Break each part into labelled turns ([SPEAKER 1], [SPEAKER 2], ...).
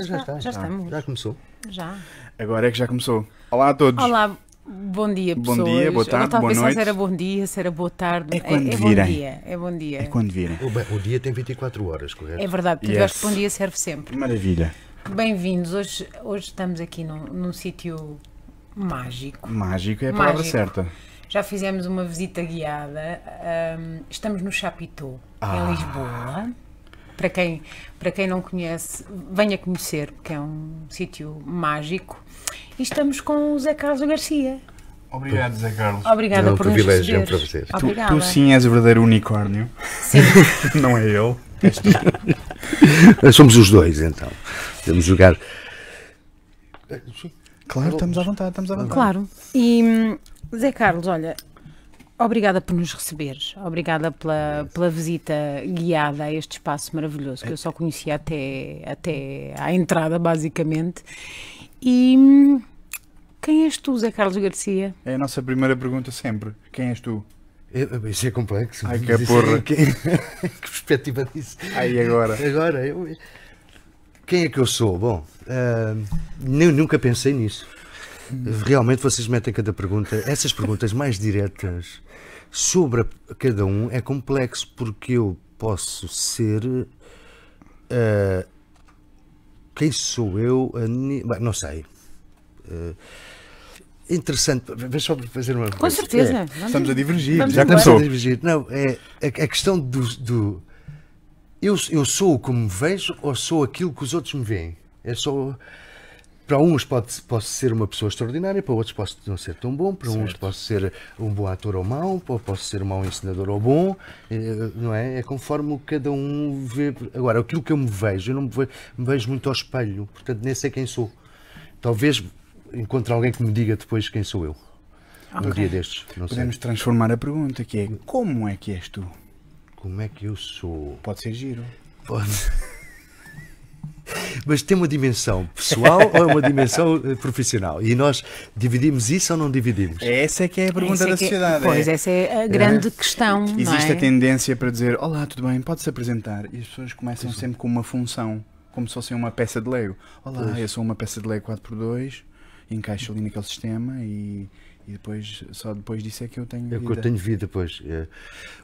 [SPEAKER 1] Já, está,
[SPEAKER 2] já estamos.
[SPEAKER 1] Já começou.
[SPEAKER 2] Já.
[SPEAKER 3] Agora é que já começou. Olá a todos.
[SPEAKER 2] Olá, bom dia,
[SPEAKER 3] Bom
[SPEAKER 2] pessoas.
[SPEAKER 3] dia, boa
[SPEAKER 2] Eu estava
[SPEAKER 3] tarde,
[SPEAKER 2] a
[SPEAKER 3] boa
[SPEAKER 2] pensar
[SPEAKER 3] noite.
[SPEAKER 2] se era bom dia, se era boa tarde.
[SPEAKER 3] É quando
[SPEAKER 2] é, bom
[SPEAKER 3] virem.
[SPEAKER 2] dia, é bom dia.
[SPEAKER 3] É quando virem.
[SPEAKER 1] O, bem, o dia tem 24 horas, correto?
[SPEAKER 2] É verdade, porque eu
[SPEAKER 3] Yes.
[SPEAKER 2] acho que bom dia serve sempre.
[SPEAKER 3] Maravilha.
[SPEAKER 2] Bem-vindos, hoje, hoje estamos aqui num, num sítio mágico.
[SPEAKER 3] Mágico é a palavra
[SPEAKER 2] Mágico.
[SPEAKER 3] certa.
[SPEAKER 2] Já fizemos uma visita guiada, ahm, estamos no Chapitou,
[SPEAKER 3] Ah.
[SPEAKER 2] em Lisboa. Para quem, para quem não conhece, venha conhecer, porque é um sítio mágico. E estamos com o Zé Carlos Garcia.
[SPEAKER 3] Obrigado, Zé Carlos.
[SPEAKER 2] Obrigada
[SPEAKER 1] É um
[SPEAKER 2] por nos
[SPEAKER 1] privilégio, é um
[SPEAKER 2] receberes.
[SPEAKER 1] prazer. Tu-
[SPEAKER 3] Tu,
[SPEAKER 2] Obrigada.
[SPEAKER 3] tu sim és o verdadeiro unicórnio.
[SPEAKER 2] Sim.
[SPEAKER 3] Não é eu.
[SPEAKER 1] Somos os dois, então. Podemos jogar.
[SPEAKER 3] Claro, estamos à vontade, estamos à vontade.
[SPEAKER 2] Claro. E hum, Zé Carlos, olha, obrigada por nos receberes. Obrigada pela, pela visita guiada a este espaço maravilhoso que eu só conhecia até, até à entrada, basicamente. E hum, quem és tu, Zé Carlos Garcia?
[SPEAKER 3] É a nossa primeira pergunta sempre. Quem és tu?
[SPEAKER 1] É, Isso é complexo.
[SPEAKER 3] Ai, que
[SPEAKER 1] Mas isso
[SPEAKER 3] porra.
[SPEAKER 1] é- Que, que perspectiva disso.
[SPEAKER 3] Aí agora.
[SPEAKER 1] Agora, eu- quem é que eu sou? Bom, ah, nem- nunca pensei nisso. Realmente vocês metem cada pergunta, essas perguntas mais diretas sobre a- cada um é complexo porque eu posso ser ah, quem sou eu? a ni- bem, não sei. Ah, interessante. Vamos só fazer uma É,
[SPEAKER 2] Com certeza.
[SPEAKER 3] Estamos a divergir.
[SPEAKER 2] Vamos
[SPEAKER 3] já
[SPEAKER 2] embora.
[SPEAKER 3] começou.
[SPEAKER 1] Estás a dirigir. Não, é a, a questão do. do- eu, eu sou como me vejo ou sou aquilo que os outros me veem? É só. Para uns pode, posso ser uma pessoa extraordinária, para outros posso não ser tão bom, para uns posso ser um bom ator ou mau, para posso ser um mau ensinador ou bom, eh, não é? É conforme o cada um vê. Agora, aquilo que eu me vejo, eu não me ve- me vejo, muito ao espelho, portanto nem sei quem sou. Talvez encontre alguém que me diga depois quem sou eu. No dia destes, não sei.
[SPEAKER 3] Podemos transformar a pergunta, que é como é que és tu?
[SPEAKER 1] Como é que eu sou?
[SPEAKER 3] Pode ser giro.
[SPEAKER 1] Pode. Mas tem uma dimensão pessoal ou é uma dimensão eh, profissional? E nós dividimos isso ou não dividimos?
[SPEAKER 3] Essa é que é a pergunta
[SPEAKER 2] Essa é
[SPEAKER 3] da
[SPEAKER 2] que-
[SPEAKER 3] sociedade.
[SPEAKER 2] Pois,
[SPEAKER 3] é.
[SPEAKER 2] essa é a grande questão. não
[SPEAKER 3] Existe
[SPEAKER 2] é?
[SPEAKER 3] a tendência para dizer Olá, tudo bem, pode-se apresentar. E as pessoas começam sempre com uma função, como se fossem uma peça de Lego. Olá, eu sou uma peça de Lego 4x2, encaixo ali naquele sistema e, e depois, só depois disso é que eu tenho.
[SPEAKER 1] É que eu
[SPEAKER 3] vida.
[SPEAKER 1] tenho vida, pois. eh.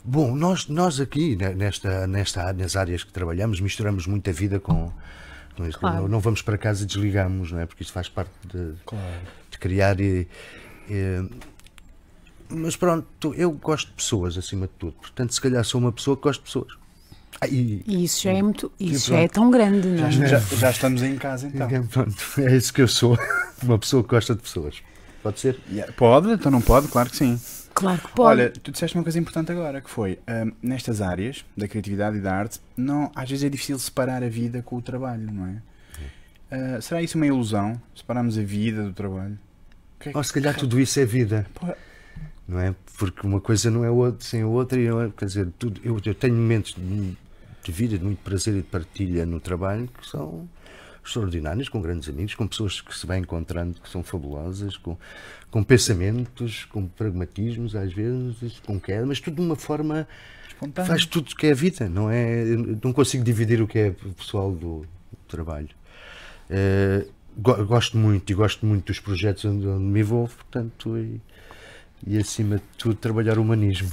[SPEAKER 1] Bom, nós, nós aqui, ne- nesta, nesta, á- nas áreas que trabalhamos, misturamos muita vida com. com isso.
[SPEAKER 2] Claro.
[SPEAKER 1] Não, não vamos para casa e desligamos, não é? Porque isso faz parte de, de criar. E, eh, mas pronto, eu gosto de pessoas acima de tudo. Portanto, se calhar sou uma pessoa que gosto de pessoas. Ah, e-
[SPEAKER 2] E Isso já é muito.
[SPEAKER 1] E
[SPEAKER 2] Isso já é
[SPEAKER 1] pronto.
[SPEAKER 2] tão grande, não é?
[SPEAKER 3] Tipo, Já, já estamos em casa então.
[SPEAKER 1] É, pronto, é isso que eu sou. Uma pessoa que gosta de pessoas. Pode ser?
[SPEAKER 3] Yeah, Pode? Então não pode? Claro que sim.
[SPEAKER 2] Claro que pode.
[SPEAKER 3] Olha, tu disseste uma coisa importante agora, que foi, hum, nestas áreas da criatividade e da arte, não, às vezes é difícil separar a vida com o trabalho, não é? Ah, será isso uma ilusão? Separarmos a vida do trabalho? O que é que-
[SPEAKER 1] Ou se calhar tudo isso é vida.
[SPEAKER 3] Pô,
[SPEAKER 1] não é? Porque uma coisa não é outra sem a outra, e não é, quer dizer, tudo, eu, eu tenho momentos de, de vida, de muito prazer e de partilha no trabalho que são extraordinários, com grandes amigos, com pessoas que se vão encontrando que são fabulosas, com, com pensamentos, com pragmatismos às vezes, com queda, mas tudo de uma forma
[SPEAKER 3] Espontâneo.
[SPEAKER 1] faz tudo o que é vida, não é? Eu não consigo dividir o que é pessoal do trabalho. Eh, go- gosto muito e gosto muito dos projetos onde, onde me envolvo, portanto, e, e acima de tudo trabalhar o humanismo.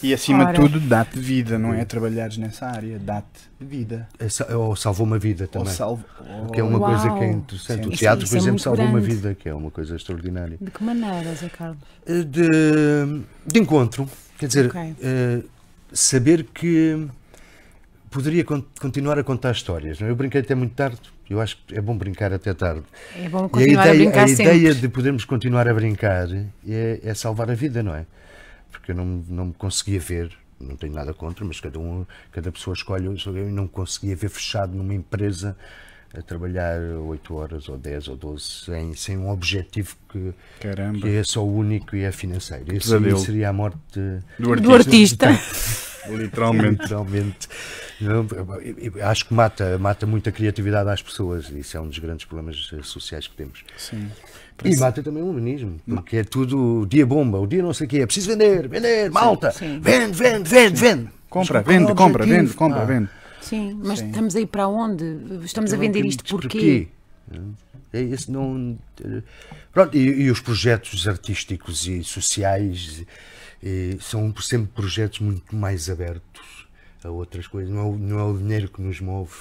[SPEAKER 3] E, e acima
[SPEAKER 2] Ora.
[SPEAKER 3] de tudo, dá-te vida, não é? Trabalhares nessa área, dá-te vida. Então
[SPEAKER 1] Eh, sa- Ou salvou uma vida
[SPEAKER 3] Ou
[SPEAKER 1] também.
[SPEAKER 3] salvo.
[SPEAKER 1] que é uma
[SPEAKER 2] Uau.
[SPEAKER 1] coisa que é interessante.
[SPEAKER 3] Sim.
[SPEAKER 1] O
[SPEAKER 2] Isso-
[SPEAKER 1] teatro,
[SPEAKER 2] isso
[SPEAKER 1] por
[SPEAKER 2] é
[SPEAKER 1] exemplo,
[SPEAKER 2] muito
[SPEAKER 1] salvou uma
[SPEAKER 2] grande.
[SPEAKER 1] vida, que é uma coisa extraordinária.
[SPEAKER 2] De que maneira, Zé Carlos?
[SPEAKER 1] Eh, De, de encontro, quer dizer,
[SPEAKER 2] Ok.
[SPEAKER 1] eh, saber que poderia con- continuar a contar histórias. Não? é? Eu brinquei até muito tarde, eu acho que é bom brincar até tarde.
[SPEAKER 2] É bom
[SPEAKER 1] E a
[SPEAKER 2] continuar
[SPEAKER 1] ideia,
[SPEAKER 2] a brincar
[SPEAKER 1] a
[SPEAKER 2] sempre.
[SPEAKER 1] ideia de podermos continuar a brincar é, é salvar a vida, não é? Porque eu não, não me conseguia ver, não tenho nada contra, mas cada, um, cada pessoa escolhe. Eu não me conseguia ver fechado numa empresa a trabalhar 8 horas ou 10 ou 12 sem, sem um objetivo que,
[SPEAKER 3] Caramba.
[SPEAKER 1] que é só o único e é financeiro. Esse aí
[SPEAKER 3] pesadelo.
[SPEAKER 1] seria a morte.
[SPEAKER 3] Do
[SPEAKER 2] Do artista.
[SPEAKER 3] Literalmente.
[SPEAKER 1] Literalmente. Não, eu- eu Acho que mata, mata muito a criatividade às pessoas. Isso é um dos grandes problemas eh, sociais que temos.
[SPEAKER 3] Sim.
[SPEAKER 1] E mata também o humanismo, porque é tudo o dia bomba, o dia não sei o quê, é preciso vender, vender, malta,
[SPEAKER 2] sim.
[SPEAKER 1] vende, vende, vende, vende. Mas
[SPEAKER 3] Compra,
[SPEAKER 1] qual é o
[SPEAKER 3] vende, compra,
[SPEAKER 1] objetivo,
[SPEAKER 3] vende, compra,
[SPEAKER 1] pá?
[SPEAKER 3] vende.
[SPEAKER 2] Sim, mas
[SPEAKER 3] Sim.
[SPEAKER 2] estamos aí para onde? Estamos a
[SPEAKER 1] Eu
[SPEAKER 2] vender
[SPEAKER 1] não
[SPEAKER 2] isto
[SPEAKER 1] acredito.
[SPEAKER 2] porquê?
[SPEAKER 1] É isso, não. eh, Pronto, e, e os projetos artísticos e sociais e são sempre projetos muito mais abertos a outras coisas. Não é, o- não é o dinheiro que nos move.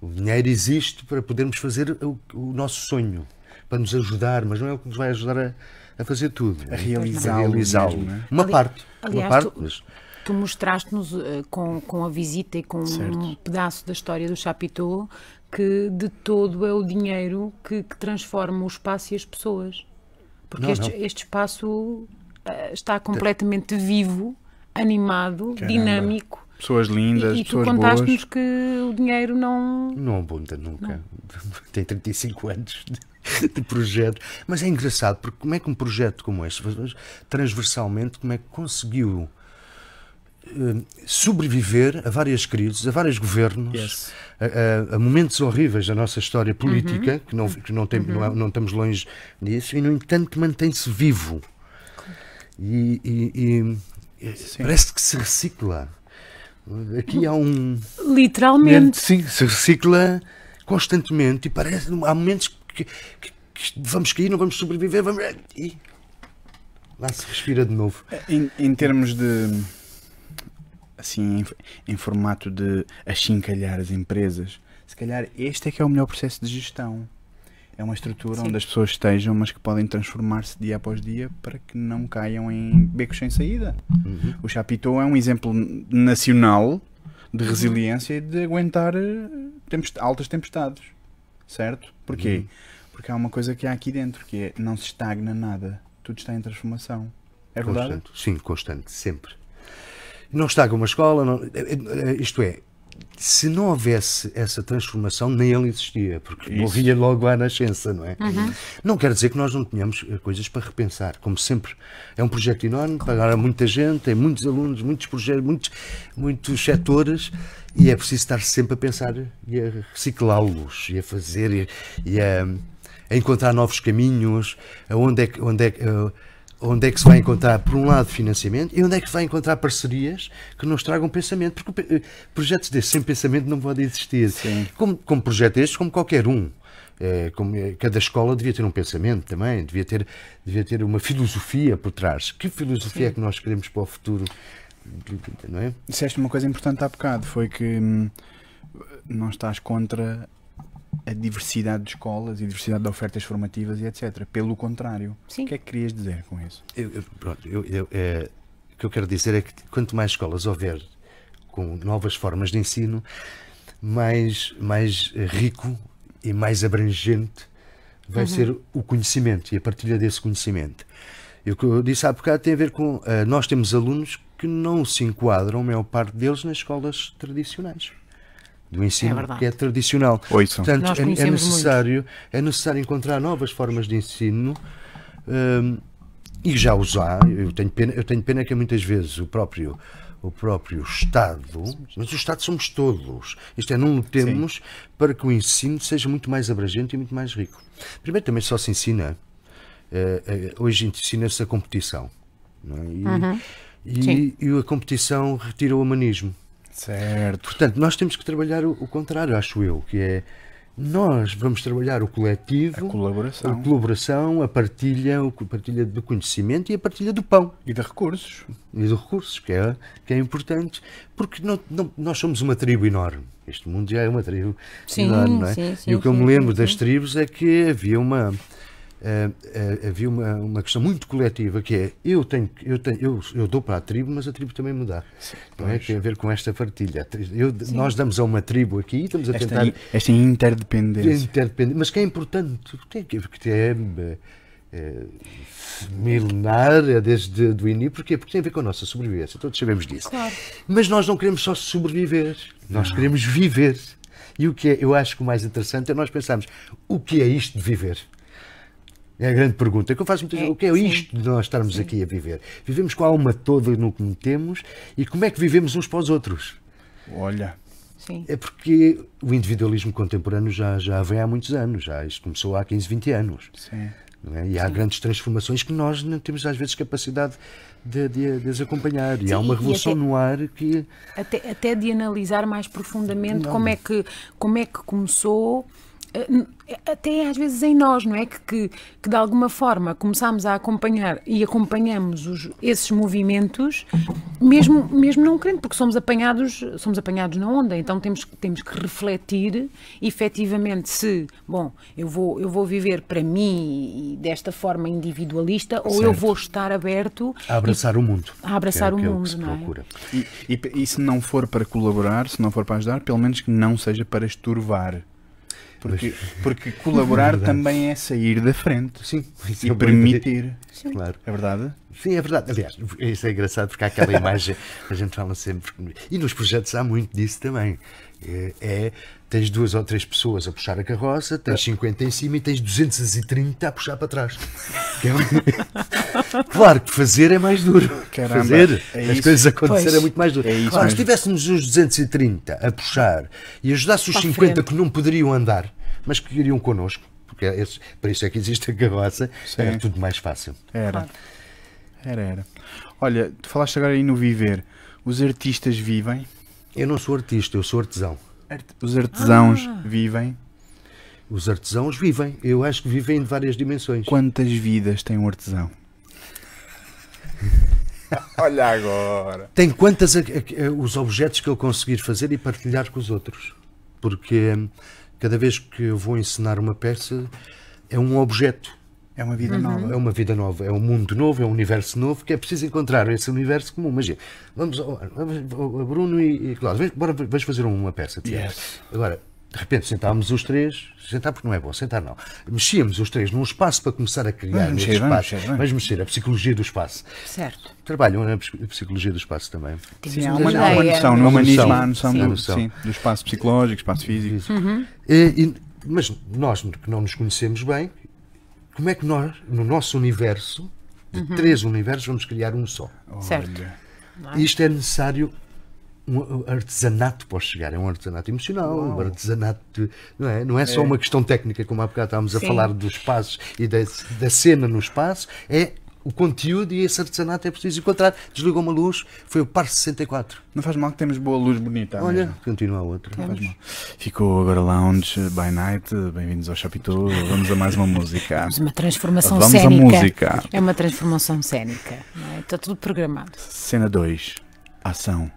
[SPEAKER 1] O dinheiro existe para podermos fazer o, o nosso sonho, para nos ajudar, mas não é o que nos vai ajudar a, a fazer tudo. é? A
[SPEAKER 3] realizá-lo
[SPEAKER 1] realizá-lo.
[SPEAKER 3] mesmo, não é?
[SPEAKER 1] Uma
[SPEAKER 2] Ali-
[SPEAKER 1] parte. uma
[SPEAKER 2] aliás,
[SPEAKER 1] parte,
[SPEAKER 2] tu-
[SPEAKER 1] mas
[SPEAKER 2] Tu mostraste-nos eh, com, com a visita e com um pedaço da história do Chapitou que de todo é o dinheiro que, que transforma o espaço e as pessoas. Porque
[SPEAKER 1] Não,
[SPEAKER 2] este,
[SPEAKER 1] não.
[SPEAKER 2] este espaço eh, está completamente vivo, animado,
[SPEAKER 3] Caramba.
[SPEAKER 2] dinâmico.
[SPEAKER 3] Pessoas lindas,
[SPEAKER 2] E, e tu
[SPEAKER 3] pessoas boas.
[SPEAKER 2] contaste-nos que o dinheiro não.
[SPEAKER 1] Não abunda nunca. Tem 35 anos de, de projeto. Mas é engraçado, porque como é que um projeto como este, mas- mas transversalmente, como é que conseguiu eh, sobreviver a várias crises, a vários governos,
[SPEAKER 3] Yes.
[SPEAKER 1] a, a- a momentos horríveis da nossa história política, que, não, que não, tem- não é- não estamos longe disso, e no entanto mantém-se vivo. E, e- e- parece que se recicla. Aqui há um
[SPEAKER 2] Literalmente.
[SPEAKER 1] sim, se recicla constantemente e parece. Há momentos que, que- que vamos cair, não vamos sobreviver, vamos. E lá se respira de novo.
[SPEAKER 3] Em, em termos de. Assim, em, em formato de achincalhar as empresas, se calhar este é que é o melhor processo de gestão. É uma estrutura
[SPEAKER 2] Sim.
[SPEAKER 3] onde as pessoas estejam, mas que podem transformar-se dia após dia para que não caiam em becos sem saída. O Chapitou é um exemplo n- nacional de resiliência e de aguentar eh, tempest- altas tempestades. Certo? Porquê? Porque há uma coisa que há aqui dentro, que é não se estagna nada. Tudo está em transformação. É verdade?
[SPEAKER 1] Constante. Sim, constante, sempre. Não está com uma escola, não- eh, eh, isto é, se não houvesse essa transformação, nem ele existia, porque
[SPEAKER 3] Isso.
[SPEAKER 1] morria logo à nascença, não é? Não quer dizer que nós não tenhamos eh, coisas para repensar, como sempre. É um projeto enorme, pagar a muita gente, tem muitos alunos, muitos projetos, muitos, muitos setores, e é preciso estar sempre a pensar e a reciclá-los, e a fazer, e, e a, a encontrar novos caminhos, onde é que. Onde é que eh, onde é que se vai encontrar, por um lado, financiamento e onde é que se vai encontrar parcerias que nos tragam pensamento, porque pe- eh, projetos destes sem pensamento não podem existir. Como, como projeto estes, como qualquer um. Eh, como, eh, cada escola devia ter um pensamento também, devia ter, devia ter uma filosofia por trás. Que filosofia é que nós queremos para o futuro? Não é?
[SPEAKER 3] Disseste uma coisa importante há bocado, foi que hum, não estás contra a diversidade de escolas e diversidade de ofertas formativas e etc. Pelo contrário.
[SPEAKER 2] Sim.
[SPEAKER 3] O que é que querias dizer com isso?
[SPEAKER 1] Eu- eu- pronto, eu- eu, eh, o que eu quero dizer é que quanto mais escolas houver com novas formas de ensino, mais, mais eh, rico e mais abrangente vai ser o conhecimento e a partilha desse conhecimento. E o que eu disse há bocado tem a ver com. eh, nós temos alunos que não se enquadram, a maior parte deles, nas escolas tradicionais. Do ensino
[SPEAKER 2] verdade.
[SPEAKER 1] que é tradicional.
[SPEAKER 3] Ouçam.
[SPEAKER 1] Portanto,
[SPEAKER 2] Nós
[SPEAKER 1] é- é,
[SPEAKER 2] conhecemos
[SPEAKER 1] necessário, é necessário encontrar novas formas de ensino hum, e já os há. Eu tenho pena, eu tenho pena que muitas vezes o próprio, o próprio Estado, mas o Estado somos todos. Isto é, não lutemos para que o ensino seja muito mais abrangente e muito mais rico. Primeiro, também só se ensina. eh, eh, hoje ensina-se a competição. não é? E-
[SPEAKER 2] Uhum. Sim.
[SPEAKER 1] e, e a competição retira o humanismo.
[SPEAKER 3] Certo.
[SPEAKER 1] Portanto, nós temos que trabalhar o, o contrário, acho eu, que é nós vamos trabalhar o coletivo,
[SPEAKER 3] A colaboração.
[SPEAKER 1] a colaboração, a partilha, o co- partilha do conhecimento e a partilha do pão
[SPEAKER 3] E de recursos.
[SPEAKER 1] e de recursos, que é, que é importante, porque não- não- nós somos uma tribo enorme. Este mundo já é uma tribo
[SPEAKER 2] Sim,
[SPEAKER 1] enorme, não é?
[SPEAKER 2] sim, sim,
[SPEAKER 1] e o que eu
[SPEAKER 2] sim,
[SPEAKER 1] me lembro
[SPEAKER 2] sim,
[SPEAKER 1] das
[SPEAKER 2] sim.
[SPEAKER 1] tribos é que havia uma. eh, eh, havia uma, uma questão muito coletiva que é eu tenho que- eu tenho eu, eu dou para a tribo mas a tribo também me dá não é tem a ver com esta partilha A tri- eu- nós damos a uma tribo aqui estamos a
[SPEAKER 3] Esta,
[SPEAKER 1] tentar
[SPEAKER 3] esta interdependência.
[SPEAKER 1] Interdependente, mas que é importante, porque é, que- porque é, é milenária desde o início, porque, porque tem a ver com a nossa sobrevivência, todos sabemos disso.
[SPEAKER 2] Claro.
[SPEAKER 1] Mas nós não queremos só sobreviver, nós queremos viver. E o que é, eu acho que o mais interessante é nós pensarmos o que é isto de viver? É a grande pergunta que eu faço muitas
[SPEAKER 2] É,
[SPEAKER 1] vezes. O que é
[SPEAKER 2] sim.
[SPEAKER 1] isto de nós estarmos aqui a viver? Vivemos com a alma toda no que metemos e como é que vivemos uns para os outros?
[SPEAKER 3] Olha.
[SPEAKER 2] Sim.
[SPEAKER 1] É porque o individualismo contemporâneo já, já vem há muitos anos, já isto começou há 15, 20 anos.
[SPEAKER 3] Sim.
[SPEAKER 1] não é? E há grandes transformações que nós não temos às vezes capacidade de, de- de as acompanhar. E
[SPEAKER 2] Sim,
[SPEAKER 1] há uma
[SPEAKER 2] e
[SPEAKER 1] revolução
[SPEAKER 2] até-
[SPEAKER 1] no ar que.
[SPEAKER 2] Até, até de analisar mais profundamente como é que como é que começou eh, n- até às vezes em nós não é que, que que de alguma forma começámos a acompanhar e acompanhamos os, esses movimentos mesmo mesmo não querendo porque somos apanhados somos apanhados na onda então temos que- temos que refletir efetivamente se bom eu vou eu vou viver para mim e desta forma individualista ou eu
[SPEAKER 1] Certo.
[SPEAKER 2] vou estar aberto
[SPEAKER 1] A abraçar o mundo.
[SPEAKER 2] A abraçar
[SPEAKER 1] que é,
[SPEAKER 2] o
[SPEAKER 1] que é
[SPEAKER 2] mundo,
[SPEAKER 1] que se
[SPEAKER 2] não é?
[SPEAKER 1] procura.
[SPEAKER 3] E, e- e se não for para colaborar, se não for para ajudar, pelo menos que não seja para esturvar. Porque, porque colaborar também é sair da frente
[SPEAKER 1] Sim, isso
[SPEAKER 3] e
[SPEAKER 1] é uma boa
[SPEAKER 3] permitir.
[SPEAKER 1] ideia. Claro.
[SPEAKER 3] É verdade?
[SPEAKER 1] Sim, é verdade. Aliás, isso é engraçado porque há aquela imagem, a gente fala sempre. E nos projetos há muito disso também. É, é, tens duas ou três pessoas a puxar a carroça, tens 50 em cima e tens 230 a puxar para trás. Que é um- claro que fazer é mais duro.
[SPEAKER 3] Caramba,
[SPEAKER 1] fazer
[SPEAKER 3] é
[SPEAKER 1] as
[SPEAKER 3] isso.
[SPEAKER 1] coisas acontecer
[SPEAKER 2] Pois.
[SPEAKER 1] é muito mais duro.
[SPEAKER 3] É isso
[SPEAKER 1] claro, se
[SPEAKER 3] mesmo.
[SPEAKER 1] tivéssemos os 230 a puxar e ajudasse os
[SPEAKER 2] Para a
[SPEAKER 1] 50
[SPEAKER 2] frente.
[SPEAKER 1] que não poderiam andar, mas que iriam connosco, porque é esse- para isso é que existe a carroça,
[SPEAKER 3] Sim.
[SPEAKER 1] era tudo mais fácil.
[SPEAKER 3] Era. Era, era. Olha, tu falaste agora aí no viver. Os artistas vivem,
[SPEAKER 1] Eu não sou artista, eu sou artesão.
[SPEAKER 3] os artesãos
[SPEAKER 2] Ah.
[SPEAKER 3] vivem.
[SPEAKER 1] Os artesãos vivem. Eu acho que vivem de várias dimensões.
[SPEAKER 3] Quantas vidas tem um artesão? Olha agora.
[SPEAKER 1] Tem quantas a- a- a- os objetos que eu conseguir fazer e partilhar com os outros. Porque hum, cada vez que eu vou ensinar uma peça, é um objeto.
[SPEAKER 3] É uma
[SPEAKER 2] Uhum.
[SPEAKER 3] vida nova.
[SPEAKER 1] É uma vida nova, é um mundo novo, é um universo novo, que é preciso encontrar esse universo comum. Imagina, vamos, ao- vamos ao- a Bruno e, e Cláudio, vem- bora, vamos fazer um, uma peça. Tiago.
[SPEAKER 3] Yes.
[SPEAKER 1] Agora, de repente sentámos os três, sentar porque não é bom, sentar não. Mexíamos os três num espaço para começar a criar
[SPEAKER 3] Vamos
[SPEAKER 1] esse
[SPEAKER 3] mexer, vamos
[SPEAKER 1] espaço.
[SPEAKER 3] mexer, vamos.
[SPEAKER 1] Vamos mexer, a psicologia do espaço.
[SPEAKER 2] certo
[SPEAKER 1] Trabalham na ps- psicologia do espaço também.
[SPEAKER 3] Sim, há
[SPEAKER 2] Temos
[SPEAKER 3] uma,
[SPEAKER 2] uma
[SPEAKER 3] há uma
[SPEAKER 2] ideia. é?
[SPEAKER 3] noção, no
[SPEAKER 1] Uma
[SPEAKER 3] humanismo
[SPEAKER 1] noção.
[SPEAKER 3] há a noção,
[SPEAKER 1] Sim.
[SPEAKER 3] do,
[SPEAKER 1] Noção.
[SPEAKER 3] sim, do espaço psicológico, espaço físico.
[SPEAKER 1] E- e- mas nós que não nos conhecemos bem, como é que nós, no nosso universo, de
[SPEAKER 3] Uhum.
[SPEAKER 1] três universos, vamos criar um só?
[SPEAKER 2] Certo.
[SPEAKER 1] Isto é necessário um artesanato para chegar, é um artesanato emocional, um artesanato de- não é? Não é só uma questão técnica, como há bocado estávamos a
[SPEAKER 2] Sim.
[SPEAKER 1] falar dos espaços e da, da cena no espaço, é o conteúdo e esse artesanato é preciso encontrar. Desligou uma luz, foi o par 64.
[SPEAKER 3] Não faz mal que temos boa luz bonita. é
[SPEAKER 1] Olha,
[SPEAKER 3] mesmo.
[SPEAKER 1] continua a outra.
[SPEAKER 3] Não faz mal. Ficou agora Lounge by Night. Bem-vindos ao Chapitou. Vamos a mais uma música.
[SPEAKER 2] Uma transformação
[SPEAKER 3] Vamos à
[SPEAKER 2] cénica.
[SPEAKER 3] música.
[SPEAKER 2] É uma transformação cénica. não é? Está tudo programado.
[SPEAKER 3] Cena 2. Ação.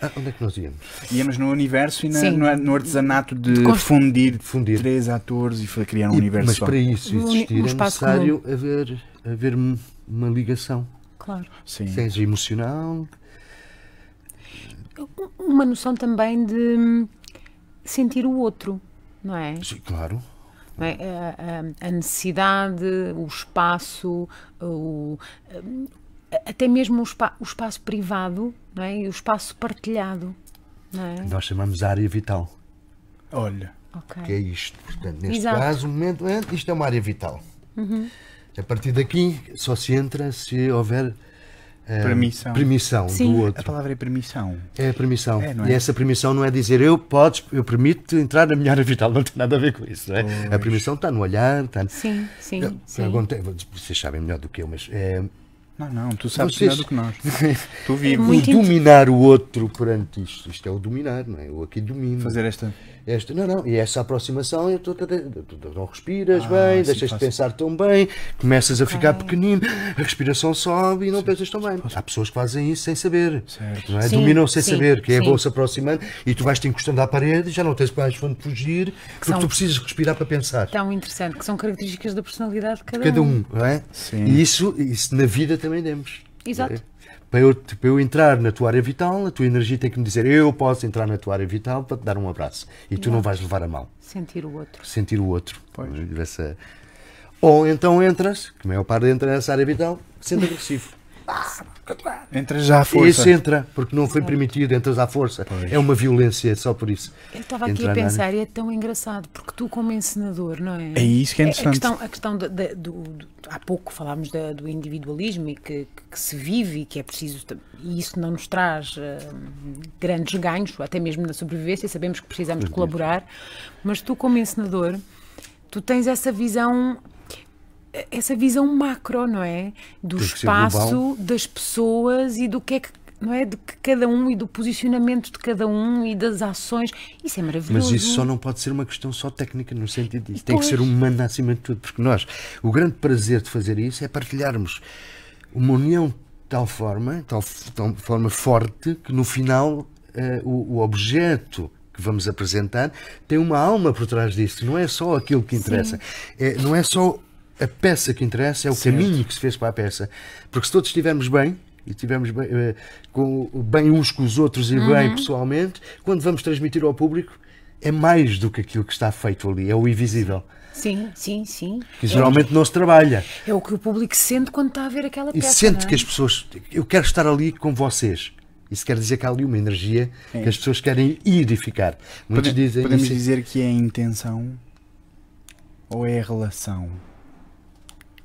[SPEAKER 1] Ah, onde é que nós íamos?
[SPEAKER 3] Íamos no universo e na-
[SPEAKER 2] Sim.
[SPEAKER 3] no, no artesanato de,
[SPEAKER 2] constru-
[SPEAKER 3] fundir,
[SPEAKER 1] Fundir.
[SPEAKER 3] três atores e fa- criar um
[SPEAKER 1] E-
[SPEAKER 3] universo
[SPEAKER 1] mas
[SPEAKER 3] só.
[SPEAKER 1] para isso
[SPEAKER 2] Um uni-
[SPEAKER 1] existir
[SPEAKER 2] um
[SPEAKER 1] é
[SPEAKER 2] espaço
[SPEAKER 1] necessário haver, haver um- uma ligação,
[SPEAKER 2] Claro.
[SPEAKER 3] Sim.
[SPEAKER 1] seja emocional,
[SPEAKER 2] Uma noção também de hum, sentir o outro, não é?
[SPEAKER 1] sim, claro,
[SPEAKER 2] Não é? A, a- a necessidade, o espaço, o, hum, até mesmo o, espa- o espaço privado não é? e o espaço partilhado. Não é?
[SPEAKER 1] nós chamamos área vital.
[SPEAKER 3] Olha.
[SPEAKER 2] Ok.
[SPEAKER 1] que é isto. Portanto, neste
[SPEAKER 2] Exato. Uhum.
[SPEAKER 1] caso, no momento, é, isto é uma área vital. A partir daqui, só se entra se houver eh,
[SPEAKER 3] Permissão.
[SPEAKER 1] permissão
[SPEAKER 2] Sim.
[SPEAKER 1] do
[SPEAKER 3] A
[SPEAKER 1] outro.
[SPEAKER 3] palavra é permissão.
[SPEAKER 1] É a permissão.
[SPEAKER 3] É, não é?
[SPEAKER 1] E essa permissão não é dizer eu podes, eu permito entrar na minha área vital, não tem nada a ver com isso. Não é? A permissão está no olhar, está no.
[SPEAKER 2] Sim, sim,
[SPEAKER 1] Eu-
[SPEAKER 2] sim.
[SPEAKER 1] perguntei- vocês sabem melhor do que eu, mas eh,
[SPEAKER 3] Não, não. Tu sabes
[SPEAKER 1] Vocês-
[SPEAKER 3] melhor do que nós. tu
[SPEAKER 2] É
[SPEAKER 3] vives.
[SPEAKER 1] o dominar o outro perante isto, isto é o dominar, não é? Eu aqui domino.
[SPEAKER 3] Fazer esta.
[SPEAKER 1] Esta- não, não, e essa aproximação, eu tô- tô- tô- tô- tô- não respiras bem,
[SPEAKER 3] Ah, sim,
[SPEAKER 1] deixas de
[SPEAKER 3] faço.
[SPEAKER 1] pensar tão bem, começas a ficar pequenino, a respiração sobe e não pensas tão bem. Há pessoas que fazem isso sem saber,
[SPEAKER 3] Certo.
[SPEAKER 1] não é?
[SPEAKER 2] Sim,
[SPEAKER 1] dominam sem
[SPEAKER 2] sim,
[SPEAKER 1] saber, que é
[SPEAKER 2] sim.
[SPEAKER 1] vão-se aproximando e tu vais-te encostando à parede, já não tens mais onde fugir, porque
[SPEAKER 2] são- Tá.
[SPEAKER 1] tu precisas respirar para pensar.
[SPEAKER 2] Tão interessante, que são características da personalidade de cada,
[SPEAKER 1] Cada
[SPEAKER 2] um.
[SPEAKER 1] um, não é?
[SPEAKER 3] Sim.
[SPEAKER 1] E isso, isso na vida também demos.
[SPEAKER 2] Exato.
[SPEAKER 1] É? Para eu, te- para eu entrar na tua área vital, a tua energia tem que me dizer eu posso entrar na tua área vital para te dar um abraço. E tu não vais levar a mal
[SPEAKER 2] Sentir o outro.
[SPEAKER 1] sentir o outro. Essa- Ou então entras, que a maior parte entra nessa área vital, sendo agressivo.
[SPEAKER 3] Entras já
[SPEAKER 1] E
[SPEAKER 3] à
[SPEAKER 1] isso
[SPEAKER 3] força.
[SPEAKER 1] entra, porque não foi permitido, entras à força. É uma violência só por isso.
[SPEAKER 2] Eu estava aqui
[SPEAKER 1] Entrar
[SPEAKER 2] a
[SPEAKER 1] na área-
[SPEAKER 2] pensar, e é tão engraçado, porque tu, como ensinador, não é?
[SPEAKER 3] É isso que é
[SPEAKER 2] A- A
[SPEAKER 3] interessante.
[SPEAKER 2] questão, a questão da- da- do, do- Há pouco falámos da- do individualismo e que, que se vive e que é preciso. tam- E isso não nos traz eh, grandes ganhos, até mesmo na sobrevivência, sabemos que precisamos de colaborar, mas tu, como ensinador, tu tens essa visão essa visão macro, não é? Do
[SPEAKER 1] Tem que ser
[SPEAKER 2] espaço,
[SPEAKER 1] global.
[SPEAKER 2] das pessoas e do que é que não é de que cada um e do posicionamento de cada um e das ações. Isso é
[SPEAKER 1] Mas
[SPEAKER 2] maravilhoso.
[SPEAKER 1] isso só não pode ser uma questão só técnica, no sentido disso. Tem que
[SPEAKER 2] Pois.
[SPEAKER 1] ser humana acima de tudo, porque nós, o grande prazer de fazer isso é partilharmos uma união de tal forma, tal, f- tal forma forte, que no final eh, o, o objeto que vamos apresentar tem uma alma por trás disso. Não é só aquilo que interessa, É- não é só a peça que interessa, é o caminho que se fez para a peça. Porque se todos estivermos bem, e estivermos bem, eh, com, bem uns com os outros e bem pessoalmente, quando vamos transmitir ao público, é mais do que aquilo que está feito ali, é o invisível,
[SPEAKER 2] Sim, sim, sim.
[SPEAKER 1] que geralmente não se trabalha.
[SPEAKER 2] É o que o público sente quando está a ver aquela
[SPEAKER 1] E
[SPEAKER 2] peça.
[SPEAKER 1] sente
[SPEAKER 2] não é?
[SPEAKER 1] que as pessoas. Eu quero estar ali com vocês. Isso quer dizer que há ali uma energia que as pessoas querem ir e ficar. Muitos
[SPEAKER 3] Pode-
[SPEAKER 1] dizem
[SPEAKER 3] podemos
[SPEAKER 1] isso.
[SPEAKER 3] dizer que é a intenção ou é a relação?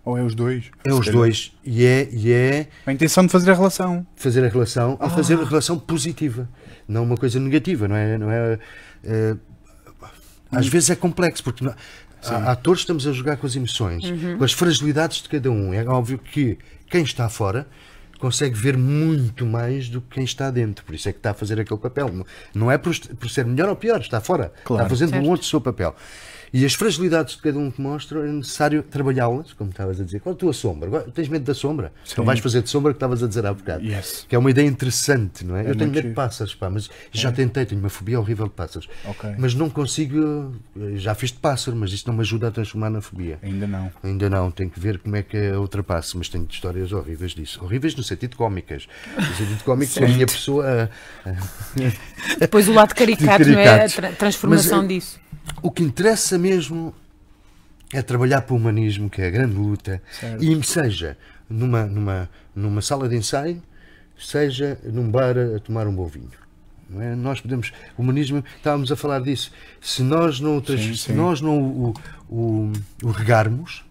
[SPEAKER 3] Ou é os dois?
[SPEAKER 1] É os dois. E é, e é
[SPEAKER 3] A intenção de fazer a relação.
[SPEAKER 1] fazer a relação, a fazer a relação positiva, não uma coisa negativa, não é? Não é eh, às vezes é complexo, porque não- há atores estamos a jogar com as emoções, com as fragilidades de cada um. É óbvio que quem está fora consegue ver muito mais do que quem está dentro, por isso é que está a fazer aquele papel. Não- Não é por, est- por ser melhor ou pior, está fora,
[SPEAKER 3] Claro.
[SPEAKER 1] está fazendo um outro seu papel. E as fragilidades de cada um que mostra é necessário trabalhá-las, como estavas a dizer. Qual a tua sombra? Agora, Tens medo da sombra? Então vais fazer de sombra que estavas a dizer há bocado.
[SPEAKER 3] Yes.
[SPEAKER 1] Que é uma ideia interessante, não é? eu tenho medo
[SPEAKER 3] muito
[SPEAKER 1] de
[SPEAKER 3] giro. É.
[SPEAKER 1] pássaros, pá, mas já tentei, tenho uma fobia horrível de pássaros.
[SPEAKER 3] Ok.
[SPEAKER 1] Mas não consigo, eh, já fiz de pássaro, mas isso não me ajuda a transformar na fobia.
[SPEAKER 3] Ainda não.
[SPEAKER 1] Ainda não, tenho que ver como é que a ultrapasso, mas tenho histórias horríveis disso. Horríveis no sentido cómicas. No sentido cómico, com a minha pessoa. ah,
[SPEAKER 2] Depois o lado caricato, não é? A
[SPEAKER 1] Caricato.
[SPEAKER 2] tra- transformação
[SPEAKER 1] Mas, eh,
[SPEAKER 2] disso.
[SPEAKER 1] O que interessa mesmo é trabalhar para o humanismo, que é a grande luta, e me seja numa, numa, numa sala de ensaio, seja num bar a tomar um bom vinho. não é? Nós podemos, o humanismo, estávamos a falar disso, se nós não, o trans-
[SPEAKER 3] Sim,
[SPEAKER 1] se
[SPEAKER 3] sim.
[SPEAKER 1] nós não o, o- o regarmos,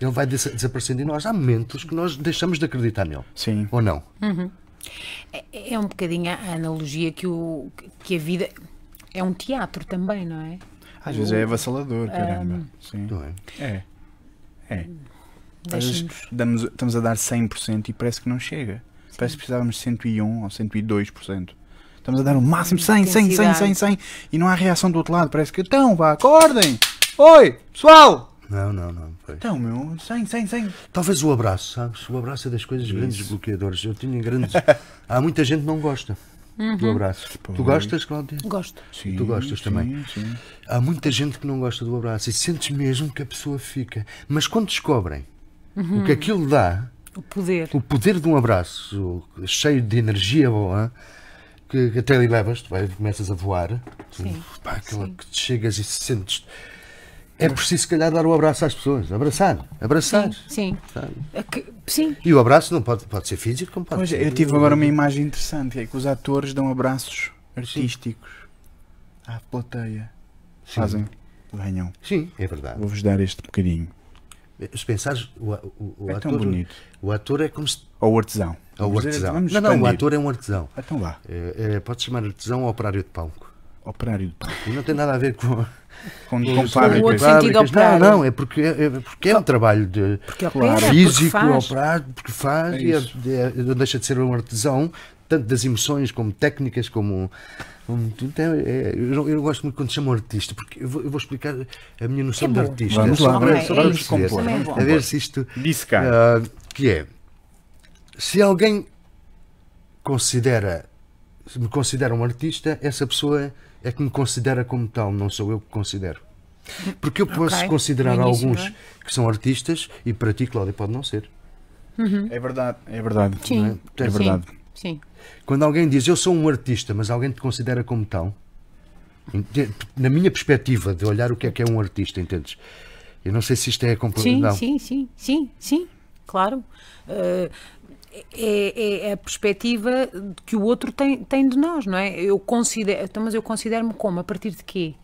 [SPEAKER 1] ele vai des- desaparecendo em nós. Há momentos que nós deixamos de acreditar nele.
[SPEAKER 3] Sim.
[SPEAKER 1] Ou não?
[SPEAKER 2] É um bocadinho a analogia que, o, que a vida é um teatro também, não é?
[SPEAKER 3] Às vezes é avassalador, caramba. Sim.
[SPEAKER 1] Não é?
[SPEAKER 3] É. É. Às vezes
[SPEAKER 2] Deixa-nos.
[SPEAKER 3] damos, estamos a dar 100% e parece que não chega. Parece que precisávamos de 101 ou 102%. Estamos a dar o máximo 100, 100, 100, 100, 100 e não há reação do outro lado. Parece que então, vá, acordem! Oi, pessoal!
[SPEAKER 1] Não, não, não. pois.
[SPEAKER 3] Então, meu, 100, 100, 100.
[SPEAKER 1] Talvez o abraço, sabes? O abraço é das coisas grandes bloqueadoras. Eu tinha grandes. Há muita gente que não gosta do abraço. Tu gostas, Cláudia?
[SPEAKER 2] Gosto.
[SPEAKER 3] Sim,
[SPEAKER 1] Tu gostas também.
[SPEAKER 3] Sim, sim.
[SPEAKER 1] Há muita gente que não gosta do abraço e sentes mesmo que a pessoa fica. Mas quando descobrem o
[SPEAKER 2] Uhum.
[SPEAKER 1] que aquilo dá,
[SPEAKER 2] O poder.
[SPEAKER 1] o poder de um abraço cheio de energia boa, que, que até ali levas, tu vai, começas a voar, tu,
[SPEAKER 2] Sim,
[SPEAKER 1] pá, aquela que te chegas e sentes. É preciso, se calhar, dar o abraço às pessoas. Abraçar, abraçar.
[SPEAKER 2] Sim.
[SPEAKER 1] Sabe?
[SPEAKER 2] É que- Sim.
[SPEAKER 1] E o abraço não pode, pode ser físico, como pode
[SPEAKER 3] Pois,
[SPEAKER 1] ser.
[SPEAKER 3] eu tive agora uma imagem interessante, é que os atores dão abraços artísticos à plateia. Fazem. Venham,
[SPEAKER 1] Sim, é verdade.
[SPEAKER 3] vou-vos dar este bocadinho.
[SPEAKER 1] Se pensares, o, a- o- o
[SPEAKER 3] É tão
[SPEAKER 1] ator,
[SPEAKER 3] bonito.
[SPEAKER 1] o ator é como se.
[SPEAKER 3] Ou o artesão.
[SPEAKER 1] É o
[SPEAKER 3] Vamos dizer,
[SPEAKER 1] artesão.
[SPEAKER 3] vamos
[SPEAKER 1] Não, não, o
[SPEAKER 3] expandir.
[SPEAKER 1] ator é um artesão.
[SPEAKER 3] Então vá,
[SPEAKER 1] É, é, pode chamar artesão ou operário de palco.
[SPEAKER 3] operário de palco.
[SPEAKER 1] E não tem nada a ver com.
[SPEAKER 3] Com,
[SPEAKER 1] com
[SPEAKER 3] com fábricas.
[SPEAKER 2] outro sentido,
[SPEAKER 1] fábricas. Não,
[SPEAKER 2] operário.
[SPEAKER 1] não, é porque é, é porque é um trabalho de.
[SPEAKER 2] Porque
[SPEAKER 3] Claro.
[SPEAKER 2] opera,
[SPEAKER 1] físico,
[SPEAKER 2] porque faz.
[SPEAKER 1] operado, porque faz,
[SPEAKER 3] É
[SPEAKER 1] e é-
[SPEAKER 3] isso.
[SPEAKER 1] é- não deixa de ser um artesão, tanto das emoções como técnicas, como. como- então, é- eu, não- eu gosto muito quando chamam artista, porque eu vou, eu vou explicar a minha noção
[SPEAKER 2] É
[SPEAKER 1] de
[SPEAKER 2] bom.
[SPEAKER 1] artista.
[SPEAKER 3] Vamos
[SPEAKER 1] Só
[SPEAKER 3] lá,
[SPEAKER 1] para-
[SPEAKER 3] vamos-
[SPEAKER 1] só para
[SPEAKER 3] vamos
[SPEAKER 1] perceber.
[SPEAKER 3] compor,
[SPEAKER 2] vamos
[SPEAKER 1] A ver
[SPEAKER 3] compor.
[SPEAKER 1] se isto.
[SPEAKER 3] Disse cá.
[SPEAKER 1] ah, que é. Se alguém considera. se me considera um artista, essa pessoa é que me considera como tal, não sou eu que considero. Porque eu posso
[SPEAKER 2] Ok,
[SPEAKER 1] considerar
[SPEAKER 2] no início,
[SPEAKER 1] alguns
[SPEAKER 2] não é?
[SPEAKER 1] que são artistas e para ti, Cláudia, pode não ser.
[SPEAKER 3] É verdade, é verdade.
[SPEAKER 2] Sim.
[SPEAKER 3] não É, É
[SPEAKER 2] Sim,
[SPEAKER 3] verdade.
[SPEAKER 2] Sim.
[SPEAKER 1] Quando alguém diz eu sou um artista, mas alguém te considera como tal, ente- na minha perspectiva de olhar o que é que é um artista, entendes? Eu não sei se isto é
[SPEAKER 2] Sim,
[SPEAKER 1] compreensível.
[SPEAKER 2] sim, sim, sim, sim, claro. Eh, é, é a perspectiva que o outro tem, tem de nós, não é? Eu considero, então, mas eu considero-me como? A partir de quê?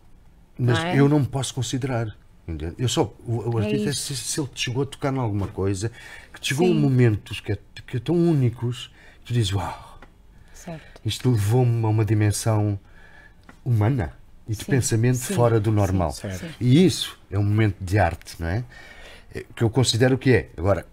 [SPEAKER 1] Mas
[SPEAKER 2] não é?
[SPEAKER 1] eu não me posso considerar. entende? Eu só, o, o
[SPEAKER 2] É
[SPEAKER 1] artista, é se,
[SPEAKER 2] isso.
[SPEAKER 1] se ele te chegou a tocar em alguma coisa, que te chegou a
[SPEAKER 2] Sim.
[SPEAKER 1] momentos que, é, que é tão únicos, tu dizes, uau,
[SPEAKER 2] Certo.
[SPEAKER 1] isto levou-me a uma dimensão humana e de pensamento
[SPEAKER 2] sim,
[SPEAKER 1] fora do normal.
[SPEAKER 3] certo.
[SPEAKER 1] E isso é um momento de arte, não é? que eu considero que é. Agora,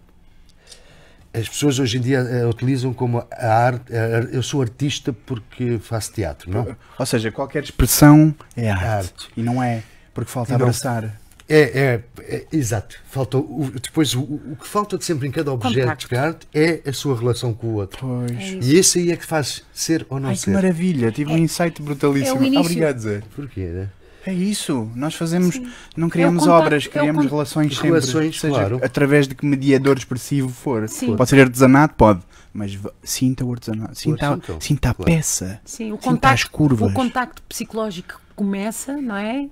[SPEAKER 1] as pessoas hoje em dia eh, utilizam como a arte. a- a- eu sou artista porque faço teatro, não?
[SPEAKER 3] Ou seja, qualquer expressão é arte.
[SPEAKER 1] Arte.
[SPEAKER 3] E não é. Porque falta
[SPEAKER 1] E não-
[SPEAKER 3] abraçar.
[SPEAKER 1] É, é, é, exato. Falta o- depois o, o que falta de sempre em cada objeto
[SPEAKER 2] Contacto.
[SPEAKER 1] de arte é a sua relação com o outro.
[SPEAKER 3] Pois.
[SPEAKER 1] E isso aí é que faz ser ou não
[SPEAKER 3] Ai, que
[SPEAKER 1] ser.
[SPEAKER 3] maravilha. Tive um insight brutalíssimo.
[SPEAKER 2] é o início.
[SPEAKER 3] Obrigado, Zé.
[SPEAKER 1] Porquê, né?
[SPEAKER 3] É isso. Nós fazemos. Não criamos
[SPEAKER 2] contacto,
[SPEAKER 3] obras,
[SPEAKER 2] é o
[SPEAKER 3] criamos
[SPEAKER 2] con-
[SPEAKER 3] relações sempre.
[SPEAKER 1] Relações,
[SPEAKER 3] seja,
[SPEAKER 1] claro.
[SPEAKER 3] Através de que mediador expressivo for.
[SPEAKER 2] Sim.
[SPEAKER 3] Pode ser artesanato? Pode. Mas v- sinta o artesanato. Sinta, a-
[SPEAKER 1] então,
[SPEAKER 3] sinta a
[SPEAKER 1] claro.
[SPEAKER 3] peça.
[SPEAKER 2] Sim, o
[SPEAKER 3] Sinta as
[SPEAKER 2] contacto,
[SPEAKER 3] curvas.
[SPEAKER 2] o contacto psicológico começa, não é?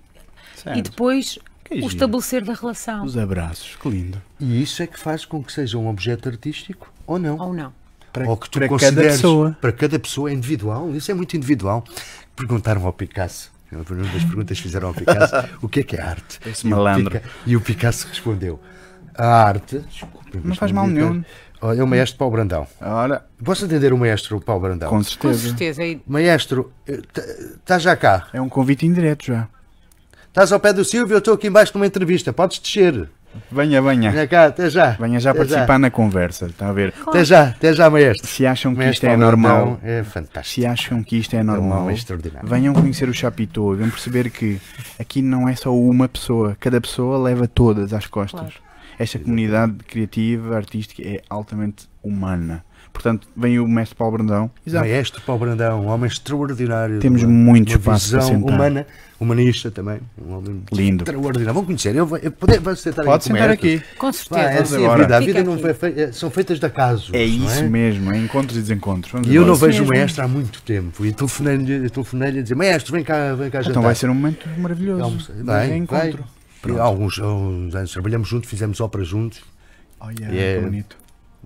[SPEAKER 3] Certo.
[SPEAKER 2] E depois
[SPEAKER 1] é
[SPEAKER 3] Que
[SPEAKER 2] o
[SPEAKER 3] giro.
[SPEAKER 2] estabelecer da relação.
[SPEAKER 3] Os abraços. Que lindo.
[SPEAKER 1] E isso é que faz com que seja um objeto artístico ou não.
[SPEAKER 2] Ou não.
[SPEAKER 3] Para,
[SPEAKER 1] ou que tu
[SPEAKER 3] para cada
[SPEAKER 1] consideres
[SPEAKER 3] pessoa.
[SPEAKER 1] para cada pessoa é individual, isso é muito individual. Perguntaram ao Picasso, uma das perguntas que fizeram ao Picasso, o que é que é arte?
[SPEAKER 3] Esse
[SPEAKER 1] E o
[SPEAKER 3] malandro.
[SPEAKER 1] Pica- E o Picasso respondeu: A arte, desculpem,
[SPEAKER 3] Não
[SPEAKER 1] mas
[SPEAKER 3] faz mal
[SPEAKER 1] me digas-
[SPEAKER 3] nenhum.
[SPEAKER 1] Olha, é o maestro Paulo Brandão.
[SPEAKER 3] Ora,
[SPEAKER 1] Posso entender o maestro Paulo Brandão?
[SPEAKER 3] com
[SPEAKER 2] Com
[SPEAKER 3] certeza.
[SPEAKER 2] certeza. E
[SPEAKER 1] Maestro, eh, estás já cá?
[SPEAKER 3] É um convite indireto já.
[SPEAKER 1] Estás ao pé do Silvio? Eu estou aqui embaixo numa entrevista. Podes descer.
[SPEAKER 3] Venha, venha.
[SPEAKER 1] Venha cá, até já.
[SPEAKER 3] Venha já
[SPEAKER 1] Até
[SPEAKER 3] participar na conversa. Está a ver?
[SPEAKER 1] Até já, até já, maestro.
[SPEAKER 3] Se acham que isto
[SPEAKER 1] Maestro
[SPEAKER 3] é
[SPEAKER 1] Paulo
[SPEAKER 3] normal.
[SPEAKER 1] Um Brandão É fantástico.
[SPEAKER 3] Se acham que isto é
[SPEAKER 1] um
[SPEAKER 3] normal,
[SPEAKER 1] homem extraordinário.
[SPEAKER 3] venham conhecer o Chapitou e vão perceber que aqui não é só uma pessoa, cada pessoa leva todas às costas. Esta comunidade criativa, artística é altamente humana. Portanto, vem o mestre Paulo Brandão.
[SPEAKER 1] Um Maestro Paulo Brandão, um homem extraordinário.
[SPEAKER 3] Temos
[SPEAKER 1] uma,
[SPEAKER 3] muito
[SPEAKER 1] uma
[SPEAKER 3] espaço para
[SPEAKER 1] visão
[SPEAKER 3] sentar.
[SPEAKER 1] humana, humanista também. Um homem
[SPEAKER 3] Lindo.
[SPEAKER 1] extraordinário. Vão conhecer. Eu vou, eu poder, vamos sentar aqui
[SPEAKER 3] Pode
[SPEAKER 1] com
[SPEAKER 3] sentar
[SPEAKER 1] o Maestro.
[SPEAKER 3] aqui.
[SPEAKER 2] Com
[SPEAKER 1] Pá,
[SPEAKER 2] certeza.
[SPEAKER 1] é assim a
[SPEAKER 3] Vamos
[SPEAKER 1] vida. A
[SPEAKER 2] Fica
[SPEAKER 1] vida não foi
[SPEAKER 2] aqui.
[SPEAKER 1] fe- são feitas de acaso.
[SPEAKER 3] É isso
[SPEAKER 1] é?
[SPEAKER 3] mesmo, é encontros e desencontros. Vamos
[SPEAKER 1] E eu
[SPEAKER 3] embora.
[SPEAKER 1] não vejo o
[SPEAKER 2] mesmo.
[SPEAKER 1] maestro há muito tempo. E eu telefonei-lhe telefonei a dizer: Maestro, vem cá, vem cá jantar.
[SPEAKER 3] Então vai ser um momento maravilhoso.
[SPEAKER 1] Almoço-
[SPEAKER 3] Mas é
[SPEAKER 1] Vai, vai.
[SPEAKER 3] encontro.
[SPEAKER 1] E há Alguns, há uns anos trabalhamos juntos, fizemos ópera juntos.
[SPEAKER 3] Olha,
[SPEAKER 1] É.
[SPEAKER 3] Oh, que bonito.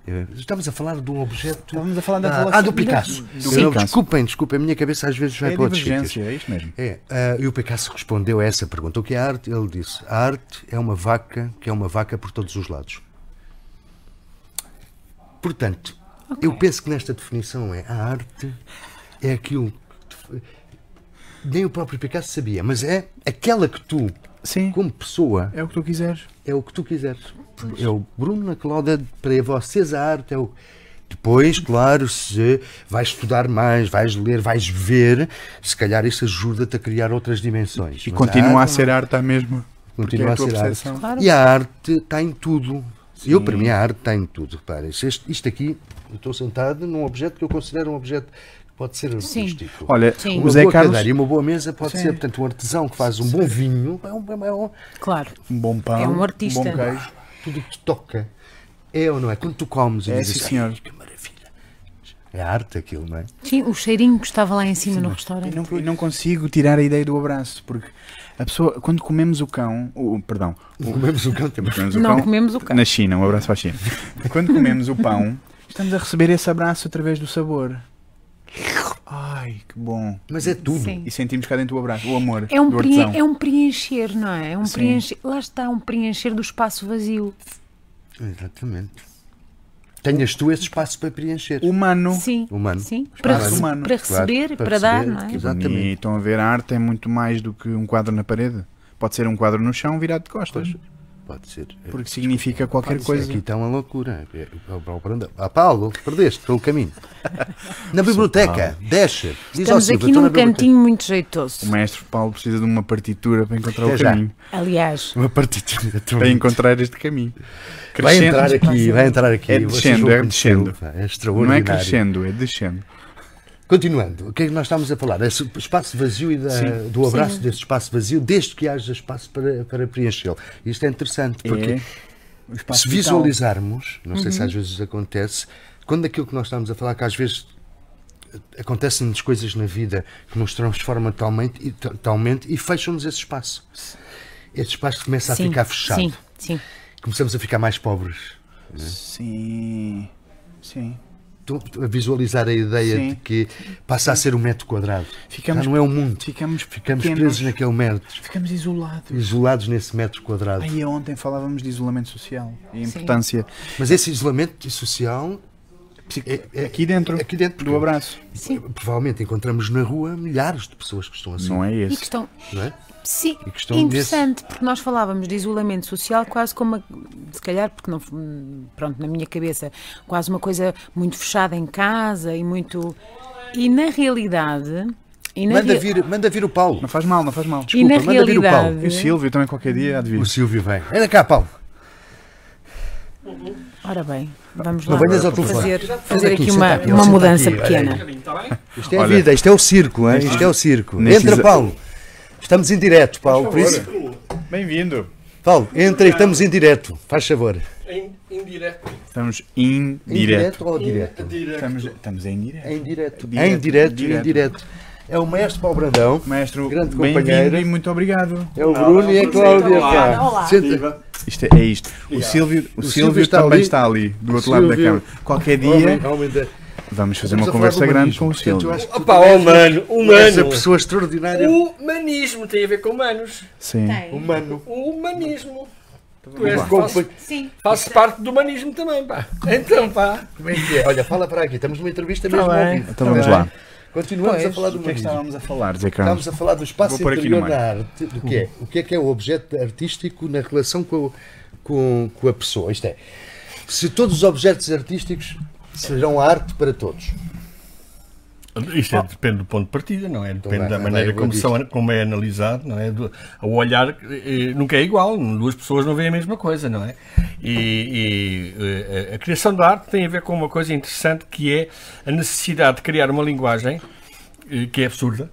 [SPEAKER 1] É, Estamos a falar de um objeto.
[SPEAKER 3] Estávamos a falar da
[SPEAKER 1] Ah,
[SPEAKER 3] relação-
[SPEAKER 1] Ah, do Picasso.
[SPEAKER 3] Do
[SPEAKER 1] Eu-
[SPEAKER 3] Picasso.
[SPEAKER 1] Desculpem, desculpem, a minha cabeça às vezes vai
[SPEAKER 3] É
[SPEAKER 1] para outros sítios.
[SPEAKER 3] divergência, é isto mesmo.
[SPEAKER 1] É, ah, e o Picasso respondeu a essa pergunta. O que é arte? Ele disse: a arte é uma vaca que é uma vaca por todos os lados. Portanto, eu penso que nesta definição é a arte é aquilo que te- nem o próprio Picasso sabia, mas é aquela que tu,
[SPEAKER 3] Sim,
[SPEAKER 1] como pessoa,
[SPEAKER 3] é o que tu quiseres.
[SPEAKER 1] é o que tu quiseres. É o Bruno, a Cláudia, para vocês a arte é o. Depois, claro, se vais estudar mais, vais ler, vais ver, se calhar isso ajuda-te a criar outras dimensões.
[SPEAKER 3] E
[SPEAKER 1] Mas
[SPEAKER 3] continua a
[SPEAKER 1] arte-
[SPEAKER 3] ser arte à mesma. porque é
[SPEAKER 1] continua
[SPEAKER 3] a
[SPEAKER 1] a
[SPEAKER 3] tua
[SPEAKER 1] ser arte.
[SPEAKER 3] percepção.
[SPEAKER 2] Claro.
[SPEAKER 1] E a arte está em tudo. Eu, para mim, a arte está em tudo. Repara, isto, isto aqui, eu estou sentado num objeto que eu considero um objeto que pode ser artístico.
[SPEAKER 3] Olha,
[SPEAKER 2] Sim.
[SPEAKER 1] uma
[SPEAKER 3] o Zé
[SPEAKER 1] boa
[SPEAKER 3] Carlos,
[SPEAKER 1] cadeira e uma boa mesa pode
[SPEAKER 3] Sim.
[SPEAKER 1] ser, portanto, um artesão que faz um bom vinho é um- é um,
[SPEAKER 2] Claro.
[SPEAKER 3] um bom pão,
[SPEAKER 2] É um artista.
[SPEAKER 3] um bom queijo.
[SPEAKER 1] tudo que te toca é ou não é? Quando tu comes e
[SPEAKER 3] É,
[SPEAKER 1] dizes
[SPEAKER 3] sim, senhor.
[SPEAKER 1] "Ai, que maravilha. É arte aquilo, não é?
[SPEAKER 2] Sim, o cheirinho que estava lá em cima no
[SPEAKER 3] E
[SPEAKER 2] restaurante.
[SPEAKER 3] não, e não consigo tirar a ideia do abraço, porque a pessoa, quando comemos o cão, o, perdão,
[SPEAKER 1] Comemos o canto também.
[SPEAKER 3] comemos o
[SPEAKER 2] Não
[SPEAKER 3] cão
[SPEAKER 2] comemos o cão.
[SPEAKER 3] na China, um abraço para a China. quando comemos o pão, estamos a receber esse abraço através do sabor. Ai, que bom.
[SPEAKER 1] Mas é tudo.
[SPEAKER 2] Sim.
[SPEAKER 3] E sentimos cá dentro o abraço, o amor
[SPEAKER 2] É um,
[SPEAKER 3] do
[SPEAKER 2] preen-
[SPEAKER 3] artesão.
[SPEAKER 2] é um preencher, não é? É um
[SPEAKER 3] Sim.
[SPEAKER 2] preencher. Lá está um preencher do espaço vazio.
[SPEAKER 1] Exatamente. Tenhas tu esse espaço para preencher.
[SPEAKER 3] Humano.
[SPEAKER 2] é um Sim.
[SPEAKER 1] Humano.
[SPEAKER 2] Sim. Para,
[SPEAKER 1] Espaço
[SPEAKER 2] rece-
[SPEAKER 3] humano,
[SPEAKER 2] para
[SPEAKER 1] claro,
[SPEAKER 2] receber,
[SPEAKER 1] para
[SPEAKER 2] para, dar,
[SPEAKER 1] receber,
[SPEAKER 2] não é?
[SPEAKER 1] que
[SPEAKER 3] Exatamente.
[SPEAKER 1] Exatamente.
[SPEAKER 3] E estão a ver, a arte é muito mais do que um quadro na parede. Pode ser um quadro no chão virado de costas.
[SPEAKER 1] Pode ser.
[SPEAKER 3] Porque significa qualquer
[SPEAKER 1] Isso
[SPEAKER 3] coisa.
[SPEAKER 1] Aqui está uma loucura. É, é o Paulo Brandão. Ah, Paulo, perdeste pelo caminho. Na biblioteca, desce. Diz ao
[SPEAKER 2] Estamos
[SPEAKER 1] Silva,
[SPEAKER 2] aqui
[SPEAKER 1] estou na
[SPEAKER 2] num
[SPEAKER 1] biblioteca.
[SPEAKER 2] cantinho muito
[SPEAKER 3] O
[SPEAKER 2] jeitoso.
[SPEAKER 3] mestre Paulo precisa de uma partitura para encontrar
[SPEAKER 1] Até
[SPEAKER 3] o
[SPEAKER 1] já.
[SPEAKER 3] caminho.
[SPEAKER 2] Aliás,
[SPEAKER 1] Uma partitura.
[SPEAKER 3] Para encontrar este caminho.
[SPEAKER 1] Vai
[SPEAKER 3] Crescendo-
[SPEAKER 1] entrar aqui, vai entrar aqui.
[SPEAKER 3] É
[SPEAKER 1] Vocês
[SPEAKER 3] descendo,
[SPEAKER 1] vão
[SPEAKER 3] é
[SPEAKER 1] conhecê-lo,
[SPEAKER 3] descendo.
[SPEAKER 1] pá, É
[SPEAKER 3] Não é
[SPEAKER 1] extraordinário.
[SPEAKER 3] crescendo, é descendo.
[SPEAKER 1] Continuando, o que é que nós estamos a falar? Esse espaço vazio e da-
[SPEAKER 3] Sim.
[SPEAKER 1] do abraço desse espaço vazio, desde que haja espaço para, para preenchê-lo. Isto é interessante, porque
[SPEAKER 3] É o espaço
[SPEAKER 1] se
[SPEAKER 3] vital. Uhum.
[SPEAKER 1] visualizarmos, não sei se às vezes acontece, quando aquilo que nós estamos a falar, que às vezes eh, acontecem-nos coisas na vida que nos transformam totalmente e, to- totalmente, e fecham-nos esse espaço. Esse espaço começa a
[SPEAKER 2] sim,
[SPEAKER 1] ficar fechado.
[SPEAKER 2] sim, sim.
[SPEAKER 1] Começamos a ficar mais pobres.
[SPEAKER 3] Sim. Sim.
[SPEAKER 1] Estou a visualizar a ideia
[SPEAKER 3] Sim.
[SPEAKER 1] de que passa a ser um metro quadrado.
[SPEAKER 3] Ficamos-
[SPEAKER 1] Já não é um mundo.
[SPEAKER 3] Ficamos,
[SPEAKER 1] Ficamos
[SPEAKER 3] pequenos,
[SPEAKER 1] presos naquele metro.
[SPEAKER 3] Ficamos isolados.
[SPEAKER 1] isolados nesse metro quadrado.
[SPEAKER 3] Aí ontem falávamos de isolamento social e a importância
[SPEAKER 1] Mas esse isolamento social,
[SPEAKER 3] psico-
[SPEAKER 1] É- é-
[SPEAKER 3] aqui dentro
[SPEAKER 1] aqui dentro,
[SPEAKER 3] do
[SPEAKER 1] porque-
[SPEAKER 3] abraço.
[SPEAKER 2] sim.
[SPEAKER 1] provavelmente encontramos na rua milhares de pessoas que estão assim,
[SPEAKER 3] Não é
[SPEAKER 2] E
[SPEAKER 3] esse.
[SPEAKER 2] questão,
[SPEAKER 1] não é?
[SPEAKER 2] sim,
[SPEAKER 1] E questão
[SPEAKER 2] interessante, porque nós falávamos de isolamento social quase como a- se calhar, porque não, pronto, na minha cabeça, quase uma coisa muito fechada em casa e muito. E na realidade. E na
[SPEAKER 1] Manda
[SPEAKER 2] rea-
[SPEAKER 1] vir, manda vir o Paulo.
[SPEAKER 3] Não faz mal, não faz mal.
[SPEAKER 2] e
[SPEAKER 1] Desculpa,
[SPEAKER 2] na
[SPEAKER 1] manda vir o Paulo.
[SPEAKER 2] realidade.
[SPEAKER 3] E o Silvio também qualquer dia há de vir.
[SPEAKER 1] O Silvio vem. Anda cá, Paulo.
[SPEAKER 2] Ora bem, vamos
[SPEAKER 1] Não
[SPEAKER 2] lá
[SPEAKER 1] venhas ao telefone.
[SPEAKER 2] fazer, fazer
[SPEAKER 1] Senta
[SPEAKER 2] aqui
[SPEAKER 1] aqui, um
[SPEAKER 2] uma,
[SPEAKER 1] senta aqui,
[SPEAKER 2] uma
[SPEAKER 1] senta
[SPEAKER 2] mudança
[SPEAKER 1] aqui, olha
[SPEAKER 2] pequena.
[SPEAKER 1] Isto é a
[SPEAKER 3] Olha.
[SPEAKER 1] vida, isto é o circo, hein? isto é o circo.
[SPEAKER 3] neste
[SPEAKER 1] Entra,
[SPEAKER 3] exa-
[SPEAKER 1] Paulo. Estamos em direto, Paulo. Por isso,
[SPEAKER 3] Bem-vindo.
[SPEAKER 1] Paulo, entra e estamos em direto. Faz favor.
[SPEAKER 4] Em, em direto.
[SPEAKER 3] Estamos em
[SPEAKER 1] Em
[SPEAKER 3] direto.
[SPEAKER 1] ou direto?
[SPEAKER 4] Direto.
[SPEAKER 3] Estamos, estamos em direto.
[SPEAKER 1] Em direto.
[SPEAKER 3] Direto,
[SPEAKER 1] Em direto, em
[SPEAKER 3] direto.
[SPEAKER 1] direto. É o mestre Paulo Brandão.
[SPEAKER 3] Maestro,
[SPEAKER 1] Grande
[SPEAKER 3] bem-vindo
[SPEAKER 1] companheiro.
[SPEAKER 3] e muito obrigado.
[SPEAKER 1] É o Bruno e a Cláudia. pá. Senta.
[SPEAKER 4] Viva.
[SPEAKER 3] Isto é, é isto. O Silvio, o
[SPEAKER 1] O Silvio
[SPEAKER 3] Silvio
[SPEAKER 1] está
[SPEAKER 3] também
[SPEAKER 1] ali.
[SPEAKER 3] está ali, do outro
[SPEAKER 1] Silvio.
[SPEAKER 3] lado da câmara. Qualquer
[SPEAKER 1] Homem,
[SPEAKER 3] dia
[SPEAKER 1] homem da-
[SPEAKER 3] vamos fazer
[SPEAKER 1] Estamos
[SPEAKER 3] uma
[SPEAKER 1] a falar
[SPEAKER 3] conversa
[SPEAKER 1] do humanismo,
[SPEAKER 3] grande com o
[SPEAKER 1] portanto, eu
[SPEAKER 3] Silvio.
[SPEAKER 1] acho que tu
[SPEAKER 4] Opa,
[SPEAKER 1] também és
[SPEAKER 4] humano,
[SPEAKER 1] uma- Essa
[SPEAKER 4] humano. Uh!
[SPEAKER 1] pessoa extraordinária.
[SPEAKER 4] Humanismo tem a ver com humanos.
[SPEAKER 3] Sim.
[SPEAKER 1] Humano.
[SPEAKER 4] O humanismo. Tu és,
[SPEAKER 1] Como é
[SPEAKER 4] faço,
[SPEAKER 1] foi-
[SPEAKER 2] Sim.
[SPEAKER 4] faço parte do humanismo também, pá. Então, pá.
[SPEAKER 1] Como é que é? Olha, fala para aqui. Estamos numa entrevista mesmo ao vivo.
[SPEAKER 3] Então vamos lá.
[SPEAKER 1] Continuamos a falar do
[SPEAKER 3] O que é que
[SPEAKER 1] humanismo.
[SPEAKER 3] estávamos a falar, Zé Carlos?
[SPEAKER 1] Estamos a falar do espaço
[SPEAKER 3] Vou pôr aqui
[SPEAKER 1] interior
[SPEAKER 3] no meio.
[SPEAKER 1] da arte. Do que é? O que é que é o objeto artístico na relação com, com, com a pessoa? Isto é, se todos os objetos artísticos serão arte para todos.
[SPEAKER 4] Isto é, depende do ponto de partida, não é? Depende
[SPEAKER 1] vai,
[SPEAKER 4] da
[SPEAKER 1] vai,
[SPEAKER 4] maneira
[SPEAKER 1] vai,
[SPEAKER 4] como,
[SPEAKER 1] vou
[SPEAKER 4] são- como é analisado, não é? Do- O olhar eh, nunca é igual, duas pessoas não veem a mesma coisa, não é? E, e, eh, a criação da arte tem a ver com uma coisa interessante que é a necessidade de criar uma linguagem eh, que é absurda,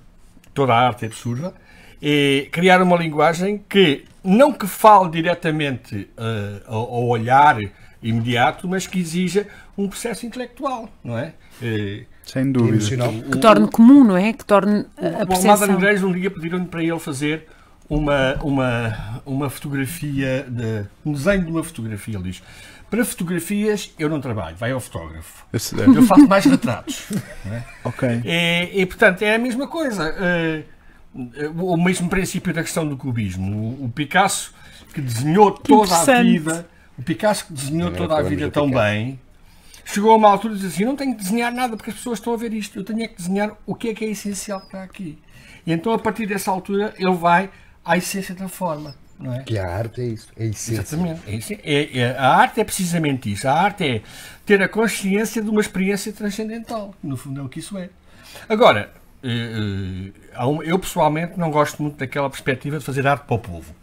[SPEAKER 4] toda a arte é absurda, e criar uma linguagem que não que fale diretamente eh, ao, ao olhar imediato, mas que exija um processo intelectual, não é? Eh,
[SPEAKER 3] Sem dúvida.
[SPEAKER 1] Emocional.
[SPEAKER 2] Que torne comum, não é? Que torne a a
[SPEAKER 4] o Almada
[SPEAKER 2] percepção.
[SPEAKER 4] Nogueira um dia pediram-lhe para ele fazer uma, uma, uma fotografia, de, um desenho de uma fotografia. Ele diz: Para fotografias eu não trabalho, vai ao fotógrafo.
[SPEAKER 3] Esse-
[SPEAKER 4] Eu faço mais retratos.
[SPEAKER 3] Ok.
[SPEAKER 4] E, e, portanto, é a mesma coisa. eh, eh, o mesmo princípio da questão do cubismo. O, o Picasso, que desenhou toda a
[SPEAKER 2] interessante.
[SPEAKER 4] vida, o Picasso que desenhou toda a
[SPEAKER 1] falamos
[SPEAKER 4] vida
[SPEAKER 1] do
[SPEAKER 4] tão
[SPEAKER 1] Picasso.
[SPEAKER 4] bem, chegou a uma altura e disse assim: não tenho que desenhar nada porque as pessoas estão a ver isto. Eu tenho é que desenhar o que é que é essencial para aqui. E então, a partir dessa altura, ele vai à essência da forma. Não é?
[SPEAKER 1] Que a arte é isso, é isso.
[SPEAKER 4] Exatamente. É isso. É- é- a arte é precisamente isso. A arte é ter a consciência de uma experiência transcendental. No fundo, é o que isso é. Agora, eh, eh, há um- eu pessoalmente não gosto muito daquela perspectiva de fazer arte para o povo.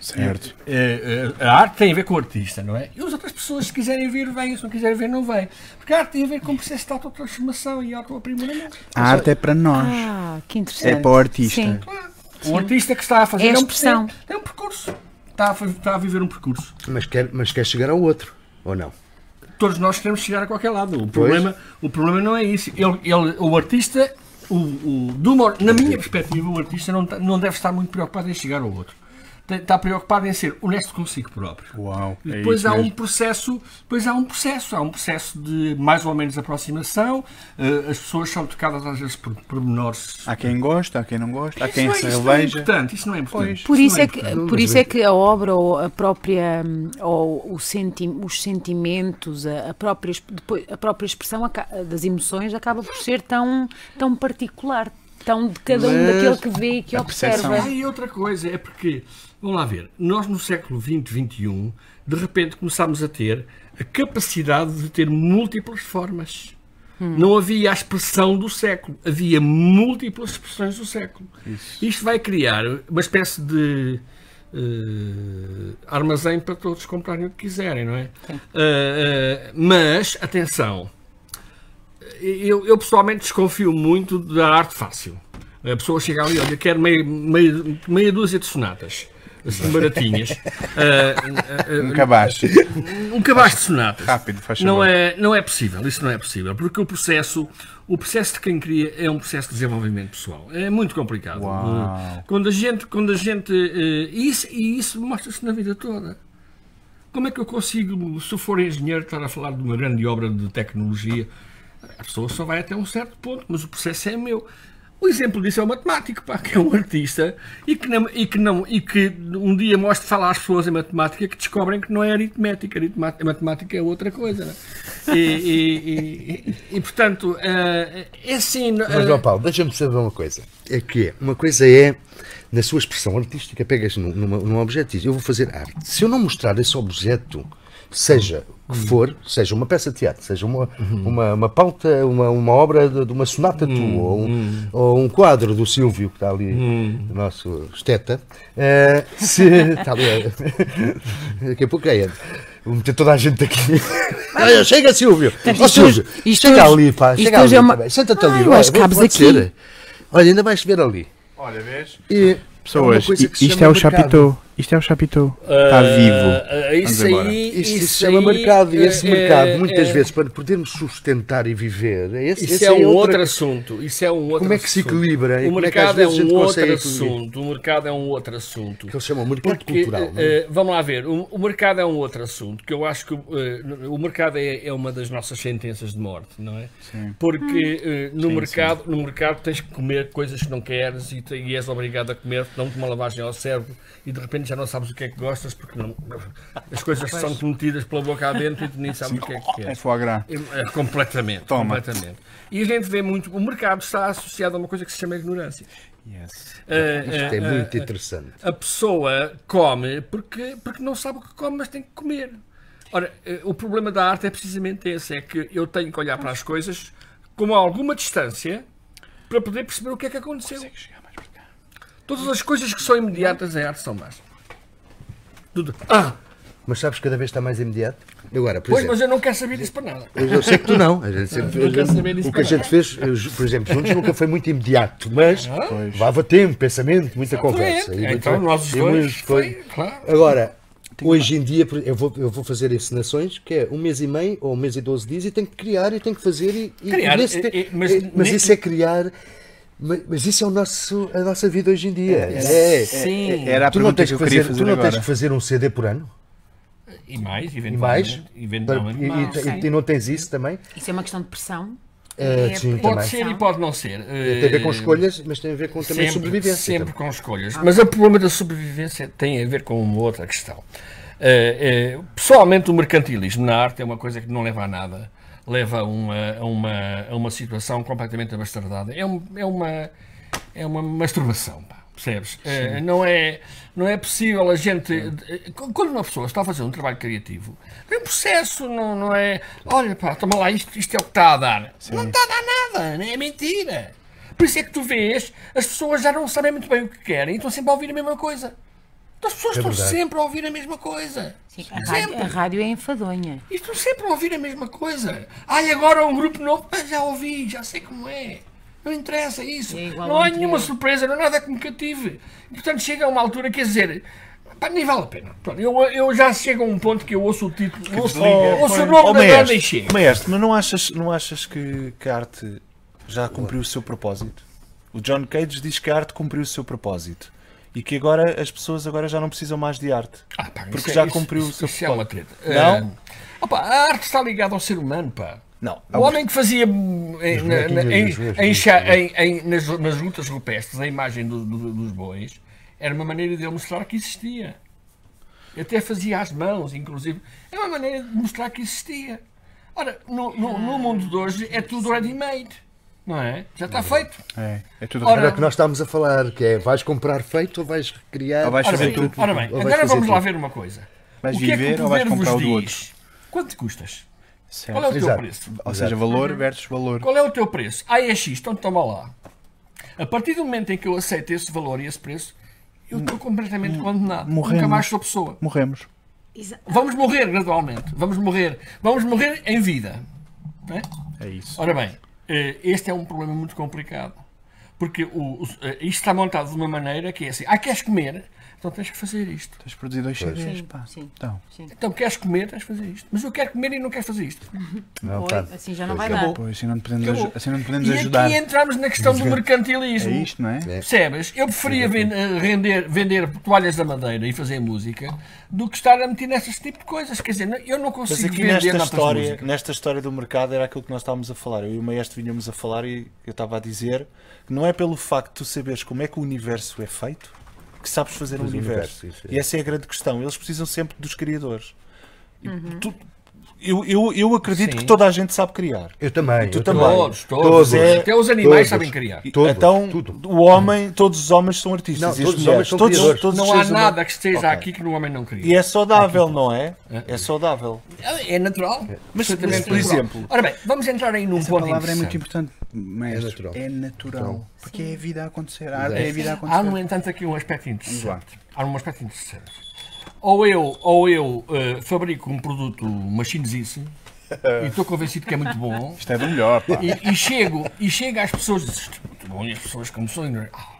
[SPEAKER 3] Certo.
[SPEAKER 4] Eh, eh, a arte tem a ver com o artista, não é? E as outras pessoas, se quiserem ver, vêm. Se não quiserem ver, não vêm. Porque a arte tem a ver com o processo de autotransformação e autoaprimoramento.
[SPEAKER 3] A arte é para nós.
[SPEAKER 2] Ah, que interessante.
[SPEAKER 3] É para o artista.
[SPEAKER 2] Sim.
[SPEAKER 4] Claro. O artista que está a fazer
[SPEAKER 2] É a
[SPEAKER 4] um
[SPEAKER 2] expressão.
[SPEAKER 4] processo, é um percurso. Está a, fa- está a viver um percurso.
[SPEAKER 1] Mas quer, mas quer chegar ao outro, ou não?
[SPEAKER 4] todos nós queremos chegar a qualquer lado. O problema, o problema não é isso. Ele, ele- o artista, o, o- de uma- na minha perspectiva, o artista não, tá- não deve estar muito preocupado em chegar ao outro. Tem- Está preocupado em ser honesto consigo próprio.
[SPEAKER 3] Uau.
[SPEAKER 4] Ah. E
[SPEAKER 3] é
[SPEAKER 4] depois
[SPEAKER 3] isso
[SPEAKER 4] há um
[SPEAKER 3] mesmo.
[SPEAKER 4] processo, depois há um processo, há um processo de mais ou menos aproximação. eh, as pessoas são tocadas às vezes por pormenores.
[SPEAKER 3] Há quem gosta, há quem não gosta, há
[SPEAKER 4] um- Isso
[SPEAKER 3] quem
[SPEAKER 4] não é-
[SPEAKER 3] se
[SPEAKER 4] isso não é
[SPEAKER 3] reveja.
[SPEAKER 4] importante, isso não é importante.
[SPEAKER 2] Por
[SPEAKER 4] não
[SPEAKER 2] isso, é que,
[SPEAKER 4] importante.
[SPEAKER 2] por isso é que a obra ou a própria hum, ou o senti os sentimentos, a, a própria, exp- depois, a própria expressão aca- das emoções acaba por ser tão, tão particular, tão de cada um
[SPEAKER 1] Mas
[SPEAKER 2] daquele que vê e que
[SPEAKER 3] a percepção-
[SPEAKER 2] observa.
[SPEAKER 4] Ah, e outra coisa, é porque, vamos lá ver, nós no século XX, XXI, um, de repente começámos a ter a capacidade de ter múltiplas formas. Não havia a expressão do século, havia múltiplas expressões do século. Isto vai criar uma espécie de eh, armazém para todos comprarem o que quiserem, não é? Eh, eh, mas, atenção, eu, eu pessoalmente desconfio muito da arte fácil. A pessoa chega ali, olha, quer meia, meia, meia dúzia de sonatas, assim, baratinhas. Ah,
[SPEAKER 3] Um cabaz.
[SPEAKER 4] ah, um cabaz de sonatas.
[SPEAKER 3] Rápido, faz
[SPEAKER 4] Não
[SPEAKER 3] favor.
[SPEAKER 4] é, não é possível, isso não é possível, porque o processo, o processo de quem cria é um processo de desenvolvimento pessoal. É muito complicado.
[SPEAKER 3] Uau.
[SPEAKER 4] Eh, Quando a gente, quando a gente, eh, e isso, e isso mostra-se na vida toda. Como é que eu consigo, se eu for engenheiro, estar a falar de uma grande obra de tecnologia? A pessoa só vai até um certo ponto, mas o processo é meu. O exemplo disso é o matemático, pá, que é um artista e que, não, e que, não, e que um dia mostra falar às pessoas em matemática que descobrem que não é aritmética, aritmática matemática é outra coisa. Não é? E, e, e, e, portanto, eh, é assim.
[SPEAKER 1] Mas,
[SPEAKER 4] eh,
[SPEAKER 1] ó Paulo, deixa-me saber uma coisa. É que é, uma coisa é, na sua expressão artística, pegas num, numa- num objeto e dizes, eu vou fazer arte. Se eu não mostrar esse objeto, seja o que for, seja uma peça de teatro, seja uma, uma, uma pauta, uma, uma obra de, de uma sonata tua, ou um, ou um quadro do Silvio, que está ali, o nosso esteta, eh, se... está ali, eh, daqui a pouco é ele. Vou meter toda a gente aqui. Olha, chega, Silvio!
[SPEAKER 2] Portanto,
[SPEAKER 1] Ó,
[SPEAKER 2] isto hoje-
[SPEAKER 1] Silvio,
[SPEAKER 2] isto
[SPEAKER 1] chega
[SPEAKER 2] hoje-
[SPEAKER 1] ali, pá,
[SPEAKER 2] isto
[SPEAKER 1] chega ali.
[SPEAKER 2] hoje é uma-
[SPEAKER 1] também. Senta-te
[SPEAKER 2] Ah,
[SPEAKER 1] ali,
[SPEAKER 2] eu
[SPEAKER 1] olha,
[SPEAKER 2] acho que
[SPEAKER 1] pode
[SPEAKER 2] cabes
[SPEAKER 1] ser.
[SPEAKER 2] aqui.
[SPEAKER 1] Olha, ainda vais ver ali.
[SPEAKER 3] Olha, vês?
[SPEAKER 1] E
[SPEAKER 3] Pessoas,
[SPEAKER 1] uma coisa
[SPEAKER 3] i-
[SPEAKER 1] que se
[SPEAKER 3] isto
[SPEAKER 1] chama
[SPEAKER 3] é o
[SPEAKER 1] mercado.
[SPEAKER 3] Chapitou. Isto é o Chapitou. Está vivo.
[SPEAKER 4] eh, isso
[SPEAKER 3] Vamos embora.
[SPEAKER 4] aí.
[SPEAKER 1] Isto se
[SPEAKER 4] isso
[SPEAKER 1] chama
[SPEAKER 4] aí,
[SPEAKER 1] mercado e esse
[SPEAKER 4] eh,
[SPEAKER 1] mercado,
[SPEAKER 4] eh,
[SPEAKER 1] muitas
[SPEAKER 4] eh,
[SPEAKER 1] vezes, para podermos sustentar e viver, é esse,
[SPEAKER 4] Isso
[SPEAKER 1] esse
[SPEAKER 4] é um
[SPEAKER 1] outra-
[SPEAKER 4] outro assunto. Isso é um outro
[SPEAKER 1] Como é que se
[SPEAKER 4] assunto.
[SPEAKER 1] equilibra, hein?
[SPEAKER 4] O
[SPEAKER 1] Como é que às
[SPEAKER 4] mercado é
[SPEAKER 1] vezes a
[SPEAKER 4] um
[SPEAKER 1] gente consegue
[SPEAKER 4] outro
[SPEAKER 1] equilibrar?
[SPEAKER 4] assunto. O mercado é um outro assunto.
[SPEAKER 1] que eles chamam mercado
[SPEAKER 4] Porque,
[SPEAKER 1] cultural. não é?
[SPEAKER 4] eh, vamos lá ver, o, o mercado é um outro assunto, que eu acho que eh, no- o mercado é, é uma das nossas sentenças de morte, não é?
[SPEAKER 3] Sim.
[SPEAKER 4] Porque eh, no, mercado, no mercado tens que comer coisas que não queres e, te- e és obrigado a comer, não uma lavagem ao cérebro e de repente já não sabes o que é que gostas porque não- as coisas são te metidas pela boca adentro e tu nem sabes o que é que
[SPEAKER 3] É
[SPEAKER 4] queres.
[SPEAKER 3] foie gras.
[SPEAKER 4] É, é, completamente,
[SPEAKER 3] Toma.
[SPEAKER 4] completamente. E a gente vê muito, o mercado está associado a uma coisa que se chama ignorância.
[SPEAKER 3] Yes.
[SPEAKER 4] Eh,
[SPEAKER 1] Isto
[SPEAKER 4] eh,
[SPEAKER 1] é
[SPEAKER 4] eh,
[SPEAKER 2] Ah,
[SPEAKER 1] muito interessante.
[SPEAKER 4] a pessoa come porque, porque não sabe o que come, mas tem que comer. Ora, eh, o problema da arte é precisamente esse: é que eu tenho que olhar para as coisas com alguma distância para poder perceber o que é que aconteceu. Todas as coisas que são imediatas em arte são más. Tudo. Ah,
[SPEAKER 1] Mas sabes que cada vez está mais imediato? Agora, por
[SPEAKER 4] pois,
[SPEAKER 1] exemplo,
[SPEAKER 4] mas eu não quero saber disso para nada.
[SPEAKER 1] eu... sei que tu não. A gente sempre,
[SPEAKER 4] Eu quero saber disso
[SPEAKER 1] o que a
[SPEAKER 4] também. Ah,
[SPEAKER 1] gente fez, eu ju- por exemplo, juntos nunca foi muito imediato, mas levava tempo, pensamento, muita conversa. E
[SPEAKER 4] Então,
[SPEAKER 1] muita-
[SPEAKER 4] nós os
[SPEAKER 1] e
[SPEAKER 4] dois,
[SPEAKER 1] muito- foi-
[SPEAKER 4] foi, claro.
[SPEAKER 1] Agora, hoje em dia, por- eu vou, eu vou fazer encenações que é um mês e meio ou um mês e 12 dias e tenho que criar e tenho que fazer. E, e-
[SPEAKER 4] Criar,
[SPEAKER 1] e nesse
[SPEAKER 4] e-
[SPEAKER 1] te-
[SPEAKER 4] e- mas
[SPEAKER 1] mas,
[SPEAKER 4] nem-
[SPEAKER 1] isso é criar. Mas, mas isso é o nosso, a nossa vida hoje em dia. É,
[SPEAKER 4] Sim.
[SPEAKER 3] Era a
[SPEAKER 1] Tu não
[SPEAKER 3] pergunta
[SPEAKER 1] tens
[SPEAKER 3] que
[SPEAKER 1] que
[SPEAKER 3] eu queria
[SPEAKER 1] fazer, tu
[SPEAKER 3] fazer
[SPEAKER 1] não tens
[SPEAKER 3] agora.
[SPEAKER 1] que fazer um CD por ano
[SPEAKER 4] E mais,
[SPEAKER 1] e mais.
[SPEAKER 4] eventualmente.
[SPEAKER 1] E- e-
[SPEAKER 4] eventualmente mais.
[SPEAKER 1] e, e não tens isso também?
[SPEAKER 2] Isso é uma questão de pressão?
[SPEAKER 1] É,
[SPEAKER 2] É,
[SPEAKER 1] sim, também.
[SPEAKER 2] pode
[SPEAKER 4] Pode ser e pode não ser.
[SPEAKER 1] Tem a ver com
[SPEAKER 4] Eh,
[SPEAKER 1] escolhas, mas tem a ver com também
[SPEAKER 4] sempre,
[SPEAKER 1] sobrevivência.
[SPEAKER 4] Sempre com escolhas. então. Ah. Mas o problema da sobrevivência tem a ver com uma outra questão. Eh, eh, pessoalmente, o mercantilismo na arte é uma coisa que não leva a nada. Leva a uma, a uma, a uma situação completamente abastardada. É, um- é uma, é uma masturbação, pá, percebes? Eh, não, é, não é possível a gente. eh, Quando uma pessoa está a fazer um trabalho criativo, é um processo, não, não é. Olha, pá, toma lá, isto, isto é o que está a dar. Não está a dar nada, nem é mentira. Por isso é que tu vês, as pessoas já não sabem muito bem o que querem e estão sempre a ouvir a mesma coisa. Então, As pessoas estão
[SPEAKER 1] verdade.
[SPEAKER 4] sempre a ouvir a mesma coisa.
[SPEAKER 2] Sim, a, rádio, a rádio é enfadonha.
[SPEAKER 4] E estão sempre a ouvir a mesma coisa. Ah, e agora um grupo novo. Ah, já ouvi, já sei como é. Não interessa isso.
[SPEAKER 2] É igual
[SPEAKER 4] não há
[SPEAKER 2] ao anterior.
[SPEAKER 4] nenhuma surpresa, não há nada que me cative. E, portanto, chega a uma altura, quer dizer, pá, nem vale a pena. Pronto, eu, eu já chego a um ponto que eu ouço o título, ouço, ouço o nome da
[SPEAKER 5] Ó,
[SPEAKER 4] banda
[SPEAKER 5] maestro,
[SPEAKER 4] e chego.
[SPEAKER 5] maestro, mas não achas, não achas que, que a arte já cumpriu o seu propósito? O John Cage diz que a arte cumpriu o seu propósito e que agora as pessoas agora já não precisam mais de arte.
[SPEAKER 4] Ah, pá,
[SPEAKER 5] Porque
[SPEAKER 4] isso é-
[SPEAKER 5] já
[SPEAKER 4] isso-
[SPEAKER 5] cumpriu
[SPEAKER 4] isso-
[SPEAKER 5] o seu
[SPEAKER 4] Isso é uma
[SPEAKER 5] propósito.
[SPEAKER 4] treta.
[SPEAKER 5] Não?
[SPEAKER 4] Ah, opá, a arte está ligada ao ser humano, pá.
[SPEAKER 5] Não.
[SPEAKER 4] O homem que fazia hum, em- na- na- em-
[SPEAKER 1] bonequinhos, os
[SPEAKER 4] em
[SPEAKER 1] bonequinhos,
[SPEAKER 4] cha- em- em- nas nas lutas rupestres, a imagem do- do- dos bois, era uma maneira de ele mostrar que existia. Até fazia às mãos, inclusive. É uma maneira de mostrar que existia. Ora, no, no- no mundo de hoje é tudo ready-made, não é? Já está feito.
[SPEAKER 3] É, é tudo
[SPEAKER 4] Ora,
[SPEAKER 1] Era o que nós estávamos a falar, que é vais comprar feito ou vais criar.
[SPEAKER 3] Ou vais
[SPEAKER 4] Ora
[SPEAKER 3] fazer
[SPEAKER 4] bem,
[SPEAKER 3] tu.
[SPEAKER 4] ora bem,
[SPEAKER 1] Ou vais
[SPEAKER 4] agora
[SPEAKER 1] fazer
[SPEAKER 4] vamos lá
[SPEAKER 1] tudo.
[SPEAKER 4] ver uma coisa.
[SPEAKER 3] Vais
[SPEAKER 4] o que é que
[SPEAKER 3] viver
[SPEAKER 4] o
[SPEAKER 3] ou vais
[SPEAKER 4] poder vos
[SPEAKER 3] comprar o do
[SPEAKER 4] diz? Quanto te custas?
[SPEAKER 5] Certo.
[SPEAKER 4] Qual é o teu
[SPEAKER 1] Exato.
[SPEAKER 4] preço?
[SPEAKER 3] Ou seja, valor versus valor.
[SPEAKER 4] Qual é o teu preço? Ah, é X, então toma lá. A partir do momento em que eu aceito esse valor e esse preço, eu estou completamente condenado. Nunca
[SPEAKER 3] morremos.
[SPEAKER 4] mais sou pessoa.
[SPEAKER 3] Morremos.
[SPEAKER 4] Vamos morrer gradualmente. Vamos morrer. Vamos morrer em vida. Não é?
[SPEAKER 3] É isso.
[SPEAKER 4] Ora bem, eh, este é um problema muito complicado. Porque o, o- eh, isto está montado de uma maneira que é assim: ah, queres comer? Então tens que fazer isto.
[SPEAKER 3] Tens produzido dois CDs,
[SPEAKER 2] Sim,
[SPEAKER 3] pá.
[SPEAKER 2] sim.
[SPEAKER 3] Então,
[SPEAKER 2] Sim.
[SPEAKER 4] Então queres comer, tens que fazer isto. Mas eu quero comer e não quero fazer isto.
[SPEAKER 1] Não,
[SPEAKER 2] Oi,
[SPEAKER 1] tá.
[SPEAKER 2] assim já não vai
[SPEAKER 1] Pois,
[SPEAKER 2] dar.
[SPEAKER 3] pois, assim não te podemos,
[SPEAKER 4] Acabou.
[SPEAKER 3] aju- assim não te podemos
[SPEAKER 4] E
[SPEAKER 3] ajudar.
[SPEAKER 4] aqui entramos na questão do
[SPEAKER 3] É
[SPEAKER 4] mercantilismo.
[SPEAKER 3] isto, não é?
[SPEAKER 1] É.
[SPEAKER 4] Percebes? Eu preferia ven- eh, render- vender toalhas da madeira e fazer música do que estar a meter nesses tipo de coisas. Quer dizer, não- eu não
[SPEAKER 5] Mas
[SPEAKER 4] consigo
[SPEAKER 5] aqui
[SPEAKER 4] vender
[SPEAKER 5] nesta
[SPEAKER 4] notas de
[SPEAKER 5] história,
[SPEAKER 4] música.
[SPEAKER 5] nesta história do mercado era aquilo que nós estávamos a falar. Eu e o maestro vinhamos a falar e eu estava a dizer que não é pelo facto de tu saberes como é que o universo é feito que sabes fazer o
[SPEAKER 1] Pois, o
[SPEAKER 5] universo.
[SPEAKER 1] universo, isso é.
[SPEAKER 5] E essa é a grande questão. Eles precisam sempre dos criadores. E
[SPEAKER 4] Uhum.
[SPEAKER 5] tu- eu, eu, eu acredito
[SPEAKER 4] Sim.
[SPEAKER 5] que toda a gente sabe criar.
[SPEAKER 1] Eu também.
[SPEAKER 5] Tu
[SPEAKER 1] eu
[SPEAKER 5] também.
[SPEAKER 4] Todos, todos.
[SPEAKER 5] Todos, é-
[SPEAKER 4] Até os
[SPEAKER 1] todos.
[SPEAKER 4] animais sabem criar.
[SPEAKER 5] E-
[SPEAKER 1] Todos,
[SPEAKER 5] então,
[SPEAKER 1] tudo.
[SPEAKER 5] o homem, todos os homens são artistas.
[SPEAKER 1] Não,
[SPEAKER 5] e as
[SPEAKER 1] todos os
[SPEAKER 5] mulheres.
[SPEAKER 1] homens são
[SPEAKER 5] Todos-
[SPEAKER 1] criadores.
[SPEAKER 5] todos os
[SPEAKER 4] Não há
[SPEAKER 5] seres humanos.
[SPEAKER 4] nada que esteja
[SPEAKER 5] Ok.
[SPEAKER 4] aqui que o homem não
[SPEAKER 5] E
[SPEAKER 4] cria.
[SPEAKER 5] é saudável, não é? É saudável.
[SPEAKER 4] É natural.
[SPEAKER 5] Mas-
[SPEAKER 4] absolutamente
[SPEAKER 5] mas, por
[SPEAKER 4] natural.
[SPEAKER 5] exemplo-
[SPEAKER 4] Ora bem, vamos entrar aí num
[SPEAKER 3] Essa
[SPEAKER 4] ponto
[SPEAKER 3] palavra é muito
[SPEAKER 4] interessante.
[SPEAKER 3] importante, maestro. É natural.
[SPEAKER 1] natural.
[SPEAKER 3] Porque é a vida a acontecer. A arte
[SPEAKER 4] É.
[SPEAKER 3] é a vida a acontecer.
[SPEAKER 4] Há, no entanto, aqui um aspecto
[SPEAKER 3] Vamos
[SPEAKER 4] interessante. Há um aspecto interessante. Ou eu, ou eu eh, fabrico um produto machinizice e estou convencido que é muito bom
[SPEAKER 3] Isto é do melhor, pá.
[SPEAKER 4] e, e chego, e chego às pessoas e digo, "Isto é muito bom, e as pessoas como são ignorantes. "Ah,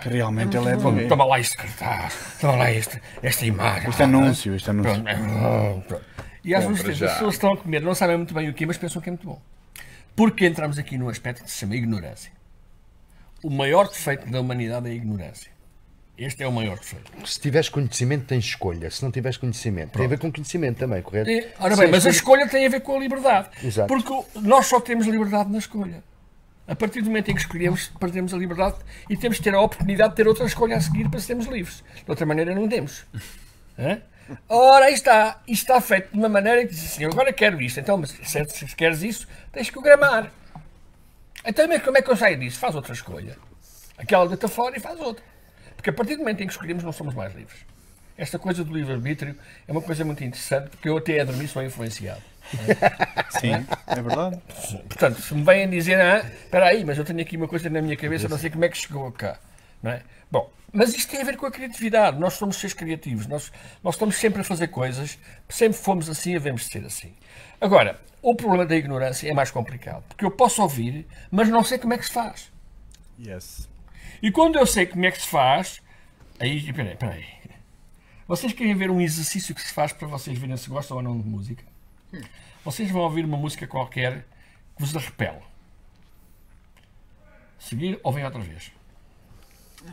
[SPEAKER 3] Realmente ele é bom.
[SPEAKER 4] Toma lá este cartaz, toma lá este, esta imagem.
[SPEAKER 3] Este anúncio, este anúncio.
[SPEAKER 4] Pronto, é bom, pronto. E às vezes as pessoas estão a comer, não sabem muito bem o que é, mas pensam que é muito bom. Porque entramos aqui num aspecto que se chama ignorância. O maior defeito da humanidade é a ignorância. Este é o maior defeito.
[SPEAKER 1] Se tiveres conhecimento, tens escolha. Se não tiveres conhecimento, tem a ver com conhecimento também, correto?
[SPEAKER 4] E, ora
[SPEAKER 1] Se
[SPEAKER 4] bem,
[SPEAKER 1] és
[SPEAKER 4] mas a
[SPEAKER 1] conhe-
[SPEAKER 4] escolha tem a ver com a liberdade.
[SPEAKER 1] Exato.
[SPEAKER 4] Porque o- nós só temos liberdade na escolha. A partir do momento em que escolhemos, perdemos a liberdade e temos de ter a oportunidade de ter outra escolha a seguir para sermos livres. De outra maneira, não temos. Hã? Ora, aí está. Isto está feito de uma maneira que diz assim: eu agora quero isto. Então, mas se, se queres isso, tens que o gramar. Então, mas como é que eu saio disso? Faz outra escolha. Aquela deita fora e faz outra. Porque a partir do momento em que escolhemos, não somos mais livres. Esta coisa do livre-arbítrio é uma coisa muito interessante, porque eu até a dormir sou influenciado.
[SPEAKER 3] Sim, é verdade.
[SPEAKER 4] Portanto, se me vêm dizer, ah, espera aí, mas eu tenho aqui uma coisa na minha cabeça, não sei como é que chegou cá. Não é? Bom, mas isto tem a ver com a criatividade. Nós somos seres criativos, nós, nós estamos sempre a fazer coisas, sempre fomos assim e devemos ser assim. Agora, o problema da ignorância é mais complicado, porque eu posso ouvir, mas não sei como é que se faz.
[SPEAKER 3] Yes.
[SPEAKER 4] E quando eu sei como é que se faz, aí, peraí, peraí. Vocês querem ver um exercício que se faz para vocês verem se gostam ou não de música? Vocês vão ouvir uma música qualquer que vos repele. Seguir, ouvem outra vez.
[SPEAKER 2] Ah,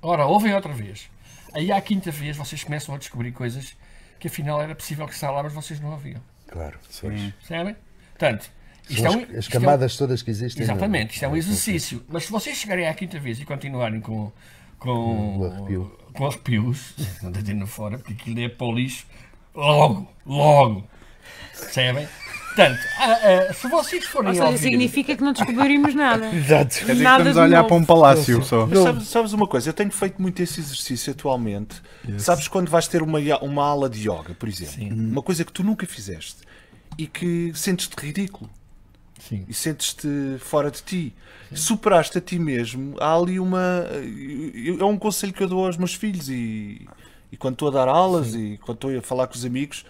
[SPEAKER 4] Ora, ouvem outra vez. Aí à quinta vez vocês começam a descobrir coisas que afinal era possível que se lá, mas vocês não ouviam.
[SPEAKER 1] Claro. pois.
[SPEAKER 4] Percebem? Portanto, isto é
[SPEAKER 1] São
[SPEAKER 4] um-
[SPEAKER 1] as, as
[SPEAKER 4] isto é um-
[SPEAKER 1] camadas todas que existem. não é?
[SPEAKER 4] Exatamente, isto é um exercício. Mas se vocês chegarem à quinta vez e continuarem com. com.
[SPEAKER 1] arrepio.
[SPEAKER 4] com arrepios, não deitando fora, porque aquilo é para o lixo, logo, logo. Percebem? Portanto, ah, ah, se vocês forem.
[SPEAKER 2] Ou seja,
[SPEAKER 4] ouvir-
[SPEAKER 2] significa que não descobrimos nada.
[SPEAKER 1] Exato.
[SPEAKER 3] Quer dizer que
[SPEAKER 2] Nada
[SPEAKER 3] estamos
[SPEAKER 2] de
[SPEAKER 3] a olhar
[SPEAKER 2] novo.
[SPEAKER 3] para um palácio só.
[SPEAKER 5] Mas sabes, sabes uma coisa? Eu tenho feito muito esse exercício atualmente. Sabes quando vais ter uma, ia- uma aula de yoga, por exemplo? Uma coisa que tu nunca fizeste e que sentes-te ridículo.
[SPEAKER 4] Sim.
[SPEAKER 5] E sentes-te fora de ti. Superaste a ti mesmo. Há ali uma. eu- É um conselho que eu dou aos meus filhos e. E quando estou a dar aulas e quando estou a falar com os amigos,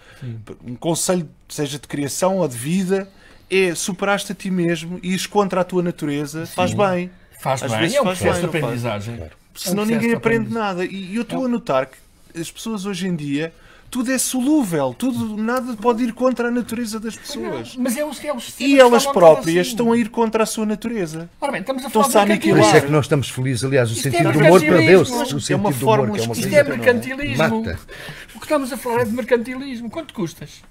[SPEAKER 5] um conselho, seja de criação ou de vida, é superaste a ti mesmo e ires contra a tua natureza, faz bem.
[SPEAKER 4] Faz
[SPEAKER 5] Às
[SPEAKER 4] bem,
[SPEAKER 5] vezes
[SPEAKER 4] é um
[SPEAKER 5] faz
[SPEAKER 4] processo
[SPEAKER 5] bem,
[SPEAKER 4] de
[SPEAKER 5] não faz?
[SPEAKER 4] aprendizagem.
[SPEAKER 5] Senão
[SPEAKER 4] É um processo
[SPEAKER 5] ninguém
[SPEAKER 4] de
[SPEAKER 5] aprende
[SPEAKER 4] aprendizagem.
[SPEAKER 5] nada. E e eu
[SPEAKER 4] É
[SPEAKER 5] estou a notar que as pessoas hoje em dia, tudo é solúvel, tudo, nada pode ir contra a natureza das pessoas.
[SPEAKER 4] Mas é o, é o sistema
[SPEAKER 5] E
[SPEAKER 4] que
[SPEAKER 5] elas
[SPEAKER 4] está montado
[SPEAKER 5] próprias
[SPEAKER 4] assim.
[SPEAKER 5] estão a ir contra a sua natureza.
[SPEAKER 4] Ora bem, estamos a
[SPEAKER 5] estão-se a
[SPEAKER 4] falar de
[SPEAKER 1] Por
[SPEAKER 5] aniquilar.
[SPEAKER 1] isso é
[SPEAKER 4] mercantilismo.
[SPEAKER 1] que nós estamos felizes. Aliás, o
[SPEAKER 4] Isto é
[SPEAKER 1] sentido do humor
[SPEAKER 4] mercantilismo.
[SPEAKER 1] perdeu-se.
[SPEAKER 4] Isto é
[SPEAKER 1] O
[SPEAKER 5] uma
[SPEAKER 1] sentido do humor,
[SPEAKER 5] fórmula
[SPEAKER 1] que é uma
[SPEAKER 5] esquisita.
[SPEAKER 4] Isto é
[SPEAKER 1] coisa.
[SPEAKER 4] mercantilismo.
[SPEAKER 1] Mata.
[SPEAKER 4] O que estamos a falar é de mercantilismo. Quanto custas?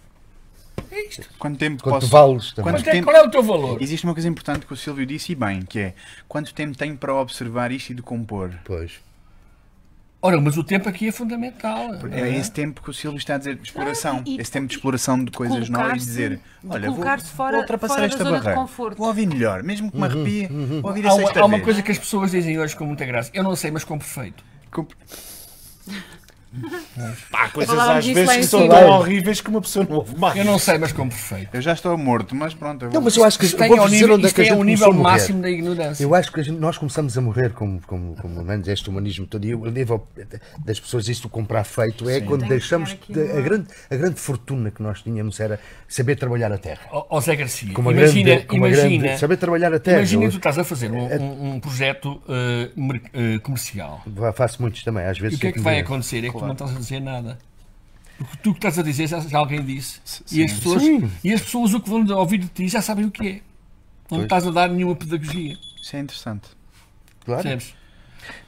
[SPEAKER 4] É isto.
[SPEAKER 3] Quanto tempo
[SPEAKER 1] Quanto
[SPEAKER 3] posso...
[SPEAKER 1] vales também.
[SPEAKER 3] Quanto
[SPEAKER 4] Quanto é-
[SPEAKER 3] tempo...
[SPEAKER 4] qual é o teu valor?
[SPEAKER 3] Existe uma coisa importante que o Silvio disse e bem, que é quanto tempo tenho para observar isto e de compor?
[SPEAKER 1] Pois.
[SPEAKER 4] Ora, mas o tempo aqui é fundamental.
[SPEAKER 3] É esse tempo que o Silvio está a dizer de exploração.
[SPEAKER 2] Ah, e-
[SPEAKER 3] esse tempo de exploração de coisas novas e
[SPEAKER 2] colocar-se-
[SPEAKER 3] dizer,
[SPEAKER 2] de
[SPEAKER 3] olha, vou,
[SPEAKER 2] colocar-se
[SPEAKER 3] vou
[SPEAKER 2] fora-
[SPEAKER 3] ultrapassar
[SPEAKER 2] fora da
[SPEAKER 3] esta
[SPEAKER 2] zona de
[SPEAKER 3] barreira.
[SPEAKER 2] conforto. Uhum,
[SPEAKER 3] Vou ouvir melhor, mesmo que me arrepie, vou ouvir a
[SPEAKER 4] Há, uma-
[SPEAKER 3] sexta
[SPEAKER 4] há uma
[SPEAKER 3] vez.
[SPEAKER 4] coisa que as pessoas dizem hoje com muita graça. Eu não sei, mas como perfeito.
[SPEAKER 3] Comp-
[SPEAKER 5] Pá, coisas
[SPEAKER 2] Falávamos
[SPEAKER 5] às
[SPEAKER 2] disso
[SPEAKER 5] vezes
[SPEAKER 2] lá em
[SPEAKER 5] que são
[SPEAKER 2] cima.
[SPEAKER 5] tão horríveis que uma pessoa não ouve mais.
[SPEAKER 4] Eu não sei, mas como perfeito.
[SPEAKER 3] Eu já estou morto, mas pronto. Eu vou...
[SPEAKER 1] Não, mas eu acho que
[SPEAKER 4] Isto tem
[SPEAKER 1] vou
[SPEAKER 4] ao
[SPEAKER 1] dizer
[SPEAKER 4] nível,
[SPEAKER 1] onde é
[SPEAKER 4] isto
[SPEAKER 1] que a
[SPEAKER 4] é
[SPEAKER 1] gente
[SPEAKER 4] ao
[SPEAKER 1] começou
[SPEAKER 4] nível
[SPEAKER 1] a morrer.
[SPEAKER 4] máximo da ignorância.
[SPEAKER 1] Eu acho que a gente- nós começamos a morrer como, como, como humanos, este humanismo todo, e o nível das pessoas, isto comprar feito, é quando
[SPEAKER 2] Tem que
[SPEAKER 1] deixamos.
[SPEAKER 2] chegar aqui
[SPEAKER 1] de-
[SPEAKER 2] no
[SPEAKER 1] a, grande, a grande fortuna que nós tínhamos era saber trabalhar a terra.
[SPEAKER 4] Ó ó Zé Garcia,
[SPEAKER 1] Com uma
[SPEAKER 4] imagina,
[SPEAKER 1] grande- com uma grande- é,
[SPEAKER 4] imagina,
[SPEAKER 1] saber trabalhar a terra.
[SPEAKER 4] imagina
[SPEAKER 1] Eu-
[SPEAKER 4] tu estás a fazer um, um- um projeto eh, mer- eh, comercial.
[SPEAKER 1] Vá- Faço muitos também, às
[SPEAKER 4] E
[SPEAKER 1] vezes.
[SPEAKER 4] o que é que
[SPEAKER 1] sinto-me
[SPEAKER 4] vai
[SPEAKER 1] bem.
[SPEAKER 4] acontecer? É que tu não estás a dizer nada. O que tu que estás a dizer já, já alguém disse. E as,
[SPEAKER 3] sim.
[SPEAKER 4] pessoas, e as pessoas o que vão ouvir de ti já sabem o que é. Não estás a dar nenhuma pedagogia.
[SPEAKER 3] Isso é interessante.
[SPEAKER 1] Claro.
[SPEAKER 4] Percebes?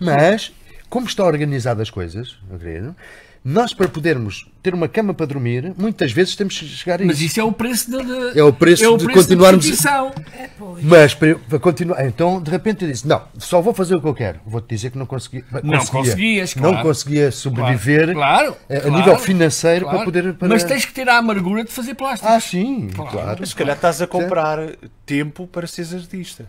[SPEAKER 1] Mas, como está organizado as coisas, meu querido, nós para podermos ter uma cama para dormir, muitas vezes temos que chegar a
[SPEAKER 4] Mas
[SPEAKER 1] isso.
[SPEAKER 4] isso é o preço da- da-
[SPEAKER 1] É o preço de continuarmos-
[SPEAKER 4] da profissão.
[SPEAKER 1] Mas para, para continuar, então de repente eu disse: Não, só vou fazer o que eu quero. Vou-te dizer que não consegui. mas
[SPEAKER 4] Não conseguias, claro.
[SPEAKER 1] Não conseguia sobreviver eh,
[SPEAKER 4] Claro,
[SPEAKER 1] a, a
[SPEAKER 4] claro,
[SPEAKER 1] nível financeiro
[SPEAKER 4] claro.
[SPEAKER 1] para poder. Para...
[SPEAKER 4] Mas tens que ter a amargura de fazer plástico.
[SPEAKER 1] Ah, sim,
[SPEAKER 4] Claro.
[SPEAKER 1] claro.
[SPEAKER 5] Mas se calhar estás a comprar tempo para seres artista.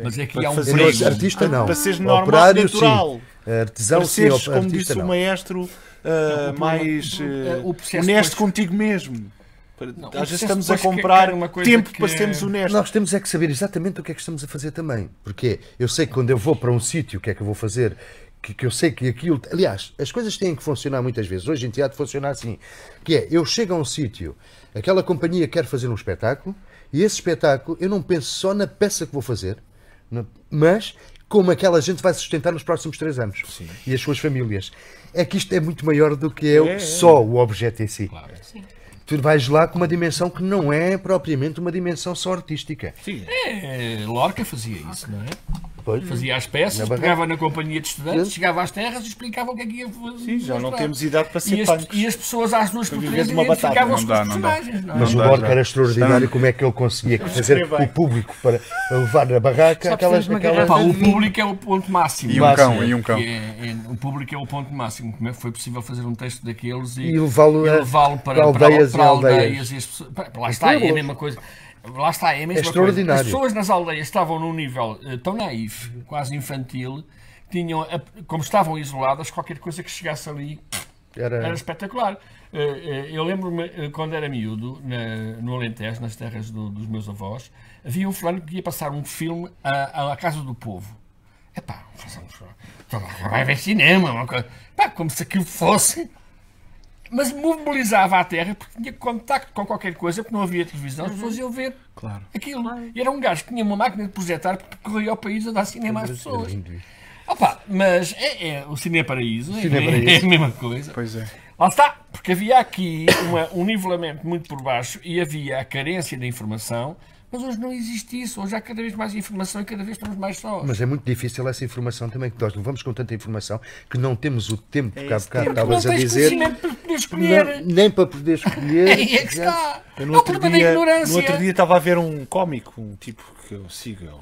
[SPEAKER 4] Mas é que
[SPEAKER 5] Para
[SPEAKER 4] há um
[SPEAKER 5] fazer-
[SPEAKER 1] Eu não-
[SPEAKER 5] Sim.
[SPEAKER 4] preço.
[SPEAKER 1] Artista não.
[SPEAKER 5] Para seres normal,
[SPEAKER 1] Operário,
[SPEAKER 5] natural.
[SPEAKER 1] sim. Artesão,
[SPEAKER 4] é
[SPEAKER 5] Para
[SPEAKER 1] sim.
[SPEAKER 5] seres,
[SPEAKER 1] Artista,
[SPEAKER 5] como disse
[SPEAKER 1] não.
[SPEAKER 5] o maestro, uh,
[SPEAKER 4] problema- é
[SPEAKER 5] mais
[SPEAKER 4] o-
[SPEAKER 5] uh,
[SPEAKER 4] o processo
[SPEAKER 5] honesto
[SPEAKER 4] depois-
[SPEAKER 5] contigo mesmo. Para-
[SPEAKER 4] Não, o
[SPEAKER 5] Às vezes
[SPEAKER 4] processo
[SPEAKER 5] estamos a
[SPEAKER 4] depois que-
[SPEAKER 5] comprar
[SPEAKER 4] que é uma coisa
[SPEAKER 5] tempo
[SPEAKER 4] que
[SPEAKER 5] para
[SPEAKER 4] é-
[SPEAKER 5] sermos honestos.
[SPEAKER 1] Nós temos é que saber exatamente o que é que estamos a fazer também. Porque eu sei que quando eu vou para um sítio, o que é que eu vou fazer? Que, que eu sei que aquilo. Aliás, as coisas têm que funcionar muitas vezes. Hoje em teatro funciona assim: que é, eu chego a um sítio, aquela companhia quer fazer um espetáculo, e esse espetáculo eu não penso só na peça que vou fazer, na- mas como aquela gente vai sustentar nos próximos três anos e as suas famílias. É que isto é muito maior do que eu, só o objeto em si tu vais lá com uma dimensão que não é propriamente uma dimensão só artística.
[SPEAKER 4] É, Lorca fazia isso, não é?
[SPEAKER 2] Hum.
[SPEAKER 1] Pois.
[SPEAKER 4] Fazia as peças,
[SPEAKER 1] Na barraca.
[SPEAKER 4] pegava na companhia de estudantes, chegava às terras e explicava o que é que ia fazer.
[SPEAKER 5] Sim, já não temos idade para
[SPEAKER 4] E
[SPEAKER 5] ser
[SPEAKER 4] as,
[SPEAKER 5] punks.
[SPEAKER 4] e as pessoas às duas por
[SPEAKER 5] viver
[SPEAKER 4] três
[SPEAKER 5] de uma batata.
[SPEAKER 4] identificavam-se com
[SPEAKER 3] Não
[SPEAKER 4] os
[SPEAKER 3] dá, não dá.
[SPEAKER 4] personagens. Não, é?
[SPEAKER 1] Mas o
[SPEAKER 3] dá, já.
[SPEAKER 1] Lorca era um extraordinário como é que ele conseguia fazer
[SPEAKER 5] bem.
[SPEAKER 1] o público para levar na barraca
[SPEAKER 2] Já
[SPEAKER 1] aquelas.
[SPEAKER 2] precisamos de uma
[SPEAKER 1] aquelas-
[SPEAKER 2] garrafa.
[SPEAKER 4] Pá, o público é o ponto máximo.
[SPEAKER 3] um E um
[SPEAKER 1] Máximo.
[SPEAKER 3] cão, e um cão.
[SPEAKER 4] Que é- é- o público é o ponto máximo. Como é que foi possível fazer um texto daqueles e,
[SPEAKER 1] E levá-lo
[SPEAKER 4] e
[SPEAKER 1] a-
[SPEAKER 4] levá-lo para,
[SPEAKER 1] para aldeias e
[SPEAKER 4] para, para aldeias,
[SPEAKER 1] aldeias.
[SPEAKER 4] e as pessoas. pá, Lá está, é a
[SPEAKER 1] pueblos.
[SPEAKER 4] mesma coisa. Lá está, é a mesma coisa.
[SPEAKER 1] Extraordinário.
[SPEAKER 4] As pessoas nas aldeias estavam num nível eh, tão naif, quase infantil, tinham, a- como estavam isoladas, qualquer coisa que chegasse ali era
[SPEAKER 1] Era...
[SPEAKER 4] espetacular. Eh, eh, Eu lembro-me eh, quando era miúdo, na- no Alentejo, nas terras do- dos meus avós, havia um fulano que ia passar um filme à, à Casa do Povo. Epá, um façamos- Então, vai ver cinema, uma coisa. Pá, como se aquilo fosse. Mas mobilizava a terra porque tinha contacto com qualquer coisa, porque não havia televisão, as pessoas iam ver
[SPEAKER 3] Claro.
[SPEAKER 4] aquilo. E era um gajo que tinha uma máquina de projetar porque corria ao país a dar cinema às pessoas. Opa, mas é, é o Cine Paraíso, é, é a mesma coisa.
[SPEAKER 3] Pois é.
[SPEAKER 4] Lá está, porque havia aqui uma- um nivelamento muito por baixo e havia a carência da informação, mas hoje não existe isso. Hoje há cada vez mais informação e cada vez estamos mais sós.
[SPEAKER 1] Mas é muito difícil essa informação também, que nós levamos com tanta informação que não temos o tempo que há bocado
[SPEAKER 4] É Porque não
[SPEAKER 1] estavas a
[SPEAKER 4] tens
[SPEAKER 1] dizer.
[SPEAKER 4] conhecimento para poder escolher.
[SPEAKER 1] Não, nem para poder escolher.
[SPEAKER 4] Aí é que está.
[SPEAKER 5] Eu
[SPEAKER 4] É o problema da
[SPEAKER 5] no outro
[SPEAKER 4] ignorância.
[SPEAKER 5] dia estava a ver um cómico, um tipo que eu sigo, é um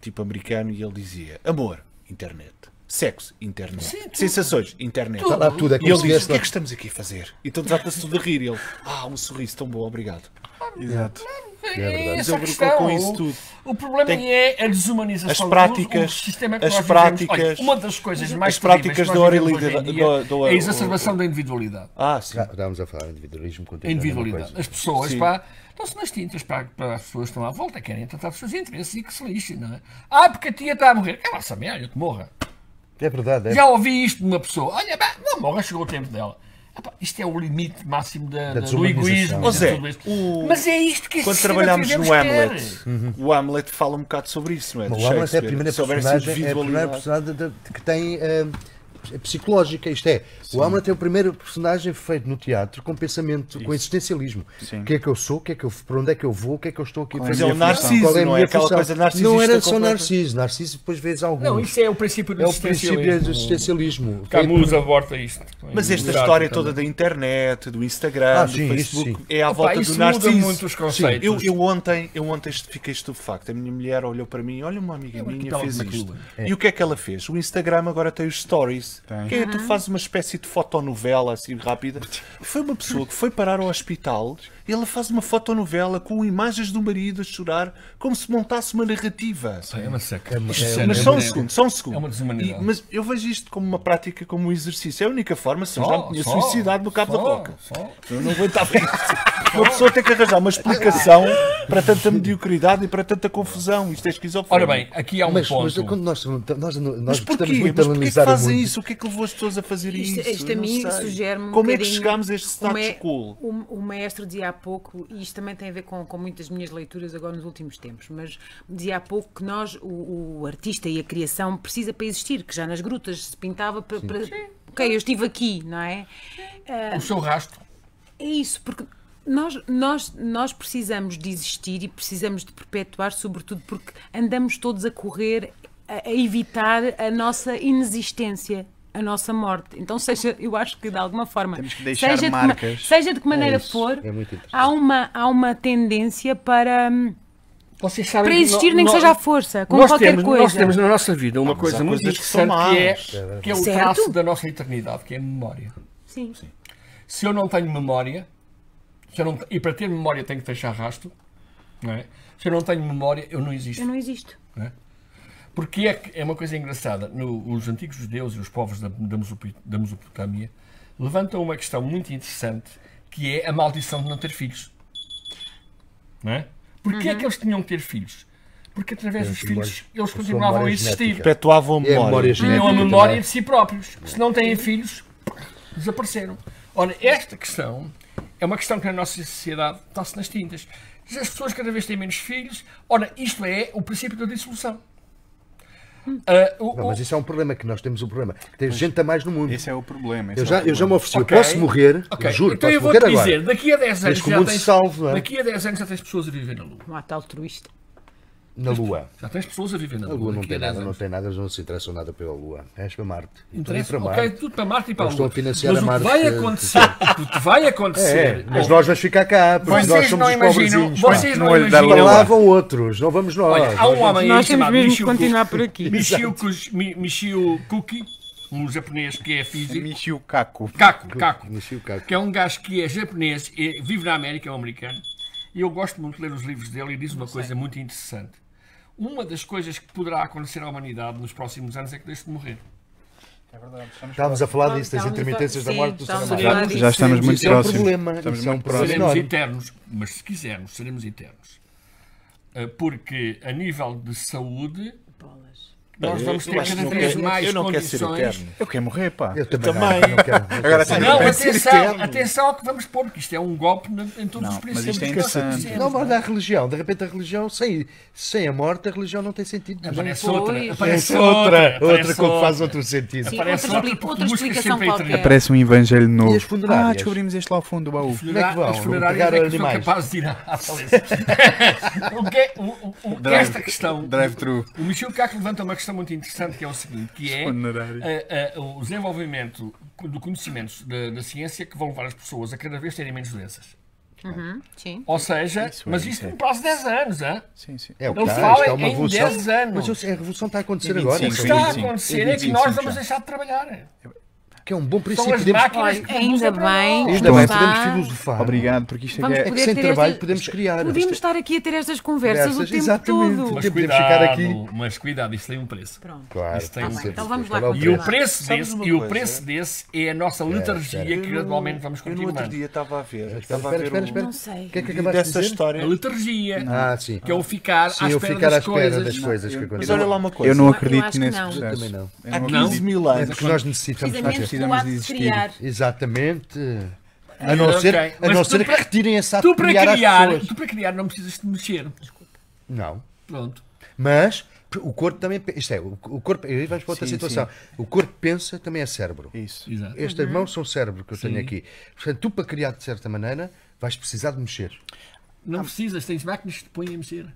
[SPEAKER 5] tipo americano, e ele dizia: amor, internet. Sexo, internet. Sensações, internet.
[SPEAKER 1] Está lá tudo, é
[SPEAKER 5] E
[SPEAKER 1] como
[SPEAKER 5] ele
[SPEAKER 1] se
[SPEAKER 5] diz: o
[SPEAKER 1] viesse
[SPEAKER 5] que é
[SPEAKER 1] lá.
[SPEAKER 5] que estamos aqui a fazer? E todos atas tudo a rir. E ele: ah, um sorriso tão bom, obrigado.
[SPEAKER 3] Exato.
[SPEAKER 4] É
[SPEAKER 1] verdade.
[SPEAKER 4] essa
[SPEAKER 5] Mas
[SPEAKER 4] a
[SPEAKER 5] eu brinco
[SPEAKER 4] questão.
[SPEAKER 5] com isso tudo.
[SPEAKER 4] O problema
[SPEAKER 5] Tem-
[SPEAKER 4] é a desumanização
[SPEAKER 5] As
[SPEAKER 4] do uso,
[SPEAKER 5] práticas-
[SPEAKER 4] o sistema que
[SPEAKER 5] as
[SPEAKER 4] nós vivemos.
[SPEAKER 5] práticas-
[SPEAKER 4] Olha, uma das coisas mais
[SPEAKER 5] as práticas
[SPEAKER 4] terríveis que
[SPEAKER 5] da
[SPEAKER 4] nós vivemos
[SPEAKER 5] oralidade-
[SPEAKER 4] hoje em dia
[SPEAKER 5] do- do-
[SPEAKER 4] é a exacerbação da individualidade.
[SPEAKER 5] Ah, sim.
[SPEAKER 1] Já Estávamos a falar de individualismo
[SPEAKER 4] A
[SPEAKER 1] contemporâneo. é uma
[SPEAKER 4] individualidade.
[SPEAKER 1] coisa.
[SPEAKER 4] As pessoas,
[SPEAKER 5] Sim.
[SPEAKER 4] pá, estão-se nas tintas para, para as pessoas que estão à volta, querem tratar dos seus interesses e que se lixem, não é? Ah, porque a tia está a morrer. Cala essa merda, te morra.
[SPEAKER 1] É verdade, é
[SPEAKER 4] Já ouvi isto de uma pessoa. Olha, pá, não morra, chegou o tempo dela. Ah, pá, isto é o limite máximo da- da- do
[SPEAKER 1] desumanização.
[SPEAKER 4] egoísmo.
[SPEAKER 5] Ó,
[SPEAKER 4] de
[SPEAKER 5] Zé,
[SPEAKER 4] tudo isto.
[SPEAKER 5] o-
[SPEAKER 4] Mas é isto que este
[SPEAKER 5] Quando
[SPEAKER 4] sistema que
[SPEAKER 5] trabalhámos no
[SPEAKER 4] vivemos quer.
[SPEAKER 5] Hamlet, o Hamlet fala um bocado sobre isso, não é? Do
[SPEAKER 1] Uhum. Mas o Hamlet é a
[SPEAKER 5] Shakespeare,
[SPEAKER 1] primeira
[SPEAKER 5] sobre essa
[SPEAKER 1] personagem, é a primeira
[SPEAKER 5] individualidade.
[SPEAKER 1] personagem da- da- que tem eh, é psicológica, isto é, o Hamlet é o primeiro personagem feito no teatro com pensamento, com existencialismo.
[SPEAKER 3] Sim.
[SPEAKER 1] O que é que eu sou, o que é que eu, para onde é que eu vou, o que é que eu estou aqui
[SPEAKER 3] Qual é
[SPEAKER 1] para
[SPEAKER 3] a minha função?
[SPEAKER 1] Qual é a
[SPEAKER 5] Narciso, não é?
[SPEAKER 1] minha
[SPEAKER 5] Aquela
[SPEAKER 1] função?
[SPEAKER 5] coisa narcisista
[SPEAKER 1] Não era só
[SPEAKER 5] completa.
[SPEAKER 1] narciso, narciso depois vês algum.
[SPEAKER 4] Não, isso é o princípio do
[SPEAKER 1] é o princípio do existencialismo. É
[SPEAKER 4] Camus aborta isto.
[SPEAKER 5] Mas esta
[SPEAKER 4] Exato,
[SPEAKER 5] história
[SPEAKER 4] também.
[SPEAKER 5] toda da internet, do Instagram,
[SPEAKER 1] Ah,
[SPEAKER 5] do
[SPEAKER 1] sim, isso
[SPEAKER 5] Facebook,
[SPEAKER 1] sim.
[SPEAKER 5] é à
[SPEAKER 4] Opa,
[SPEAKER 5] volta
[SPEAKER 4] isso
[SPEAKER 5] do
[SPEAKER 4] muda
[SPEAKER 5] narciso.
[SPEAKER 4] muito os conceitos.
[SPEAKER 5] eu, eu ontem, eu ontem est- fiquei estupefacto. A minha
[SPEAKER 4] é
[SPEAKER 5] mulher olhou para mim, olha uma amiga minha
[SPEAKER 4] arquipélago
[SPEAKER 5] fez
[SPEAKER 4] de
[SPEAKER 5] isto.
[SPEAKER 4] Macula.
[SPEAKER 5] E o que é que ela fez? O Instagram agora tem os stories. isso. Que é, tu fazes uma espécie de fotonovela assim rápida. Foi uma pessoa que foi parar ao hospital e ela faz uma fotonovela com imagens do marido a chorar como se montasse uma narrativa.
[SPEAKER 4] É uma seca. É uma,
[SPEAKER 5] Mas só um segundo, só um segundo.
[SPEAKER 4] É uma desumanidade.
[SPEAKER 5] E- mas eu vejo isto como uma prática, como um exercício. É a única forma, se eu já me tinha
[SPEAKER 4] só,
[SPEAKER 5] suicidado no Cabo da
[SPEAKER 4] só,
[SPEAKER 5] Boca.
[SPEAKER 4] só.
[SPEAKER 5] Eu não aguentava isso. Uma pessoa tem que arranjar uma explicação para tanta mediocridade e para tanta confusão. Isto é
[SPEAKER 4] Ora
[SPEAKER 5] esquizofrenia.
[SPEAKER 4] bem, aqui há um
[SPEAKER 1] Mas,
[SPEAKER 4] ponto.
[SPEAKER 1] mas quando nós, nós, nós
[SPEAKER 5] Mas
[SPEAKER 1] gostamos
[SPEAKER 5] porquê?
[SPEAKER 1] muito de
[SPEAKER 5] Mas porquê que
[SPEAKER 1] analisar o
[SPEAKER 5] fazem
[SPEAKER 1] mundo.
[SPEAKER 5] isso? O que é que levou as pessoas a fazer
[SPEAKER 2] Isto,
[SPEAKER 5] isso?
[SPEAKER 2] isto a
[SPEAKER 5] Eu não
[SPEAKER 2] mim
[SPEAKER 5] sei.
[SPEAKER 2] sugere-me um
[SPEAKER 5] Como é que
[SPEAKER 2] bocadinho- é
[SPEAKER 5] chegámos a este status
[SPEAKER 2] o,
[SPEAKER 5] quo?
[SPEAKER 2] ma- o- o maestro dizia há pouco, e isto também tem a ver com, com muitas minhas leituras agora nos últimos tempos, mas dizia há pouco que nós, o, o artista e a criação, precisa para existir, que já nas grutas se pintava para. para- Ok, eu estive aqui, não é?
[SPEAKER 4] O seu rastro.
[SPEAKER 2] É isso, porque nós, nós, nós precisamos de existir e precisamos de perpetuar, sobretudo porque andamos todos a correr, a, a evitar a nossa inexistência. A nossa morte. Então, seja, eu acho que de alguma forma.
[SPEAKER 3] Temos que deixar
[SPEAKER 2] seja de que ma-
[SPEAKER 3] marcas.
[SPEAKER 2] seja de que maneira
[SPEAKER 1] isso,
[SPEAKER 2] for,
[SPEAKER 1] é muito interessante.
[SPEAKER 2] há, uma, há uma tendência para, hum,
[SPEAKER 4] Vocês sabem
[SPEAKER 2] para
[SPEAKER 4] que
[SPEAKER 2] existir,
[SPEAKER 4] nó-
[SPEAKER 2] nem que
[SPEAKER 4] nó-
[SPEAKER 2] seja à força, com
[SPEAKER 4] nós
[SPEAKER 2] qualquer
[SPEAKER 4] temos,
[SPEAKER 2] coisa.
[SPEAKER 4] Nós temos na nossa vida uma coisa
[SPEAKER 5] há
[SPEAKER 4] muito
[SPEAKER 5] coisas que são
[SPEAKER 4] interessante que é,
[SPEAKER 5] más.
[SPEAKER 4] que é o
[SPEAKER 2] Certo.
[SPEAKER 4] traço da nossa eternidade, que é a memória.
[SPEAKER 2] Sim.
[SPEAKER 4] Se eu não tenho memória, se eu não, e para ter memória tenho que deixar rastro, não é? se eu não tenho memória, eu não existo.
[SPEAKER 2] Eu não existo.
[SPEAKER 4] Porque é, que- é uma coisa engraçada. No- os antigos judeus e os povos da, da Mesopo- da Mesopotâmia levantam uma questão muito interessante que é a maldição de não ter filhos. Não é? Porquê é que eles tinham que ter filhos? Porque através dos
[SPEAKER 1] Eles tinham
[SPEAKER 4] filhos eles
[SPEAKER 1] sua
[SPEAKER 4] continuavam a
[SPEAKER 1] memória
[SPEAKER 4] existir.
[SPEAKER 1] genética.
[SPEAKER 5] Perpetuavam a
[SPEAKER 1] É a memória
[SPEAKER 5] memória.
[SPEAKER 1] genética.
[SPEAKER 4] Tinham a
[SPEAKER 1] também.
[SPEAKER 4] um
[SPEAKER 1] é.
[SPEAKER 4] memória de si próprios. Se não têm filhos, desapareceram. Ora, esta questão é uma questão que na nossa sociedade está-se nas tintas. As pessoas cada vez têm menos filhos. Ora, isto é o princípio da dissolução. Ah, o-
[SPEAKER 1] Não,
[SPEAKER 4] o-
[SPEAKER 1] mas isso é um problema que nós temos um problema. Tem gente a mais no mundo.
[SPEAKER 3] Esse é o problema. esse
[SPEAKER 1] Eu
[SPEAKER 3] é o
[SPEAKER 1] já, eu já me
[SPEAKER 3] problema.
[SPEAKER 1] ofereci,
[SPEAKER 4] Ok.
[SPEAKER 1] eu posso morrer,
[SPEAKER 4] Ok,
[SPEAKER 1] juro,
[SPEAKER 4] então eu
[SPEAKER 1] posso
[SPEAKER 4] vou
[SPEAKER 1] morrer
[SPEAKER 4] te
[SPEAKER 1] agora.
[SPEAKER 4] dizer, daqui a 10 anos
[SPEAKER 1] Desde que o
[SPEAKER 4] já
[SPEAKER 1] mundo
[SPEAKER 4] tens,
[SPEAKER 1] se salve, não é?
[SPEAKER 4] daqui a 10 anos já tens pessoas a viver na Lua.
[SPEAKER 2] Um ato altruísta.
[SPEAKER 1] Na Lua.
[SPEAKER 4] Já tens pessoas a viver na
[SPEAKER 1] A
[SPEAKER 4] Lua.
[SPEAKER 1] Lua não
[SPEAKER 4] daqui
[SPEAKER 1] tem
[SPEAKER 4] a 10
[SPEAKER 1] nada, não
[SPEAKER 4] anos.
[SPEAKER 1] tem nada, eles não se interessam nada pela Lua. És para Marte. E para ir
[SPEAKER 4] Interessa,
[SPEAKER 1] para
[SPEAKER 4] ok,
[SPEAKER 1] Marte.
[SPEAKER 4] tudo para Marte e para a
[SPEAKER 1] Eles estão
[SPEAKER 4] Lua.
[SPEAKER 1] a financiar
[SPEAKER 4] mas
[SPEAKER 1] a Marte,
[SPEAKER 4] o que vai
[SPEAKER 1] eh,
[SPEAKER 4] acontecer, o que vai acontecer,
[SPEAKER 1] É, mas nós vamos ficar cá, porque
[SPEAKER 4] vocês
[SPEAKER 1] nós somos
[SPEAKER 4] não
[SPEAKER 1] os
[SPEAKER 4] imaginam,
[SPEAKER 1] pobrezinhos. pá.
[SPEAKER 4] vocês
[SPEAKER 3] não
[SPEAKER 4] não
[SPEAKER 3] olho da
[SPEAKER 1] Para
[SPEAKER 4] imaginam,
[SPEAKER 1] lá
[SPEAKER 3] Lua.
[SPEAKER 1] vão outros, não vamos nós.
[SPEAKER 4] Olha, há um homem aí
[SPEAKER 2] Nós temos
[SPEAKER 4] chamado
[SPEAKER 2] mesmo que
[SPEAKER 4] Michio
[SPEAKER 2] continuar
[SPEAKER 4] Ku-
[SPEAKER 2] por aqui.
[SPEAKER 4] Michio Kus- Mi- Michio Kuki, um japonês que é físico,
[SPEAKER 3] Michi o Caco.
[SPEAKER 4] Caco, Caco,
[SPEAKER 1] Michio Kaku.
[SPEAKER 4] que é um gajo que é japonês, e vive na América, é um americano, e eu gosto muito de ler os livros dele e diz uma coisa muito interessante. Uma das coisas que poderá acontecer à humanidade nos próximos anos é que deixe de morrer.
[SPEAKER 1] Estávamos a falar disso, das
[SPEAKER 2] Estávamos a-
[SPEAKER 1] intermitências da
[SPEAKER 2] um sim, um
[SPEAKER 1] morte do ser
[SPEAKER 2] estávamos a
[SPEAKER 1] humano.
[SPEAKER 2] falar
[SPEAKER 4] Já-
[SPEAKER 2] disso.
[SPEAKER 3] já estamos muito
[SPEAKER 1] Isso é um
[SPEAKER 3] próximos.
[SPEAKER 1] problema.
[SPEAKER 3] Estamos
[SPEAKER 1] Isso é um
[SPEAKER 3] muito
[SPEAKER 1] problema
[SPEAKER 4] seremos
[SPEAKER 1] enorme.
[SPEAKER 4] eternos, mas se quisermos, seremos eternos. Ah, Porque a nível de saúde, nós vamos ter
[SPEAKER 5] eu acho
[SPEAKER 4] cada
[SPEAKER 5] que não
[SPEAKER 4] vez
[SPEAKER 5] quero-
[SPEAKER 4] mais
[SPEAKER 5] eu não quero ser
[SPEAKER 4] condições.
[SPEAKER 5] eterno.
[SPEAKER 3] Eu quero morrer, pá.
[SPEAKER 1] Eu também,
[SPEAKER 5] Também.
[SPEAKER 1] Não, não quero. não
[SPEAKER 3] Agora
[SPEAKER 1] quero
[SPEAKER 3] sim,
[SPEAKER 1] saber.
[SPEAKER 4] Não,
[SPEAKER 3] Quero ser
[SPEAKER 4] atenção,
[SPEAKER 3] eterno.
[SPEAKER 4] atenção ao que vamos pôr, porque isto é um golpe na- em todos
[SPEAKER 3] Não,
[SPEAKER 4] os
[SPEAKER 3] mas
[SPEAKER 4] princípios Então,
[SPEAKER 3] isto é
[SPEAKER 4] que nós
[SPEAKER 3] interessante.
[SPEAKER 4] conhecemos.
[SPEAKER 1] Não, mas a religião, de repente a religião, sem, sem a morte, a religião não tem sentido. nenhum.
[SPEAKER 4] Aparece
[SPEAKER 2] Pois.
[SPEAKER 4] É outra,
[SPEAKER 1] Parece
[SPEAKER 4] aparece outra,
[SPEAKER 1] outra
[SPEAKER 4] aparece
[SPEAKER 1] com que faz
[SPEAKER 4] outra.
[SPEAKER 1] outro sentido.
[SPEAKER 2] Sim,
[SPEAKER 4] Parece
[SPEAKER 2] outra,
[SPEAKER 4] outra,
[SPEAKER 2] expli-
[SPEAKER 4] porque
[SPEAKER 2] outra
[SPEAKER 4] busca
[SPEAKER 2] explicação
[SPEAKER 4] sempre a eternidade.
[SPEAKER 2] qualquer.
[SPEAKER 3] Parece um evangelho novo.
[SPEAKER 1] E as funerárias?
[SPEAKER 3] Ah, descobrimos este lá ao fundo do baú.
[SPEAKER 1] Como é que vão?
[SPEAKER 4] As funerárias
[SPEAKER 1] Pegar
[SPEAKER 4] é que são
[SPEAKER 1] animais.
[SPEAKER 4] capazes de ir à falência. o que é, o, o- o- esta questão,
[SPEAKER 3] Drive-thru.
[SPEAKER 4] O Michel Caco levanta uma questão muito interessante que é o seguinte, que é
[SPEAKER 3] Funerário.
[SPEAKER 4] eh, eh, o desenvolvimento do conhecimento da, da ciência que vão levar as pessoas a cada vez terem menos doenças.
[SPEAKER 2] Uhum, sim.
[SPEAKER 4] Ou seja,
[SPEAKER 3] Isso é,
[SPEAKER 4] mas
[SPEAKER 3] isso
[SPEAKER 4] isto
[SPEAKER 3] é.
[SPEAKER 4] no prazo de 10 anos, hã?
[SPEAKER 3] Sim, sim.
[SPEAKER 1] É o que
[SPEAKER 4] Não se
[SPEAKER 1] está,
[SPEAKER 4] fala
[SPEAKER 1] isto é uma
[SPEAKER 4] em
[SPEAKER 1] revolução.
[SPEAKER 4] 10 anos.
[SPEAKER 1] Mas eu sei, a revolução está a acontecer
[SPEAKER 3] Em
[SPEAKER 1] agora.
[SPEAKER 3] 25,
[SPEAKER 4] O que
[SPEAKER 1] sim,
[SPEAKER 4] está a
[SPEAKER 1] sim.
[SPEAKER 4] acontecer
[SPEAKER 3] Sim,
[SPEAKER 4] é que
[SPEAKER 3] sim,
[SPEAKER 4] nós
[SPEAKER 3] sim,
[SPEAKER 4] vamos
[SPEAKER 3] já.
[SPEAKER 4] deixar de trabalhar.
[SPEAKER 1] Que é um bom
[SPEAKER 4] São
[SPEAKER 1] princípio.
[SPEAKER 4] as
[SPEAKER 1] Podemos,
[SPEAKER 4] máquinas que
[SPEAKER 2] Ainda
[SPEAKER 4] produzem para
[SPEAKER 2] bem.
[SPEAKER 4] nós.
[SPEAKER 1] ainda bem,
[SPEAKER 2] Está.
[SPEAKER 1] podemos filosofar.
[SPEAKER 3] Obrigado, porque isto é
[SPEAKER 2] Vamos
[SPEAKER 3] que é.
[SPEAKER 1] É que
[SPEAKER 2] Poder
[SPEAKER 1] sem
[SPEAKER 2] ter
[SPEAKER 1] trabalho
[SPEAKER 2] esta-
[SPEAKER 1] podemos criar.
[SPEAKER 2] Podíamos estar aqui a ter estas conversas,
[SPEAKER 1] Conversas,
[SPEAKER 2] o tempo
[SPEAKER 1] exatamente.
[SPEAKER 2] todo.
[SPEAKER 1] Mas
[SPEAKER 4] Mas
[SPEAKER 1] Tempo podemos ficar
[SPEAKER 4] cuidado,
[SPEAKER 1] aqui.
[SPEAKER 4] mas cuidado, isso tem um preço.
[SPEAKER 2] Pronto.
[SPEAKER 1] Claro,
[SPEAKER 4] Isso tem
[SPEAKER 1] sim,
[SPEAKER 4] um
[SPEAKER 1] sim,
[SPEAKER 4] preço.
[SPEAKER 2] Então vamos
[SPEAKER 1] qual
[SPEAKER 2] lá
[SPEAKER 1] é o
[SPEAKER 4] E o
[SPEAKER 1] preço?
[SPEAKER 2] Claro.
[SPEAKER 4] preço
[SPEAKER 5] Sabes
[SPEAKER 4] desse,
[SPEAKER 5] uma
[SPEAKER 4] e o
[SPEAKER 5] coisa?
[SPEAKER 4] preço desse é a nossa letargia que gradualmente vamos
[SPEAKER 5] Eu no
[SPEAKER 4] continuando.
[SPEAKER 5] outro dia estava a ver.
[SPEAKER 1] Espera,
[SPEAKER 5] Estava a ver
[SPEAKER 4] um
[SPEAKER 1] espera,
[SPEAKER 5] o-
[SPEAKER 1] espera.
[SPEAKER 2] Não sei.
[SPEAKER 1] O que é que
[SPEAKER 5] e
[SPEAKER 1] acabaste de
[SPEAKER 5] dessa
[SPEAKER 1] dizer?
[SPEAKER 5] história.
[SPEAKER 4] A letargia,
[SPEAKER 1] Ah, sim.
[SPEAKER 4] que é o ficar,
[SPEAKER 1] Sim,
[SPEAKER 4] à,
[SPEAKER 1] eu
[SPEAKER 4] espera
[SPEAKER 1] ficar à
[SPEAKER 4] das
[SPEAKER 1] espera
[SPEAKER 4] coisas. é?
[SPEAKER 1] das coisas que
[SPEAKER 5] Mas
[SPEAKER 1] acontecem. É
[SPEAKER 5] olha lá uma coisa.
[SPEAKER 3] Eu não
[SPEAKER 2] Eu acho
[SPEAKER 3] acredito
[SPEAKER 2] que
[SPEAKER 3] nesse
[SPEAKER 2] não.
[SPEAKER 3] processo.
[SPEAKER 1] Eu também não.
[SPEAKER 3] Eu
[SPEAKER 5] Há
[SPEAKER 3] não
[SPEAKER 5] 15 mil
[SPEAKER 1] É
[SPEAKER 5] anos.
[SPEAKER 1] do que nós necessitamos fazer.
[SPEAKER 2] Precisamente é
[SPEAKER 3] precisamos
[SPEAKER 2] do ato
[SPEAKER 3] de
[SPEAKER 2] de
[SPEAKER 3] existir.
[SPEAKER 2] criar.
[SPEAKER 1] Exatamente. A
[SPEAKER 4] Ok,
[SPEAKER 1] não ser, a
[SPEAKER 4] mas
[SPEAKER 1] não
[SPEAKER 4] tu
[SPEAKER 1] ser
[SPEAKER 4] para-
[SPEAKER 1] que retirem essa ato
[SPEAKER 4] Tu
[SPEAKER 1] de
[SPEAKER 4] para
[SPEAKER 1] criar às
[SPEAKER 4] criar,
[SPEAKER 1] pessoas.
[SPEAKER 4] tu para criar não precisas de mexer.
[SPEAKER 1] Não.
[SPEAKER 4] Pronto.
[SPEAKER 1] Mas p- o corpo também. pe- Isto é, o o corpo. Aí vamos para outra
[SPEAKER 3] Sim,
[SPEAKER 1] situação. O corpo pensa também é cérebro.
[SPEAKER 3] Isso.
[SPEAKER 4] Exato.
[SPEAKER 1] Estas mãos são cérebro que eu tenho aqui. Portanto, tu para criar de certa maneira vais precisar de mexer.
[SPEAKER 4] Não precisas, tens máquinas que te põem a mexer.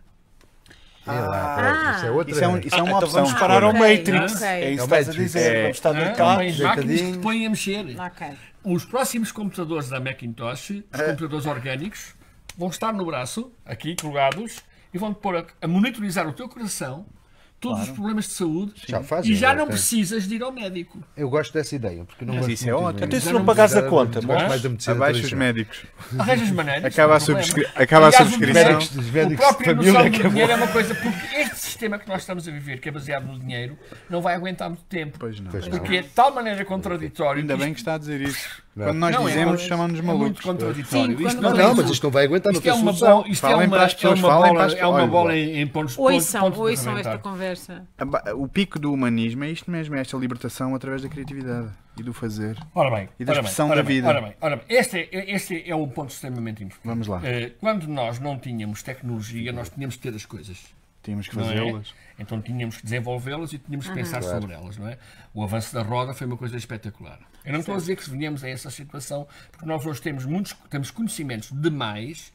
[SPEAKER 1] É
[SPEAKER 4] Ah.
[SPEAKER 1] lá, pois, isso é outra.
[SPEAKER 3] Isso é, um, isso é uma
[SPEAKER 5] Então
[SPEAKER 3] opção.
[SPEAKER 5] vamos parar ao
[SPEAKER 2] Ah, ok, ok.
[SPEAKER 5] Matrix. É isso
[SPEAKER 1] É o
[SPEAKER 5] que estás a
[SPEAKER 1] Matrix.
[SPEAKER 5] dizer.
[SPEAKER 3] É.
[SPEAKER 5] Vamos estar
[SPEAKER 4] Não,
[SPEAKER 5] no carro.
[SPEAKER 4] tens máquinas que te
[SPEAKER 1] deitadinho.
[SPEAKER 4] põem a mexer.
[SPEAKER 2] Ok.
[SPEAKER 4] Os próximos computadores da Macintosh, os
[SPEAKER 3] É.
[SPEAKER 4] computadores orgânicos, vão estar no braço, aqui colocados, e vão-te pôr a, a monitorizar o teu coração todos os problemas de saúde
[SPEAKER 1] Já fazem,
[SPEAKER 4] e já não
[SPEAKER 1] até.
[SPEAKER 4] precisas de ir ao médico.
[SPEAKER 1] Eu gosto dessa ideia, porque não
[SPEAKER 3] Mas
[SPEAKER 1] gosto
[SPEAKER 3] isso é
[SPEAKER 1] muito de
[SPEAKER 3] ótimo.
[SPEAKER 1] ver.
[SPEAKER 5] Então, e se
[SPEAKER 4] Já
[SPEAKER 5] não
[SPEAKER 4] não
[SPEAKER 5] pagares a
[SPEAKER 1] Mas
[SPEAKER 5] conta?
[SPEAKER 1] gosto
[SPEAKER 4] mas-
[SPEAKER 1] mais da medicina
[SPEAKER 3] Abaixo os
[SPEAKER 1] tradicional.
[SPEAKER 3] médicos.
[SPEAKER 4] Arranjas maneiras.
[SPEAKER 3] Acaba
[SPEAKER 4] não
[SPEAKER 3] a,
[SPEAKER 4] há problema.
[SPEAKER 3] subscri... Acaba a
[SPEAKER 4] Aliás, os
[SPEAKER 3] subscrição.
[SPEAKER 1] médicos- os médicos
[SPEAKER 4] O próprio
[SPEAKER 1] de família
[SPEAKER 4] noção do
[SPEAKER 1] acabou.
[SPEAKER 4] dinheiro é uma coisa, porque este sistema que nós estamos a viver, que é baseado no dinheiro, não vai aguentar muito tempo.
[SPEAKER 3] Pois não.
[SPEAKER 1] Pois não.
[SPEAKER 4] Porque é de tal maneira contraditório.
[SPEAKER 3] Ainda
[SPEAKER 4] que
[SPEAKER 3] bem que
[SPEAKER 4] isto-
[SPEAKER 3] está a dizer isso.
[SPEAKER 1] Não.
[SPEAKER 3] Quando nós
[SPEAKER 4] Não, é-
[SPEAKER 3] dizemos,
[SPEAKER 4] é-
[SPEAKER 3] chamamos
[SPEAKER 4] é
[SPEAKER 3] malucos.
[SPEAKER 4] Muito contraditório.
[SPEAKER 2] Sim,
[SPEAKER 4] Isto
[SPEAKER 2] quando-
[SPEAKER 1] Não, não, mas isto não vai aguentar, não
[SPEAKER 4] Isto é
[SPEAKER 1] tem
[SPEAKER 4] uma
[SPEAKER 1] solução.
[SPEAKER 4] bola, isto é
[SPEAKER 3] Falem
[SPEAKER 4] uma,
[SPEAKER 3] para as
[SPEAKER 4] é uma
[SPEAKER 3] pessoas, falem para
[SPEAKER 4] bola,
[SPEAKER 3] as
[SPEAKER 4] é uma
[SPEAKER 3] pessoas.
[SPEAKER 4] bola em, em pontos
[SPEAKER 2] Ouçam,
[SPEAKER 4] pontos, pontos
[SPEAKER 2] ouçam esta
[SPEAKER 4] fundamentais.
[SPEAKER 2] conversa.
[SPEAKER 3] Aba- O pico do humanismo é isto mesmo, é esta libertação através da criatividade e do fazer.
[SPEAKER 4] Ora bem,
[SPEAKER 3] E da
[SPEAKER 4] ora bem,
[SPEAKER 3] expressão
[SPEAKER 4] ora
[SPEAKER 3] da
[SPEAKER 4] bem,
[SPEAKER 3] vida.
[SPEAKER 4] Ora bem, ora bem. Este, é, este é um ponto extremamente importante.
[SPEAKER 3] Vamos lá.
[SPEAKER 4] Eh, Quando nós não tínhamos tecnologia, nós tínhamos que ter as coisas.
[SPEAKER 3] Tínhamos que
[SPEAKER 4] não é?
[SPEAKER 3] fazê-las.
[SPEAKER 4] Então tínhamos que desenvolvê-las e tínhamos que pensar sobre elas, não é? O avanço da roda foi uma coisa espetacular. Eu não estou a dizer que venhamos a essa situação, porque nós hoje temos muitos temos conhecimentos demais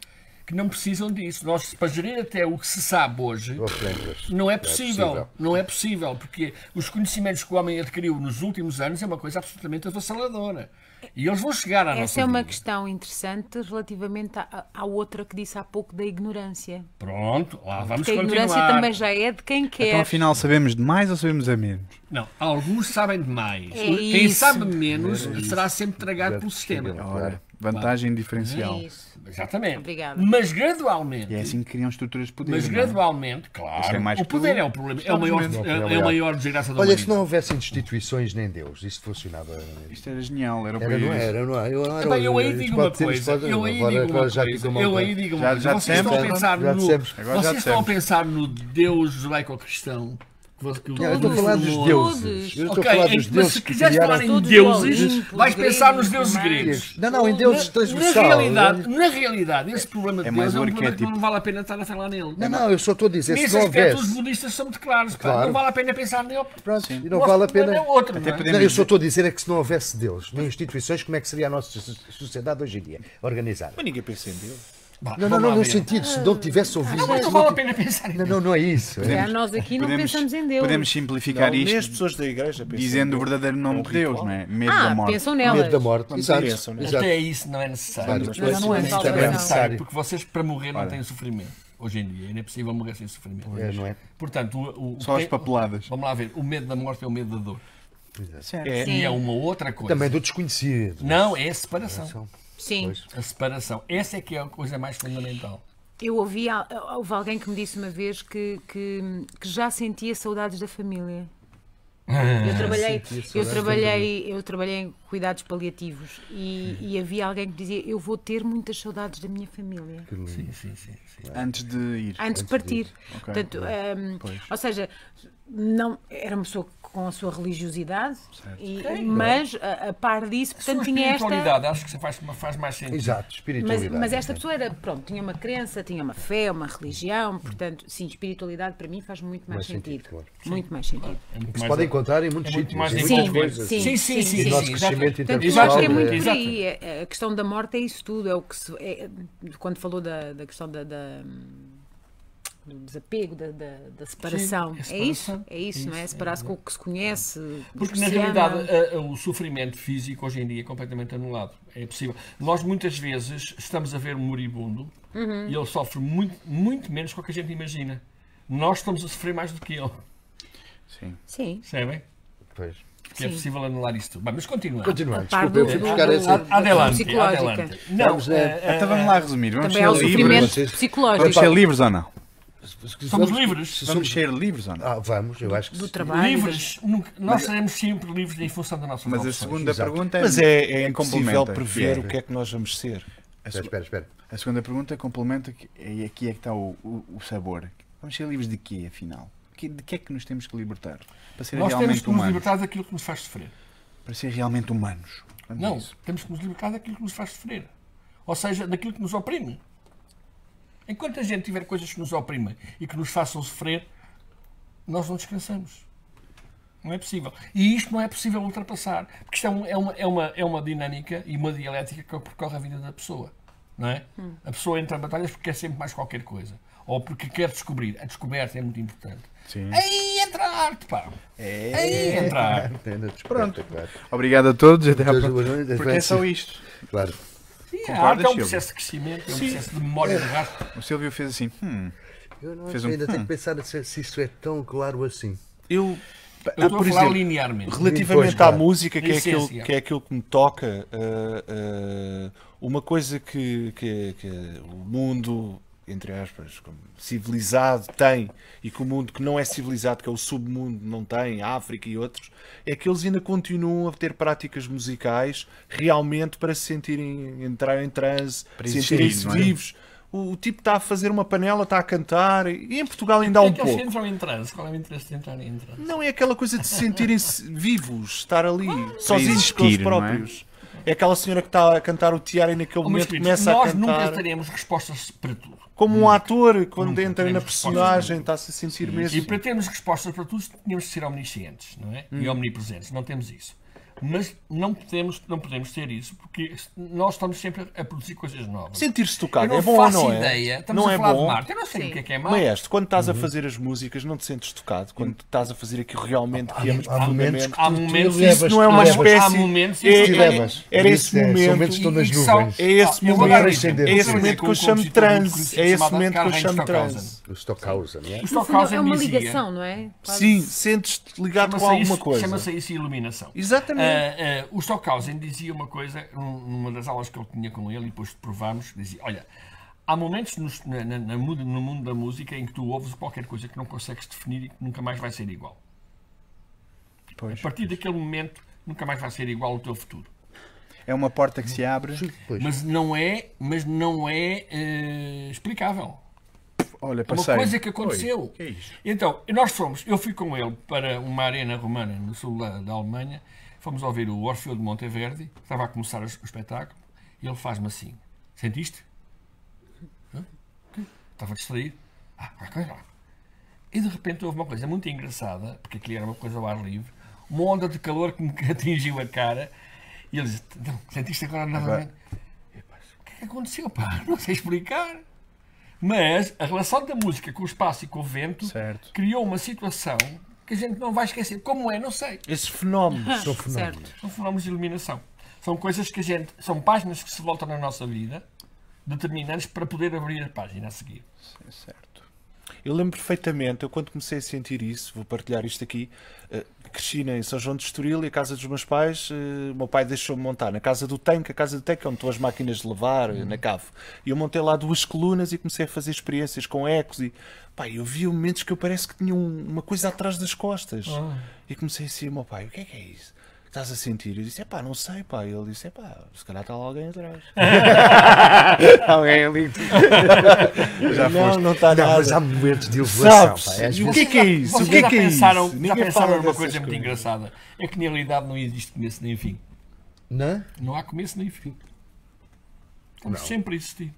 [SPEAKER 4] que não precisam disso. Nós, para gerir até o que se sabe hoje,
[SPEAKER 1] Ofrendas.
[SPEAKER 4] não é possível,
[SPEAKER 1] possível.
[SPEAKER 4] não é possível, porque os conhecimentos que o homem adquiriu nos últimos anos é uma coisa absolutamente avassaladora. E eles vão chegar à nossa
[SPEAKER 2] Essa é uma
[SPEAKER 4] vida.
[SPEAKER 2] questão interessante relativamente à, à outra que disse há pouco da ignorância.
[SPEAKER 4] Pronto, lá vamos
[SPEAKER 2] Porque a
[SPEAKER 4] continuar.
[SPEAKER 2] ignorância também já é de quem
[SPEAKER 3] Então
[SPEAKER 2] quer.
[SPEAKER 3] afinal sabemos de mais ou sabemos a menos?
[SPEAKER 4] Não, alguns sabem demais.
[SPEAKER 2] É
[SPEAKER 4] Quem
[SPEAKER 2] isso.
[SPEAKER 4] sabe menos será sempre tragado pelo sistema.
[SPEAKER 3] Ora, vantagem diferencial.
[SPEAKER 2] é isso.
[SPEAKER 4] Exatamente.
[SPEAKER 2] Obrigada.
[SPEAKER 4] Mas gradualmente.
[SPEAKER 3] E é assim que criam estruturas de poder.
[SPEAKER 4] Mas
[SPEAKER 3] não é?
[SPEAKER 4] gradualmente, claro.
[SPEAKER 3] Isto é mais
[SPEAKER 4] o
[SPEAKER 3] que
[SPEAKER 4] poder
[SPEAKER 3] tudo.
[SPEAKER 4] é o problema. É o maior,
[SPEAKER 3] Estamos
[SPEAKER 1] mesmo.
[SPEAKER 4] é, é o maior desgraça da
[SPEAKER 1] Olha, se
[SPEAKER 4] humanidade.
[SPEAKER 1] não houvessem instituições nem Deus, isso funcionava.
[SPEAKER 3] Isto era genial, era o
[SPEAKER 1] Era, não
[SPEAKER 3] país.
[SPEAKER 1] era, não era. Eu, era,
[SPEAKER 4] Bem, eu aí
[SPEAKER 1] isto
[SPEAKER 4] digo
[SPEAKER 1] pode
[SPEAKER 4] uma
[SPEAKER 1] ser, isto
[SPEAKER 4] coisa,
[SPEAKER 1] pode-
[SPEAKER 4] eu aí
[SPEAKER 1] agora-
[SPEAKER 4] digo uma
[SPEAKER 1] agora já
[SPEAKER 4] coisa,
[SPEAKER 1] ficou
[SPEAKER 4] eu
[SPEAKER 1] mal.
[SPEAKER 4] aí digo uma
[SPEAKER 3] Já-
[SPEAKER 4] coisa.
[SPEAKER 3] já
[SPEAKER 4] vocês estão a
[SPEAKER 3] dissemos,
[SPEAKER 4] pensar
[SPEAKER 1] já
[SPEAKER 4] no,
[SPEAKER 1] dissemos.
[SPEAKER 4] vocês
[SPEAKER 3] Agora já
[SPEAKER 4] estão a
[SPEAKER 3] dissemos.
[SPEAKER 4] pensar no Deus judaico-cristão. que vo- que o-
[SPEAKER 1] Eu estou a falar dos
[SPEAKER 4] formou-
[SPEAKER 1] deuses. Eu estou
[SPEAKER 4] Ok, é
[SPEAKER 1] a falar dos
[SPEAKER 4] em- mas
[SPEAKER 1] deuses
[SPEAKER 4] se
[SPEAKER 1] que
[SPEAKER 4] quiseres falar
[SPEAKER 1] criaram.
[SPEAKER 4] em
[SPEAKER 2] Todos
[SPEAKER 4] deuses,
[SPEAKER 2] iguais,
[SPEAKER 4] vais
[SPEAKER 2] gregos,
[SPEAKER 1] é
[SPEAKER 4] pensar nos deuses
[SPEAKER 2] romanos.
[SPEAKER 4] gregos.
[SPEAKER 1] Não, não, em deuses
[SPEAKER 4] Na
[SPEAKER 1] transversal.
[SPEAKER 4] realidade, na realidade, esse problema de
[SPEAKER 3] é
[SPEAKER 4] Deus
[SPEAKER 3] mais
[SPEAKER 4] é
[SPEAKER 3] um
[SPEAKER 4] um problema que
[SPEAKER 3] arquétipo.
[SPEAKER 4] não vale a pena estar a falar nele.
[SPEAKER 1] Não, não, eu só estou a dizer, se
[SPEAKER 4] Nesse
[SPEAKER 1] não
[SPEAKER 4] aspecto, os
[SPEAKER 1] houvesse.
[SPEAKER 4] budistas são muito claros. pá.
[SPEAKER 1] Claro.
[SPEAKER 4] Não vale a pena pensar nele.
[SPEAKER 1] Pronto, e não
[SPEAKER 4] Nosso
[SPEAKER 1] vale a
[SPEAKER 4] problema
[SPEAKER 1] pena.
[SPEAKER 4] É outro, não é?
[SPEAKER 3] podemos-
[SPEAKER 1] Não, eu só estou a dizer é que se não houvesse Deus, nem instituições, como é que seria a nossa so- sociedade hoje em dia, organizada?
[SPEAKER 5] Mas ninguém pensa em Deus.
[SPEAKER 4] Bah,
[SPEAKER 1] Não, não, não,
[SPEAKER 4] vamos lá
[SPEAKER 1] no
[SPEAKER 4] ver.
[SPEAKER 1] sentido, se não tivesse ouvido.
[SPEAKER 4] Não, mas
[SPEAKER 1] se
[SPEAKER 4] não
[SPEAKER 1] não
[SPEAKER 4] vale a
[SPEAKER 1] ti-
[SPEAKER 4] pena pensar em
[SPEAKER 1] Não, não, não é isso.
[SPEAKER 2] Já nós aqui não pensamos em Deus.
[SPEAKER 3] Podemos simplificar
[SPEAKER 5] Não, nem as
[SPEAKER 3] isto
[SPEAKER 5] pessoas da igreja pensam.
[SPEAKER 3] dizendo o verdadeiro nome
[SPEAKER 5] um
[SPEAKER 3] de Deus,
[SPEAKER 5] ritual.
[SPEAKER 3] não é? Medo da
[SPEAKER 2] ah,
[SPEAKER 3] morte.
[SPEAKER 2] pensam
[SPEAKER 1] Medo
[SPEAKER 2] nelas.
[SPEAKER 1] da morte. Exato.
[SPEAKER 5] pensam, né?
[SPEAKER 1] exato.
[SPEAKER 4] Até isso não é necessário.
[SPEAKER 1] Vamos, vamos,
[SPEAKER 4] não é
[SPEAKER 1] vamos,
[SPEAKER 4] necessário.
[SPEAKER 1] vamos.
[SPEAKER 4] É necessário, Porque vocês, para morrer, não têm sofrimento. Hoje em dia, ainda é possível morrer sem sofrimento.
[SPEAKER 1] É, não é?
[SPEAKER 4] Portanto, o, o,
[SPEAKER 3] Só
[SPEAKER 4] o-
[SPEAKER 3] as papeladas.
[SPEAKER 4] Vamos lá ver. O medo da morte é o medo da dor.
[SPEAKER 5] É.
[SPEAKER 4] E é uma outra coisa.
[SPEAKER 1] Também do desconhecido.
[SPEAKER 4] Não, é a separação.
[SPEAKER 2] Sim.
[SPEAKER 4] A separação. Essa é que é a coisa mais fundamental.
[SPEAKER 2] Eu ouvi, al- houve alguém que me disse uma vez que, que, que já sentia saudades da família. Eu trabalhei, eu trabalhei, eu trabalhei em cuidados paliativos e, e havia alguém que dizia eu vou ter muitas saudades da minha família
[SPEAKER 4] Sim, sim, sim. sim.
[SPEAKER 3] Antes de ir.
[SPEAKER 2] antes de partir. Portanto, hum, ou seja, não era uma pessoa com a sua religiosidade, e- mas a, a par disso, portanto
[SPEAKER 4] é
[SPEAKER 2] tinha esta
[SPEAKER 4] espiritualidade, acho que você faz, faz mais sentido.
[SPEAKER 1] Exato,
[SPEAKER 2] Mas,
[SPEAKER 1] espiritualidade.
[SPEAKER 2] mas esta pessoa era, pronto, tinha uma crença, tinha uma fé, uma religião, portanto, sim, espiritualidade para mim faz muito
[SPEAKER 1] Mais
[SPEAKER 2] mais,
[SPEAKER 1] sentido,
[SPEAKER 2] sentido.
[SPEAKER 1] claro.
[SPEAKER 2] Muito mais sentido.
[SPEAKER 4] É muito
[SPEAKER 1] Que se
[SPEAKER 4] mais-
[SPEAKER 1] pode encontrar em muitos
[SPEAKER 4] é muito
[SPEAKER 1] sítios.
[SPEAKER 4] mais
[SPEAKER 1] em
[SPEAKER 4] difícil
[SPEAKER 1] muitas
[SPEAKER 4] de ver.
[SPEAKER 1] coisas.
[SPEAKER 2] Sim,
[SPEAKER 4] Sim, sim,
[SPEAKER 2] sim,
[SPEAKER 4] sim.
[SPEAKER 1] O nosso
[SPEAKER 4] sim,
[SPEAKER 1] crescimento
[SPEAKER 4] exatamente.
[SPEAKER 2] Portanto, eu acho que é
[SPEAKER 1] Exato.
[SPEAKER 2] muito por
[SPEAKER 4] Exato.
[SPEAKER 2] aí. É- é- A questão da morte é isso tudo. É o que se, é- quando falou da, da questão da, da- do desapego, da, da- da separação.
[SPEAKER 4] Sim, a
[SPEAKER 2] é isso,
[SPEAKER 4] separação.
[SPEAKER 2] é isso, não é? Separar-se com o que se conhece. do
[SPEAKER 4] Porque
[SPEAKER 2] que
[SPEAKER 4] na
[SPEAKER 2] se
[SPEAKER 4] realidade
[SPEAKER 2] ama.
[SPEAKER 4] a- a- o sofrimento físico hoje em dia é completamente anulado. É possível. Nós muitas vezes estamos a ver um moribundo
[SPEAKER 2] Uhum.
[SPEAKER 4] e ele sofre muito, muito menos do que a gente imagina. Nós estamos a sofrer mais do que ele,
[SPEAKER 3] Sim.
[SPEAKER 2] Sim.
[SPEAKER 4] percebem?
[SPEAKER 1] Pois.
[SPEAKER 4] Porque é possível anular isso tudo. Bem, mas continua.
[SPEAKER 1] Continuando,
[SPEAKER 2] par
[SPEAKER 1] desculpa, eu fui
[SPEAKER 2] do-
[SPEAKER 1] buscar
[SPEAKER 2] do-
[SPEAKER 1] essa.
[SPEAKER 4] Adelante,
[SPEAKER 2] Psicológica.
[SPEAKER 4] adelante. Não,
[SPEAKER 1] Vamos, é,
[SPEAKER 4] eh, eh,
[SPEAKER 3] Então vamos lá resumir. Vamos
[SPEAKER 2] Também há o
[SPEAKER 3] ser livres.
[SPEAKER 2] sofrimento
[SPEAKER 1] vocês-
[SPEAKER 2] psicológico
[SPEAKER 3] Vamos ser livres ou não?
[SPEAKER 4] somos livres.
[SPEAKER 1] Se
[SPEAKER 3] Vamos um
[SPEAKER 1] somos-
[SPEAKER 3] ser livres ou não?
[SPEAKER 1] Ah, vamos, eu acho que
[SPEAKER 2] do
[SPEAKER 1] sim.
[SPEAKER 2] trabalho.
[SPEAKER 4] Livres, nunca- nós seremos sempre livres em função da nossa
[SPEAKER 3] Ah, Mas a segunda pergunta é.
[SPEAKER 5] Mas é, é impossível
[SPEAKER 3] complementa,
[SPEAKER 5] prever
[SPEAKER 3] que é-
[SPEAKER 5] o que é que nós vamos ser.
[SPEAKER 1] Espera, espera, espera.
[SPEAKER 3] A segunda pergunta complementa que- e aqui é que está o, o- o sabor. Vamos ser livres de quê, afinal? Que- De que é que nos temos que libertar? Para ser é
[SPEAKER 4] Nós temos
[SPEAKER 3] realmente
[SPEAKER 4] que nos
[SPEAKER 3] humanos.
[SPEAKER 4] libertar daquilo que nos faz sofrer.
[SPEAKER 3] Para ser realmente humanos. Vamos a
[SPEAKER 4] Não,
[SPEAKER 3] isso.
[SPEAKER 4] temos que nos libertar daquilo que nos faz sofrer. Ou seja, daquilo que nos oprime. Enquanto a gente tiver coisas que nos oprimem e que nos façam sofrer, nós não descansamos. Não é possível. E isto não é possível ultrapassar. Porque isto é, um- é uma, é, uma, é uma dinâmica e uma dialética que percorre a vida da pessoa. Não é? A pessoa entra em batalhas porque quer sempre mais qualquer coisa. Ou porque quer descobrir. A descoberta é muito importante.
[SPEAKER 3] Sim. É.
[SPEAKER 4] Aí entra a arte, pá. Aí entra a arte.
[SPEAKER 1] Pronto. Claro.
[SPEAKER 3] Obrigado a todos. Até à
[SPEAKER 1] Todas
[SPEAKER 3] próxima.
[SPEAKER 1] boas noites,
[SPEAKER 3] Porque é só
[SPEAKER 1] vai-
[SPEAKER 3] isto.
[SPEAKER 1] Claro.
[SPEAKER 4] Sim, a
[SPEAKER 3] Concordas,
[SPEAKER 4] arte é um
[SPEAKER 3] Silvio?
[SPEAKER 4] processo de crescimento, é um processo de memória de rastro.
[SPEAKER 3] O Silvio fez assim. Hum,
[SPEAKER 1] Eu não
[SPEAKER 3] Fez
[SPEAKER 1] sei,
[SPEAKER 3] um-
[SPEAKER 1] ainda tenho
[SPEAKER 3] Hum.
[SPEAKER 1] que pensar se, se isso é tão claro assim.
[SPEAKER 5] Eu,
[SPEAKER 4] Eu estou
[SPEAKER 5] por
[SPEAKER 4] a falar
[SPEAKER 5] exemplo,
[SPEAKER 4] linearmente.
[SPEAKER 5] Relativamente
[SPEAKER 1] Pois, claro.
[SPEAKER 5] à música, que é,
[SPEAKER 4] Isso é
[SPEAKER 5] aquilo,
[SPEAKER 4] assim, é.
[SPEAKER 5] que é aquilo que me toca, ah, ah, uma coisa que, que- que o mundo, entre aspas, como civilizado tem e que o mundo que não é civilizado, que é o submundo, não tem, a África e outros, é que eles ainda continuam a ter práticas musicais realmente para se sentirem, entrar em transe,
[SPEAKER 3] Para
[SPEAKER 5] sentirem-se
[SPEAKER 3] existir, não é?
[SPEAKER 5] vivos. O, o tipo está a fazer uma panela, está a cantar, e em Portugal ainda há
[SPEAKER 4] Por
[SPEAKER 5] um
[SPEAKER 4] que é que
[SPEAKER 5] pouco.
[SPEAKER 4] eles entram em transe? Qual é o interesse de entrar em transe?
[SPEAKER 5] Não é aquela coisa de se sentirem-se vivos, estar ali, sozinhos com os
[SPEAKER 3] existir, não é?
[SPEAKER 5] próprios. É? aquela senhora que está a cantar o tiara e naquele
[SPEAKER 4] Oh, meus
[SPEAKER 5] momento
[SPEAKER 4] queridos,
[SPEAKER 5] começa a
[SPEAKER 4] nós
[SPEAKER 5] cantar.
[SPEAKER 4] nunca teremos respostas para tudo.
[SPEAKER 5] Como um ator, quando entra na
[SPEAKER 4] teremos
[SPEAKER 5] personagem, está-se a sentir
[SPEAKER 4] E
[SPEAKER 5] mesmo.
[SPEAKER 4] para termos respostas para tudo, tínhamos de ser omniscientes não é?
[SPEAKER 5] Hum.
[SPEAKER 4] e omnipresentes. Não temos isso. Mas não podemos, não podemos ter isso, porque nós estamos sempre a produzir coisas novas.
[SPEAKER 5] Sentir-se
[SPEAKER 4] eu
[SPEAKER 5] tocado
[SPEAKER 4] não
[SPEAKER 5] é bom ou
[SPEAKER 4] faço
[SPEAKER 5] não é?
[SPEAKER 4] ideia. Estamos
[SPEAKER 5] não
[SPEAKER 4] a
[SPEAKER 5] é
[SPEAKER 4] falar de
[SPEAKER 5] bom.
[SPEAKER 4] Marte. Eu não sei o que é que é Marte.
[SPEAKER 5] Maestro, quando estás a
[SPEAKER 1] Uhum.
[SPEAKER 5] fazer as músicas, não te sentes tocado. Quando estás a fazer aquilo realmente que amas
[SPEAKER 1] há momentos
[SPEAKER 5] profundamente.
[SPEAKER 1] que
[SPEAKER 4] Há
[SPEAKER 1] tu- tu
[SPEAKER 4] momentos-
[SPEAKER 1] levas-
[SPEAKER 5] Isso não é
[SPEAKER 1] tu
[SPEAKER 5] uma
[SPEAKER 1] levas-
[SPEAKER 5] espécie.
[SPEAKER 4] Há momentos em
[SPEAKER 5] é-
[SPEAKER 4] que
[SPEAKER 1] tu
[SPEAKER 4] é-
[SPEAKER 1] levas.
[SPEAKER 5] era esse
[SPEAKER 1] Isso é, São
[SPEAKER 5] momento.
[SPEAKER 1] momentos que estão nas
[SPEAKER 4] E que são-
[SPEAKER 1] nuvens.
[SPEAKER 5] É esse
[SPEAKER 4] Ah, eu vou dar um
[SPEAKER 5] momento.
[SPEAKER 4] exemplo.
[SPEAKER 5] É esse
[SPEAKER 4] Eu vou
[SPEAKER 5] momento que eu
[SPEAKER 4] dizer com um
[SPEAKER 5] chamo de
[SPEAKER 4] compositor muito
[SPEAKER 5] transe.
[SPEAKER 4] conhecido
[SPEAKER 5] É esse
[SPEAKER 4] chamado
[SPEAKER 5] momento que eu
[SPEAKER 4] Karl-Heinz
[SPEAKER 5] chamo de
[SPEAKER 4] Stockhausen.
[SPEAKER 5] transe.
[SPEAKER 1] O Stockhausen, não é?
[SPEAKER 4] O
[SPEAKER 1] Isso
[SPEAKER 2] No fundo,
[SPEAKER 4] Stockhausen
[SPEAKER 2] é uma
[SPEAKER 4] dizia-
[SPEAKER 2] ligação, não é? Quase-
[SPEAKER 5] Sim, sentes-te ligado com
[SPEAKER 4] Chama-se
[SPEAKER 5] alguma
[SPEAKER 4] isso,
[SPEAKER 5] coisa.
[SPEAKER 4] chama-se isso iluminação.
[SPEAKER 5] Exatamente.
[SPEAKER 4] Ah, ah, o Stockhausen dizia uma coisa, num- numa das aulas que eu tinha com ele, e depois provámos, dizia, olha, há momentos nos- na- na- na mu- no mundo da música em que tu ouves qualquer coisa que não consegues definir e que nunca mais vai ser igual.
[SPEAKER 3] Pois.
[SPEAKER 4] A partir daquele momento, nunca mais vai ser igual o teu futuro.
[SPEAKER 3] É uma porta que se abre.
[SPEAKER 1] Pois.
[SPEAKER 4] Mas não é, mas não é eh, explicável.
[SPEAKER 3] Olha,
[SPEAKER 4] É uma
[SPEAKER 3] passei.
[SPEAKER 4] coisa que aconteceu.
[SPEAKER 3] Oi, que é isto?
[SPEAKER 4] Então, nós fomos, eu fui com ele para uma arena romana no sul da, da Alemanha, fomos ouvir o Orfeu de Monteverdi, estava a começar o es- o espetáculo, e ele faz-me assim: Sentiste? Hã? O quê? Estava distraído. Ah, ah, coisa lá. E de repente houve uma coisa muito engraçada, porque aquilo era uma coisa ao ar livre, uma onda de calor que me atingiu a cara, e ele disse: Não, sentiste agora nada bem? Epá, O que é que aconteceu, pá? Não sei explicar. Mas a relação da música com o espaço e com o vento
[SPEAKER 3] Certo.
[SPEAKER 4] criou uma situação que a gente não vai esquecer. Como é, não sei.
[SPEAKER 5] Esses fenómenos.
[SPEAKER 1] é um fenómeno.
[SPEAKER 2] Certo.
[SPEAKER 4] São fenómenos de iluminação. São coisas que a gente. São páginas que se voltam na nossa vida, determinantes para poder abrir a página a seguir.
[SPEAKER 3] Certo.
[SPEAKER 5] Eu lembro perfeitamente, eu quando comecei a sentir isso, vou partilhar isto aqui, eh, cresci em São João de Estoril e a casa dos meus pais, eh, o meu pai deixou-me montar na casa do tanque, a casa do tanque é onde estão as máquinas de lavar, eh, na cave. E eu montei lá duas colunas e comecei a fazer experiências com ecos e, pá, eu vi momentos que eu parece que tinha um- uma coisa atrás das costas. E comecei a dizer, meu pai, o que é que é isso? Estás a sentir? Eu disse, é pá, não sei, pá. E ele disse, é pá, se calhar está lá alguém atrás.
[SPEAKER 3] Alguém ali. Já
[SPEAKER 5] não,
[SPEAKER 3] foste.
[SPEAKER 5] não está
[SPEAKER 1] Não,
[SPEAKER 5] nada.
[SPEAKER 1] mas há momentos de elevação.
[SPEAKER 5] Sabes,
[SPEAKER 1] pá, é-
[SPEAKER 5] e o que é que é isso? O
[SPEAKER 4] Vocês
[SPEAKER 5] que é
[SPEAKER 4] já
[SPEAKER 5] que é isso?
[SPEAKER 4] pensaram, já
[SPEAKER 5] Ninguém
[SPEAKER 4] pensaram
[SPEAKER 5] fala
[SPEAKER 4] numa
[SPEAKER 5] dessas
[SPEAKER 4] coisa muito
[SPEAKER 5] coisas.
[SPEAKER 4] engraçada? É que na realidade não existe começo nem fim.
[SPEAKER 1] Não?
[SPEAKER 4] Não há começo nem fim. Estamos sempre a existir.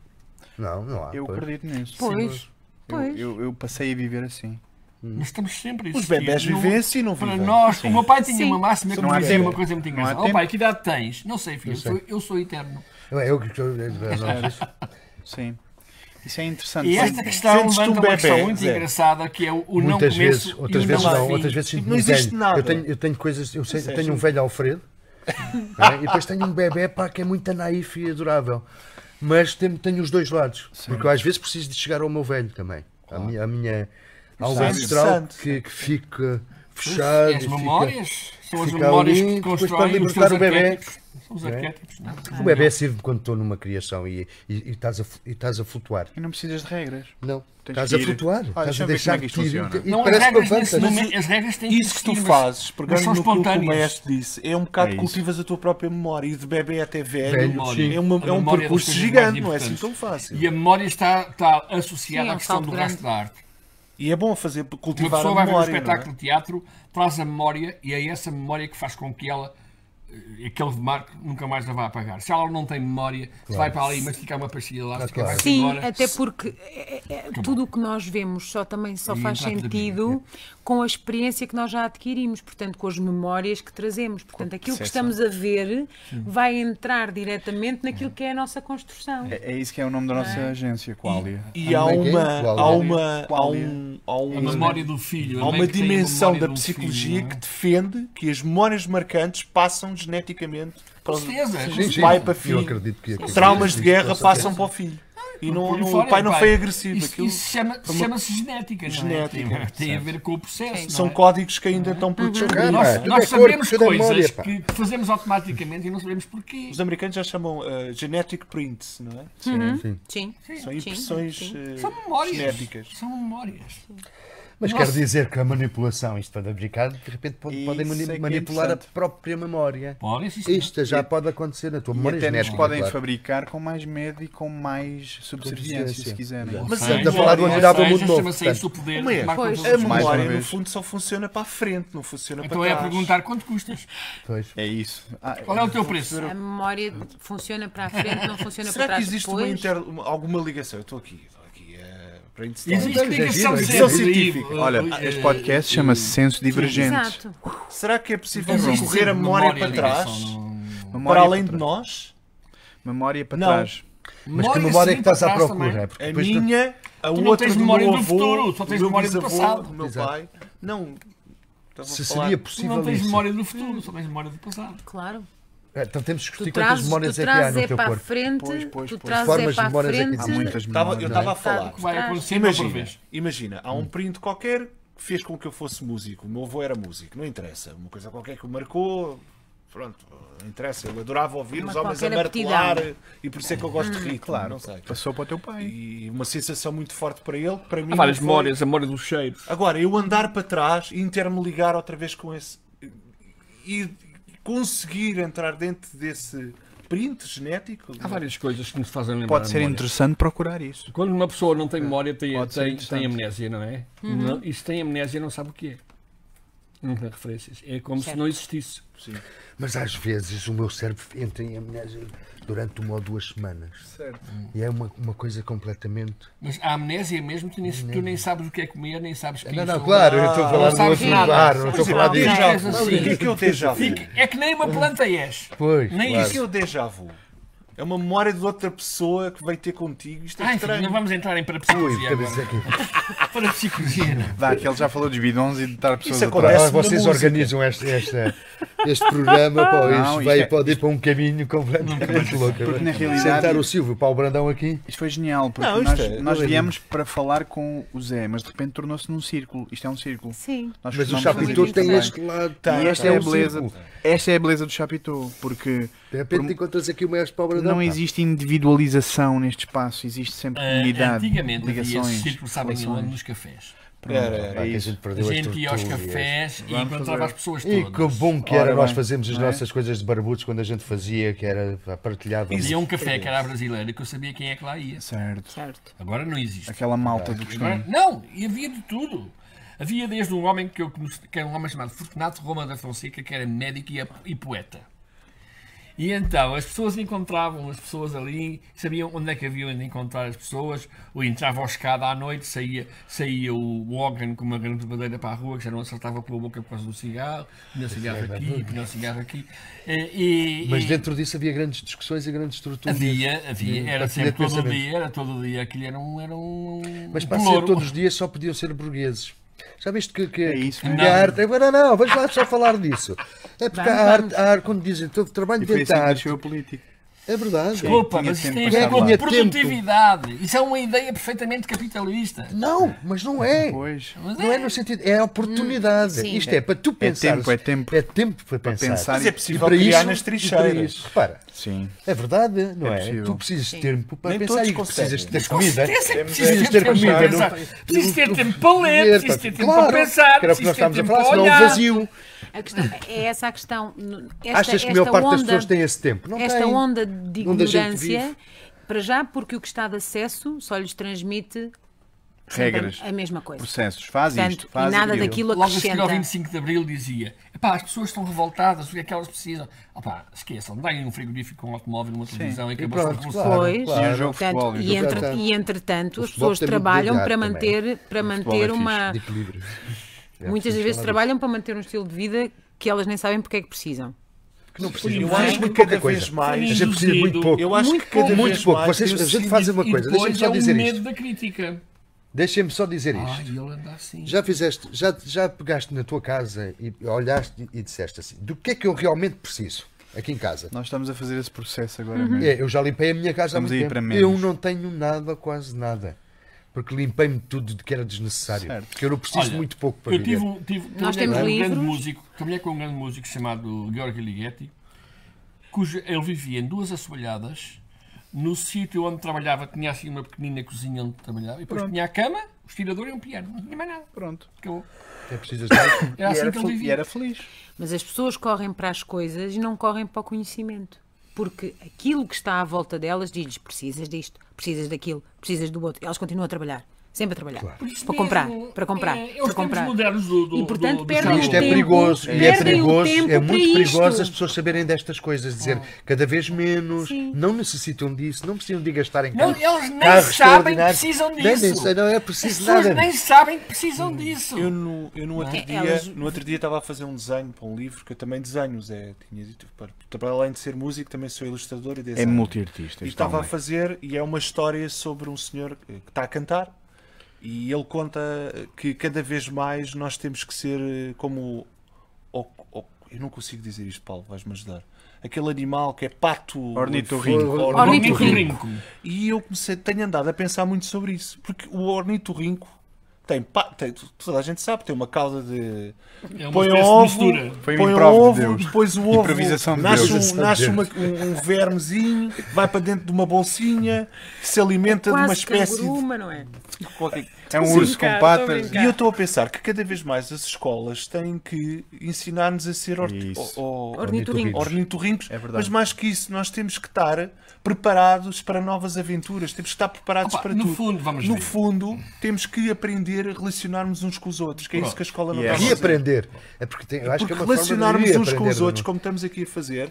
[SPEAKER 1] Não, não há.
[SPEAKER 3] Eu
[SPEAKER 1] pois.
[SPEAKER 3] acredito nisso.
[SPEAKER 2] Pois,
[SPEAKER 3] Eu,
[SPEAKER 2] pois.
[SPEAKER 3] eu, eu passei a viver assim.
[SPEAKER 4] Mas estamos sempre a
[SPEAKER 5] Os
[SPEAKER 4] existir.
[SPEAKER 5] bebés
[SPEAKER 4] Não-
[SPEAKER 5] vivem assim, não
[SPEAKER 4] Para
[SPEAKER 5] vivem?
[SPEAKER 4] nós, o meu pai tinha
[SPEAKER 2] Sim.
[SPEAKER 4] uma máxima que
[SPEAKER 3] Não
[SPEAKER 4] me
[SPEAKER 3] há
[SPEAKER 4] dizia
[SPEAKER 3] tempo.
[SPEAKER 4] uma coisa muito
[SPEAKER 3] Não há
[SPEAKER 4] engraçada. Ó
[SPEAKER 3] tempo.
[SPEAKER 4] pai, que idade tens? Não sei, filho, eu
[SPEAKER 1] sei.
[SPEAKER 4] sou, eu sou eterno.
[SPEAKER 1] Não é eu que. eu- eu- eu- não, isso-
[SPEAKER 3] Sim. Isso é interessante.
[SPEAKER 4] E
[SPEAKER 3] Sim.
[SPEAKER 4] esta questão
[SPEAKER 5] sentes-te
[SPEAKER 4] levanta
[SPEAKER 5] um
[SPEAKER 4] uma
[SPEAKER 5] bebé,
[SPEAKER 4] questão muito
[SPEAKER 5] Zé.
[SPEAKER 4] engraçada que é o, o não
[SPEAKER 1] Muitas
[SPEAKER 4] começo
[SPEAKER 1] vezes,
[SPEAKER 4] e
[SPEAKER 1] outras
[SPEAKER 4] o
[SPEAKER 1] vezes
[SPEAKER 4] não,
[SPEAKER 1] não,
[SPEAKER 4] fim.
[SPEAKER 1] outras vezes sinto
[SPEAKER 5] Não existe
[SPEAKER 1] tenho.
[SPEAKER 5] nada.
[SPEAKER 1] Eu tenho, eu tenho coisas, eu, sei- eu tenho um velho Alfredo não é? e depois tenho um bebê pá, que é muito naif e adorável. Mas tenho, tenho os dois lados, porque eu às vezes preciso de chegar ao meu velho também, à minha, à minha ao
[SPEAKER 5] é
[SPEAKER 1] ancestral
[SPEAKER 5] interessante.
[SPEAKER 1] que, que fica fechado.
[SPEAKER 4] É
[SPEAKER 1] e
[SPEAKER 4] as
[SPEAKER 1] fica-
[SPEAKER 4] memórias, são as
[SPEAKER 1] fica
[SPEAKER 4] memórias
[SPEAKER 1] ali,
[SPEAKER 4] que te
[SPEAKER 1] depois
[SPEAKER 4] constroem
[SPEAKER 1] para
[SPEAKER 4] os
[SPEAKER 1] libertar
[SPEAKER 4] teus
[SPEAKER 1] o bebé.
[SPEAKER 4] arquétipos. São os arquétipos, não é?
[SPEAKER 1] O bebê serve quando estou numa criação e, e, e estás, a, fl- e estás a flutuar.
[SPEAKER 3] E não precisas de regras.
[SPEAKER 1] Não,
[SPEAKER 3] Tens
[SPEAKER 1] estás
[SPEAKER 3] que
[SPEAKER 1] a
[SPEAKER 3] ir.
[SPEAKER 1] flutuar,
[SPEAKER 3] Ah,
[SPEAKER 1] estás
[SPEAKER 3] deixa
[SPEAKER 1] a
[SPEAKER 3] eu ver como
[SPEAKER 1] deixar
[SPEAKER 3] é que isto
[SPEAKER 1] ir
[SPEAKER 3] funciona.
[SPEAKER 1] e
[SPEAKER 4] Não, as
[SPEAKER 1] parece que
[SPEAKER 4] regras, nesse
[SPEAKER 1] avanças.
[SPEAKER 4] momento, as regras têm
[SPEAKER 5] Isso que tu
[SPEAKER 4] existir, mas-
[SPEAKER 5] fazes,
[SPEAKER 4] mas
[SPEAKER 5] pegando
[SPEAKER 4] são
[SPEAKER 5] no que o
[SPEAKER 4] espontâneas.
[SPEAKER 5] maestro disse, é um bocado
[SPEAKER 3] É isso.
[SPEAKER 5] cultivas a tua própria memória e de bebê até
[SPEAKER 1] Velho,
[SPEAKER 5] velho,
[SPEAKER 4] sim.
[SPEAKER 5] é, uma-
[SPEAKER 4] A
[SPEAKER 5] é um
[SPEAKER 4] memória
[SPEAKER 5] percurso
[SPEAKER 4] das coisas
[SPEAKER 5] gigante,
[SPEAKER 4] mais
[SPEAKER 5] não é assim
[SPEAKER 4] importantes.
[SPEAKER 5] tão fácil.
[SPEAKER 4] E a memória está, está associada
[SPEAKER 2] Sim, é
[SPEAKER 4] à
[SPEAKER 2] um
[SPEAKER 4] questão
[SPEAKER 2] salto
[SPEAKER 4] do
[SPEAKER 2] grande.
[SPEAKER 4] rastro da arte.
[SPEAKER 5] E é bom fazer
[SPEAKER 4] Uma
[SPEAKER 5] cultivar
[SPEAKER 4] pessoa
[SPEAKER 5] a
[SPEAKER 4] vai ver um
[SPEAKER 5] memória. não é?
[SPEAKER 4] espetáculo de teatro, traz a memória e é essa memória que faz com que ela, eh, aquele marco, nunca mais a vá apagar. Se ela não tem memória, se vai para ali masticar uma pastilha elástica,
[SPEAKER 1] Claro.
[SPEAKER 4] vai
[SPEAKER 2] Sim,
[SPEAKER 4] embora.
[SPEAKER 2] até porque é, é,
[SPEAKER 1] Tá
[SPEAKER 2] é, tudo o que nós vemos só também só
[SPEAKER 4] E
[SPEAKER 2] faz
[SPEAKER 4] entra a terapia,
[SPEAKER 2] sentido
[SPEAKER 1] é.
[SPEAKER 2] com a experiência que nós já adquirimos, portanto, com as memórias que trazemos. Portanto, aquilo que estamos a ver vai entrar diretamente naquilo que é a nossa construção.
[SPEAKER 3] É, é isso que é o nome da nossa agência, Qualia.
[SPEAKER 5] E há
[SPEAKER 1] Como é que é?
[SPEAKER 5] uma,
[SPEAKER 1] Qual é?
[SPEAKER 5] há uma, há
[SPEAKER 3] Qual é?
[SPEAKER 5] um, há
[SPEAKER 4] A
[SPEAKER 5] um,
[SPEAKER 4] memória do filho. a
[SPEAKER 5] há
[SPEAKER 4] mãe
[SPEAKER 5] uma
[SPEAKER 4] que tem a
[SPEAKER 5] dimensão
[SPEAKER 4] memória
[SPEAKER 5] da
[SPEAKER 4] de um filho,
[SPEAKER 5] psicologia
[SPEAKER 4] não é?
[SPEAKER 5] que defende que as memórias marcantes passam geneticamente para
[SPEAKER 4] Com
[SPEAKER 5] os
[SPEAKER 4] certeza.
[SPEAKER 1] Sim, sim,
[SPEAKER 5] pai para
[SPEAKER 1] Eu
[SPEAKER 5] filho.
[SPEAKER 1] acredito que
[SPEAKER 5] Traumas de guerra passam para o filho. E não,
[SPEAKER 4] Põe-o
[SPEAKER 5] não-
[SPEAKER 4] fora,
[SPEAKER 5] o pai não
[SPEAKER 4] pá,
[SPEAKER 5] foi agressivo.
[SPEAKER 4] Isso,
[SPEAKER 5] aquilo
[SPEAKER 4] isso chama-
[SPEAKER 5] uma-
[SPEAKER 4] chama-se genética, não é?
[SPEAKER 5] Genética,
[SPEAKER 4] Tem- Tem a ver com o processo. não
[SPEAKER 5] são
[SPEAKER 4] é?
[SPEAKER 5] códigos que ainda estão por descobrir.
[SPEAKER 1] Uhum.
[SPEAKER 5] não é?
[SPEAKER 4] Nós,
[SPEAKER 1] Tudo
[SPEAKER 4] nós
[SPEAKER 1] é corpo,
[SPEAKER 4] sabemos
[SPEAKER 1] tudo é
[SPEAKER 4] coisas
[SPEAKER 1] memória, pá.
[SPEAKER 4] que fazemos automaticamente e não sabemos porquê.
[SPEAKER 5] Os americanos já chamam eh, genetic prints, não é?
[SPEAKER 1] Uhum.
[SPEAKER 6] Sim.
[SPEAKER 5] São
[SPEAKER 6] sim,
[SPEAKER 5] impressões
[SPEAKER 6] sim.
[SPEAKER 5] eh,
[SPEAKER 4] São memórias.
[SPEAKER 5] genéticas.
[SPEAKER 4] São memórias.
[SPEAKER 1] Mas
[SPEAKER 4] Nossa.
[SPEAKER 1] quer dizer que a manipulação, isto para brincar, de repente pode-
[SPEAKER 3] Isso
[SPEAKER 1] podem mani-
[SPEAKER 3] é que é
[SPEAKER 1] manipular a
[SPEAKER 3] interessante.
[SPEAKER 1] própria memória.
[SPEAKER 4] Podem sim, senhor.
[SPEAKER 1] Isto já pode acontecer na tua
[SPEAKER 3] E
[SPEAKER 1] memória
[SPEAKER 3] até nos
[SPEAKER 1] genética.
[SPEAKER 3] podem
[SPEAKER 1] claro.
[SPEAKER 3] fabricar com mais medo e com mais subserviência,
[SPEAKER 1] Subserviência.
[SPEAKER 3] se quiserem.
[SPEAKER 1] Mas
[SPEAKER 4] Ou seja,
[SPEAKER 1] estamos a falar de um
[SPEAKER 4] ou
[SPEAKER 1] admirável
[SPEAKER 4] seja,
[SPEAKER 1] mundo novo,
[SPEAKER 4] chama-se
[SPEAKER 1] portanto.
[SPEAKER 4] isso o poder
[SPEAKER 5] Uma é,
[SPEAKER 4] que marca
[SPEAKER 6] Pois,
[SPEAKER 4] os
[SPEAKER 5] a
[SPEAKER 4] outros.
[SPEAKER 3] uma- Mais uma
[SPEAKER 5] memória, no
[SPEAKER 3] vez.
[SPEAKER 5] fundo, só funciona para a frente, não funciona
[SPEAKER 4] Então
[SPEAKER 5] para
[SPEAKER 4] é
[SPEAKER 5] trás.
[SPEAKER 4] perguntar quanto custas.
[SPEAKER 1] Pois.
[SPEAKER 3] É isso. Ah,
[SPEAKER 4] Qual é o teu preço?
[SPEAKER 6] A memória funciona para a frente, não funciona para
[SPEAKER 5] Será que
[SPEAKER 6] trás
[SPEAKER 5] existe uma
[SPEAKER 6] depois.
[SPEAKER 5] inter... uma- alguma ligação? Eu estou aqui, estou aqui eh, brainstorming.
[SPEAKER 4] Existe
[SPEAKER 1] Então,
[SPEAKER 4] ligação
[SPEAKER 1] é giro,
[SPEAKER 5] é giro.
[SPEAKER 4] científica.
[SPEAKER 3] Olha,
[SPEAKER 4] Eh,
[SPEAKER 3] este podcast chama-se Senso Divergente.
[SPEAKER 6] Exato.
[SPEAKER 5] Será que é possível
[SPEAKER 4] Existe
[SPEAKER 5] recorrer a
[SPEAKER 4] sim,
[SPEAKER 5] memória,
[SPEAKER 4] memória,
[SPEAKER 5] para trás?
[SPEAKER 4] ligação,
[SPEAKER 5] Para
[SPEAKER 3] Memória
[SPEAKER 5] além de
[SPEAKER 3] trás.
[SPEAKER 5] nós?
[SPEAKER 3] Memória para
[SPEAKER 5] Não.
[SPEAKER 3] trás.
[SPEAKER 1] Mas que memória é que
[SPEAKER 4] sim,
[SPEAKER 1] estás à
[SPEAKER 4] para trás
[SPEAKER 1] procura?
[SPEAKER 4] também.
[SPEAKER 1] Porque
[SPEAKER 5] A
[SPEAKER 1] depois tu-
[SPEAKER 5] minha, a
[SPEAKER 4] Tu não
[SPEAKER 5] outra
[SPEAKER 4] tens
[SPEAKER 5] do
[SPEAKER 4] memória
[SPEAKER 5] meu
[SPEAKER 4] do
[SPEAKER 5] avô,
[SPEAKER 4] futuro, só tens
[SPEAKER 5] do meu
[SPEAKER 4] memória do
[SPEAKER 5] bisavô,
[SPEAKER 4] passado.
[SPEAKER 5] do meu
[SPEAKER 1] Exato.
[SPEAKER 5] pai. Não. estava a
[SPEAKER 1] se
[SPEAKER 5] falar-
[SPEAKER 1] seria
[SPEAKER 4] Tu
[SPEAKER 1] possível
[SPEAKER 4] não tens
[SPEAKER 1] isso.
[SPEAKER 4] memória do futuro, só tens memória do passado.
[SPEAKER 6] Claro.
[SPEAKER 1] É, Então temos que discutir
[SPEAKER 6] Tu
[SPEAKER 1] quantas
[SPEAKER 6] trazes,
[SPEAKER 1] memórias
[SPEAKER 6] tu
[SPEAKER 1] é que há
[SPEAKER 6] trazes
[SPEAKER 1] no
[SPEAKER 6] é
[SPEAKER 1] teu
[SPEAKER 6] para a
[SPEAKER 1] corpo.
[SPEAKER 6] frente,
[SPEAKER 3] Pois, pois,
[SPEAKER 6] tu
[SPEAKER 3] pois.
[SPEAKER 6] trazes
[SPEAKER 1] Formas
[SPEAKER 6] é
[SPEAKER 1] de
[SPEAKER 6] para a
[SPEAKER 1] memórias é que
[SPEAKER 6] frente.
[SPEAKER 3] Há muitas
[SPEAKER 5] Tava-
[SPEAKER 3] memórias.
[SPEAKER 5] eu
[SPEAKER 3] não é?
[SPEAKER 5] estava a
[SPEAKER 6] Claro
[SPEAKER 5] falar.
[SPEAKER 4] que vai
[SPEAKER 6] Traz.
[SPEAKER 4] acontecer mais uma
[SPEAKER 5] Imagina,
[SPEAKER 4] vez.
[SPEAKER 5] imagina, há um print qualquer que fez com que eu fosse músico. O meu avô era músico, não interessa. Uma coisa qualquer que o marcou, pronto, não interessa. Eu adorava ouvir
[SPEAKER 6] Uma
[SPEAKER 5] os homens a
[SPEAKER 6] qualquer
[SPEAKER 5] martelar
[SPEAKER 6] aptidão.
[SPEAKER 5] e por isso é que eu gosto de rir, claro. Não sei.
[SPEAKER 3] Passou para o teu pai.
[SPEAKER 5] E uma sensação muito forte para ele, que para mim.
[SPEAKER 4] Há várias
[SPEAKER 5] não foi-
[SPEAKER 4] memórias, a memória dos cheiros.
[SPEAKER 5] Agora, eu andar para trás e inter-me ligar outra vez com esse. e conseguir entrar dentro desse print genético.
[SPEAKER 4] Há várias coisas que nos fazem lembrar.
[SPEAKER 3] Pode
[SPEAKER 4] a
[SPEAKER 3] ser
[SPEAKER 4] memória.
[SPEAKER 3] interessante procurar isso.
[SPEAKER 4] Quando uma pessoa não tem memória, tem,
[SPEAKER 3] Pode ser
[SPEAKER 4] tem,
[SPEAKER 3] interessante.
[SPEAKER 4] tem amnésia, não é? Não, e se tem amnésia, não sabe o que é. Não tem referências. É como se
[SPEAKER 6] Certo.
[SPEAKER 4] não existisse.
[SPEAKER 1] Mas às vezes o meu cérebro entra em amnésia durante uma ou duas semanas.
[SPEAKER 3] Certo.
[SPEAKER 1] E é uma, uma coisa completamente.
[SPEAKER 4] Mas a amnésia é mesmo, tu nem, tu nem sabes o que é comer, nem sabes quem
[SPEAKER 1] Não,
[SPEAKER 4] sou.
[SPEAKER 1] não, claro, eu estou a falar
[SPEAKER 4] não
[SPEAKER 1] do
[SPEAKER 4] sabes
[SPEAKER 1] outro
[SPEAKER 4] nada.
[SPEAKER 1] lugar, não estou a
[SPEAKER 5] Por
[SPEAKER 1] falar
[SPEAKER 5] exemplo,
[SPEAKER 4] Não,
[SPEAKER 1] disso.
[SPEAKER 5] déjà
[SPEAKER 4] disso.
[SPEAKER 5] vu.
[SPEAKER 4] Não,
[SPEAKER 5] O que é que é o déjà vu?
[SPEAKER 4] Fica- É que nem uma planta és.
[SPEAKER 1] Pois,
[SPEAKER 4] Nem
[SPEAKER 5] O
[SPEAKER 1] claro.
[SPEAKER 5] que é que é o déjà vu? É uma memória de outra pessoa que vai ter contigo. Isto é
[SPEAKER 4] Ai, filho, não
[SPEAKER 5] estranho.
[SPEAKER 4] vamos entrar em
[SPEAKER 1] Ui,
[SPEAKER 4] parapsicologia.
[SPEAKER 1] cabeça
[SPEAKER 4] agora.
[SPEAKER 1] aqui.
[SPEAKER 4] Parapsicologia.
[SPEAKER 3] Vá, que ele já falou dos bidons e de estar pessoas
[SPEAKER 5] Isso
[SPEAKER 3] atrás.
[SPEAKER 5] acontece.
[SPEAKER 1] Ah,
[SPEAKER 5] na
[SPEAKER 1] vocês
[SPEAKER 5] música.
[SPEAKER 1] organizam este, este, este programa, pô,
[SPEAKER 3] Não,
[SPEAKER 1] isto
[SPEAKER 3] isto
[SPEAKER 1] vai,
[SPEAKER 3] é-
[SPEAKER 1] pode ir para um caminho completamente louco. é
[SPEAKER 3] Porque na realidade-
[SPEAKER 1] Sentar o Silvio para o Brandão aqui.
[SPEAKER 3] Isto foi genial, porque
[SPEAKER 5] Não, isto
[SPEAKER 3] nós,
[SPEAKER 5] é-
[SPEAKER 3] nós
[SPEAKER 1] eu-
[SPEAKER 3] viemos para falar com o Zé, mas de repente tornou-se num círculo. Isto é um círculo.
[SPEAKER 2] Sim.
[SPEAKER 1] Mas
[SPEAKER 3] Nós
[SPEAKER 1] o
[SPEAKER 3] costumamos
[SPEAKER 1] Chapitou
[SPEAKER 3] fazer
[SPEAKER 1] tem
[SPEAKER 3] isto
[SPEAKER 1] este lado.
[SPEAKER 3] bem. E
[SPEAKER 1] tem-
[SPEAKER 3] esta é,
[SPEAKER 1] um
[SPEAKER 3] a beleza,
[SPEAKER 1] círculo.
[SPEAKER 3] esta é a beleza do Chapitou, porque
[SPEAKER 1] De repente
[SPEAKER 3] Por-
[SPEAKER 1] encontras aqui o maior para o Brandão.
[SPEAKER 3] não
[SPEAKER 1] pá.
[SPEAKER 3] existe individualização neste espaço, existe sempre
[SPEAKER 4] Ah,
[SPEAKER 3] comunidade,
[SPEAKER 4] antigamente havia esse
[SPEAKER 3] ligações,
[SPEAKER 4] círculo, sabem
[SPEAKER 3] relações.
[SPEAKER 4] onde? Nos cafés.
[SPEAKER 5] Era,
[SPEAKER 1] Pá,
[SPEAKER 5] era.
[SPEAKER 1] que a
[SPEAKER 3] isso.
[SPEAKER 1] gente
[SPEAKER 4] A
[SPEAKER 1] perdeu as
[SPEAKER 4] gente ia aos
[SPEAKER 1] tertúlias.
[SPEAKER 4] cafés e encontrava as pessoas
[SPEAKER 1] E
[SPEAKER 4] todas.
[SPEAKER 1] que bom que
[SPEAKER 3] Ora
[SPEAKER 1] era nós
[SPEAKER 3] bem,
[SPEAKER 1] fazermos as
[SPEAKER 3] não é?
[SPEAKER 1] nossas coisas de barbudos quando a gente fazia, que era pá, partilhado.
[SPEAKER 4] Havia um café que era à brasileira que eu sabia quem é que lá ia.
[SPEAKER 3] Certo.
[SPEAKER 6] Certo.
[SPEAKER 4] Agora não existe.
[SPEAKER 3] Aquela malta do
[SPEAKER 4] Agora-
[SPEAKER 1] Hum.
[SPEAKER 3] costume.
[SPEAKER 4] não, e havia de tudo. Havia desde um homem que, eu, conheci- que era um homem chamado Fortunato Roma da Fonseca, que era médico e, e poeta. E então as pessoas encontravam as pessoas ali, sabiam onde é que haviam de encontrar as pessoas, ou entrava ao escada à noite, saía, saía o Logan com uma grande bandeira para a rua, que já não acertava pela boca por causa do cigarro, pneu cigarro aqui, pneu cigarro aqui. Eh, E,
[SPEAKER 1] é Mas
[SPEAKER 4] e-
[SPEAKER 1] dentro disso havia grandes discussões e grandes estruturas.
[SPEAKER 4] Havia, havia, era
[SPEAKER 1] partilha
[SPEAKER 4] sempre
[SPEAKER 1] de
[SPEAKER 4] todo o
[SPEAKER 1] pensamentos.
[SPEAKER 4] dia, era todo o dia, aquilo era um. Era um
[SPEAKER 1] Mas
[SPEAKER 4] um
[SPEAKER 1] para ser
[SPEAKER 4] pelouro.
[SPEAKER 1] todos os dias só podiam ser burgueses. Já viste que, que,
[SPEAKER 3] É isso,
[SPEAKER 1] que
[SPEAKER 3] não.
[SPEAKER 1] a arte. Agora não, vamos lá só falar disso. É porque
[SPEAKER 6] Vamos,
[SPEAKER 1] a arte, a arte, quando dizem todo o trabalho
[SPEAKER 3] E foi
[SPEAKER 1] dentro
[SPEAKER 3] assim que
[SPEAKER 1] da arte,
[SPEAKER 3] nasceu a política.
[SPEAKER 1] é verdade.
[SPEAKER 4] Desculpa,
[SPEAKER 3] Tinha
[SPEAKER 4] mas isto
[SPEAKER 3] tempo
[SPEAKER 4] tem a
[SPEAKER 1] para
[SPEAKER 4] ver
[SPEAKER 1] estar
[SPEAKER 4] com
[SPEAKER 1] lá.
[SPEAKER 4] produtividade. Isso é uma ideia perfeitamente capitalista.
[SPEAKER 1] Não, mas não é.
[SPEAKER 3] Pois.
[SPEAKER 1] Não é no sentido, é a
[SPEAKER 4] Hum,
[SPEAKER 1] oportunidade.
[SPEAKER 6] sim.
[SPEAKER 1] Isto é para tu pensar.
[SPEAKER 3] tempo, é tempo.
[SPEAKER 1] É tempo para, pensar.
[SPEAKER 3] pensar
[SPEAKER 5] Mas é
[SPEAKER 1] E
[SPEAKER 5] possível
[SPEAKER 1] para
[SPEAKER 5] criar
[SPEAKER 1] isso,
[SPEAKER 5] nas
[SPEAKER 1] e para
[SPEAKER 5] trincheiras.
[SPEAKER 1] isso. Repara,
[SPEAKER 3] Sim.
[SPEAKER 1] é verdade, não
[SPEAKER 3] É
[SPEAKER 1] é?
[SPEAKER 3] possível.
[SPEAKER 1] Tu precisas de tempo para
[SPEAKER 5] Nem
[SPEAKER 1] pensar
[SPEAKER 5] todos
[SPEAKER 1] e
[SPEAKER 5] conseguem.
[SPEAKER 1] precisas de ter
[SPEAKER 4] Com
[SPEAKER 1] comida.
[SPEAKER 4] certeza que
[SPEAKER 1] Precisas ter
[SPEAKER 4] preciso ter tempo
[SPEAKER 1] comida.
[SPEAKER 4] para
[SPEAKER 1] não-
[SPEAKER 4] pensar. Preciso ter tempo para ler, preciso ter tempo para
[SPEAKER 1] Claro,
[SPEAKER 4] pensar,
[SPEAKER 1] que era o que
[SPEAKER 4] preciso
[SPEAKER 1] nós estávamos
[SPEAKER 4] ter
[SPEAKER 1] a
[SPEAKER 4] tempo
[SPEAKER 1] falar,
[SPEAKER 4] para
[SPEAKER 1] senão o
[SPEAKER 4] olhar.
[SPEAKER 1] vazio.
[SPEAKER 6] A questão é essa a questão. No- Esta,
[SPEAKER 1] Achas que a
[SPEAKER 6] esta
[SPEAKER 1] maior parte
[SPEAKER 6] onda,
[SPEAKER 1] das pessoas tem esse tempo? Não
[SPEAKER 6] esta
[SPEAKER 1] tem.
[SPEAKER 6] onda de
[SPEAKER 1] Onde a gente
[SPEAKER 6] ignorância,
[SPEAKER 1] vive.
[SPEAKER 6] para já, porque o que está de acesso só lhes transmite sempre
[SPEAKER 3] Regras,
[SPEAKER 6] a mesma coisa.
[SPEAKER 3] processos, faz
[SPEAKER 6] Portanto,
[SPEAKER 3] isto,
[SPEAKER 6] e
[SPEAKER 3] faz
[SPEAKER 6] nada
[SPEAKER 3] aquilo.
[SPEAKER 6] daquilo
[SPEAKER 4] Logo um a seguir ao
[SPEAKER 6] acrescenta.
[SPEAKER 4] 25 de Abril dizia "Epá, as pessoas estão revoltadas, o que é que elas precisam? Opá, esqueçam, deem um frigorífico, um automóvel, uma televisão e acabou-se a
[SPEAKER 1] pronto,
[SPEAKER 4] revolução.
[SPEAKER 1] claro.
[SPEAKER 6] Pois,
[SPEAKER 1] claro.
[SPEAKER 3] E um jogo de
[SPEAKER 6] portanto,
[SPEAKER 3] futebol, e um
[SPEAKER 6] e,
[SPEAKER 1] jogo de
[SPEAKER 6] entre-
[SPEAKER 1] futebol.
[SPEAKER 6] e, entretanto
[SPEAKER 1] O
[SPEAKER 6] as
[SPEAKER 1] futebol
[SPEAKER 6] pessoas
[SPEAKER 1] tem muito
[SPEAKER 6] trabalham
[SPEAKER 1] lugar
[SPEAKER 6] para
[SPEAKER 1] também.
[SPEAKER 6] manter, para
[SPEAKER 3] futebol é
[SPEAKER 6] manter
[SPEAKER 3] fixe,
[SPEAKER 6] uma.
[SPEAKER 1] De equilíbrio. É,
[SPEAKER 6] Muitas das
[SPEAKER 1] precisamos
[SPEAKER 6] vezes
[SPEAKER 1] falar
[SPEAKER 6] trabalham para manter um estilo de vida que elas nem sabem porque é que precisam.
[SPEAKER 1] disso. Que não
[SPEAKER 5] Eu
[SPEAKER 1] precisam.
[SPEAKER 5] acho
[SPEAKER 1] muito
[SPEAKER 5] que
[SPEAKER 1] pouca
[SPEAKER 5] cada vez
[SPEAKER 1] coisa. é A
[SPEAKER 5] mais.
[SPEAKER 1] gente precisa de muito pouco.
[SPEAKER 5] Eu acho
[SPEAKER 6] Muito
[SPEAKER 5] que cada
[SPEAKER 1] pouco.
[SPEAKER 5] vez
[SPEAKER 1] Muito pouco.
[SPEAKER 5] mais.
[SPEAKER 1] Vocês-
[SPEAKER 5] tem
[SPEAKER 1] a gente
[SPEAKER 5] sido
[SPEAKER 1] faz uma
[SPEAKER 4] E
[SPEAKER 1] coisa, deixa-me
[SPEAKER 4] depois
[SPEAKER 1] só
[SPEAKER 4] é o
[SPEAKER 1] dizer
[SPEAKER 4] medo
[SPEAKER 1] isto.
[SPEAKER 4] da crítica.
[SPEAKER 1] Deixem-me só dizer
[SPEAKER 4] Ai,
[SPEAKER 1] isto.
[SPEAKER 4] ele anda assim.
[SPEAKER 1] Já fizeste, já, já pegaste na tua casa e olhaste e disseste assim: do que é que eu realmente preciso? aqui em casa.
[SPEAKER 3] Nós estamos a fazer esse processo agora
[SPEAKER 6] Uhum.
[SPEAKER 3] mesmo.
[SPEAKER 1] É, eu já limpei a minha casa há
[SPEAKER 3] Estamos
[SPEAKER 1] muito
[SPEAKER 3] a ir
[SPEAKER 1] tempo.
[SPEAKER 3] para menos.
[SPEAKER 1] Eu não tenho nada, quase nada. Porque limpei-me tudo de que era desnecessário.
[SPEAKER 3] Certo.
[SPEAKER 1] Porque eu não preciso
[SPEAKER 4] Olha,
[SPEAKER 1] muito pouco para
[SPEAKER 4] Eu
[SPEAKER 1] viver.
[SPEAKER 4] tive, um- tive
[SPEAKER 6] Nós
[SPEAKER 4] trabalhei com
[SPEAKER 6] temos
[SPEAKER 4] um grande
[SPEAKER 6] livros.
[SPEAKER 4] músico, trabalhei com um grande músico chamado Gheorghe Ligeti, cujo ele vivia em duas assoalhadas, no sítio onde trabalhava tinha assim uma pequenina cozinha onde trabalhava, e depois tinha a cama, o estirador e um piano, não tinha mais nada,
[SPEAKER 3] Pronto.
[SPEAKER 4] acabou.
[SPEAKER 1] É preciso ajudar.
[SPEAKER 4] Era
[SPEAKER 3] e,
[SPEAKER 4] assim
[SPEAKER 3] era
[SPEAKER 4] que
[SPEAKER 3] fel-
[SPEAKER 4] ele
[SPEAKER 3] e
[SPEAKER 4] vivia.
[SPEAKER 3] era feliz.
[SPEAKER 6] Mas as pessoas correm para as coisas e não correm para o conhecimento. Porque aquilo que está à volta delas diz-lhes: precisas disto, precisas daquilo, precisas do outro. E elas continuam a trabalhar, sempre a trabalhar.
[SPEAKER 4] Por isso
[SPEAKER 6] Para
[SPEAKER 4] mesmo,
[SPEAKER 6] comprar, para comprar,
[SPEAKER 4] é, é os
[SPEAKER 6] para
[SPEAKER 4] tempos
[SPEAKER 6] comprar.
[SPEAKER 4] modernos do- do-
[SPEAKER 6] e portanto
[SPEAKER 4] do- do
[SPEAKER 6] perdem o
[SPEAKER 1] Isto
[SPEAKER 4] Não,
[SPEAKER 1] é
[SPEAKER 4] não.
[SPEAKER 6] tempo,
[SPEAKER 1] perigoso, e é
[SPEAKER 6] perdem o
[SPEAKER 1] perigoso,
[SPEAKER 6] tempo
[SPEAKER 1] é
[SPEAKER 6] para
[SPEAKER 1] muito
[SPEAKER 6] isto. Ah.
[SPEAKER 1] perigoso as pessoas saberem destas coisas, dizer cada vez menos,
[SPEAKER 6] Sim.
[SPEAKER 1] não necessitam disso, não precisam de gastar em
[SPEAKER 4] Não,
[SPEAKER 1] carros.
[SPEAKER 4] eles nem
[SPEAKER 1] carros
[SPEAKER 4] sabem que
[SPEAKER 1] extraordinários.
[SPEAKER 4] precisam
[SPEAKER 1] Nem- nem
[SPEAKER 4] disso.
[SPEAKER 1] sei, Não é
[SPEAKER 4] As
[SPEAKER 1] preciso
[SPEAKER 4] pessoas
[SPEAKER 1] nada.
[SPEAKER 4] nem sabem que precisam disso.
[SPEAKER 5] Eu, no, eu no, outro
[SPEAKER 6] É,
[SPEAKER 5] dia,
[SPEAKER 6] elas-
[SPEAKER 5] no outro dia estava a fazer um desenho para um livro que eu também desenho, Zé. Tinha dito, para, para além de ser músico, também sou ilustrador e
[SPEAKER 3] É
[SPEAKER 5] desenho.
[SPEAKER 3] multiartista. este
[SPEAKER 5] E estava a
[SPEAKER 3] homem.
[SPEAKER 5] fazer, e é uma história sobre um senhor que está a cantar. E ele conta que cada vez mais nós temos que ser eh, como. o- o- o- eu não consigo dizer isto, Paulo, vais-me ajudar. Aquele animal que é pato.
[SPEAKER 3] Ornitorrinco.
[SPEAKER 5] Or-
[SPEAKER 4] Muito
[SPEAKER 6] Ornitorrinco.
[SPEAKER 4] rico.
[SPEAKER 5] E eu comecei, tenho andado a pensar muito sobre isso. Porque o ornitorrinco tem, pa- tem- Toda a gente sabe, tem uma cauda de.
[SPEAKER 4] É uma
[SPEAKER 5] Põe
[SPEAKER 4] espécie de
[SPEAKER 5] ovo,
[SPEAKER 4] mistura.
[SPEAKER 3] Foi um
[SPEAKER 5] põe
[SPEAKER 3] improv de
[SPEAKER 5] ovo,
[SPEAKER 3] Deus.
[SPEAKER 5] depois o ovo
[SPEAKER 3] Improvisação de
[SPEAKER 5] nasce,
[SPEAKER 1] Deus.
[SPEAKER 5] um, nasce uma- um, um vermezinho, vai para dentro de uma bolsinha, se alimenta de uma
[SPEAKER 6] Quase
[SPEAKER 5] espécie de
[SPEAKER 6] canguru, mas não é?
[SPEAKER 5] qualquer-
[SPEAKER 3] É um
[SPEAKER 6] Sim,
[SPEAKER 3] urso com
[SPEAKER 6] cara, estou a
[SPEAKER 3] patas.
[SPEAKER 5] E eu estou a pensar que cada vez mais as escolas têm que ensinar-nos a ser or...
[SPEAKER 3] Isso.
[SPEAKER 5] o- o-
[SPEAKER 6] Ornitorrinco.
[SPEAKER 5] ornitorrincos,
[SPEAKER 3] É verdade.
[SPEAKER 5] mas mais que isso, nós temos que estar preparados para novas aventuras, temos que estar preparados
[SPEAKER 4] Opa,
[SPEAKER 5] para
[SPEAKER 4] no
[SPEAKER 5] tudo.
[SPEAKER 4] fundo, vamos
[SPEAKER 5] no
[SPEAKER 4] ver.
[SPEAKER 5] fundo, temos que aprender a relacionarmos uns com os outros, que é isso que a escola não
[SPEAKER 3] E é
[SPEAKER 5] está a
[SPEAKER 1] E
[SPEAKER 5] fazer.
[SPEAKER 1] aprender. É porque tem, eu acho
[SPEAKER 5] Porque
[SPEAKER 1] que é uma forma
[SPEAKER 5] relacionarmos
[SPEAKER 1] de
[SPEAKER 5] uns com os
[SPEAKER 1] aprender,
[SPEAKER 5] outros,
[SPEAKER 1] não é?
[SPEAKER 5] como estamos aqui a fazer,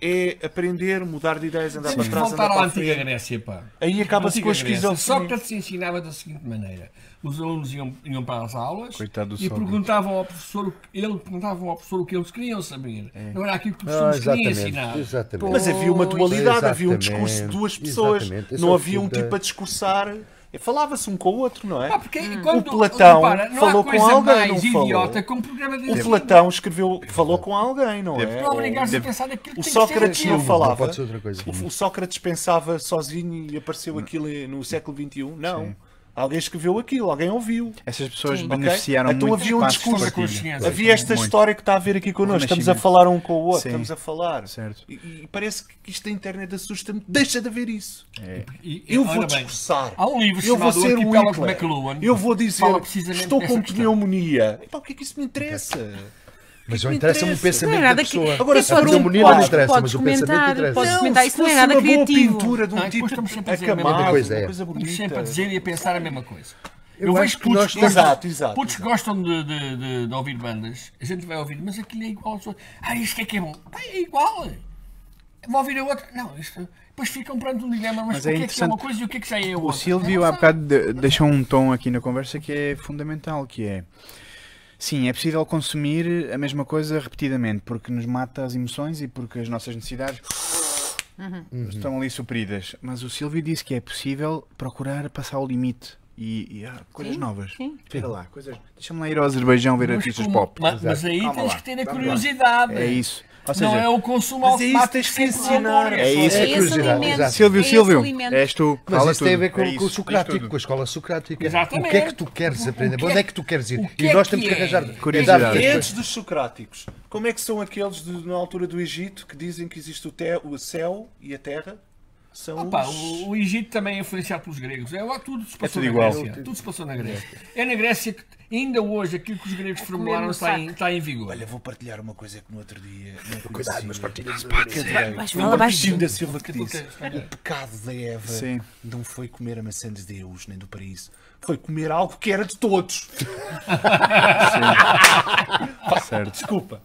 [SPEAKER 5] é aprender, mudar de ideias, andar
[SPEAKER 4] Temos
[SPEAKER 5] para
[SPEAKER 4] que
[SPEAKER 5] trás,
[SPEAKER 4] voltar
[SPEAKER 5] andar
[SPEAKER 4] à
[SPEAKER 5] para a
[SPEAKER 4] antiga
[SPEAKER 5] frente.
[SPEAKER 4] Grécia, pá.
[SPEAKER 5] Aí acaba-se
[SPEAKER 4] Antiga
[SPEAKER 5] com a
[SPEAKER 4] Grécia.
[SPEAKER 5] esquizofrenia.
[SPEAKER 4] Sócrates ensinava da seguinte maneira: os alunos iam, iam para as aulas
[SPEAKER 3] Coitado do
[SPEAKER 4] e
[SPEAKER 3] Sócrates.
[SPEAKER 4] perguntavam ao professor, o que- ele perguntavam ao professor o que eles queriam saber. Não era aquilo que o
[SPEAKER 1] é? Ah,
[SPEAKER 4] professor lhes queria ensinar.
[SPEAKER 1] exatamente, exatamente.
[SPEAKER 5] Mas é havia uma dualidade, havia um discurso de
[SPEAKER 1] Exatamente,
[SPEAKER 5] duas pessoas,
[SPEAKER 1] exatamente. Esse é
[SPEAKER 5] não
[SPEAKER 1] o
[SPEAKER 5] havia um
[SPEAKER 1] fim da-
[SPEAKER 5] tipo a discursar, falava-se um com o outro, não é?
[SPEAKER 4] Pá, Ah, porque quando-
[SPEAKER 5] O Platão
[SPEAKER 4] repara, não há
[SPEAKER 5] falou com
[SPEAKER 4] coisa
[SPEAKER 5] alguém,
[SPEAKER 4] mais
[SPEAKER 5] não falou?
[SPEAKER 4] idiota que um programa de
[SPEAKER 5] O Platão escreveu, falou com alguém, não
[SPEAKER 3] Deve-
[SPEAKER 5] é?
[SPEAKER 4] Para obrigar-se a pensar naquilo que
[SPEAKER 5] O
[SPEAKER 4] tem
[SPEAKER 5] Sócrates
[SPEAKER 4] que ser
[SPEAKER 5] não
[SPEAKER 4] aquilo.
[SPEAKER 5] falava.
[SPEAKER 1] pode ser outra coisa. é?
[SPEAKER 5] O, o Sócrates pensava sozinho e apareceu aquilo em- no século XXI? Não. Alguém escreveu aquilo, alguém ouviu.
[SPEAKER 3] Essas pessoas
[SPEAKER 5] Ok?
[SPEAKER 3] beneficiaram
[SPEAKER 5] Então
[SPEAKER 3] muito
[SPEAKER 5] havia um
[SPEAKER 3] do espaço de
[SPEAKER 5] discurso.
[SPEAKER 3] partilha.
[SPEAKER 5] Havia esta
[SPEAKER 3] Muito.
[SPEAKER 5] história que está a ver aqui connosco. Estamos a
[SPEAKER 3] Renascimento.
[SPEAKER 5] falar um com o outro,
[SPEAKER 3] Sim.
[SPEAKER 5] estamos a falar.
[SPEAKER 3] Certo.
[SPEAKER 5] E, e parece que isto da internet assusta-me. Deixa de haver isso.
[SPEAKER 4] E- e
[SPEAKER 5] Eu
[SPEAKER 4] olha bem,
[SPEAKER 5] vou discursar.
[SPEAKER 4] Há um livro
[SPEAKER 5] eu vou
[SPEAKER 4] chamado
[SPEAKER 5] ser o
[SPEAKER 4] Arquipélago
[SPEAKER 5] Hitler.
[SPEAKER 4] McLuhan.
[SPEAKER 5] Eu vou
[SPEAKER 4] que
[SPEAKER 5] dizer,
[SPEAKER 4] fala precisamente
[SPEAKER 5] estou
[SPEAKER 4] dessa
[SPEAKER 5] com
[SPEAKER 4] questão.
[SPEAKER 5] pneumonia. Epá, o que é que isso me interessa?
[SPEAKER 1] Mas
[SPEAKER 5] que
[SPEAKER 1] não
[SPEAKER 5] me
[SPEAKER 1] interessa-me o
[SPEAKER 5] interessa?
[SPEAKER 6] Não é
[SPEAKER 1] pensamento da
[SPEAKER 6] nada que.
[SPEAKER 1] pessoa.
[SPEAKER 5] Agora,
[SPEAKER 6] até
[SPEAKER 5] se
[SPEAKER 1] a
[SPEAKER 5] for um
[SPEAKER 6] podes-
[SPEAKER 1] pneumonia não
[SPEAKER 5] quadro,
[SPEAKER 6] podes-
[SPEAKER 1] interessa,
[SPEAKER 6] podes
[SPEAKER 1] mas o pensamento
[SPEAKER 6] comentar, podes
[SPEAKER 1] interessa.
[SPEAKER 6] comentar. Isso não é
[SPEAKER 5] fosse
[SPEAKER 6] nada
[SPEAKER 5] uma boa
[SPEAKER 6] criativo.
[SPEAKER 5] pintura de um
[SPEAKER 4] Não, e
[SPEAKER 5] tipo
[SPEAKER 4] depois estamos sempre a dizer a
[SPEAKER 5] acamado,
[SPEAKER 4] mesma
[SPEAKER 1] coisa, é.
[SPEAKER 5] uma coisa
[SPEAKER 4] Estamos sempre
[SPEAKER 5] bonita.
[SPEAKER 4] a dizer e a pensar a mesma coisa.
[SPEAKER 1] Eu
[SPEAKER 4] Eu,
[SPEAKER 1] acho
[SPEAKER 4] vejo
[SPEAKER 1] que
[SPEAKER 4] putos,
[SPEAKER 1] nós
[SPEAKER 4] que gostam-
[SPEAKER 5] Exato, exato,
[SPEAKER 4] putos que
[SPEAKER 5] exato.
[SPEAKER 4] gostam de, de- de- de ouvir bandas, a gente vai ouvir, mas aquilo é igual aos outros. Ah, isto é que é bom. Pá, é igual. Vou ouvir a outra. Não, isto. Depois ficam perante um dilema, mas,
[SPEAKER 3] Mas
[SPEAKER 4] o
[SPEAKER 3] é
[SPEAKER 4] que é que é
[SPEAKER 3] interessante.
[SPEAKER 4] uma coisa e o que é que já é
[SPEAKER 3] O
[SPEAKER 4] outra?
[SPEAKER 3] Silvio há bocado de- deixou um tom aqui na conversa que é fundamental, que é sim, é possível consumir a mesma coisa repetidamente, porque nos mata as emoções e porque as nossas necessidades
[SPEAKER 1] Uhum.
[SPEAKER 3] estão ali supridas. Mas o Silvio disse que é possível procurar passar o limite e, e, ah, coisas novas.
[SPEAKER 6] sim.
[SPEAKER 3] Espera lá, coisas. Deixa-me lá ir ao Azerbaijão ver
[SPEAKER 4] Mas
[SPEAKER 3] artistas
[SPEAKER 4] como-
[SPEAKER 3] pop.
[SPEAKER 4] Mas, mas aí
[SPEAKER 3] Calma
[SPEAKER 4] tens
[SPEAKER 3] lá,
[SPEAKER 4] que ter a
[SPEAKER 3] calma lá.
[SPEAKER 4] curiosidade.
[SPEAKER 3] É isso. Ou
[SPEAKER 4] não
[SPEAKER 3] seja,
[SPEAKER 4] é o consumo
[SPEAKER 5] Mas é isso,
[SPEAKER 4] automático.
[SPEAKER 5] tens que
[SPEAKER 4] sempre do
[SPEAKER 5] ensinar.
[SPEAKER 4] amor,
[SPEAKER 3] É
[SPEAKER 4] só
[SPEAKER 3] isso.
[SPEAKER 1] É
[SPEAKER 6] É esse
[SPEAKER 1] curiosidade,
[SPEAKER 6] alimento.
[SPEAKER 1] exato.
[SPEAKER 3] Silvio,
[SPEAKER 6] é esse
[SPEAKER 3] Silvio,
[SPEAKER 6] alimento.
[SPEAKER 3] és tu.
[SPEAKER 1] Mas
[SPEAKER 3] fala
[SPEAKER 1] isso tem a
[SPEAKER 3] tudo.
[SPEAKER 1] ver com,
[SPEAKER 3] É
[SPEAKER 1] com
[SPEAKER 3] isso,
[SPEAKER 1] o
[SPEAKER 3] diz
[SPEAKER 1] Socrático,
[SPEAKER 3] tudo.
[SPEAKER 1] com a escola socrática.
[SPEAKER 4] Exatamente.
[SPEAKER 1] O que é que tu queres
[SPEAKER 4] O- o
[SPEAKER 1] aprender?
[SPEAKER 4] que é-
[SPEAKER 1] Onde é que tu queres ir?
[SPEAKER 4] o que
[SPEAKER 1] e
[SPEAKER 4] é
[SPEAKER 1] nós
[SPEAKER 4] que
[SPEAKER 1] temos que
[SPEAKER 4] é?
[SPEAKER 1] arranjar.
[SPEAKER 3] Curiosidade.
[SPEAKER 1] dar-
[SPEAKER 5] Antes dos socráticos, como é que são aqueles de- na altura do Egito que dizem que existe o, te- o céu e a terra? São
[SPEAKER 4] Opa,
[SPEAKER 5] os...
[SPEAKER 4] o, o Egito também é influenciado pelos gregos. É lá tudo se passou
[SPEAKER 3] tudo
[SPEAKER 4] na
[SPEAKER 3] igual.
[SPEAKER 4] Grécia. Tudo se passou na Grécia. É na Grécia que ainda hoje aquilo que os gregos formularam
[SPEAKER 6] no
[SPEAKER 4] está em,
[SPEAKER 6] saco.
[SPEAKER 4] está em vigor.
[SPEAKER 5] Olha, vou partilhar uma coisa que no outro dia.
[SPEAKER 1] Cuidado,
[SPEAKER 5] Não
[SPEAKER 3] assim,
[SPEAKER 5] conhecia.
[SPEAKER 1] mas partilhas
[SPEAKER 6] Mas fala
[SPEAKER 5] Lembra-te
[SPEAKER 6] baixinho.
[SPEAKER 5] Jim da Silva que
[SPEAKER 4] Aquilo
[SPEAKER 5] disse:
[SPEAKER 4] que-
[SPEAKER 5] o pecado da Eva
[SPEAKER 3] é, Sim.
[SPEAKER 5] não foi comer a maçã de Deus nem do paraíso, foi comer algo que era de todos.
[SPEAKER 3] Certo.
[SPEAKER 5] Desculpa,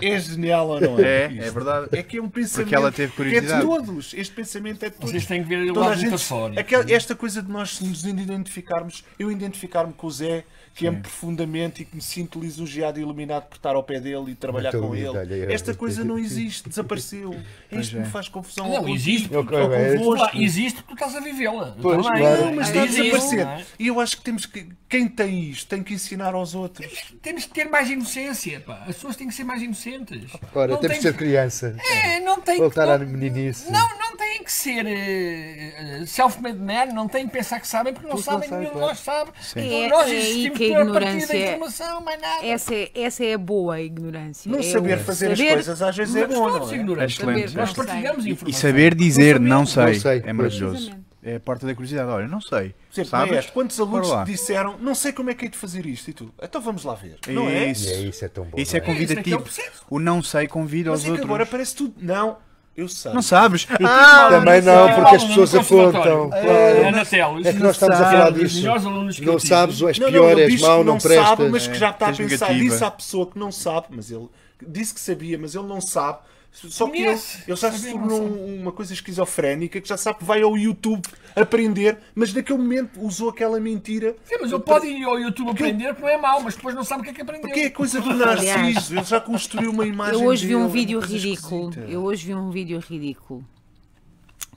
[SPEAKER 5] é genial ou não é?
[SPEAKER 3] É, é verdade.
[SPEAKER 5] É que é um pensamento
[SPEAKER 3] Porque ela teve
[SPEAKER 5] que é de
[SPEAKER 3] curiosidade.
[SPEAKER 5] todos. Este pensamento é de todos.
[SPEAKER 4] Vocês têm que ver o
[SPEAKER 5] Toda a
[SPEAKER 4] lado
[SPEAKER 5] gente, é
[SPEAKER 4] metafórico.
[SPEAKER 5] aquela- esta coisa de nós nos identificarmos, eu identificar-me com o Zé, que amo profundamente e que me sinto lisonjeado e iluminado por estar ao pé dele e trabalhar
[SPEAKER 1] Muito
[SPEAKER 5] com ele.
[SPEAKER 1] obrigado, é.
[SPEAKER 5] Esta coisa não existe, desapareceu. É tipo. isto que me faz confusão.
[SPEAKER 4] Não, existe
[SPEAKER 1] Eu-
[SPEAKER 4] porque,
[SPEAKER 1] eu- eu-
[SPEAKER 4] convosco. existe porque estás a vivê-la.
[SPEAKER 1] Pois,
[SPEAKER 4] Também.
[SPEAKER 1] claro.
[SPEAKER 5] Não,
[SPEAKER 4] Aí
[SPEAKER 5] mas está a
[SPEAKER 4] existe,
[SPEAKER 5] desaparecer.
[SPEAKER 4] não é?
[SPEAKER 5] E eu acho que temos que. Quem tem isto tem que ensinar aos outros.
[SPEAKER 4] Temos que ter mais inocência, pá. As pessoas têm que ser mais inocentes.
[SPEAKER 1] Ora,
[SPEAKER 4] Não
[SPEAKER 1] temos de
[SPEAKER 4] tem
[SPEAKER 1] ser criança.
[SPEAKER 4] É, não tem
[SPEAKER 1] Voltar
[SPEAKER 4] que,
[SPEAKER 1] à meninice.
[SPEAKER 4] Não, não têm que ser eh, eh, self-made man, não têm que pensar que sabem, porque não
[SPEAKER 1] Porque não
[SPEAKER 4] sabem,
[SPEAKER 1] sabem,
[SPEAKER 4] nenhum de
[SPEAKER 1] claro.
[SPEAKER 4] nós sabe.
[SPEAKER 2] É-
[SPEAKER 4] nós
[SPEAKER 2] é aí
[SPEAKER 4] existimos
[SPEAKER 2] que a
[SPEAKER 4] pela partida
[SPEAKER 2] ignorância
[SPEAKER 4] da
[SPEAKER 2] é-
[SPEAKER 4] informação, mais nada.
[SPEAKER 2] Essa é, essa é a boa ignorância.
[SPEAKER 5] Não
[SPEAKER 2] É
[SPEAKER 5] saber
[SPEAKER 2] o
[SPEAKER 5] fazer
[SPEAKER 2] saber-
[SPEAKER 5] as coisas às vezes é
[SPEAKER 4] Mas
[SPEAKER 5] bom,
[SPEAKER 4] todos
[SPEAKER 5] não é?
[SPEAKER 4] ignorantes.
[SPEAKER 3] Excelente.
[SPEAKER 4] Nós
[SPEAKER 2] Não sei.
[SPEAKER 4] partilhamos informação.
[SPEAKER 3] E saber dizer não sei,
[SPEAKER 1] Não sei,
[SPEAKER 3] é
[SPEAKER 1] pois.
[SPEAKER 3] maravilhoso. É a porta da curiosidade. Olha, não sei.
[SPEAKER 5] Por exemplo,
[SPEAKER 3] Sabes?
[SPEAKER 5] maestro, quantos
[SPEAKER 3] Bora
[SPEAKER 5] alunos
[SPEAKER 3] lá.
[SPEAKER 5] te disseram não sei como é que hei de fazer isto e tu? Então vamos lá ver. Não é?
[SPEAKER 1] E é isso, é tão bom.
[SPEAKER 3] Isso é
[SPEAKER 1] não é?
[SPEAKER 4] Isso é que é o
[SPEAKER 3] convidativo.
[SPEAKER 4] processo.
[SPEAKER 3] O não sei convida
[SPEAKER 5] Mas
[SPEAKER 3] aos
[SPEAKER 5] é que
[SPEAKER 3] outros.
[SPEAKER 5] agora parece tudo. Não, eu sei.
[SPEAKER 3] Não sabes?
[SPEAKER 5] Ah,
[SPEAKER 1] Também não,
[SPEAKER 4] Tem
[SPEAKER 1] porque as
[SPEAKER 4] aluno
[SPEAKER 1] pessoas
[SPEAKER 4] no conservatório.
[SPEAKER 1] apontam.
[SPEAKER 4] Eh,
[SPEAKER 1] claro.
[SPEAKER 4] Anatel,
[SPEAKER 1] É
[SPEAKER 4] isso
[SPEAKER 1] que
[SPEAKER 4] não
[SPEAKER 1] nós estamos a
[SPEAKER 4] sabe.
[SPEAKER 1] falar
[SPEAKER 4] Os
[SPEAKER 1] disso.
[SPEAKER 4] melhores alunos que eu
[SPEAKER 1] Não
[SPEAKER 4] tive.
[SPEAKER 1] sabes, és
[SPEAKER 5] Não,
[SPEAKER 1] pior,
[SPEAKER 5] não, ele
[SPEAKER 1] és
[SPEAKER 5] diz que
[SPEAKER 1] mau, não
[SPEAKER 5] sabe, mas
[SPEAKER 1] prestas.
[SPEAKER 5] que já está a
[SPEAKER 3] tens
[SPEAKER 5] pensar.
[SPEAKER 3] negativa.
[SPEAKER 5] Disse à pessoa que não sabe, mas ele disse que sabia, mas ele não sabe. Só que ele,
[SPEAKER 4] Conhece.
[SPEAKER 5] ele já se
[SPEAKER 4] Sabia,
[SPEAKER 5] tornou
[SPEAKER 4] não
[SPEAKER 5] um- uma coisa esquizofrénica que já sabe que vai ao YouTube aprender, mas naquele momento usou aquela mentira.
[SPEAKER 4] Sim,
[SPEAKER 1] Então,
[SPEAKER 4] mas eu pode ir ao YouTube aprender que não é mau, mas depois não sabe o que é que aprendeu.
[SPEAKER 5] Porque é coisa do narciso, ele já construiu uma imagem.
[SPEAKER 2] Eu hoje vi um
[SPEAKER 5] dele,
[SPEAKER 2] vídeo
[SPEAKER 5] é uma coisa
[SPEAKER 2] ridículo.
[SPEAKER 5] esquisita.
[SPEAKER 2] Eu hoje vi um vídeo ridículo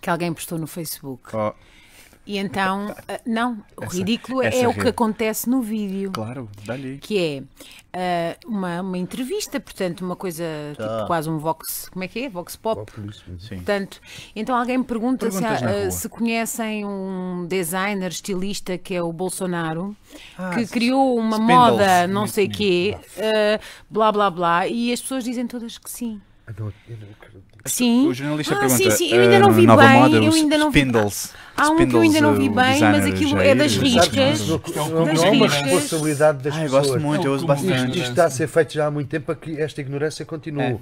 [SPEAKER 2] que alguém postou no Facebook.
[SPEAKER 3] Oh,
[SPEAKER 2] E então, ah, não, o ridículo é,
[SPEAKER 3] essa
[SPEAKER 2] o que
[SPEAKER 3] rede.
[SPEAKER 2] acontece no vídeo.
[SPEAKER 3] claro, dá-lhe aí.
[SPEAKER 2] Que é ah, uma, uma entrevista, portanto, uma coisa tipo quase um vox. Como é que é? Vox pop. Portanto, então alguém me pergunta se,
[SPEAKER 3] Perguntas
[SPEAKER 2] há,
[SPEAKER 3] na
[SPEAKER 2] ah,
[SPEAKER 3] rua.
[SPEAKER 2] se conhecem um designer estilista que é o Bolsonaro, que criou uma
[SPEAKER 3] Spindles,
[SPEAKER 2] moda, não
[SPEAKER 3] muito
[SPEAKER 2] sei
[SPEAKER 3] bonito.
[SPEAKER 2] quê, ah, blá blá blá, e as pessoas dizem todas que sim.
[SPEAKER 1] Ah, não, eu não acredito.
[SPEAKER 2] Sim.
[SPEAKER 3] O jornalista
[SPEAKER 2] ah,
[SPEAKER 3] pergunta.
[SPEAKER 2] sim, sim, eu ainda não
[SPEAKER 3] "Ah,
[SPEAKER 2] vi
[SPEAKER 3] nova
[SPEAKER 2] bem.
[SPEAKER 3] moda,
[SPEAKER 2] eu
[SPEAKER 3] os
[SPEAKER 2] ainda não vi-
[SPEAKER 3] spindles.
[SPEAKER 2] Há um que eu ainda não vi
[SPEAKER 3] Spindles, o
[SPEAKER 2] bem, mas
[SPEAKER 3] designer
[SPEAKER 2] aquilo
[SPEAKER 3] Jair,
[SPEAKER 2] é das
[SPEAKER 3] o
[SPEAKER 2] riscas.
[SPEAKER 1] Sabes,
[SPEAKER 4] Isto é um
[SPEAKER 1] Não, não é uma
[SPEAKER 4] compromisso.
[SPEAKER 1] responsabilidade das
[SPEAKER 3] Ah, eu
[SPEAKER 1] pessoas.
[SPEAKER 3] gosto muito, eu uso
[SPEAKER 4] Como
[SPEAKER 1] Isto,
[SPEAKER 3] bastante.
[SPEAKER 1] isto está a ser feito já há muito tempo para que esta ignorância continue.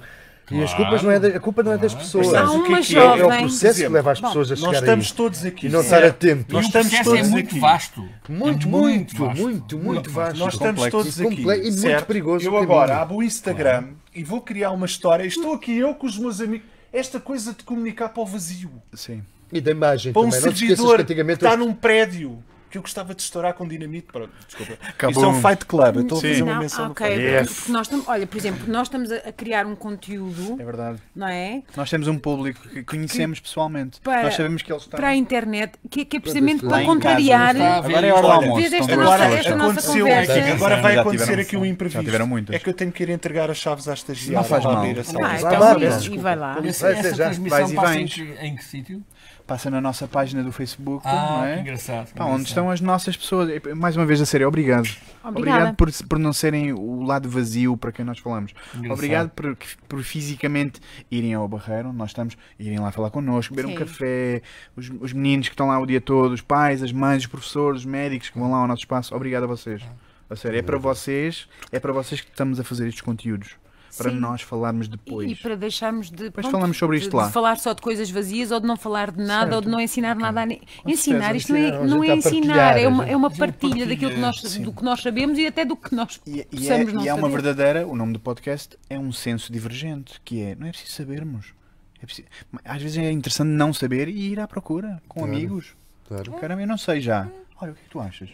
[SPEAKER 1] E as culpas não é da- a culpa não é das pessoas.
[SPEAKER 5] Mas
[SPEAKER 2] Há
[SPEAKER 5] o que é
[SPEAKER 2] uma
[SPEAKER 5] que é? É o
[SPEAKER 1] É o
[SPEAKER 2] jovem.
[SPEAKER 1] processo que leva as
[SPEAKER 2] Bom,
[SPEAKER 1] pessoas a
[SPEAKER 5] Nós
[SPEAKER 1] chegar a
[SPEAKER 5] estamos
[SPEAKER 1] isto.
[SPEAKER 5] todos aqui.
[SPEAKER 1] E não estar
[SPEAKER 5] É.
[SPEAKER 1] atento.
[SPEAKER 4] E
[SPEAKER 5] Nós
[SPEAKER 4] o
[SPEAKER 5] estamos
[SPEAKER 4] processo é
[SPEAKER 5] todos
[SPEAKER 4] muito
[SPEAKER 5] aqui.
[SPEAKER 4] vasto.
[SPEAKER 1] Muito,
[SPEAKER 4] É
[SPEAKER 1] muito,
[SPEAKER 4] vasto.
[SPEAKER 1] muito, muito vasto.
[SPEAKER 5] Nós estamos
[SPEAKER 3] complexo.
[SPEAKER 5] todos
[SPEAKER 1] E
[SPEAKER 5] aqui.
[SPEAKER 1] comple- e muito
[SPEAKER 5] certo?
[SPEAKER 1] perigoso é
[SPEAKER 5] Eu
[SPEAKER 1] o
[SPEAKER 5] agora
[SPEAKER 1] caminho.
[SPEAKER 5] abro o Instagram e vou criar uma história. Estou aqui eu com os meus amigos. Esta coisa de comunicar para o vazio.
[SPEAKER 3] É, Sim.
[SPEAKER 1] E da imagem
[SPEAKER 5] Para um
[SPEAKER 1] também. Não te esqueças que
[SPEAKER 5] servidor que
[SPEAKER 1] antigamente
[SPEAKER 5] está num prédio que eu gostava de estourar com dinamite. Pronto, desculpa.
[SPEAKER 3] Acabou.
[SPEAKER 5] Isso é um fight club. Eu estou a
[SPEAKER 3] Sim.
[SPEAKER 5] fazer uma
[SPEAKER 2] Não,
[SPEAKER 5] menção.
[SPEAKER 2] ok, porque- porque nós tam- olha, por exemplo, nós estamos a, a criar um conteúdo,
[SPEAKER 3] É verdade.
[SPEAKER 2] não é?
[SPEAKER 3] Nós temos um público que conhecemos pessoalmente.
[SPEAKER 2] Para-
[SPEAKER 3] Nós sabemos que eles estão
[SPEAKER 2] Para a internet, que, que é precisamente
[SPEAKER 1] Lá
[SPEAKER 2] para
[SPEAKER 1] em
[SPEAKER 3] casa,
[SPEAKER 2] contrariar.
[SPEAKER 3] não está?
[SPEAKER 4] Vê
[SPEAKER 3] Agora é
[SPEAKER 4] isto,
[SPEAKER 3] hora do
[SPEAKER 4] olha,
[SPEAKER 3] almoço.
[SPEAKER 2] desde esta
[SPEAKER 3] estão duas
[SPEAKER 2] nossa-
[SPEAKER 5] Agora
[SPEAKER 3] pessoas.
[SPEAKER 2] esta nossa
[SPEAKER 5] aconteceu,
[SPEAKER 2] conversa-
[SPEAKER 5] é que agora
[SPEAKER 3] Sim,
[SPEAKER 5] vai
[SPEAKER 3] já
[SPEAKER 5] acontecer
[SPEAKER 3] tiveram-
[SPEAKER 5] aqui um imprevisto.
[SPEAKER 3] já tiveram muitas.
[SPEAKER 5] É que eu tenho que ir entregar as chaves à estagiária.
[SPEAKER 3] Não faz
[SPEAKER 5] para
[SPEAKER 3] mal.
[SPEAKER 5] abrir a sala.
[SPEAKER 2] Ah,
[SPEAKER 1] Vai,
[SPEAKER 2] então
[SPEAKER 1] vai,
[SPEAKER 2] vira
[SPEAKER 1] vai.
[SPEAKER 2] e vai lá.
[SPEAKER 4] Essa,
[SPEAKER 1] Vai
[SPEAKER 4] essa
[SPEAKER 1] ser já.
[SPEAKER 4] transmissão
[SPEAKER 3] Vais e
[SPEAKER 4] passa em
[SPEAKER 3] vens.
[SPEAKER 4] que, em que sítio?
[SPEAKER 3] Passa na nossa página do Facebook,
[SPEAKER 4] Ah,
[SPEAKER 3] não
[SPEAKER 4] que
[SPEAKER 3] é?
[SPEAKER 4] engraçado. que
[SPEAKER 3] Pá, onde
[SPEAKER 4] engraçado.
[SPEAKER 3] estão as nossas pessoas. E, Mais uma vez, a sério, obrigado.
[SPEAKER 2] Obrigada.
[SPEAKER 3] Obrigado por, por não serem o lado vazio para quem nós falamos.
[SPEAKER 4] Engraçado.
[SPEAKER 3] Obrigado por, por fisicamente irem ao barreiro, onde nós estamos, irem lá falar connosco, beber um
[SPEAKER 2] Sim.
[SPEAKER 3] café, os, os meninos que estão lá o dia todo, os pais, as mães, os professores, os médicos que vão lá ao nosso espaço. Obrigado a vocês. A sério, é para vocês, é para vocês que estamos a fazer estes conteúdos. Para
[SPEAKER 2] Sim.
[SPEAKER 3] nós falarmos depois.
[SPEAKER 2] E, e para deixarmos de,
[SPEAKER 3] Depois falamos sobre
[SPEAKER 2] de-
[SPEAKER 3] isto
[SPEAKER 2] de
[SPEAKER 3] lá.
[SPEAKER 2] falar só de coisas vazias ou de não falar de nada ou de não ensinar nada a ni- ensinar
[SPEAKER 3] certeza,
[SPEAKER 2] isto não é,
[SPEAKER 1] ensinar, a
[SPEAKER 2] não
[SPEAKER 1] gente está
[SPEAKER 2] é
[SPEAKER 1] a
[SPEAKER 2] ensinar
[SPEAKER 1] partilhar,
[SPEAKER 2] é uma,
[SPEAKER 1] a
[SPEAKER 2] é uma
[SPEAKER 4] gente
[SPEAKER 2] partilha
[SPEAKER 4] partilha,
[SPEAKER 2] daquilo que nós do que nós sabemos e até do que nós
[SPEAKER 3] E, e é,
[SPEAKER 2] possamos não
[SPEAKER 3] e é uma
[SPEAKER 2] saber
[SPEAKER 3] verdadeira, o nome do podcast é um senso divergente, que é, não é preciso sabermos. É preciso- às vezes é interessante não saber e ir à procura, com amigos.
[SPEAKER 1] Claro.
[SPEAKER 3] Caramba, eu não sei já. Olha, o que é que tu achas?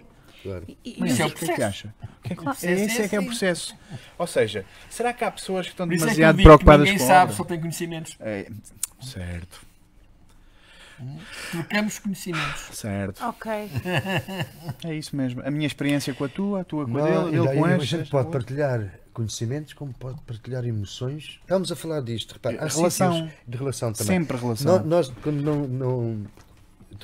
[SPEAKER 2] E- e-
[SPEAKER 3] Mas
[SPEAKER 4] Isso é o
[SPEAKER 3] o que é que
[SPEAKER 4] processo.
[SPEAKER 3] acha? O que é que-
[SPEAKER 2] Claro.
[SPEAKER 3] é esse é que é o
[SPEAKER 4] Sim.
[SPEAKER 3] processo. Ou seja, será que há pessoas que estão
[SPEAKER 4] assim. Por isso é que eu
[SPEAKER 3] demasiado
[SPEAKER 4] digo que
[SPEAKER 3] preocupadas
[SPEAKER 4] ninguém
[SPEAKER 3] com a
[SPEAKER 4] sabe,
[SPEAKER 3] obra?
[SPEAKER 4] só tem conhecimentos.
[SPEAKER 3] É, certo,
[SPEAKER 4] Trocamos conhecimentos.
[SPEAKER 3] certo.
[SPEAKER 2] ok
[SPEAKER 3] É isso mesmo. A minha experiência com a tua, a tua com a
[SPEAKER 1] Não,
[SPEAKER 3] dele,
[SPEAKER 1] e
[SPEAKER 3] ele
[SPEAKER 1] daí
[SPEAKER 3] com
[SPEAKER 1] a
[SPEAKER 3] esta,
[SPEAKER 1] gente
[SPEAKER 3] esta
[SPEAKER 1] pode
[SPEAKER 3] com outra.
[SPEAKER 1] partilhar conhecimentos, como pode partilhar emoções. Estamos a falar disto, repara, há
[SPEAKER 3] Relação.
[SPEAKER 1] sítios de relação também.
[SPEAKER 3] Sempre relação.
[SPEAKER 1] No- Nós, quando não, não-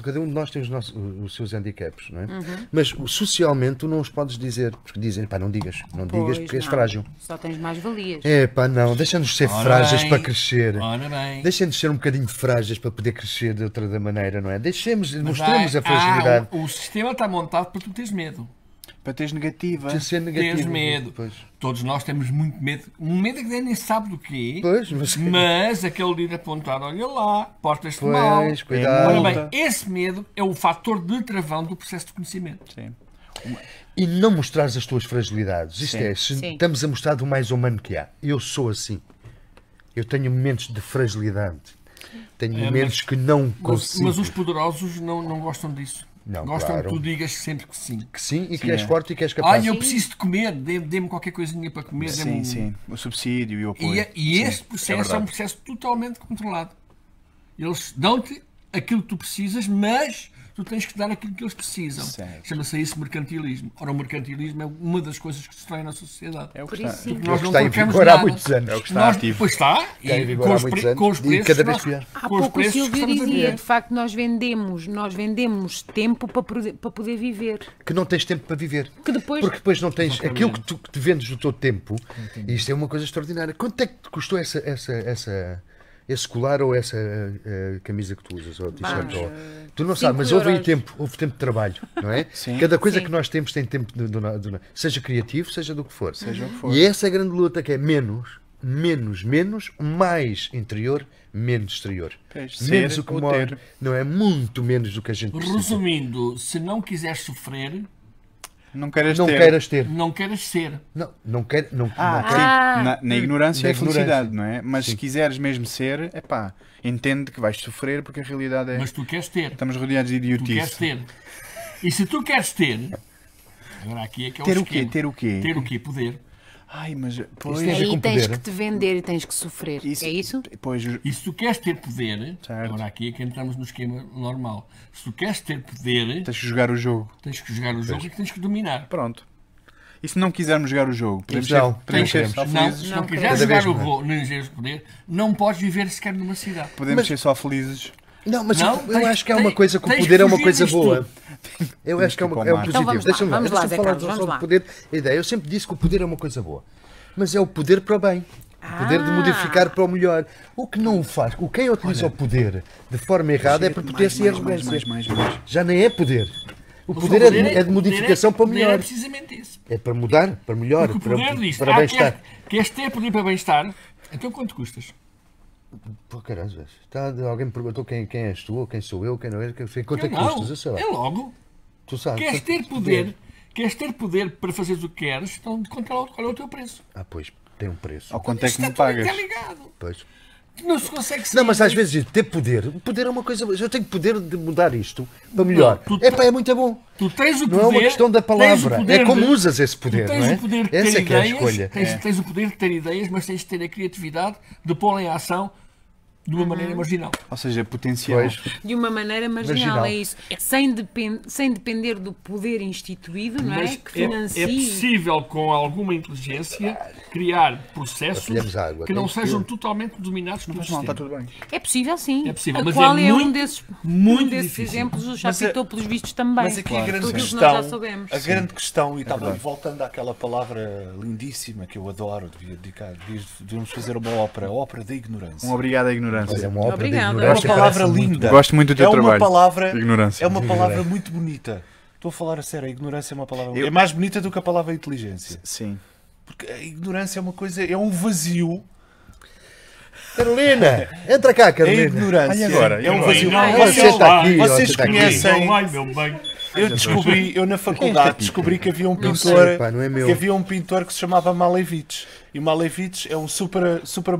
[SPEAKER 1] cada um de nós tem os, nossos, os seus handicaps, não é?
[SPEAKER 2] Uhum.
[SPEAKER 1] Mas o- socialmente tu não os podes dizer, porque dizem, pá, não digas, não digas
[SPEAKER 2] Pois,
[SPEAKER 1] porque és
[SPEAKER 2] não.
[SPEAKER 1] frágil.
[SPEAKER 2] só tens mais valias
[SPEAKER 1] É pá, não, deixa-nos ser
[SPEAKER 4] Ora
[SPEAKER 1] frágeis
[SPEAKER 4] bem.
[SPEAKER 1] para crescer.
[SPEAKER 4] Ora bem.
[SPEAKER 1] Deixem-nos ser um bocadinho frágeis para poder crescer de outra da maneira, não é? Deixemos,
[SPEAKER 4] Mas
[SPEAKER 1] mostremos
[SPEAKER 4] há-
[SPEAKER 1] a fragilidade.
[SPEAKER 4] há- o, o sistema está montado para tu teres medo.
[SPEAKER 3] Para teres negativa.
[SPEAKER 1] de ser negativo.
[SPEAKER 4] Teres medo.
[SPEAKER 1] Pois,
[SPEAKER 4] Todos nós temos muito medo. Um medo é que nem sabe do quê.
[SPEAKER 1] pois mas,
[SPEAKER 4] Mas aquele líder apontado, olha lá, portas-te mal.
[SPEAKER 1] pois cuidado.
[SPEAKER 4] Ora
[SPEAKER 3] Multa.
[SPEAKER 4] bem, esse medo é o fator de travão do processo de conhecimento.
[SPEAKER 3] Sim.
[SPEAKER 1] E não mostrares as tuas fragilidades. Isto
[SPEAKER 3] Sim.
[SPEAKER 1] é, se
[SPEAKER 2] Sim.
[SPEAKER 1] estamos a mostrar do mais humano que há. Eu sou assim. Eu tenho momentos de fragilidade. Tenho
[SPEAKER 4] É,
[SPEAKER 1] momentos que não
[SPEAKER 4] Mas,
[SPEAKER 1] consigo.
[SPEAKER 4] mas os poderosos não, não gostam disso.
[SPEAKER 1] Não,
[SPEAKER 4] gostam
[SPEAKER 1] claro.
[SPEAKER 4] que tu digas sempre que sim.
[SPEAKER 1] Que sim, e que és forte e que és capaz.
[SPEAKER 4] Olha, eu preciso de comer, dê- dê-me qualquer coisinha para comer. dê-me
[SPEAKER 3] Sim,
[SPEAKER 4] um-
[SPEAKER 3] sim. O subsídio e o apoio.
[SPEAKER 4] E, é, e
[SPEAKER 3] Sim,
[SPEAKER 4] este processo é,
[SPEAKER 3] verdade.
[SPEAKER 4] um processo totalmente controlado. Eles dão-te aquilo que tu precisas, mas tu tens que dar aquilo que eles precisam.
[SPEAKER 3] Certo.
[SPEAKER 4] Chama-se isso mercantilismo. Ora, o mercantilismo é uma das coisas que destrói a nossa sociedade.
[SPEAKER 3] É o que
[SPEAKER 6] Por
[SPEAKER 3] está.
[SPEAKER 6] isso sim.
[SPEAKER 1] É o
[SPEAKER 4] Nós
[SPEAKER 1] que
[SPEAKER 4] não
[SPEAKER 1] está em
[SPEAKER 4] trocamos
[SPEAKER 1] vigor há
[SPEAKER 4] nada.
[SPEAKER 1] muitos anos. É o
[SPEAKER 3] que está
[SPEAKER 4] Nós-
[SPEAKER 3] ativo.
[SPEAKER 4] Pois está.
[SPEAKER 1] Está em
[SPEAKER 4] E
[SPEAKER 1] vigor
[SPEAKER 4] com
[SPEAKER 1] há
[SPEAKER 4] os,
[SPEAKER 1] muitos
[SPEAKER 4] pre-
[SPEAKER 1] anos
[SPEAKER 4] com os
[SPEAKER 1] e
[SPEAKER 4] preços
[SPEAKER 1] cada vez
[SPEAKER 4] nós-
[SPEAKER 1] pior.
[SPEAKER 6] Ah,
[SPEAKER 2] Há
[SPEAKER 4] com os
[SPEAKER 2] pouco o
[SPEAKER 4] preços que
[SPEAKER 2] Silvio
[SPEAKER 4] estamos a
[SPEAKER 2] dizia,
[SPEAKER 4] ver.
[SPEAKER 2] de facto, nós vendemos, nós vendemos tempo para poder, para poder viver.
[SPEAKER 1] que não tens tempo para viver.
[SPEAKER 2] Que depois-
[SPEAKER 1] Porque depois não tens aquilo que tu que te vendes do teu tempo. E isto é uma coisa extraordinária. Quanto é que te custou essa, essa, essa, esse colar ou essa eh, eh, camisa que tu usas? Ou t-shirt? Ou... Tu não sabes, mas
[SPEAKER 2] cinco
[SPEAKER 1] houve aí
[SPEAKER 2] euros.
[SPEAKER 1] tempo, houve tempo de trabalho, não é? Cada coisa que nós temos tem tempo, de, de- de- seja criativo, seja do que for.
[SPEAKER 3] o que for.
[SPEAKER 1] E essa é a grande luta que é menos, menos, menos, mais interior, menos exterior.
[SPEAKER 3] Pois,
[SPEAKER 1] menos
[SPEAKER 3] ser
[SPEAKER 1] o que
[SPEAKER 3] ou
[SPEAKER 1] mora,
[SPEAKER 3] ter.
[SPEAKER 1] não é? Muito menos do que a gente precisa.
[SPEAKER 4] Resumindo, se não quiseres sofrer,
[SPEAKER 3] Não queiras
[SPEAKER 1] Não
[SPEAKER 3] ter. Ah,
[SPEAKER 1] queiras ter.
[SPEAKER 4] não queres ser.
[SPEAKER 1] Não, não quero. Não, não
[SPEAKER 3] Sim,
[SPEAKER 1] quero.
[SPEAKER 3] na,
[SPEAKER 2] Ah.
[SPEAKER 3] na ignorância
[SPEAKER 1] Na
[SPEAKER 3] é felicidade,
[SPEAKER 1] ignorância.
[SPEAKER 3] não é? Mas se quiseres mesmo ser, é pá, entende que vais sofrer porque a realidade é.
[SPEAKER 4] Mas tu queres ter.
[SPEAKER 3] Estamos rodeados de
[SPEAKER 4] Tu queres
[SPEAKER 3] idiotice.
[SPEAKER 4] ter. E se tu queres ter. Agora aqui é que é
[SPEAKER 3] Ter o quê?
[SPEAKER 4] esquema.
[SPEAKER 3] Ter o quê?
[SPEAKER 4] Ter o quê? Poder.
[SPEAKER 3] Ai, mas. Pois,
[SPEAKER 1] tem a né? ver
[SPEAKER 2] Aí
[SPEAKER 1] com
[SPEAKER 2] tens
[SPEAKER 1] poder.
[SPEAKER 2] que te vender e tens que sofrer. É isso?
[SPEAKER 3] Pois, ju-
[SPEAKER 4] E se tu queres ter poder,
[SPEAKER 3] Certo.
[SPEAKER 4] agora aqui é que entramos no esquema normal. Se tu queres ter poder,
[SPEAKER 3] tens que jogar o jogo.
[SPEAKER 4] tens que jogar o jogo e tens que dominar.
[SPEAKER 3] Pronto. E se não quisermos jogar o jogo? Podemos
[SPEAKER 1] Então,
[SPEAKER 3] ser, podemos ser
[SPEAKER 1] tens-
[SPEAKER 3] só
[SPEAKER 4] Não,
[SPEAKER 3] felizes.
[SPEAKER 4] se
[SPEAKER 6] Não
[SPEAKER 4] não quiseres
[SPEAKER 1] quero. Cada vez
[SPEAKER 4] jogar o
[SPEAKER 1] mais.
[SPEAKER 4] rol, nem quiseres poder, não podes viver sequer numa cidade.
[SPEAKER 3] Podemos ser só felizes.
[SPEAKER 1] Não, mas eu,
[SPEAKER 4] Não,
[SPEAKER 1] eu
[SPEAKER 4] tens-
[SPEAKER 1] acho que é uma
[SPEAKER 4] tens-
[SPEAKER 1] coisa que o
[SPEAKER 4] tens
[SPEAKER 1] poder é uma
[SPEAKER 4] fugir
[SPEAKER 1] coisa
[SPEAKER 4] disto
[SPEAKER 1] boa. Eu acho que é,
[SPEAKER 3] Vamos
[SPEAKER 1] uma,
[SPEAKER 3] para
[SPEAKER 1] é um
[SPEAKER 3] o mar.
[SPEAKER 1] positivo.
[SPEAKER 3] Então
[SPEAKER 6] vamos lá,
[SPEAKER 1] Deixa-me
[SPEAKER 6] vamos lá,
[SPEAKER 1] deixa
[SPEAKER 6] Zé
[SPEAKER 1] falar
[SPEAKER 6] Carlos,
[SPEAKER 1] só
[SPEAKER 6] vamos
[SPEAKER 1] do
[SPEAKER 6] lá.
[SPEAKER 1] poder. A ideia, eu sempre disse que o poder é uma coisa boa. Mas é o poder para o bem. O poder de
[SPEAKER 6] Ah.
[SPEAKER 1] modificar para o melhor. O que não o faz, o quem utiliza o poder de forma errada é prepotência e
[SPEAKER 3] mais, mais,
[SPEAKER 1] arrogância.
[SPEAKER 3] mais, mais, mais.
[SPEAKER 1] Já nem é poder. O
[SPEAKER 4] Mas
[SPEAKER 1] poder é de, é de modificação para o
[SPEAKER 4] poder É
[SPEAKER 1] melhor.
[SPEAKER 4] precisamente isso.
[SPEAKER 1] É para mudar, para melhor,
[SPEAKER 4] Porque o
[SPEAKER 1] para,
[SPEAKER 4] poder diz:
[SPEAKER 1] para
[SPEAKER 4] ah,
[SPEAKER 1] bem-estar.
[SPEAKER 4] queres- Queres ter poder para bem-estar? Então quanto custas?
[SPEAKER 1] Pô, caralho, tá, alguém me perguntou quem, quem és tu, ou quem sou eu, quem não és, quem- quanto é
[SPEAKER 4] Eu
[SPEAKER 1] que
[SPEAKER 4] não.
[SPEAKER 1] custas, eu sei lá.
[SPEAKER 4] É logo.
[SPEAKER 1] Tu sabes.
[SPEAKER 4] Queres
[SPEAKER 1] quanto é que
[SPEAKER 4] ter poder, queres ter poder para fazeres o que queres, então conta lá qual é o teu preço.
[SPEAKER 1] Ah, pois, tem um preço.
[SPEAKER 3] Ao quanto é que
[SPEAKER 4] Está
[SPEAKER 3] me
[SPEAKER 4] tudo
[SPEAKER 3] pagas?
[SPEAKER 4] interligado.
[SPEAKER 1] Pois.
[SPEAKER 4] Não se consegue sair
[SPEAKER 1] Não, mas às
[SPEAKER 4] disso.
[SPEAKER 1] vezes ter poder, o poder é uma coisa. Eu tenho poder de mudar isto para melhor.
[SPEAKER 4] tu-
[SPEAKER 1] É pá, é muito bom.
[SPEAKER 4] Tu tens o
[SPEAKER 1] Não
[SPEAKER 4] poder,
[SPEAKER 1] é uma questão da
[SPEAKER 4] tens o
[SPEAKER 1] palavra,
[SPEAKER 4] poder
[SPEAKER 1] é como
[SPEAKER 4] de-
[SPEAKER 1] usas esse poder,
[SPEAKER 4] Tu tens
[SPEAKER 1] não é?
[SPEAKER 4] o poder de ter
[SPEAKER 1] Essa é que é a
[SPEAKER 4] ideias,
[SPEAKER 1] escolha.
[SPEAKER 4] Tens,
[SPEAKER 1] É.
[SPEAKER 4] tens o poder de ter ideias, mas tens de ter a criatividade de pô-la em ação de
[SPEAKER 6] Uhum.
[SPEAKER 4] uma maneira marginal.
[SPEAKER 3] Ou seja, potencial.
[SPEAKER 1] Pois.
[SPEAKER 6] De uma maneira marginal,
[SPEAKER 1] Marginal.
[SPEAKER 6] é isso. Sem, depen- sem depender do poder instituído, não é?
[SPEAKER 4] Mas
[SPEAKER 6] Que
[SPEAKER 4] é, é
[SPEAKER 6] financie.
[SPEAKER 4] possível, com alguma inteligência, criar processos
[SPEAKER 1] Partilhamos água,
[SPEAKER 4] que não
[SPEAKER 1] tem que
[SPEAKER 4] sejam totalmente dominados pelo
[SPEAKER 3] Mas não, está
[SPEAKER 4] sistema.
[SPEAKER 3] tudo bem.
[SPEAKER 6] É, possível, sim.
[SPEAKER 4] É possível,
[SPEAKER 6] A
[SPEAKER 4] mas
[SPEAKER 6] qual
[SPEAKER 4] é
[SPEAKER 6] é, um
[SPEAKER 4] muito,
[SPEAKER 6] desses, um
[SPEAKER 4] muito
[SPEAKER 6] desses
[SPEAKER 4] difícil.
[SPEAKER 6] exemplos, o já
[SPEAKER 5] Mas é-
[SPEAKER 6] citou pelos vistos também.
[SPEAKER 5] Mas aqui a grande
[SPEAKER 6] Tudo o que
[SPEAKER 5] questão,
[SPEAKER 6] nós já soubemos.
[SPEAKER 4] é
[SPEAKER 5] a grande questão,
[SPEAKER 3] É
[SPEAKER 5] e estava voltando àquela palavra lindíssima que eu adoro, devia dedicar, devias- devíamos fazer uma ópera, a ópera da ignorância.
[SPEAKER 3] Um obrigado à ignorância.
[SPEAKER 1] Olha, uma obra
[SPEAKER 6] Obrigada.
[SPEAKER 1] de
[SPEAKER 5] É uma
[SPEAKER 1] ignorância
[SPEAKER 5] palavra
[SPEAKER 1] parece muito
[SPEAKER 5] linda.
[SPEAKER 3] Gosto muito do teu
[SPEAKER 5] é
[SPEAKER 3] trabalho.
[SPEAKER 5] Uma palavra,
[SPEAKER 3] Ignorância.
[SPEAKER 5] É uma palavra muito bonita. Estou a falar a sério, a ignorância é uma palavra.
[SPEAKER 3] Eu-
[SPEAKER 5] É mais bonita do que a palavra inteligência.
[SPEAKER 3] Sim.
[SPEAKER 5] Porque a ignorância é uma coisa, é um vazio.
[SPEAKER 1] Carolina, entra cá,
[SPEAKER 5] É
[SPEAKER 1] Carolina.
[SPEAKER 5] ignorância.
[SPEAKER 3] Olha agora,
[SPEAKER 5] é um
[SPEAKER 3] agora.
[SPEAKER 5] vazio.
[SPEAKER 1] Ah,
[SPEAKER 5] Vocês-
[SPEAKER 1] você está aqui,
[SPEAKER 5] vocês
[SPEAKER 1] ó, você está aqui.
[SPEAKER 5] conhecem-
[SPEAKER 4] Não vai, meu bem.
[SPEAKER 5] Eu descobri, eu na faculdade descobri que havia um pintor,
[SPEAKER 1] sei, pá, É. não é meu.
[SPEAKER 5] que havia um pintor que se chamava Malevich. E o Malevich é um super, super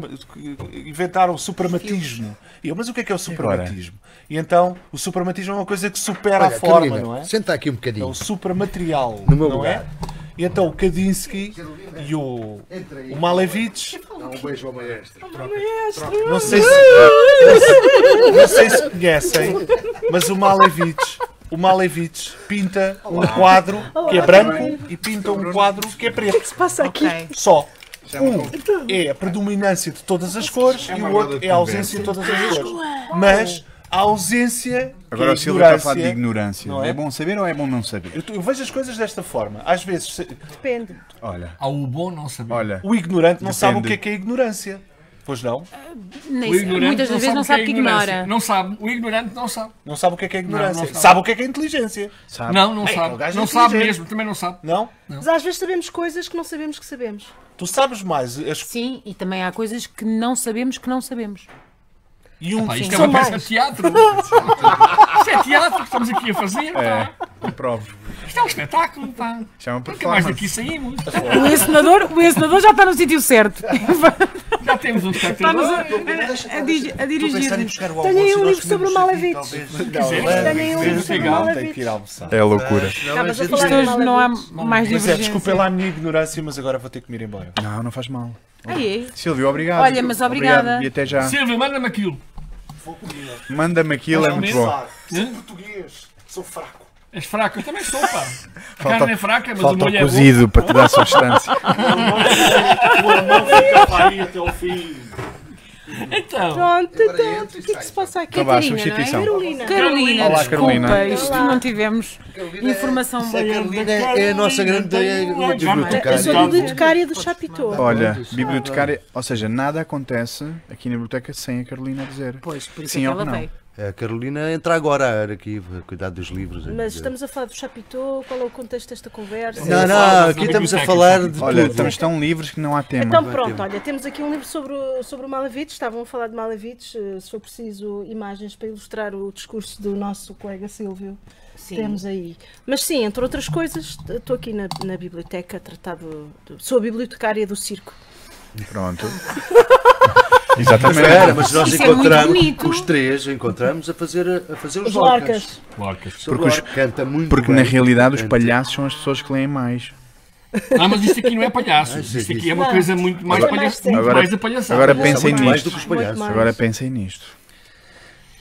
[SPEAKER 5] inventaram o suprematismo. E eu, mas o que é que é o suprematismo? E então, o suprematismo é uma coisa que supera a
[SPEAKER 1] Olha,
[SPEAKER 5] forma,
[SPEAKER 1] Carolina,
[SPEAKER 5] não é?
[SPEAKER 1] senta aqui um
[SPEAKER 5] É
[SPEAKER 1] bocadinho.
[SPEAKER 5] o supramaterial,
[SPEAKER 1] No meu
[SPEAKER 5] não é?
[SPEAKER 1] lugar.
[SPEAKER 5] E então o Kandinsky e o, o Malevich,
[SPEAKER 1] Um beijo ao maestro.
[SPEAKER 5] não sei se, não sei se conhecem, mas o Malevich, o Malevich pinta um quadro que é branco e pinta um quadro que é preto.
[SPEAKER 2] Ok.
[SPEAKER 5] Só. Um é a predominância de todas as cores e o outro é a ausência de todas as cores. Mas a ausência
[SPEAKER 3] Agora
[SPEAKER 5] que é
[SPEAKER 3] o Silvio está a falar de
[SPEAKER 5] ignorância.
[SPEAKER 3] ignorância.
[SPEAKER 5] não é?
[SPEAKER 3] É bom saber ou é bom não saber?
[SPEAKER 5] Eu, eu vejo as coisas desta forma. Às vezes, se-
[SPEAKER 3] Olha,
[SPEAKER 4] Há o bom não saber.
[SPEAKER 3] olha.
[SPEAKER 5] O ignorante não
[SPEAKER 3] Depende.
[SPEAKER 5] sabe o que é que é ignorância. Pois não?
[SPEAKER 6] Nem
[SPEAKER 4] O
[SPEAKER 6] sei-
[SPEAKER 4] ignorante
[SPEAKER 6] muitas das vezes não sabe o que
[SPEAKER 4] é ignorância.
[SPEAKER 6] ignora.
[SPEAKER 4] Não sabe. O ignorante não sabe.
[SPEAKER 5] Não sabe o que é que é ignorância.
[SPEAKER 4] não sabe.
[SPEAKER 5] sabe. o que é que é inteligência.
[SPEAKER 4] Não, não
[SPEAKER 5] Ei, o
[SPEAKER 4] sabe.
[SPEAKER 5] gajo
[SPEAKER 4] Não
[SPEAKER 5] é
[SPEAKER 4] sabe
[SPEAKER 5] inteligente.
[SPEAKER 4] mesmo. Também não sabe.
[SPEAKER 5] Não?
[SPEAKER 7] Mas às vezes sabemos coisas que não sabemos que sabemos.
[SPEAKER 5] Tu sabes mais. As...
[SPEAKER 6] Sim, e também há coisas que não sabemos que não sabemos.
[SPEAKER 5] E um
[SPEAKER 4] Pá, isto é
[SPEAKER 5] São
[SPEAKER 4] uma
[SPEAKER 5] mais.
[SPEAKER 4] peça de teatro. isto é teatro que estamos aqui a fazer. pá.
[SPEAKER 3] É, provo.
[SPEAKER 4] Isto é um espetáculo. Pá.
[SPEAKER 3] Chama
[SPEAKER 4] Nunca mais
[SPEAKER 3] performance.
[SPEAKER 4] daqui saímos.
[SPEAKER 6] O encenador, o encenador já está no sítio certo.
[SPEAKER 4] Já temos um espectador.
[SPEAKER 2] Está-nos a,
[SPEAKER 5] Deixa-
[SPEAKER 2] a, a, di- a
[SPEAKER 5] Estou a pensar em
[SPEAKER 2] dirigir.
[SPEAKER 5] buscar o
[SPEAKER 7] Tenho aí
[SPEAKER 5] almoço
[SPEAKER 7] um
[SPEAKER 5] e nós
[SPEAKER 7] livro sobre
[SPEAKER 5] comemos
[SPEAKER 7] o
[SPEAKER 5] aqui,
[SPEAKER 7] Malevich.
[SPEAKER 5] talvez.
[SPEAKER 7] Tenho um livro sobre o
[SPEAKER 4] Legal,
[SPEAKER 5] Tenho que ir
[SPEAKER 7] Malevich.
[SPEAKER 5] almoçar.
[SPEAKER 3] É loucura.
[SPEAKER 5] Não,
[SPEAKER 7] Estavas
[SPEAKER 5] mas
[SPEAKER 7] a
[SPEAKER 5] eu-
[SPEAKER 7] falar
[SPEAKER 2] Isto hoje não há
[SPEAKER 7] um
[SPEAKER 2] mais
[SPEAKER 5] Mas é,
[SPEAKER 2] divergência.
[SPEAKER 5] desculpem lá a minha ignorância, mas agora vou ter que me ir embora.
[SPEAKER 3] Não, não faz mal.
[SPEAKER 2] Ai, ai.
[SPEAKER 3] Silvio, obrigado.
[SPEAKER 2] Olha, mas obrigada.
[SPEAKER 3] Obrigado, E até já.
[SPEAKER 4] Silvio, manda-me aquilo.
[SPEAKER 3] Manda-me aquilo, é muito bom.
[SPEAKER 4] Hã?
[SPEAKER 5] português, sou fraco.
[SPEAKER 4] És fraco, eu também sou, pá. A
[SPEAKER 3] Falta-
[SPEAKER 4] carne é fraca, mas o
[SPEAKER 3] Falta o
[SPEAKER 4] molho é bom.
[SPEAKER 3] cozido para te dar substância.
[SPEAKER 5] até ao fim.
[SPEAKER 4] Então,
[SPEAKER 7] Pronto, então, o que é que se passa aqui?
[SPEAKER 3] Trabalho,
[SPEAKER 2] Catarina,
[SPEAKER 3] substituição.
[SPEAKER 7] Carolina.
[SPEAKER 2] Carolina,
[SPEAKER 4] Olá,
[SPEAKER 2] desculpa,
[SPEAKER 3] Carolina.
[SPEAKER 2] isto não tivemos informação
[SPEAKER 1] A
[SPEAKER 2] boa.
[SPEAKER 1] Carolina é a nossa grande
[SPEAKER 5] um
[SPEAKER 7] Eu
[SPEAKER 1] bibliotecária.
[SPEAKER 7] sou bibliotecária do Chapitão.
[SPEAKER 3] Olha, bibliotecária, ou seja, nada acontece aqui na biblioteca sem a Carolina dizer.
[SPEAKER 2] Pois, por isso
[SPEAKER 3] Sim
[SPEAKER 2] é
[SPEAKER 3] ou
[SPEAKER 2] que ela
[SPEAKER 3] não?
[SPEAKER 2] veio.
[SPEAKER 1] A Carolina
[SPEAKER 5] é
[SPEAKER 1] entra agora aqui, cuidado dos livros.
[SPEAKER 7] Mas estamos a falar do Chapitão, qual é o contexto desta conversa?
[SPEAKER 1] Não, não, aqui estamos a falar de
[SPEAKER 3] Olha,
[SPEAKER 1] tudo.
[SPEAKER 3] estamos tão livres que não há tema.
[SPEAKER 7] Então pronto, olha, temos aqui um livro sobre, o- sobre o Malevich, estavam a falar de Malevich, eh, se for preciso imagens para ilustrar o discurso do nosso colega Silvio, temos aí. Mas sim, entre outras coisas, estou aqui na, na biblioteca a tratar do, do- Sou a bibliotecária do circo.
[SPEAKER 3] Pronto.
[SPEAKER 1] Mas
[SPEAKER 3] Exatamente.
[SPEAKER 1] espera, mas nós
[SPEAKER 2] Isso é muito
[SPEAKER 1] encontramos,
[SPEAKER 2] bonito.
[SPEAKER 1] os três encontramos a fazer, a fazer os
[SPEAKER 7] Os Lorcas.
[SPEAKER 1] lorcas.
[SPEAKER 4] Lorcas.
[SPEAKER 1] Sobre
[SPEAKER 3] Porque os-
[SPEAKER 1] Lorca, canta muito
[SPEAKER 3] Porque
[SPEAKER 1] bem.
[SPEAKER 3] na realidade os
[SPEAKER 1] Canta.
[SPEAKER 3] palhaços são as pessoas que leem mais.
[SPEAKER 4] Ah, mas isto aqui não é palhaço. Isto aqui é uma
[SPEAKER 7] Não.
[SPEAKER 4] coisa muito mais,
[SPEAKER 7] Agora-
[SPEAKER 4] palha... muito
[SPEAKER 3] agora-
[SPEAKER 4] mais da palhaçada.
[SPEAKER 3] agora
[SPEAKER 1] Pensa
[SPEAKER 3] Pensem
[SPEAKER 1] muito mais
[SPEAKER 3] nisto.
[SPEAKER 1] do que os palhaços.
[SPEAKER 7] Muito
[SPEAKER 3] Agora pensem nisto.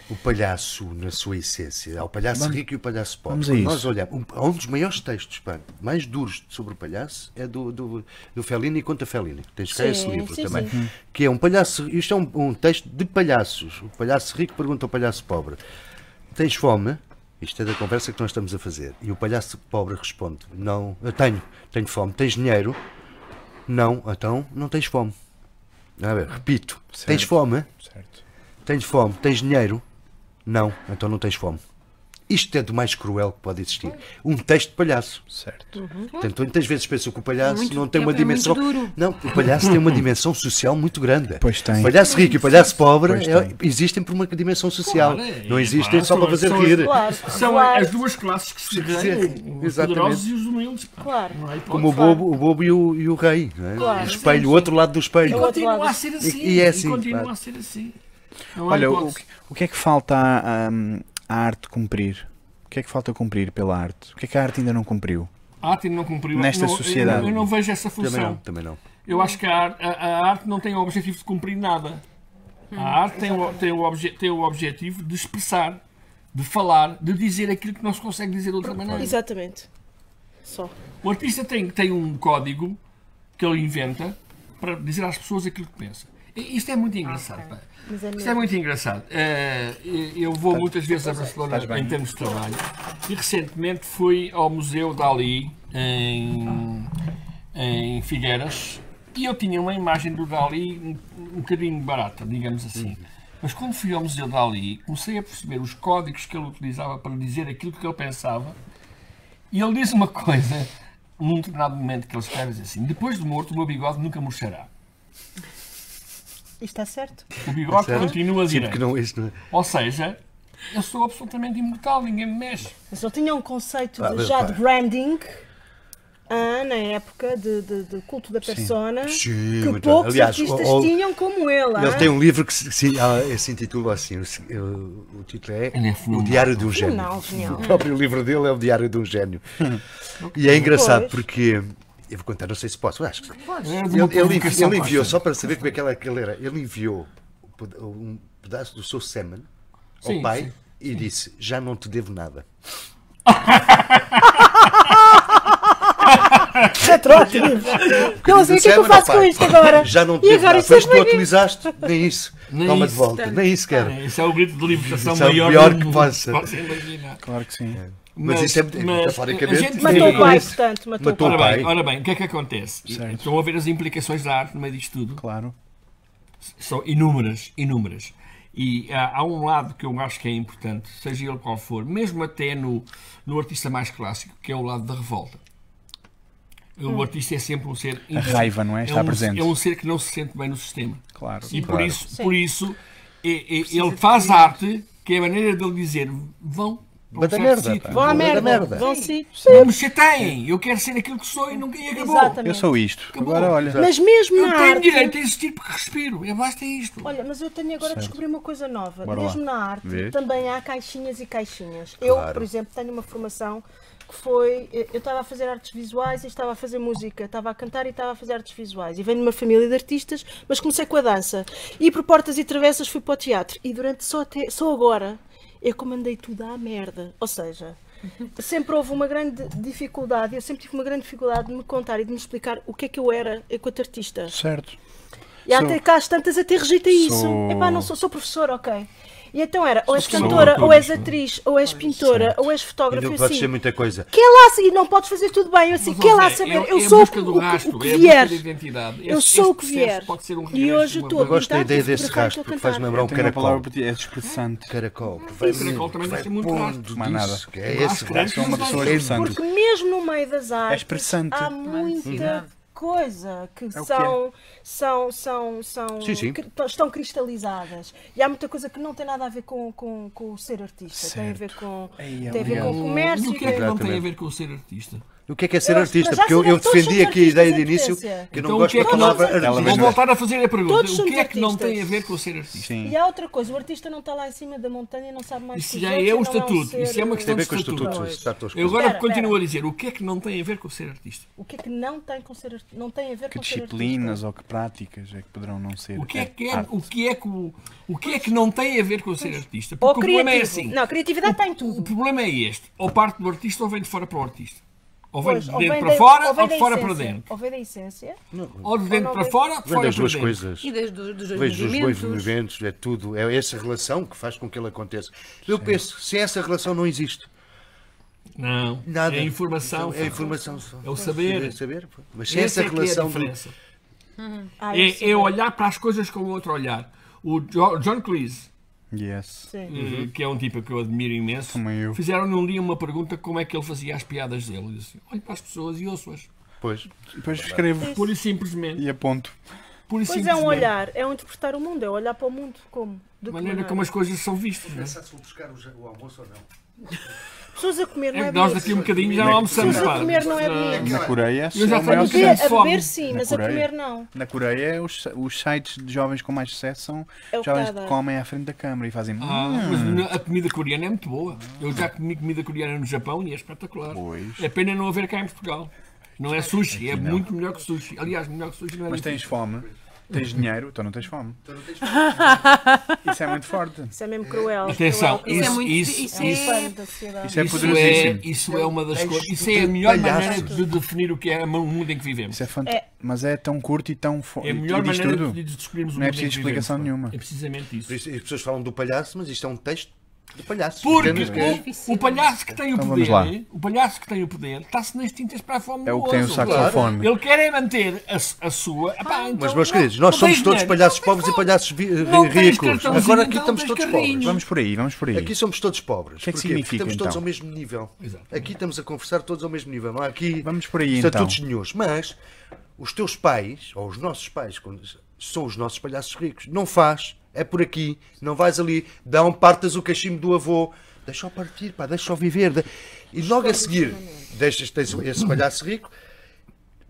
[SPEAKER 1] O palhaço na sua essência. Há o palhaço rico e o palhaço pobre.
[SPEAKER 3] vamos a
[SPEAKER 1] Quando
[SPEAKER 3] isso.
[SPEAKER 1] Nós olhamos, um, um dos maiores textos pá, mais duros sobre o palhaço é do, do, do Fellini contra Fellini. Tens cá
[SPEAKER 7] Sim,
[SPEAKER 1] esse livro
[SPEAKER 7] sim,
[SPEAKER 1] também.
[SPEAKER 7] sim. Hum.
[SPEAKER 1] Que é um palhaço. Isto é um, um texto de palhaços. O palhaço rico pergunta ao palhaço pobre: Tens fome? Isto é da conversa que nós estamos a fazer. E o palhaço pobre responde: Não, eu tenho, tenho fome. Tens dinheiro? Não, então não tens fome. Não é? Repito: Tens
[SPEAKER 3] Certo.
[SPEAKER 1] fome?
[SPEAKER 3] Certo.
[SPEAKER 1] Tens fome? Tens dinheiro? Não, então não tens fome. Isto é do mais cruel que pode existir. Um texto de palhaço.
[SPEAKER 3] Certo.
[SPEAKER 1] Portanto, muitas vezes penso que o palhaço
[SPEAKER 2] Muito-
[SPEAKER 1] não tem uma
[SPEAKER 2] é- é
[SPEAKER 1] dimensão.
[SPEAKER 2] muito duro.
[SPEAKER 1] Não, o palhaço tem uma dimensão social muito grande.
[SPEAKER 3] Pois tem.
[SPEAKER 1] O palhaço rico e o palhaço pobre
[SPEAKER 3] Pois
[SPEAKER 1] é-
[SPEAKER 3] tem.
[SPEAKER 1] existem por uma dimensão social.
[SPEAKER 4] Claro, é-
[SPEAKER 1] não existem
[SPEAKER 4] pá,
[SPEAKER 1] só
[SPEAKER 4] são
[SPEAKER 1] para
[SPEAKER 4] as
[SPEAKER 1] fazer
[SPEAKER 4] pessoas-
[SPEAKER 1] rir.
[SPEAKER 7] Claro,
[SPEAKER 4] São
[SPEAKER 7] claro,
[SPEAKER 4] as duas classes que se
[SPEAKER 1] Sim,
[SPEAKER 4] guerreiam, os
[SPEAKER 1] exatamente.
[SPEAKER 4] poderosos e os humildes. pá.
[SPEAKER 7] claro.
[SPEAKER 4] Não há hipótese.
[SPEAKER 1] Como o bobo, o bobo e, o, e o rei. não é?
[SPEAKER 7] Claro.
[SPEAKER 1] O espelho, o outro lado do espelho.
[SPEAKER 7] Claro.
[SPEAKER 4] Continua a ser assim.
[SPEAKER 1] E- e é assim,
[SPEAKER 4] continua
[SPEAKER 1] pá.
[SPEAKER 4] a ser assim. Não há
[SPEAKER 3] Olha, o,
[SPEAKER 4] hipótese.
[SPEAKER 3] o que é que falta à, hum, à arte cumprir? O que é que falta cumprir pela arte? O que é que a arte ainda não cumpriu?
[SPEAKER 4] a arte não cumpriu.
[SPEAKER 3] nesta
[SPEAKER 4] não, eu-
[SPEAKER 3] sociedade.
[SPEAKER 4] Eu, não vejo essa função.
[SPEAKER 1] Também não, também não.
[SPEAKER 4] Eu acho que a, ar- a- a arte não tem o objetivo de cumprir nada. A arte tem o, tem, o obje- tem o objetivo de expressar, de falar, de dizer aquilo que não se consegue dizer de outra maneira.
[SPEAKER 7] Exatamente. Só.
[SPEAKER 4] O artista tem, tem um código que ele inventa para dizer às pessoas aquilo que pensa. E isto é muito engraçado. pá. Isto é muito engraçado. Eh, eu
[SPEAKER 1] Tá
[SPEAKER 4] vou muitas vezes a Barcelona em termos de trabalho e recentemente fui ao Museu Dali em, em Figueiras e eu tinha uma imagem do Dali um, um bocadinho barata, digamos assim. Mas quando fui ao Museu Dali comecei a perceber os códigos que ele utilizava para dizer aquilo que ele pensava e ele diz uma coisa, num determinado momento que ele escreve diz assim: Depois de morto, o meu bigode nunca murchará.
[SPEAKER 7] Isto está certo?
[SPEAKER 4] O bigode
[SPEAKER 1] Certo.
[SPEAKER 4] continua
[SPEAKER 1] Sim, porque
[SPEAKER 4] direito.
[SPEAKER 1] não, isso não é-
[SPEAKER 4] Ou seja, eu sou absolutamente imortal, ninguém me mexe.
[SPEAKER 7] Mas eu tinha um conceito
[SPEAKER 1] Ah,
[SPEAKER 7] de,
[SPEAKER 1] mas
[SPEAKER 7] já
[SPEAKER 1] vai.
[SPEAKER 7] de branding ah, na época de, de- de culto da persona
[SPEAKER 1] Sim,
[SPEAKER 7] que
[SPEAKER 1] muito bem.
[SPEAKER 7] poucos
[SPEAKER 1] Aliás,
[SPEAKER 7] artistas
[SPEAKER 1] o- o-
[SPEAKER 7] tinham como ele.
[SPEAKER 1] Ele
[SPEAKER 7] ah.
[SPEAKER 1] tem um livro que se, se- ah, se intitula assim: o, se- o- o título é
[SPEAKER 4] Ele é
[SPEAKER 1] O
[SPEAKER 4] fenomenal.
[SPEAKER 1] Diário de um Gênio.
[SPEAKER 7] Fenomenal, genial.
[SPEAKER 1] O próprio livro dele é O Diário de um Gênio. e é engraçado
[SPEAKER 7] Pois.
[SPEAKER 1] porque. Eu vou contar, não sei se posso, acho que.
[SPEAKER 4] Era de
[SPEAKER 1] Ele,
[SPEAKER 4] É uma
[SPEAKER 1] ele envi-
[SPEAKER 4] provocação
[SPEAKER 1] ele enviou,
[SPEAKER 4] constante.
[SPEAKER 1] só para saber como é que ela, que ele era, ele enviou um peda- um pedaço do seu semen ao
[SPEAKER 4] Sim,
[SPEAKER 1] pai
[SPEAKER 4] sim.
[SPEAKER 1] e disse: Já não te devo nada.
[SPEAKER 7] Retrótivo. Não sei o que é que eu
[SPEAKER 1] Semen ao
[SPEAKER 7] faço com
[SPEAKER 1] pai.
[SPEAKER 7] isto agora.
[SPEAKER 1] Já não te
[SPEAKER 7] E
[SPEAKER 1] devo
[SPEAKER 7] agora
[SPEAKER 1] nada.
[SPEAKER 7] isto é
[SPEAKER 1] Pois tu
[SPEAKER 7] magnífico.
[SPEAKER 1] utilizaste, nem isso.
[SPEAKER 4] Nem
[SPEAKER 1] Toma de
[SPEAKER 4] isso.
[SPEAKER 1] volta, nem isso quero.
[SPEAKER 4] Esse é o grito de libertação
[SPEAKER 1] Isso é o
[SPEAKER 4] maior,
[SPEAKER 1] pior
[SPEAKER 4] do
[SPEAKER 1] que
[SPEAKER 4] mundo,
[SPEAKER 1] possa.
[SPEAKER 4] pode-se imaginar.
[SPEAKER 3] Claro que sim.
[SPEAKER 1] Mas, isso é muito.
[SPEAKER 4] mas-
[SPEAKER 1] metaforicamente,
[SPEAKER 4] a gente-
[SPEAKER 1] é
[SPEAKER 7] Matou o
[SPEAKER 1] muito
[SPEAKER 7] pai,
[SPEAKER 1] isso.
[SPEAKER 7] portanto. Matou,
[SPEAKER 1] Matou
[SPEAKER 7] o
[SPEAKER 1] o
[SPEAKER 7] pai.
[SPEAKER 4] Ora bem,
[SPEAKER 1] pai.
[SPEAKER 4] ora bem, o que é que acontece?
[SPEAKER 3] Certo.
[SPEAKER 4] Estão a ver as implicações da arte no meio disto tudo?
[SPEAKER 3] Claro.
[SPEAKER 4] são inúmeras, inúmeras. E há, há um lado que eu acho que é importante, seja ele qual for, mesmo até no, no artista mais clássico, que é o lado da revolta. O artista é sempre um ser. A
[SPEAKER 3] Hum. raiva, não é? Está
[SPEAKER 4] um,
[SPEAKER 3] presente.
[SPEAKER 4] É um ser que não se sente bem no sistema.
[SPEAKER 3] Claro.
[SPEAKER 4] E por isso, por isso e- e- ele faz arte, que é a maneira dele dizer: vão,
[SPEAKER 1] Banda
[SPEAKER 4] Vão
[SPEAKER 1] merda.
[SPEAKER 4] sítio.
[SPEAKER 1] pá.
[SPEAKER 7] Vão à
[SPEAKER 1] Banda
[SPEAKER 7] merda.
[SPEAKER 1] merda.
[SPEAKER 7] Vão sítios.
[SPEAKER 4] Não me chateiem, eu quero ser aquilo que sou e nunca e acabou.
[SPEAKER 7] Exatamente.
[SPEAKER 3] Eu sou isto.
[SPEAKER 4] Acabou.
[SPEAKER 3] Agora olha.
[SPEAKER 7] Mas mesmo
[SPEAKER 4] Eu
[SPEAKER 7] na
[SPEAKER 4] tenho
[SPEAKER 7] arte.
[SPEAKER 4] direito a existir porque respiro, é basta isto.
[SPEAKER 7] Olha, mas eu tenho agora descobri uma coisa nova.
[SPEAKER 3] Bora lá.
[SPEAKER 7] Mesmo na arte
[SPEAKER 3] Vês?
[SPEAKER 7] também há caixinhas e caixinhas. Eu,
[SPEAKER 1] Claro.
[SPEAKER 7] por exemplo, tenho uma formação que foi. eu- Eu estava a fazer artes visuais e estava a fazer música, estava a cantar e estava a fazer artes visuais. E venho de uma família de artistas, mas comecei com a dança. E por portas e travessas fui para o teatro. E durante só, até, só agora eu comandei tudo à merda. Ou seja. Sempre houve uma grande dificuldade, eu sempre tive uma grande dificuldade de me contar e de me explicar o que é que eu era enquanto artista.
[SPEAKER 3] Certo.
[SPEAKER 7] E há
[SPEAKER 3] Sou-
[SPEAKER 7] até cá às tantas até rejeita isso.
[SPEAKER 3] Sou-
[SPEAKER 7] Epá, não sou, sou professor, ok. E então era, ou és
[SPEAKER 4] professor.
[SPEAKER 7] cantora,
[SPEAKER 4] Sou
[SPEAKER 7] ou és
[SPEAKER 4] autor,
[SPEAKER 7] atriz, ou és pintora, ou és
[SPEAKER 1] E
[SPEAKER 7] fotógrafa,
[SPEAKER 1] não
[SPEAKER 7] eu
[SPEAKER 1] podes ser
[SPEAKER 7] assim.
[SPEAKER 1] muita coisa.
[SPEAKER 7] Quer lá e não podes fazer tudo bem, eu assim,
[SPEAKER 4] Mas,
[SPEAKER 7] quer lá
[SPEAKER 4] José,
[SPEAKER 7] saber,
[SPEAKER 4] é-
[SPEAKER 7] eu
[SPEAKER 4] é a
[SPEAKER 7] sou o
[SPEAKER 4] busca
[SPEAKER 7] que,
[SPEAKER 4] do
[SPEAKER 7] o que-
[SPEAKER 4] rastro,
[SPEAKER 7] o
[SPEAKER 4] é
[SPEAKER 7] que
[SPEAKER 4] a
[SPEAKER 7] vier.
[SPEAKER 4] busca da identidade.
[SPEAKER 7] Eu
[SPEAKER 4] Esse-
[SPEAKER 7] sou
[SPEAKER 4] esse
[SPEAKER 7] o que
[SPEAKER 4] processo
[SPEAKER 7] vier.
[SPEAKER 4] pode ser um
[SPEAKER 7] E
[SPEAKER 4] regresso,
[SPEAKER 7] hoje eu
[SPEAKER 4] uma
[SPEAKER 7] estou a
[SPEAKER 4] mudança.
[SPEAKER 1] Gosto da
[SPEAKER 7] pintar,
[SPEAKER 1] ideia
[SPEAKER 7] estou a
[SPEAKER 1] desse
[SPEAKER 7] fotografar,
[SPEAKER 1] rastro,
[SPEAKER 7] estou a
[SPEAKER 1] porque faz-me
[SPEAKER 7] cantar.
[SPEAKER 1] lembrar um
[SPEAKER 3] Tenho uma palavra
[SPEAKER 1] caracol.
[SPEAKER 3] para ti, é expressante.
[SPEAKER 1] Caracol, que vai
[SPEAKER 4] Caracol também
[SPEAKER 1] vai
[SPEAKER 4] deve ser muito
[SPEAKER 1] pondo
[SPEAKER 4] rastro.
[SPEAKER 3] Mais nada.
[SPEAKER 1] disso. que É esse
[SPEAKER 4] Rastro,
[SPEAKER 1] rastro.
[SPEAKER 4] é uma pessoa
[SPEAKER 1] É
[SPEAKER 3] expressante.
[SPEAKER 7] Porque mesmo no meio das artes
[SPEAKER 3] expressante.
[SPEAKER 7] há
[SPEAKER 6] necessidade.
[SPEAKER 7] muita coisa
[SPEAKER 4] É
[SPEAKER 7] que
[SPEAKER 3] que
[SPEAKER 7] são, são, são, são
[SPEAKER 1] Sim, sim.
[SPEAKER 7] que t- estão cristalizadas. E há muita coisa que não tem nada a ver com, com, com o ser artista. Tem a ver com,
[SPEAKER 3] Ei,
[SPEAKER 7] tem a ver
[SPEAKER 3] obrigado.
[SPEAKER 7] com o comércio.
[SPEAKER 4] E o que é que não tem a
[SPEAKER 1] Exatamente.
[SPEAKER 4] ver com ser artista?
[SPEAKER 1] O que é que é ser
[SPEAKER 7] Eu-
[SPEAKER 1] artista?
[SPEAKER 7] mas já
[SPEAKER 1] Porque eu, eu
[SPEAKER 7] sabemos, todos
[SPEAKER 1] defendi
[SPEAKER 7] somos
[SPEAKER 1] aqui a ideia de
[SPEAKER 7] artistas em
[SPEAKER 1] início
[SPEAKER 7] potência.
[SPEAKER 1] que eu
[SPEAKER 4] Então,
[SPEAKER 1] não
[SPEAKER 4] o
[SPEAKER 1] gosto
[SPEAKER 4] que é
[SPEAKER 1] da
[SPEAKER 4] que
[SPEAKER 1] palavra
[SPEAKER 7] nós- Ela
[SPEAKER 4] Vou
[SPEAKER 1] artista.
[SPEAKER 4] voltar a fazer a pergunta.
[SPEAKER 7] Todos
[SPEAKER 4] O
[SPEAKER 7] somos
[SPEAKER 4] que é que não
[SPEAKER 7] artistas.
[SPEAKER 4] tem a ver com ser artista?
[SPEAKER 3] Sim.
[SPEAKER 7] E há outra coisa, o artista não está lá em cima da montanha, não sabe mais que
[SPEAKER 4] Isso
[SPEAKER 7] os
[SPEAKER 4] já é
[SPEAKER 7] outros,
[SPEAKER 4] o
[SPEAKER 7] não um
[SPEAKER 4] estatuto.
[SPEAKER 7] ser,
[SPEAKER 4] Isso é uma
[SPEAKER 1] Tem a
[SPEAKER 4] questão de
[SPEAKER 1] ver com o
[SPEAKER 4] estatuto.
[SPEAKER 1] estatuto. estatuto
[SPEAKER 4] Eu agora
[SPEAKER 7] Espera,
[SPEAKER 4] continuo a dizer, o que é que não tem a ver com ser artista?
[SPEAKER 7] O que é que não tem, com ser, arti- não tem a ver
[SPEAKER 3] Que
[SPEAKER 7] com ser artista?
[SPEAKER 3] disciplinas ou que práticas é que poderão não ser.
[SPEAKER 4] O que é que, é-
[SPEAKER 1] Ah.
[SPEAKER 3] arte?
[SPEAKER 4] o que, é que, o, o que é que não tem a ver com ser artista?
[SPEAKER 7] Ou
[SPEAKER 4] Porque o problema é
[SPEAKER 7] criativo.
[SPEAKER 4] assim.
[SPEAKER 7] Não, criatividade está em
[SPEAKER 4] O
[SPEAKER 7] tudo.
[SPEAKER 4] problema é este. Ou parte do artista ou vem de fora para o artista. Ou vem
[SPEAKER 7] Pois,
[SPEAKER 4] de
[SPEAKER 7] ou
[SPEAKER 4] dentro
[SPEAKER 7] vem
[SPEAKER 4] para
[SPEAKER 7] da-
[SPEAKER 4] fora
[SPEAKER 7] ou vem
[SPEAKER 4] ou de
[SPEAKER 7] da
[SPEAKER 4] fora para
[SPEAKER 7] essência,
[SPEAKER 4] dentro.
[SPEAKER 7] Ou vem da essência.
[SPEAKER 4] Ou de dentro
[SPEAKER 7] não
[SPEAKER 4] para
[SPEAKER 7] vem-
[SPEAKER 4] fora, de
[SPEAKER 1] Vem
[SPEAKER 4] fora
[SPEAKER 1] das
[SPEAKER 4] para
[SPEAKER 1] duas
[SPEAKER 4] dentro.
[SPEAKER 1] coisas.
[SPEAKER 6] E das, dos, dos dois
[SPEAKER 1] Vejo os dois
[SPEAKER 6] movimentos.
[SPEAKER 1] movimentos, é tudo. É essa relação que faz com que ele aconteça. Eu penso, se essa relação não existe,
[SPEAKER 4] Não.
[SPEAKER 1] nada.
[SPEAKER 4] É a informação.
[SPEAKER 1] Então, É a informação só.
[SPEAKER 4] É o saber.
[SPEAKER 1] É saber, pô. Mas se
[SPEAKER 4] Essa
[SPEAKER 1] essa
[SPEAKER 4] é que é a
[SPEAKER 1] relação. do-
[SPEAKER 4] diferença.
[SPEAKER 7] Ah, isso
[SPEAKER 4] É, é olhar para as coisas com outro olhar. O Jo- John Cleese,
[SPEAKER 3] Yes.
[SPEAKER 7] sim.
[SPEAKER 1] Uhum.
[SPEAKER 4] eh, que é um tipo que eu admiro imenso,
[SPEAKER 3] Também eu.
[SPEAKER 4] fizeram-lhe um dia uma pergunta como é que ele fazia as piadas dele. Ele disse, olhe para as pessoas e ouço-as.
[SPEAKER 1] Pois.
[SPEAKER 3] Depois escrevo
[SPEAKER 4] Pura e simplesmente.
[SPEAKER 3] e aponto.
[SPEAKER 4] Pura e
[SPEAKER 7] Pois é
[SPEAKER 4] simplesmente.
[SPEAKER 7] um olhar, é um interpretar o mundo, é olhar para o mundo como? De
[SPEAKER 4] A
[SPEAKER 7] que
[SPEAKER 4] maneira
[SPEAKER 7] maneira?
[SPEAKER 4] como as coisas são vistas. não é?
[SPEAKER 1] se vou buscar o almoço ou não. é
[SPEAKER 7] Pessoas a comer não
[SPEAKER 4] É
[SPEAKER 7] é
[SPEAKER 4] que nós
[SPEAKER 7] bonito.
[SPEAKER 4] daqui a um bocadinho já almoçamos.
[SPEAKER 7] Pessoas a
[SPEAKER 4] pá.
[SPEAKER 7] comer não é
[SPEAKER 4] ah,
[SPEAKER 7] bonito.
[SPEAKER 3] Na Coreia, são é
[SPEAKER 4] Eu já
[SPEAKER 3] maior
[SPEAKER 4] tenho
[SPEAKER 7] Beber-
[SPEAKER 4] grande
[SPEAKER 7] a
[SPEAKER 4] é fome.
[SPEAKER 7] beber
[SPEAKER 1] É
[SPEAKER 7] sim,
[SPEAKER 3] Na
[SPEAKER 7] mas a
[SPEAKER 3] Coreia.
[SPEAKER 7] comer não.
[SPEAKER 3] Na Coreia, os, os sites de jovens com mais sucesso são
[SPEAKER 7] É o que
[SPEAKER 3] jovens
[SPEAKER 7] dá a
[SPEAKER 3] que
[SPEAKER 7] dar.
[SPEAKER 3] comem à frente da câmara e fazem.
[SPEAKER 4] Ah,
[SPEAKER 3] "Hum,
[SPEAKER 4] mas na- a comida coreana é muito boa. Eu já comi comida coreana no Japão e é espetacular.
[SPEAKER 3] Pois.
[SPEAKER 4] É pena não haver cá em Portugal. Não é sushi, é muito melhor que sushi. Aliás, melhor que sushi não é
[SPEAKER 3] Mas tens
[SPEAKER 4] difícil.
[SPEAKER 3] fome, tens dinheiro, então não tens fome. Isso é muito forte.
[SPEAKER 7] Isso é mesmo cruel.
[SPEAKER 4] Atenção,
[SPEAKER 7] cruel,
[SPEAKER 4] isso,
[SPEAKER 6] é muito-
[SPEAKER 4] isso,
[SPEAKER 6] isso
[SPEAKER 7] cruel.
[SPEAKER 6] é-
[SPEAKER 4] isso-
[SPEAKER 7] Espelho da sociedade.
[SPEAKER 3] Isso é
[SPEAKER 4] isso
[SPEAKER 3] poderosíssimo.
[SPEAKER 4] é, isso é uma das coisas. Isso é a melhor maneira de definir o que é o mundo em que vivemos.
[SPEAKER 3] Isso é fanta- Mas é tão curto e tão forte.
[SPEAKER 4] É a melhor
[SPEAKER 3] diz
[SPEAKER 4] maneira
[SPEAKER 3] tudo.
[SPEAKER 4] de descobrirmos o
[SPEAKER 3] Não é
[SPEAKER 4] mundo em que
[SPEAKER 3] preciso explicação
[SPEAKER 4] vivemos, pá.
[SPEAKER 3] nenhuma.
[SPEAKER 4] É precisamente isso.
[SPEAKER 1] Por isso, as pessoas falam do palhaço, mas isto é um texto do palhaço. Entendes que é-
[SPEAKER 4] Porque o,
[SPEAKER 6] difícil.
[SPEAKER 4] o palhaço que tem o
[SPEAKER 3] Então
[SPEAKER 4] poder,
[SPEAKER 3] vamos lá.
[SPEAKER 4] o palhaço que tem o poder, está-se nas tintas para a fome
[SPEAKER 3] É
[SPEAKER 4] do
[SPEAKER 3] o que tem o
[SPEAKER 4] um osso.
[SPEAKER 3] saxofone.
[SPEAKER 4] Ele quer é manter a, su- a sua. Epá, então
[SPEAKER 1] Mas, meus
[SPEAKER 4] não-
[SPEAKER 1] queridos, nós
[SPEAKER 4] não
[SPEAKER 1] somos
[SPEAKER 4] tens
[SPEAKER 1] todos
[SPEAKER 4] dinheiro,
[SPEAKER 1] palhaços
[SPEAKER 4] não tens
[SPEAKER 1] pobres e
[SPEAKER 4] fome.
[SPEAKER 1] palhaços vi-
[SPEAKER 4] Não
[SPEAKER 1] ri-
[SPEAKER 4] tens
[SPEAKER 1] ricos.
[SPEAKER 4] cartãozinho,
[SPEAKER 1] Agora aqui
[SPEAKER 4] não
[SPEAKER 1] estamos
[SPEAKER 4] tens
[SPEAKER 1] todos
[SPEAKER 4] carrinho.
[SPEAKER 1] pobres.
[SPEAKER 3] Vamos por aí, vamos por aí.
[SPEAKER 1] Aqui somos todos pobres.
[SPEAKER 3] que é que
[SPEAKER 1] Porquê?
[SPEAKER 3] significa,
[SPEAKER 1] Porque estamos todos
[SPEAKER 3] então?
[SPEAKER 1] ao mesmo nível.
[SPEAKER 4] Exato.
[SPEAKER 1] Aqui estamos a conversar todos ao mesmo nível. Não há aqui
[SPEAKER 3] Vamos por aí,
[SPEAKER 1] estatutos
[SPEAKER 3] então.
[SPEAKER 1] nenhuns. Mas os teus pais, ou os nossos pais, quando- são os nossos palhaços ricos. Não faz, é por aqui, não vais ali, dão, partas o cachimbo do avô, deixa-o partir, pá, deixa-o viver. de- E logo a seguir, deixas tens esse palhaço rico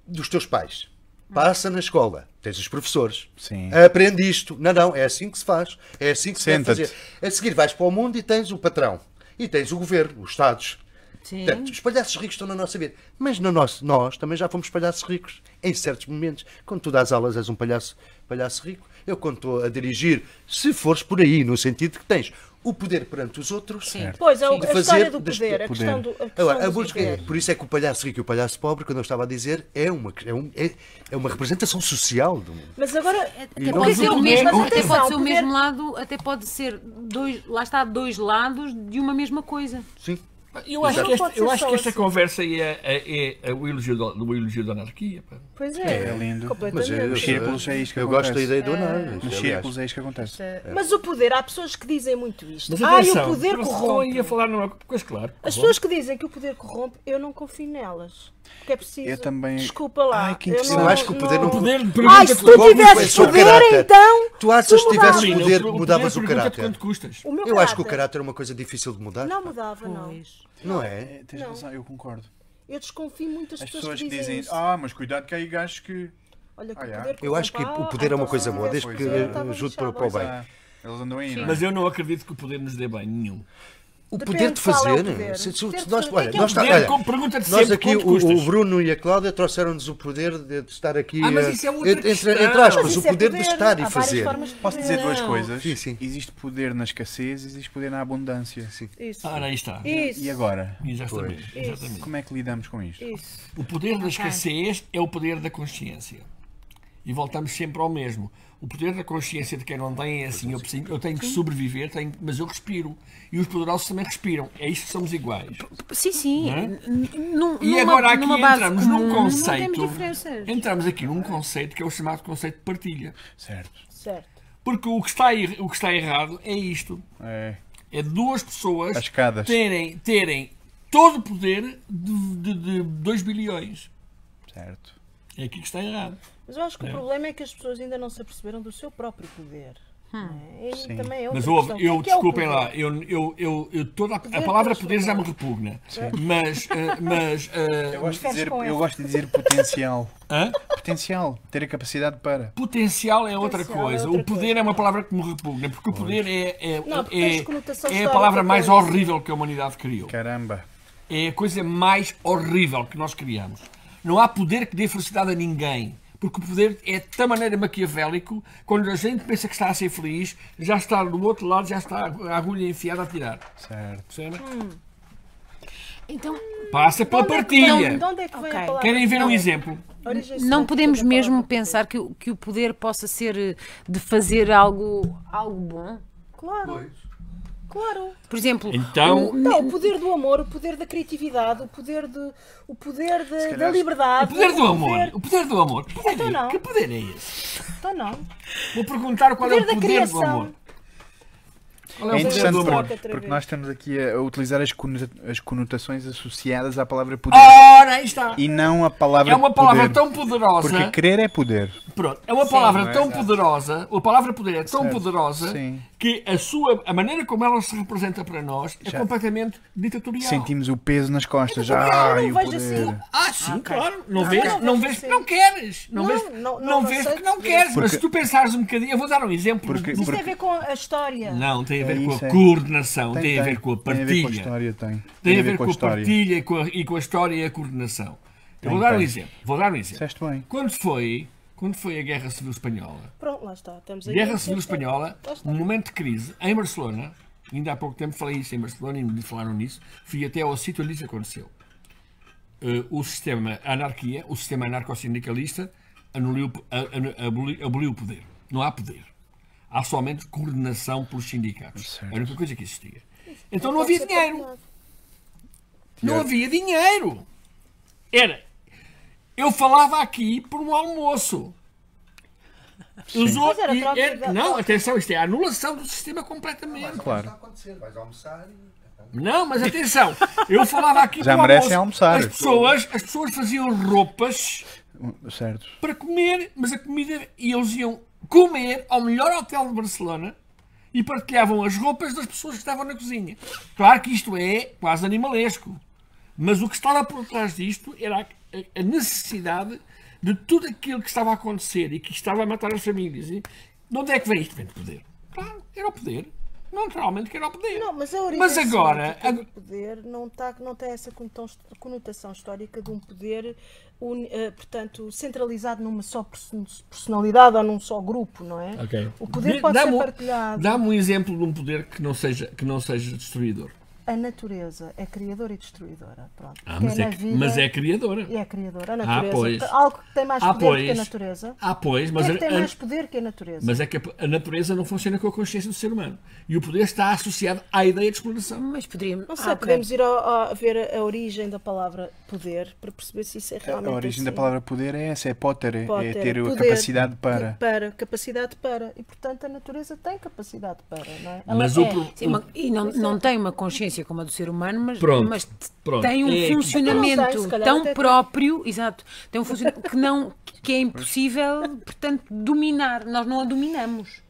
[SPEAKER 1] dos teus pais. Passa na escola, tens os professores.
[SPEAKER 3] Sim.
[SPEAKER 1] Aprende isto. Não, não, é assim que se faz. É assim que se deve
[SPEAKER 3] Senta-te.
[SPEAKER 1] fazer. A seguir vais para o mundo e tens o patrão. E tens o governo, os Estados.
[SPEAKER 6] Sim.
[SPEAKER 1] Portanto, os palhaços ricos estão na nossa vida. Mas no nosso, nós também já fomos palhaços ricos em certos momentos. Quando tu dás aulas és um palhaço, palhaço rico. Eu quando estou a dirigir, se fores por aí, no sentido que tens o poder perante os outros,
[SPEAKER 7] Pois, é
[SPEAKER 1] de
[SPEAKER 7] o- a história
[SPEAKER 1] fazer
[SPEAKER 7] do
[SPEAKER 1] das-
[SPEAKER 7] poder, a questão do. A questão
[SPEAKER 1] Agora, a
[SPEAKER 7] do
[SPEAKER 1] busca é,
[SPEAKER 7] poder.
[SPEAKER 1] por isso é que o palhaço rico e o palhaço pobre, quando eu estava a dizer, é uma, é um- é, é uma representação social do mundo.
[SPEAKER 7] Mas agora. é
[SPEAKER 6] Até
[SPEAKER 1] não
[SPEAKER 6] pode, ser o
[SPEAKER 4] poder-
[SPEAKER 6] mesmo,
[SPEAKER 4] mas
[SPEAKER 6] até pode ser
[SPEAKER 7] atenção,
[SPEAKER 6] o mesmo lado, até pode ser dois, lá está, dois lados de uma mesma coisa.
[SPEAKER 1] Sim.
[SPEAKER 4] Eu acho,
[SPEAKER 7] Não
[SPEAKER 4] que esta,
[SPEAKER 7] pode ser
[SPEAKER 4] Então, eu acho
[SPEAKER 7] só
[SPEAKER 4] que esta
[SPEAKER 7] assim.
[SPEAKER 4] conversa aí é, é, é o elogio do, do elogio da anarquia. pá.
[SPEAKER 7] Pois é,
[SPEAKER 3] É lindo.
[SPEAKER 1] Mas eu,
[SPEAKER 7] completamente.
[SPEAKER 3] Os círculos é isto que
[SPEAKER 1] eu gosto da
[SPEAKER 3] acontece.
[SPEAKER 1] ideia do anarquismo.
[SPEAKER 3] Nos círculos é isto que acontece.
[SPEAKER 7] Mas o poder, há pessoas que dizem muito isto.
[SPEAKER 4] Mas
[SPEAKER 7] Ai,
[SPEAKER 4] atenção,
[SPEAKER 7] o poder
[SPEAKER 4] mas estão aí
[SPEAKER 7] corrompe.
[SPEAKER 4] a falar numa coisa, claro.
[SPEAKER 7] As
[SPEAKER 4] corrompe.
[SPEAKER 7] pessoas que dizem que o poder corrompe, eu não confio nelas. Porque é preciso.
[SPEAKER 3] Eu também-
[SPEAKER 7] Desculpa lá.
[SPEAKER 3] Ai, que
[SPEAKER 7] eu,
[SPEAKER 3] interessante.
[SPEAKER 7] não,
[SPEAKER 1] Eu acho que o poder não-
[SPEAKER 4] O poder
[SPEAKER 7] Ai,
[SPEAKER 4] pergunta-te
[SPEAKER 7] se tu
[SPEAKER 4] quanto-
[SPEAKER 1] é
[SPEAKER 7] tivesses
[SPEAKER 1] só
[SPEAKER 7] poder,
[SPEAKER 1] caráter.
[SPEAKER 7] então.
[SPEAKER 1] Tu achas que se
[SPEAKER 7] mudavas.
[SPEAKER 1] tivesse poder,
[SPEAKER 4] o
[SPEAKER 1] mudavas o
[SPEAKER 4] pergunta-te
[SPEAKER 1] caráter?
[SPEAKER 4] Quanto custas?
[SPEAKER 7] O meu
[SPEAKER 1] Eu acho que o caráter é uma coisa difícil de mudar.
[SPEAKER 7] Não mudava, não.
[SPEAKER 6] Pois.
[SPEAKER 1] Não é?
[SPEAKER 3] É, tens razão, eu concordo.
[SPEAKER 7] Eu desconfio muito das
[SPEAKER 3] As
[SPEAKER 7] pessoas,
[SPEAKER 3] pessoas
[SPEAKER 7] que dizem isso.
[SPEAKER 3] ah, mas cuidado que há aí gajos que.
[SPEAKER 7] Olha, que
[SPEAKER 3] Ah,
[SPEAKER 7] o
[SPEAKER 3] já.
[SPEAKER 7] poder
[SPEAKER 1] Eu acho que
[SPEAKER 7] corrompe.
[SPEAKER 1] o poder é uma coisa
[SPEAKER 7] Ah,
[SPEAKER 1] boa, desde
[SPEAKER 7] pois
[SPEAKER 1] que
[SPEAKER 7] é, eu estava
[SPEAKER 1] ajude para, para o
[SPEAKER 7] lixada.
[SPEAKER 1] bem.
[SPEAKER 3] Ah, eles andam aí, não é?
[SPEAKER 4] Mas eu não acredito que o poder nos dê bem nenhum.
[SPEAKER 1] O
[SPEAKER 7] Depende
[SPEAKER 1] poder de
[SPEAKER 7] qual é o
[SPEAKER 1] fazer.
[SPEAKER 7] poder.
[SPEAKER 1] se- se-
[SPEAKER 7] Poder
[SPEAKER 1] se
[SPEAKER 7] de
[SPEAKER 1] nós,
[SPEAKER 7] fazer.
[SPEAKER 1] olha,
[SPEAKER 7] O que é que é
[SPEAKER 1] nós,
[SPEAKER 7] o
[SPEAKER 1] tá-
[SPEAKER 4] Poder,
[SPEAKER 1] olha,
[SPEAKER 4] como pergunta-te
[SPEAKER 1] nós
[SPEAKER 4] sempre
[SPEAKER 1] aqui,
[SPEAKER 4] quanto
[SPEAKER 1] o,
[SPEAKER 4] custas.
[SPEAKER 1] o Bruno e a Cláudia trouxeram-nos o poder de, de estar aqui.
[SPEAKER 4] Ah, mas
[SPEAKER 1] eh,
[SPEAKER 4] isso é outra
[SPEAKER 1] entre, entre,
[SPEAKER 4] questão.
[SPEAKER 1] entre aspas,
[SPEAKER 7] Mas
[SPEAKER 1] o
[SPEAKER 7] isso é
[SPEAKER 1] poder de estar
[SPEAKER 7] há
[SPEAKER 1] e
[SPEAKER 7] várias
[SPEAKER 1] fazer.
[SPEAKER 7] formas de
[SPEAKER 3] Posso
[SPEAKER 7] poder.
[SPEAKER 3] dizer duas coisas?
[SPEAKER 1] Sim, sim.
[SPEAKER 3] Existe poder na escassez, existe poder na abundância.
[SPEAKER 7] Isso.
[SPEAKER 4] Ora, aí está.
[SPEAKER 7] Isso.
[SPEAKER 3] Ah, E agora?
[SPEAKER 4] Exatamente. exatamente.
[SPEAKER 3] Como é que lidamos com isto?
[SPEAKER 7] Isso.
[SPEAKER 4] O poder da escassez é o poder da consciência. E voltamos sempre ao mesmo. O poder da consciência de quem não tem é assim, eu, preciso- eu tenho que sobreviver, tenho- mas eu respiro. E os poderosos também respiram. É isto que somos iguais.
[SPEAKER 2] Sim, sim. N- num-
[SPEAKER 4] é? E
[SPEAKER 2] numa-
[SPEAKER 4] agora aqui
[SPEAKER 2] numa base
[SPEAKER 4] entramos
[SPEAKER 2] comum.
[SPEAKER 4] num
[SPEAKER 6] temos
[SPEAKER 4] conceito.
[SPEAKER 6] diferenças.
[SPEAKER 4] Entramos aqui num conceito que é o chamado conceito de partilha.
[SPEAKER 3] Certo.
[SPEAKER 7] Certo.
[SPEAKER 4] Porque o que está, er- o que está errado é isto.
[SPEAKER 3] É.
[SPEAKER 4] É duas pessoas
[SPEAKER 3] As escadas.
[SPEAKER 4] terem, terem todo o poder de, de, 2 bilhões.
[SPEAKER 3] Certo.
[SPEAKER 4] É aqui que está errado.
[SPEAKER 7] Mas eu acho que o problema é que as pessoas ainda não se aperceberam do seu próprio poder.
[SPEAKER 1] Hum.
[SPEAKER 7] não é? E também é outra
[SPEAKER 4] Mas houve,
[SPEAKER 7] questão.
[SPEAKER 4] eu,
[SPEAKER 7] O é que é o
[SPEAKER 4] desculpem
[SPEAKER 7] poder?
[SPEAKER 4] lá, eu, eu, eu, eu- toda a, a
[SPEAKER 7] Poder
[SPEAKER 4] palavra
[SPEAKER 7] transformar.
[SPEAKER 4] poder já me repugna. Mas, eh, mas, eh,
[SPEAKER 3] Eu gosto, de
[SPEAKER 7] Fecha
[SPEAKER 3] dizer,
[SPEAKER 7] com
[SPEAKER 3] eu
[SPEAKER 7] essa.
[SPEAKER 3] gosto de dizer potencial.
[SPEAKER 4] hã?
[SPEAKER 3] Potencial. Ter a capacidade para.
[SPEAKER 4] potencial é outra
[SPEAKER 7] Potencial é
[SPEAKER 4] coisa.
[SPEAKER 7] outra
[SPEAKER 4] o poder
[SPEAKER 7] coisa.
[SPEAKER 4] é uma palavra que me repugna, porque o poder é, é,
[SPEAKER 7] Não, porque tens conotação
[SPEAKER 4] é, é a
[SPEAKER 7] histórica
[SPEAKER 4] palavra mais
[SPEAKER 7] com isso.
[SPEAKER 4] horrível que a humanidade criou.
[SPEAKER 3] Caramba.
[SPEAKER 4] É a coisa mais horrível que nós criamos. Não há poder que dê felicidade a ninguém. Porque o poder é de tal maneira maquiavélico, quando a gente pensa que está a ser feliz, já está do outro lado, já está a agulha enfiada a tirar.
[SPEAKER 3] Certo.
[SPEAKER 4] Percebe?
[SPEAKER 2] Então,
[SPEAKER 4] Passa pela
[SPEAKER 7] De onde é que-
[SPEAKER 4] partilha.
[SPEAKER 7] De onde é que vem
[SPEAKER 2] Ok.
[SPEAKER 7] a palavra?
[SPEAKER 4] Querem ver um
[SPEAKER 7] Não,
[SPEAKER 4] exemplo?
[SPEAKER 7] origem
[SPEAKER 2] não
[SPEAKER 7] semântica
[SPEAKER 2] podemos
[SPEAKER 7] da palavra.
[SPEAKER 2] mesmo pensar que, o- que o poder possa ser eh, de fazer algo, algo bom?
[SPEAKER 7] Claro. Claro.
[SPEAKER 2] Por exemplo,
[SPEAKER 4] Então-
[SPEAKER 2] o-
[SPEAKER 7] Não, o poder do amor, o poder da criatividade, o poder de, o poder de- da
[SPEAKER 4] O
[SPEAKER 7] liberdade.
[SPEAKER 4] poder do amor.
[SPEAKER 7] poder-
[SPEAKER 4] O poder do amor. Que poder,
[SPEAKER 7] Então
[SPEAKER 4] é-
[SPEAKER 7] não.
[SPEAKER 4] que poder é esse?
[SPEAKER 7] Então não.
[SPEAKER 4] Vou perguntar qual é o
[SPEAKER 7] Poder da
[SPEAKER 4] poder do
[SPEAKER 7] criação.
[SPEAKER 4] amor. Qual
[SPEAKER 3] É
[SPEAKER 4] o poder
[SPEAKER 3] interessante
[SPEAKER 4] do amor?
[SPEAKER 3] porque, porque nós estamos aqui a a utilizar as, conota as conotações associadas à palavra poder
[SPEAKER 7] Ah!
[SPEAKER 4] Ora, aí está.
[SPEAKER 3] e não a palavra
[SPEAKER 4] É uma palavra
[SPEAKER 3] poder.
[SPEAKER 4] tão poderosa.
[SPEAKER 3] Porque querer é poder.
[SPEAKER 4] Pronto, é uma palavra
[SPEAKER 3] não é?
[SPEAKER 4] tão
[SPEAKER 3] Exato.
[SPEAKER 4] poderosa, a palavra poder é tão
[SPEAKER 3] Certo,
[SPEAKER 4] poderosa
[SPEAKER 3] sim.
[SPEAKER 4] que a sua a maneira como ela se representa para nós é
[SPEAKER 3] Já.
[SPEAKER 4] completamente ditatorial.
[SPEAKER 3] Sentimos o peso nas costas.
[SPEAKER 7] É Eu não
[SPEAKER 3] Ai, o
[SPEAKER 7] vejo
[SPEAKER 3] poder.
[SPEAKER 7] assim.
[SPEAKER 4] Ah, sim, claro. Não vês,
[SPEAKER 7] não,
[SPEAKER 4] não
[SPEAKER 7] não
[SPEAKER 4] vês
[SPEAKER 7] sei.
[SPEAKER 4] porque não queres. Não,
[SPEAKER 7] Não,
[SPEAKER 4] vês,
[SPEAKER 7] não,
[SPEAKER 4] não,
[SPEAKER 7] não, não
[SPEAKER 4] vês
[SPEAKER 7] sei
[SPEAKER 4] porque não
[SPEAKER 7] dizer.
[SPEAKER 4] queres. Mas
[SPEAKER 3] Porque-
[SPEAKER 4] se tu pensares um bocadinho, eu vou dar um exemplo.
[SPEAKER 3] Porque-
[SPEAKER 7] Isso tem a ver com a história.
[SPEAKER 4] Não, tem a ver
[SPEAKER 3] É
[SPEAKER 4] com
[SPEAKER 3] isso,
[SPEAKER 4] a
[SPEAKER 3] é.
[SPEAKER 4] coordenação, tem, a ver com a
[SPEAKER 3] Tem a ver com a
[SPEAKER 4] partilha.
[SPEAKER 3] história, tem.
[SPEAKER 4] Tem a ver com a
[SPEAKER 3] história.
[SPEAKER 4] partilha e com a- e com a história e a coordenação. Eu
[SPEAKER 3] Tem,
[SPEAKER 4] vou dar um
[SPEAKER 3] tem.
[SPEAKER 4] exemplo. Vou dar um exemplo.
[SPEAKER 3] Disseste bem.
[SPEAKER 4] Quando foi, quando foi a Guerra Civil Espanhola?
[SPEAKER 7] Pronto, lá está. Estamos aí.
[SPEAKER 4] Guerra Civil Espanhola,
[SPEAKER 7] Lá está.
[SPEAKER 4] um momento de crise em Barcelona, ainda há pouco tempo falei isso em Barcelona e me falaram nisso, fui até ao sítio onde isso aconteceu. Eh, o sistema, a anarquia, o sistema anarcossindicalista anuliu- a- a- aboli- aboliu o poder. Não há poder. Há somente coordenação pelos sindicatos. Era a única coisa que existia. Então não havia dinheiro. Não havia dinheiro. Era. Eu falava aqui por um almoço. Os outros-
[SPEAKER 7] Mas era
[SPEAKER 4] e-
[SPEAKER 7] troca
[SPEAKER 4] era-
[SPEAKER 7] de-
[SPEAKER 4] não, atenção, isto é a anulação do sistema completamente.
[SPEAKER 3] Claro.
[SPEAKER 4] Não, mas atenção, eu falava aqui
[SPEAKER 3] Já
[SPEAKER 4] por um
[SPEAKER 3] merecem
[SPEAKER 4] almoço.
[SPEAKER 3] almoçar.
[SPEAKER 4] As pessoas, as pessoas faziam roupas
[SPEAKER 3] Certo.
[SPEAKER 4] para comer, mas a comida e eles iam comer ao melhor hotel de Barcelona e partilhavam as roupas das pessoas que estavam na cozinha. Claro que isto é quase animalesco, mas o que estava por trás disto era a- a necessidade de tudo aquilo que estava a acontecer e que estava a matar as famílias. E de onde é que vem isto? Vem do poder. Claro, era o poder. Naturalmente que era o poder.
[SPEAKER 7] Não, mas a origem
[SPEAKER 4] Mas agora,
[SPEAKER 7] semântica do
[SPEAKER 4] ag-
[SPEAKER 7] poder não, tá, não tem essa conotão- conotação histórica de um poder, uni- eh, portanto, centralizado numa só person- personalidade ou num só grupo, não é? O poder
[SPEAKER 4] Dê-
[SPEAKER 7] pode ser
[SPEAKER 4] dá-me-
[SPEAKER 7] partilhado.
[SPEAKER 4] um Dá-me um exemplo de um poder que não seja, que não seja destruidor.
[SPEAKER 7] a natureza é criadora e destruidora. Pronto.
[SPEAKER 4] Ah,
[SPEAKER 7] Que
[SPEAKER 4] mas,
[SPEAKER 7] na
[SPEAKER 4] é,
[SPEAKER 7] vida-
[SPEAKER 4] mas é criadora.
[SPEAKER 7] e é criadora, a natureza.
[SPEAKER 4] Ah, pois.
[SPEAKER 7] Algo que tem mais
[SPEAKER 4] Ah,
[SPEAKER 7] poder que a
[SPEAKER 4] pois.
[SPEAKER 7] natureza.
[SPEAKER 4] Ah, pois,
[SPEAKER 7] O
[SPEAKER 4] mas
[SPEAKER 7] que é
[SPEAKER 4] a-
[SPEAKER 7] que tem
[SPEAKER 4] a-
[SPEAKER 7] mais poder que a natureza?
[SPEAKER 4] mas é que a- a natureza não funciona com a consciência do ser humano. E o poder está associado à ideia de exploração.
[SPEAKER 6] Mas poderíamos.
[SPEAKER 7] Não sei,
[SPEAKER 6] Ah, ok.
[SPEAKER 7] podemos ir ao- ao- ver a- a origem da palavra poder para perceber se isso é realmente.
[SPEAKER 3] A origem da
[SPEAKER 7] assim.
[SPEAKER 3] palavra poder é essa, é poter, é- é
[SPEAKER 7] Poder,
[SPEAKER 3] ter a
[SPEAKER 7] poder,
[SPEAKER 3] capacidade para.
[SPEAKER 7] que- Para, capacidade para. E portanto a natureza tem capacidade para, não é? Ela
[SPEAKER 4] Mas
[SPEAKER 7] é.
[SPEAKER 4] o, pro-
[SPEAKER 6] Sim, mas- e não, não tem uma consciência como a do ser humano, mas,
[SPEAKER 4] Pronto,
[SPEAKER 6] mas t-
[SPEAKER 4] pronto.
[SPEAKER 6] tem um
[SPEAKER 4] É que-
[SPEAKER 7] Não tem,
[SPEAKER 6] funcionamento
[SPEAKER 7] se calhar até
[SPEAKER 6] tão
[SPEAKER 7] tem.
[SPEAKER 6] próprio, exato, tem um funcionamento que, não, que é impossível, portanto, dominar. Nós não a dominamos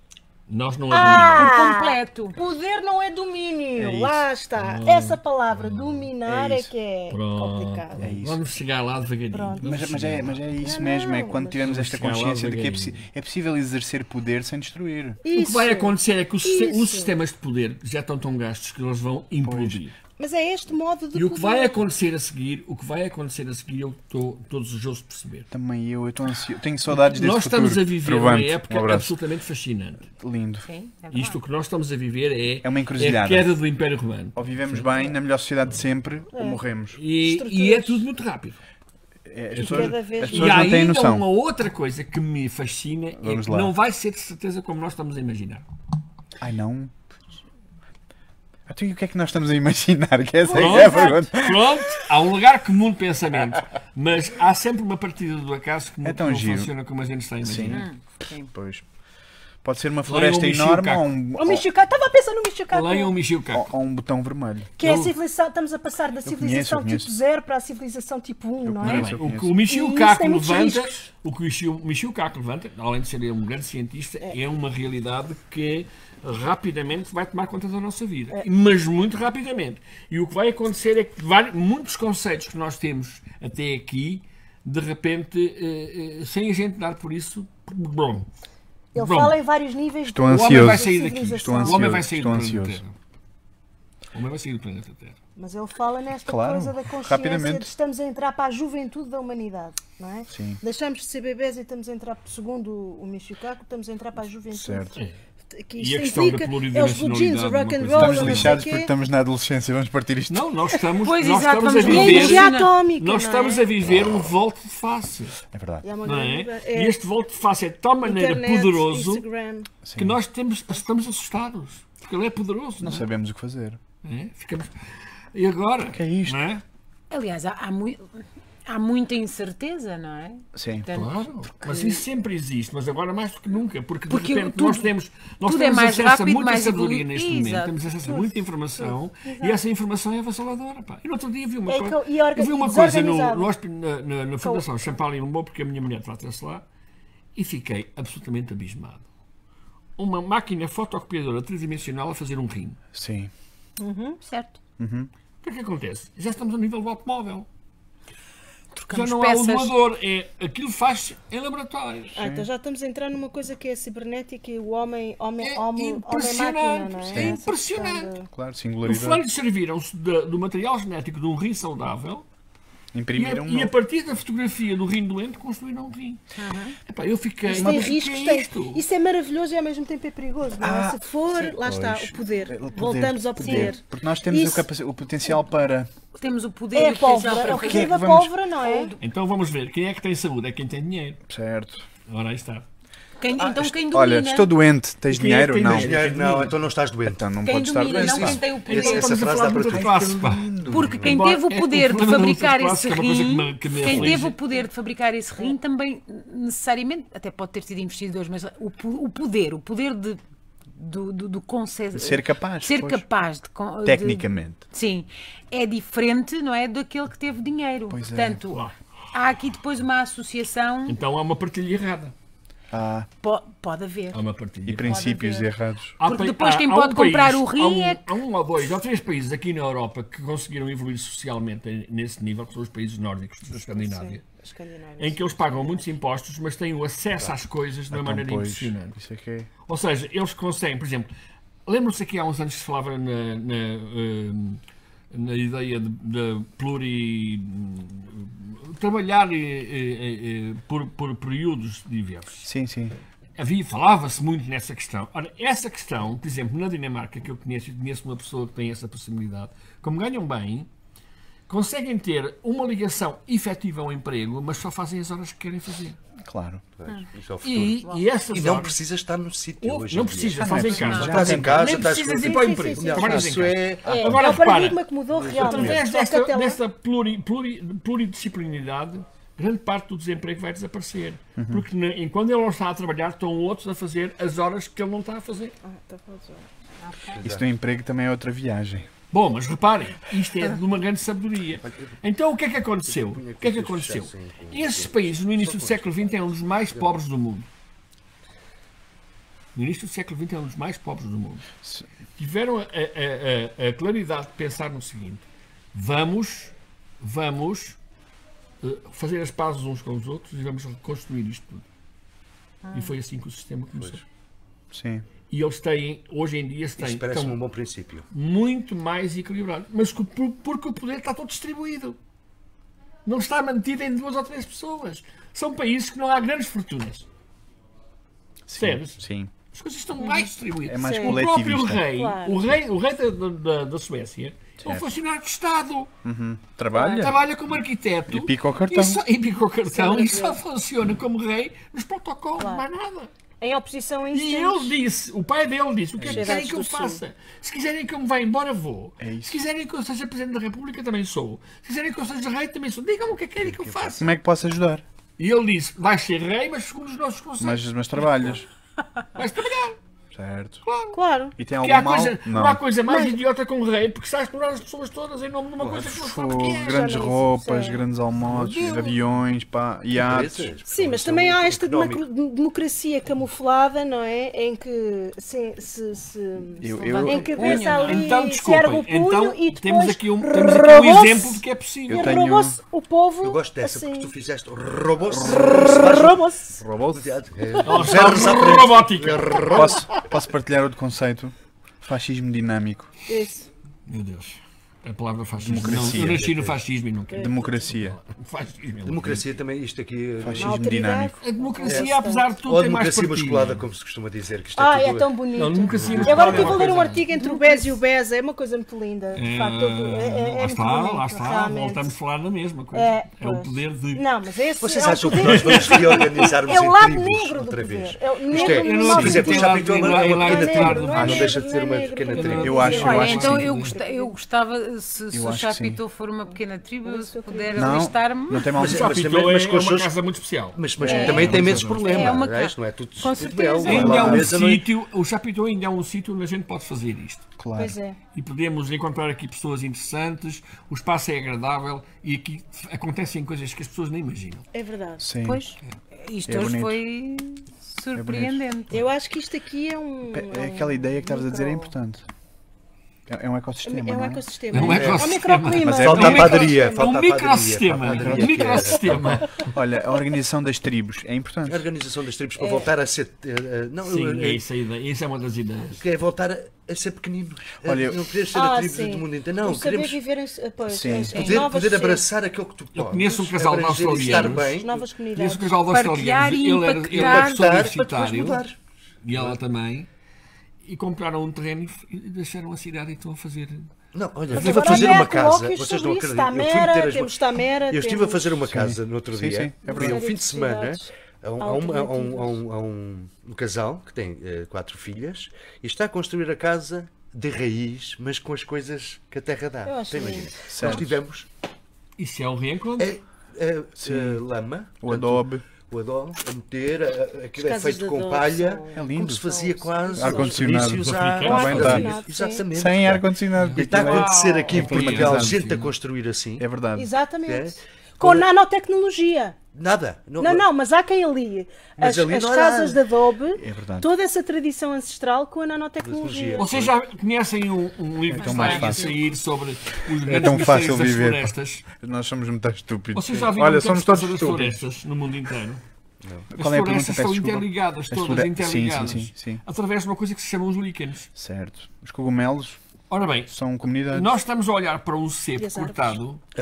[SPEAKER 4] Nós não a
[SPEAKER 7] Ah!
[SPEAKER 6] por completo.
[SPEAKER 7] Poder não é domínio,
[SPEAKER 3] isso.
[SPEAKER 7] lá está.
[SPEAKER 4] Ah.
[SPEAKER 7] Essa palavra dominar
[SPEAKER 3] É
[SPEAKER 7] é,
[SPEAKER 3] isso.
[SPEAKER 7] que é
[SPEAKER 4] Pronto.
[SPEAKER 7] complicada.
[SPEAKER 3] É
[SPEAKER 4] dominamos.
[SPEAKER 3] isso.
[SPEAKER 4] Vamos chegar lá devagarinho.
[SPEAKER 7] Pronto.
[SPEAKER 4] Vamos
[SPEAKER 3] Mas, mas
[SPEAKER 4] chegar
[SPEAKER 3] é,
[SPEAKER 4] lá.
[SPEAKER 3] mas é isso
[SPEAKER 7] Não,
[SPEAKER 3] mesmo, é
[SPEAKER 7] não,
[SPEAKER 3] quando
[SPEAKER 7] mas-
[SPEAKER 3] tivermos esta
[SPEAKER 4] Chegar lá
[SPEAKER 3] consciência de que é, possi-
[SPEAKER 4] devagarinho.
[SPEAKER 3] é possível exercer poder sem destruir.
[SPEAKER 4] O que vai
[SPEAKER 7] Isso.
[SPEAKER 4] acontecer é que os, siste- os
[SPEAKER 7] Isso.
[SPEAKER 4] sistemas de poder já estão tão gastos que eles vão implodir.
[SPEAKER 7] Mas é este modo de
[SPEAKER 4] E o que
[SPEAKER 7] poder.
[SPEAKER 4] vai acontecer a seguir, o que vai acontecer a seguir, eu estou todos os jogos perceber.
[SPEAKER 3] Também eu, eu tô ansio... tenho saudades desse
[SPEAKER 4] Nós
[SPEAKER 3] futuro.
[SPEAKER 4] estamos a viver
[SPEAKER 3] Trovante,
[SPEAKER 4] uma época
[SPEAKER 3] um abraço.
[SPEAKER 4] absolutamente fascinante.
[SPEAKER 3] Lindo.
[SPEAKER 6] Sim, é verdade.
[SPEAKER 4] Isto o que nós estamos a viver é,
[SPEAKER 3] É uma encruzilhada.
[SPEAKER 4] a queda do Império Romano.
[SPEAKER 3] Ou vivemos bem, na melhor sociedade de sempre,
[SPEAKER 7] É.
[SPEAKER 3] ou morremos.
[SPEAKER 4] E,
[SPEAKER 7] Estruturas.
[SPEAKER 4] e é tudo muito rápido.
[SPEAKER 3] É, as
[SPEAKER 7] E
[SPEAKER 3] pessoas,
[SPEAKER 7] cada vez
[SPEAKER 3] as
[SPEAKER 4] E
[SPEAKER 3] pessoas
[SPEAKER 4] há
[SPEAKER 3] não têm
[SPEAKER 4] ainda
[SPEAKER 3] noção.
[SPEAKER 4] uma outra coisa que me fascina é
[SPEAKER 3] Vamos
[SPEAKER 4] que
[SPEAKER 3] lá.
[SPEAKER 4] não vai ser de certeza como nós estamos a imaginar.
[SPEAKER 3] Ai não. Então, e o que é que nós estamos a imaginar? Que essa é que
[SPEAKER 4] Pronto,
[SPEAKER 3] é a pergunta.
[SPEAKER 4] pronto, há um lugar comum de pensamento, mas há sempre uma partida do acaso que
[SPEAKER 3] É tão
[SPEAKER 4] não
[SPEAKER 3] giro.
[SPEAKER 4] funciona como a gente está a imaginar.
[SPEAKER 3] Pois. Pode ser uma floresta
[SPEAKER 4] Leiam o
[SPEAKER 3] enorme
[SPEAKER 4] Michio
[SPEAKER 3] ou um,
[SPEAKER 7] O Michikaku, Oh, estava a pensar no Michikaku,
[SPEAKER 4] Leiam o Michio Kaku.
[SPEAKER 3] ou- ou um botão vermelho.
[SPEAKER 7] que é a
[SPEAKER 4] eu-
[SPEAKER 7] civilização, estamos a passar da civilização
[SPEAKER 3] conheço.
[SPEAKER 7] tipo 0 para a civilização tipo 1, não é?
[SPEAKER 3] conheço.
[SPEAKER 4] Ora bem, o que
[SPEAKER 3] conheço.
[SPEAKER 4] o Michio
[SPEAKER 7] E isso
[SPEAKER 4] Kaku
[SPEAKER 7] tem muitos
[SPEAKER 4] levanta,
[SPEAKER 7] riscos.
[SPEAKER 4] o que o Michio- Michio Kaku levanta, além de ser um grande cientista, é, uma realidade que rapidamente vai tomar conta da nossa vida,
[SPEAKER 7] É.
[SPEAKER 4] mas muito rapidamente. E o que vai acontecer é que vari- muitos conceitos que nós temos até aqui, de repente, eh, eh, sem a gente dar por isso, bom,
[SPEAKER 7] Ele
[SPEAKER 4] Vamos.
[SPEAKER 7] fala em vários níveis
[SPEAKER 3] Estou
[SPEAKER 7] de
[SPEAKER 4] o homem vai
[SPEAKER 3] ansioso.
[SPEAKER 4] sair daqui.
[SPEAKER 7] Estou
[SPEAKER 4] o homem vai
[SPEAKER 3] ansioso,
[SPEAKER 4] sair do
[SPEAKER 3] estou
[SPEAKER 4] planeta
[SPEAKER 3] ansioso.
[SPEAKER 4] Terra. O homem vai sair do planeta Terra.
[SPEAKER 7] Mas ele fala nesta
[SPEAKER 3] Claro,
[SPEAKER 7] coisa da consciência
[SPEAKER 3] rapidamente.
[SPEAKER 7] de estamos a entrar para a juventude da humanidade, não é?
[SPEAKER 3] Sim.
[SPEAKER 7] Deixamos de ser bebês e estamos a entrar, segundo o Michikaku, estamos a entrar para a juventude.
[SPEAKER 3] Certo.
[SPEAKER 7] Que
[SPEAKER 4] E
[SPEAKER 7] isto
[SPEAKER 4] a questão da
[SPEAKER 7] implica,
[SPEAKER 4] pluridimensionalidade,
[SPEAKER 7] é os blue jeans, o
[SPEAKER 4] uma
[SPEAKER 7] rock and
[SPEAKER 4] coisa
[SPEAKER 7] roll,
[SPEAKER 4] assim.
[SPEAKER 3] Estamos
[SPEAKER 7] não é sei o
[SPEAKER 3] lixados
[SPEAKER 7] quê.
[SPEAKER 3] porque estamos na adolescência, vamos partir isto.
[SPEAKER 4] Não, nós estamos,
[SPEAKER 6] Pois,
[SPEAKER 4] nós
[SPEAKER 6] exato,
[SPEAKER 4] estamos a
[SPEAKER 6] vamos
[SPEAKER 7] É
[SPEAKER 4] viver.
[SPEAKER 7] energia
[SPEAKER 6] Imagina,
[SPEAKER 7] atómica,
[SPEAKER 4] Nós
[SPEAKER 7] não
[SPEAKER 4] estamos
[SPEAKER 7] é?
[SPEAKER 4] a viver um volto de face.
[SPEAKER 3] É verdade.
[SPEAKER 7] E há uma
[SPEAKER 4] Não é?
[SPEAKER 7] grande- é,
[SPEAKER 4] E este volto de face é de tal maneira
[SPEAKER 7] internet,
[SPEAKER 4] poderoso
[SPEAKER 7] Instagram.
[SPEAKER 3] Sim.
[SPEAKER 4] que nós temos, estamos assustados. Porque ele é poderoso.
[SPEAKER 3] Não
[SPEAKER 4] Não,
[SPEAKER 3] sabemos o que fazer.
[SPEAKER 4] é? É? Ficamos. E agora?
[SPEAKER 3] que é isto?
[SPEAKER 4] Não é?
[SPEAKER 6] Aliás, há, há, mui- há muita incerteza, não é?
[SPEAKER 3] Sim.
[SPEAKER 6] Portanto,
[SPEAKER 4] Claro, mas isso sempre existe, mas agora mais do que nunca, porque,
[SPEAKER 6] Porque
[SPEAKER 4] de repente
[SPEAKER 6] tudo-
[SPEAKER 4] nós temos, nós
[SPEAKER 6] tudo é
[SPEAKER 4] temos
[SPEAKER 6] mais
[SPEAKER 4] acesso
[SPEAKER 6] rápido,
[SPEAKER 4] a muita
[SPEAKER 6] mais
[SPEAKER 4] sabedoria
[SPEAKER 6] evolu-
[SPEAKER 4] neste
[SPEAKER 6] Exato.
[SPEAKER 4] momento, temos acesso a muita informação e essa informação é avassaladora. Pá. Eu no outro dia vi uma
[SPEAKER 7] É
[SPEAKER 4] coisa,
[SPEAKER 7] que- e orga-
[SPEAKER 4] eu vi uma
[SPEAKER 7] e
[SPEAKER 4] coisa no,
[SPEAKER 7] desorganizado.
[SPEAKER 4] no hosp- na, na, na Fundação Champagne Lombou, porque a minha mulher trata-se lá, e fiquei absolutamente abismado. Uma máquina fotocopiadora tridimensional a fazer um rim.
[SPEAKER 3] Sim.
[SPEAKER 6] hum, certo.
[SPEAKER 4] O que é que acontece? Já estamos ao nível do automóvel.
[SPEAKER 6] Trocamos
[SPEAKER 4] Já não
[SPEAKER 6] peças.
[SPEAKER 4] há o doador, é, aquilo faz em laboratórios.
[SPEAKER 7] Ah, então já estamos a entrar numa coisa que é cibernética e o homem, homem,
[SPEAKER 4] É
[SPEAKER 7] homem, homem máquina, não é?
[SPEAKER 4] impressionante,
[SPEAKER 7] Essa
[SPEAKER 4] é
[SPEAKER 7] questão
[SPEAKER 4] impressionante.
[SPEAKER 7] de-
[SPEAKER 3] Claro,
[SPEAKER 4] Os
[SPEAKER 3] singularidade.
[SPEAKER 4] fulano serviram-se de- do material genético de um rim saudável e a,
[SPEAKER 1] é
[SPEAKER 3] Imprimiram um
[SPEAKER 4] e a
[SPEAKER 3] novo.
[SPEAKER 4] partir da fotografia do rim doente construíram um rim. Epá, eu fiquei.
[SPEAKER 7] Isto
[SPEAKER 4] mas
[SPEAKER 7] tem
[SPEAKER 4] o que
[SPEAKER 7] riscos,
[SPEAKER 4] é
[SPEAKER 7] tem-
[SPEAKER 4] isto?
[SPEAKER 7] Isso é maravilhoso e ao mesmo tempo é perigoso, não é?
[SPEAKER 3] Ah,
[SPEAKER 7] Se for, lá está,
[SPEAKER 3] Pois.
[SPEAKER 7] o poder.
[SPEAKER 3] É, o poder,
[SPEAKER 7] Voltamos ao poder.
[SPEAKER 3] Porque nós temos o,
[SPEAKER 7] Isso-
[SPEAKER 3] capaci- o potencial para.
[SPEAKER 6] Temos o poder
[SPEAKER 7] É
[SPEAKER 6] e
[SPEAKER 7] a
[SPEAKER 6] o potencial
[SPEAKER 7] pólvora, é o
[SPEAKER 6] para
[SPEAKER 3] que é
[SPEAKER 7] reino da
[SPEAKER 3] vamos-
[SPEAKER 7] pólvora, não é?
[SPEAKER 4] Então vamos ver, quem é que tem saúde? É quem tem dinheiro.
[SPEAKER 3] Certo.
[SPEAKER 4] Ora aí está.
[SPEAKER 6] Quem, então quem domina,
[SPEAKER 3] Ah, Olha, estou doente. Tens
[SPEAKER 4] Quem é que
[SPEAKER 3] dinheiro?
[SPEAKER 4] tem
[SPEAKER 3] Não.
[SPEAKER 4] dinheiro?
[SPEAKER 1] Dinheiro, não, então não estás doente.
[SPEAKER 3] Então não
[SPEAKER 6] quem
[SPEAKER 3] pode estar é
[SPEAKER 6] domina,
[SPEAKER 3] doente.
[SPEAKER 6] não quem tem o
[SPEAKER 1] Essa-
[SPEAKER 6] poder.
[SPEAKER 1] essa-
[SPEAKER 4] Então Estamos a
[SPEAKER 1] frase
[SPEAKER 4] falar
[SPEAKER 1] dá
[SPEAKER 4] de
[SPEAKER 1] para
[SPEAKER 4] luta de
[SPEAKER 1] tudo.
[SPEAKER 4] classe, pá.
[SPEAKER 6] Porque quem
[SPEAKER 4] Embora-
[SPEAKER 6] teve o
[SPEAKER 4] é-
[SPEAKER 6] poder
[SPEAKER 4] o
[SPEAKER 6] de
[SPEAKER 4] problema da luta
[SPEAKER 6] fabricar
[SPEAKER 4] de classe
[SPEAKER 6] esse
[SPEAKER 4] é uma coisa que me-
[SPEAKER 6] rim,
[SPEAKER 4] que me
[SPEAKER 6] quem
[SPEAKER 4] aflige.
[SPEAKER 6] teve o poder de fabricar esse rim também necessariamente, até pode ter sido investidores, mas o, po- o poder, o poder de do, do, do conce-
[SPEAKER 3] Ser capaz,
[SPEAKER 6] ser
[SPEAKER 3] pois.
[SPEAKER 6] capaz de, con- de-
[SPEAKER 3] Tecnicamente.
[SPEAKER 6] sim, é diferente, não é, daquele que teve dinheiro.
[SPEAKER 3] Pois é.
[SPEAKER 6] Portanto,
[SPEAKER 4] Claro.
[SPEAKER 6] há aqui depois uma associação,
[SPEAKER 4] Então há uma partilha errada.
[SPEAKER 3] Ah,
[SPEAKER 6] po- pode haver.
[SPEAKER 4] Há uma
[SPEAKER 3] e
[SPEAKER 4] partilha.
[SPEAKER 3] princípios errados.
[SPEAKER 4] Há
[SPEAKER 6] Porque
[SPEAKER 4] pa-
[SPEAKER 6] depois quem pode
[SPEAKER 4] país,
[SPEAKER 6] comprar o rim
[SPEAKER 4] há um,
[SPEAKER 6] é-
[SPEAKER 4] Há um ou dois ou três países aqui na Europa que conseguiram evoluir socialmente em- nesse nível, que são os países nórdicos da Escandinávia.
[SPEAKER 7] Escandinávia.
[SPEAKER 4] em que eles pagam muitos impostos, mas têm o acesso às coisas de é uma
[SPEAKER 3] Então,
[SPEAKER 4] maneira
[SPEAKER 3] pois,
[SPEAKER 4] impressionante.
[SPEAKER 3] Isso é que é.
[SPEAKER 4] Ou seja, eles conseguem, por exemplo, lembram-se que há uns anos se falava na, na, hum, na ideia de, de pluri. trabalhar eh, eh, eh, por, por períodos diversos.
[SPEAKER 3] Sim, sim.
[SPEAKER 4] havia, falava-se muito nessa questão. Ora, essa questão, por exemplo, na Dinamarca, que eu conheço, eu conheço uma pessoa que tem essa possibilidade, como ganham bem, conseguem ter uma ligação efetiva ao emprego, mas só fazem as horas que querem fazer.
[SPEAKER 3] Claro.
[SPEAKER 1] Isso é o futuro.
[SPEAKER 4] E, e essas
[SPEAKER 1] E não
[SPEAKER 4] horas...
[SPEAKER 1] precisa estar no sítio
[SPEAKER 4] Ou-
[SPEAKER 1] hoje.
[SPEAKER 4] não
[SPEAKER 1] em dia.
[SPEAKER 4] precisa, faz em casa.
[SPEAKER 3] Já
[SPEAKER 5] Estás em casa,
[SPEAKER 4] Nem
[SPEAKER 5] estás
[SPEAKER 4] precisas
[SPEAKER 7] com-
[SPEAKER 4] ir para o
[SPEAKER 7] Sim,
[SPEAKER 4] emprego.
[SPEAKER 7] sim, sim,
[SPEAKER 4] Trabalhas
[SPEAKER 1] Isso
[SPEAKER 4] em casa.
[SPEAKER 1] é.
[SPEAKER 7] É,
[SPEAKER 4] Agora
[SPEAKER 7] é o
[SPEAKER 4] repara, então,
[SPEAKER 7] paradigma que mudou
[SPEAKER 4] Através
[SPEAKER 7] realmente.
[SPEAKER 4] desta,
[SPEAKER 7] Toca-te lá.
[SPEAKER 4] desta pluri- pluri- pluridisciplinaridade, grande parte do desemprego vai desaparecer.
[SPEAKER 1] Uhum.
[SPEAKER 4] Porque na- enquanto ele não está a trabalhar, estão outros a fazer as horas que ele não está a fazer.
[SPEAKER 7] Ah, tá bom, já.
[SPEAKER 3] Isso do emprego também é outra viagem.
[SPEAKER 4] Bom, mas reparem, isto é de uma grande sabedoria. Então o que é que aconteceu? O que é que aconteceu? Esses países, no início do século XX, eram os mais pobres do mundo. No início do século XX, eram os mais pobres do mundo.
[SPEAKER 3] Sim.
[SPEAKER 4] Tiveram a, a- a- a claridade de pensar no seguinte: vamos, vamos eh, fazer as pazes uns com os outros e vamos reconstruir isto tudo. E foi assim que o sistema começou.
[SPEAKER 3] Sim.
[SPEAKER 4] E eles têm, hoje em dia, se têm,
[SPEAKER 1] Isso parece-me
[SPEAKER 4] estão
[SPEAKER 1] um bom princípio.
[SPEAKER 4] muito mais equilibrado. Mas que por- porque o poder está todo distribuído. Não está mantido em duas ou três pessoas. São países que não há grandes fortunas. Percebes?
[SPEAKER 3] Sim.
[SPEAKER 4] As coisas estão mais distribuídas.
[SPEAKER 3] É mais
[SPEAKER 4] o próprio
[SPEAKER 3] coletivista.
[SPEAKER 4] rei,
[SPEAKER 7] Claro.
[SPEAKER 4] o rei, o rei da, da, da Suécia, é um funcionário de Estado.
[SPEAKER 3] Trabalha?
[SPEAKER 4] Trabalha como arquiteto.
[SPEAKER 3] E pica o cartão.
[SPEAKER 4] E, só, e pica o cartão e só funciona como rei nos protocolos, não mais nada.
[SPEAKER 7] Em oposição a
[SPEAKER 4] E
[SPEAKER 7] incêndios.
[SPEAKER 4] ele disse, o pai dele disse, o que é que
[SPEAKER 7] Cheiras
[SPEAKER 4] querem que eu
[SPEAKER 7] do sul.
[SPEAKER 4] faça? Se quiserem que eu me vá embora, vou.
[SPEAKER 3] isso.
[SPEAKER 4] Se quiserem que eu seja Presidente da República, também sou. Se quiserem que eu seja rei, também sou. Digam-me o que é que querem que eu faça.
[SPEAKER 3] Como é que posso ajudar?
[SPEAKER 4] E ele disse, vais ser rei, mas segundo os nossos conselhos.
[SPEAKER 3] Mas, mas trabalhas.
[SPEAKER 4] Vais trabalhar.
[SPEAKER 3] Certo.
[SPEAKER 7] Claro.
[SPEAKER 3] E tem
[SPEAKER 4] Que
[SPEAKER 3] algum
[SPEAKER 4] há
[SPEAKER 3] mal?
[SPEAKER 4] coisa, não. há
[SPEAKER 3] um Não.
[SPEAKER 4] coisa mais idiota que um rei, porque está a explorar as pessoas todas em nome de uma coisa que não sabe o que
[SPEAKER 3] Fogo,
[SPEAKER 4] é.
[SPEAKER 3] grandes
[SPEAKER 7] já não
[SPEAKER 3] roupas,
[SPEAKER 7] sei.
[SPEAKER 3] grandes almoços, aviões, pá, iates.
[SPEAKER 1] Empresas,
[SPEAKER 7] Sim, mas
[SPEAKER 1] promoção
[SPEAKER 7] também há esta
[SPEAKER 1] económica.
[SPEAKER 7] democra- democracia camuflada, não é? Em que se. se, se-
[SPEAKER 3] Eu,
[SPEAKER 7] em
[SPEAKER 3] eu,
[SPEAKER 7] que
[SPEAKER 4] Punha.
[SPEAKER 7] pensa ali,
[SPEAKER 4] então,
[SPEAKER 7] se ergue
[SPEAKER 4] desculpem,
[SPEAKER 7] o punho
[SPEAKER 4] então
[SPEAKER 7] e depois
[SPEAKER 4] temos aqui um, temos aqui um
[SPEAKER 7] roubou-se-
[SPEAKER 4] exemplo de que é possível.
[SPEAKER 7] e
[SPEAKER 3] tenho-
[SPEAKER 7] roubou-se o povo.
[SPEAKER 1] Eu gosto dessa
[SPEAKER 7] assim.
[SPEAKER 1] porque tu fizeste robôs.
[SPEAKER 7] Roubou-se.
[SPEAKER 3] robôs.
[SPEAKER 4] Robótica.
[SPEAKER 3] Posso, posso partilhar outro conceito? Fascismo dinâmico.
[SPEAKER 7] Isso.
[SPEAKER 4] Meu Deus. A palavra fascismo.
[SPEAKER 3] Democracia.
[SPEAKER 4] Não, eu nasci no fascismo e não quero.
[SPEAKER 3] Democracia.
[SPEAKER 4] Fascismo. eu não quero.
[SPEAKER 1] Democracia também, isto aqui.
[SPEAKER 7] Uma
[SPEAKER 3] Fascismo
[SPEAKER 7] autoridade. Ah,
[SPEAKER 3] dinâmico.
[SPEAKER 4] A democracia, apesar de tudo,
[SPEAKER 1] É. Ou
[SPEAKER 4] tem mais
[SPEAKER 1] democracia
[SPEAKER 4] partido.
[SPEAKER 1] musculada, como se costuma dizer. Que isto
[SPEAKER 7] Ah,
[SPEAKER 1] é
[SPEAKER 7] é
[SPEAKER 1] tudo...
[SPEAKER 7] tão bonito.
[SPEAKER 4] Não, democracia
[SPEAKER 7] Eu
[SPEAKER 4] musculada.
[SPEAKER 7] agora estive
[SPEAKER 4] é
[SPEAKER 7] a
[SPEAKER 4] uma
[SPEAKER 7] ler um
[SPEAKER 4] coisa-
[SPEAKER 7] artigo entre o BES e o BES, é uma coisa muito linda. De
[SPEAKER 4] É,
[SPEAKER 7] facto, é, é, é
[SPEAKER 4] lá está,
[SPEAKER 7] muito bonito,
[SPEAKER 4] lá está,
[SPEAKER 7] realmente.
[SPEAKER 4] voltamos a falar da mesma coisa.
[SPEAKER 7] É,
[SPEAKER 4] É, o
[SPEAKER 7] pois.
[SPEAKER 4] poder de.
[SPEAKER 7] Não, mas esse
[SPEAKER 1] Vocês
[SPEAKER 7] é o
[SPEAKER 1] acham que
[SPEAKER 7] poder-
[SPEAKER 1] nós vamos reorganizarmos
[SPEAKER 7] É o lado
[SPEAKER 1] em tribos
[SPEAKER 7] negro do
[SPEAKER 1] outra
[SPEAKER 7] poder.
[SPEAKER 1] vez?
[SPEAKER 7] É o
[SPEAKER 1] Isto é,
[SPEAKER 4] Eu
[SPEAKER 7] negro do
[SPEAKER 4] não
[SPEAKER 1] se por exemplo,
[SPEAKER 4] acredito
[SPEAKER 1] o
[SPEAKER 4] em
[SPEAKER 7] mal.
[SPEAKER 1] Chapitão é
[SPEAKER 4] lado- em
[SPEAKER 1] uma
[SPEAKER 4] lado
[SPEAKER 1] pequena
[SPEAKER 4] negro,
[SPEAKER 1] tribo.
[SPEAKER 4] não é
[SPEAKER 1] Não
[SPEAKER 4] negro,
[SPEAKER 1] deixa de ser
[SPEAKER 7] não é
[SPEAKER 1] uma
[SPEAKER 7] negro,
[SPEAKER 1] pequena
[SPEAKER 7] não é
[SPEAKER 1] tribo.
[SPEAKER 7] negro.
[SPEAKER 3] Eu acho, eu
[SPEAKER 6] Olha,
[SPEAKER 3] acho.
[SPEAKER 6] então
[SPEAKER 3] sim.
[SPEAKER 6] eu, gosta- eu gostava, se, se
[SPEAKER 3] Eu
[SPEAKER 6] o
[SPEAKER 3] acho que
[SPEAKER 6] Chapitão for uma pequena tribo, eu se puder
[SPEAKER 3] Não,
[SPEAKER 6] alistar-me.
[SPEAKER 3] não tem mal.
[SPEAKER 1] Mas-
[SPEAKER 4] Só
[SPEAKER 1] mas
[SPEAKER 4] que
[SPEAKER 1] também-
[SPEAKER 4] aquilo é,
[SPEAKER 1] mas com
[SPEAKER 4] é
[SPEAKER 1] os
[SPEAKER 4] uma
[SPEAKER 1] seus-
[SPEAKER 4] casa muito especial.
[SPEAKER 1] Mas, mas também tem imensos
[SPEAKER 6] É
[SPEAKER 1] problemas,
[SPEAKER 6] uma
[SPEAKER 1] não é? Isto não é tudo,
[SPEAKER 6] Com
[SPEAKER 1] tudo
[SPEAKER 6] certeza.
[SPEAKER 1] belo.
[SPEAKER 4] Ainda
[SPEAKER 1] Lá
[SPEAKER 4] há
[SPEAKER 1] à
[SPEAKER 4] um
[SPEAKER 1] mesa não é-
[SPEAKER 4] sítio, o Chapitão ainda é um sítio onde a gente pode fazer isto.
[SPEAKER 3] Claro.
[SPEAKER 7] Pois é.
[SPEAKER 4] E podemos encontrar aqui pessoas interessantes, o espaço é agradável e aqui f- acontecem coisas que as pessoas nem imaginam.
[SPEAKER 7] É verdade.
[SPEAKER 3] Sim.
[SPEAKER 6] Pois, isto
[SPEAKER 3] É
[SPEAKER 6] hoje
[SPEAKER 3] bonito.
[SPEAKER 6] foi surpreendente.
[SPEAKER 7] Eu acho que isto aqui é um.
[SPEAKER 3] É- é Aquela ideia que estavas a dizer é importante. É, é um ecossistema.
[SPEAKER 7] então. É
[SPEAKER 3] não
[SPEAKER 7] um
[SPEAKER 3] é?
[SPEAKER 7] ecossistema.
[SPEAKER 4] É um ecossistema.
[SPEAKER 7] É um microclima.
[SPEAKER 3] Mas é
[SPEAKER 1] Falta
[SPEAKER 4] É um
[SPEAKER 1] a
[SPEAKER 4] micro-
[SPEAKER 1] padaria.
[SPEAKER 4] é
[SPEAKER 1] Falta
[SPEAKER 4] um
[SPEAKER 1] a padaria,
[SPEAKER 4] microsistema.
[SPEAKER 1] falta a
[SPEAKER 4] Um
[SPEAKER 1] padaria. é-
[SPEAKER 4] microsistema.
[SPEAKER 3] Olha, a organização das tribos é importante.
[SPEAKER 1] A organização das tribos para voltar a ser. eh, eh, Não,
[SPEAKER 4] Sim,
[SPEAKER 1] eu-
[SPEAKER 4] é
[SPEAKER 1] eh,
[SPEAKER 4] isso, a ideia. Isso é uma das ideias.
[SPEAKER 1] que é voltar a, a ser pequenino. A-
[SPEAKER 3] Olha,
[SPEAKER 1] não querer ser
[SPEAKER 7] Ah,
[SPEAKER 1] a tribo
[SPEAKER 7] sim.
[SPEAKER 1] do mundo inteiro. Não,
[SPEAKER 7] O saber
[SPEAKER 1] queremos
[SPEAKER 7] viver em, pois,
[SPEAKER 3] Sim.
[SPEAKER 7] em- em
[SPEAKER 1] poder,
[SPEAKER 7] novas
[SPEAKER 1] poder
[SPEAKER 7] sociedades,
[SPEAKER 1] abraçar aquilo que tu podes.
[SPEAKER 4] conheço um casal de
[SPEAKER 1] abranger e Estar
[SPEAKER 4] australianos.
[SPEAKER 1] bem,
[SPEAKER 7] novas
[SPEAKER 4] Nesse
[SPEAKER 7] comunidades.
[SPEAKER 4] casal de
[SPEAKER 6] Partilhar
[SPEAKER 4] australianos,
[SPEAKER 6] e
[SPEAKER 4] ele era, ele
[SPEAKER 6] impactar.
[SPEAKER 4] era professor
[SPEAKER 1] adaptar para depois
[SPEAKER 4] universitário.
[SPEAKER 1] mudar.
[SPEAKER 4] E ela também. E compraram um terreno e f- e deixaram a cidade e estão a fazer.
[SPEAKER 1] Não, olha, eu
[SPEAKER 7] Mas
[SPEAKER 1] estive a
[SPEAKER 7] agora
[SPEAKER 1] fazer
[SPEAKER 7] já há
[SPEAKER 1] uma casa.
[SPEAKER 7] colóquios
[SPEAKER 1] Vocês
[SPEAKER 7] sobre
[SPEAKER 1] não
[SPEAKER 7] isso,
[SPEAKER 1] acreditam. Eu fui
[SPEAKER 7] Tamera,
[SPEAKER 1] meter as
[SPEAKER 7] temos
[SPEAKER 1] mãos.
[SPEAKER 7] Tamera,
[SPEAKER 1] Eu estive a
[SPEAKER 7] temos-
[SPEAKER 1] fazer uma casa no outro
[SPEAKER 3] Sim,
[SPEAKER 1] dia.
[SPEAKER 3] sim, é verdade.
[SPEAKER 1] e um fim de semana. A um, a um- a um- a um- a um- um casal que tem eh, quatro filhas e está a construir a casa de raiz, mas com as coisas que a terra dá.
[SPEAKER 7] Eu acho
[SPEAKER 1] Tu
[SPEAKER 7] lindo.
[SPEAKER 1] imaginas? Nós
[SPEAKER 3] Certo.
[SPEAKER 1] tivemos
[SPEAKER 4] Isso é um reencontro.
[SPEAKER 1] eh, eh, eh, lama,
[SPEAKER 3] O
[SPEAKER 1] portanto,
[SPEAKER 3] adobe.
[SPEAKER 1] o adobe a meter, a- a- aquilo é
[SPEAKER 7] casas de
[SPEAKER 1] feito com
[SPEAKER 7] adobe
[SPEAKER 1] palha,
[SPEAKER 7] são-
[SPEAKER 3] É lindo.
[SPEAKER 1] como se fazia quase
[SPEAKER 3] Ar-condicionado.
[SPEAKER 1] aos inícios
[SPEAKER 4] Está
[SPEAKER 1] à-
[SPEAKER 4] bem,
[SPEAKER 1] aos
[SPEAKER 3] está.
[SPEAKER 1] inícios. Exatamente.
[SPEAKER 3] Sem ar-condicionado.
[SPEAKER 1] E está a
[SPEAKER 3] aquilo é-
[SPEAKER 1] acontecer aqui em
[SPEAKER 4] Uau.
[SPEAKER 1] Portugal,
[SPEAKER 4] Sim.
[SPEAKER 1] gente a construir assim.
[SPEAKER 3] É verdade.
[SPEAKER 7] Exatamente.
[SPEAKER 1] É.
[SPEAKER 7] Com nanotecnologia.
[SPEAKER 1] Nada.
[SPEAKER 7] Não, não, mas há quem ali. As,
[SPEAKER 1] Mas ali
[SPEAKER 7] as
[SPEAKER 1] não há
[SPEAKER 7] casas de
[SPEAKER 1] nada.
[SPEAKER 7] adobe,
[SPEAKER 3] É verdade.
[SPEAKER 7] toda essa tradição ancestral com a nanotecnologia.
[SPEAKER 1] Tecnologia.
[SPEAKER 4] Vocês já conhecem um, um livro que
[SPEAKER 3] É tão
[SPEAKER 4] está
[SPEAKER 3] mais
[SPEAKER 4] aí a
[SPEAKER 3] fácil.
[SPEAKER 4] sair sobre os
[SPEAKER 3] É
[SPEAKER 4] grandes
[SPEAKER 3] tão fácil
[SPEAKER 4] mistérios das
[SPEAKER 3] viver.
[SPEAKER 4] florestas?
[SPEAKER 3] Nós somos muito estúpidos.
[SPEAKER 4] Vocês já viram
[SPEAKER 3] Olha,
[SPEAKER 4] o que é que
[SPEAKER 3] somos
[SPEAKER 4] se passa
[SPEAKER 3] todos
[SPEAKER 4] das
[SPEAKER 3] estúpidos.
[SPEAKER 4] florestas no mundo inteiro? As
[SPEAKER 3] Qual é a pergunta?
[SPEAKER 4] florestas
[SPEAKER 3] Peço
[SPEAKER 4] são
[SPEAKER 3] desculpa.
[SPEAKER 4] interligadas,
[SPEAKER 3] As
[SPEAKER 4] todas
[SPEAKER 3] flore-
[SPEAKER 4] interligadas,
[SPEAKER 3] Sim, sim, sim, sim.
[SPEAKER 4] através de uma coisa que se chama os líquenes.
[SPEAKER 3] Certo. Os cogumelos
[SPEAKER 4] Ora bem,
[SPEAKER 3] são comunidades.
[SPEAKER 4] nós estamos a olhar para um cepo
[SPEAKER 7] as árvores?
[SPEAKER 8] É,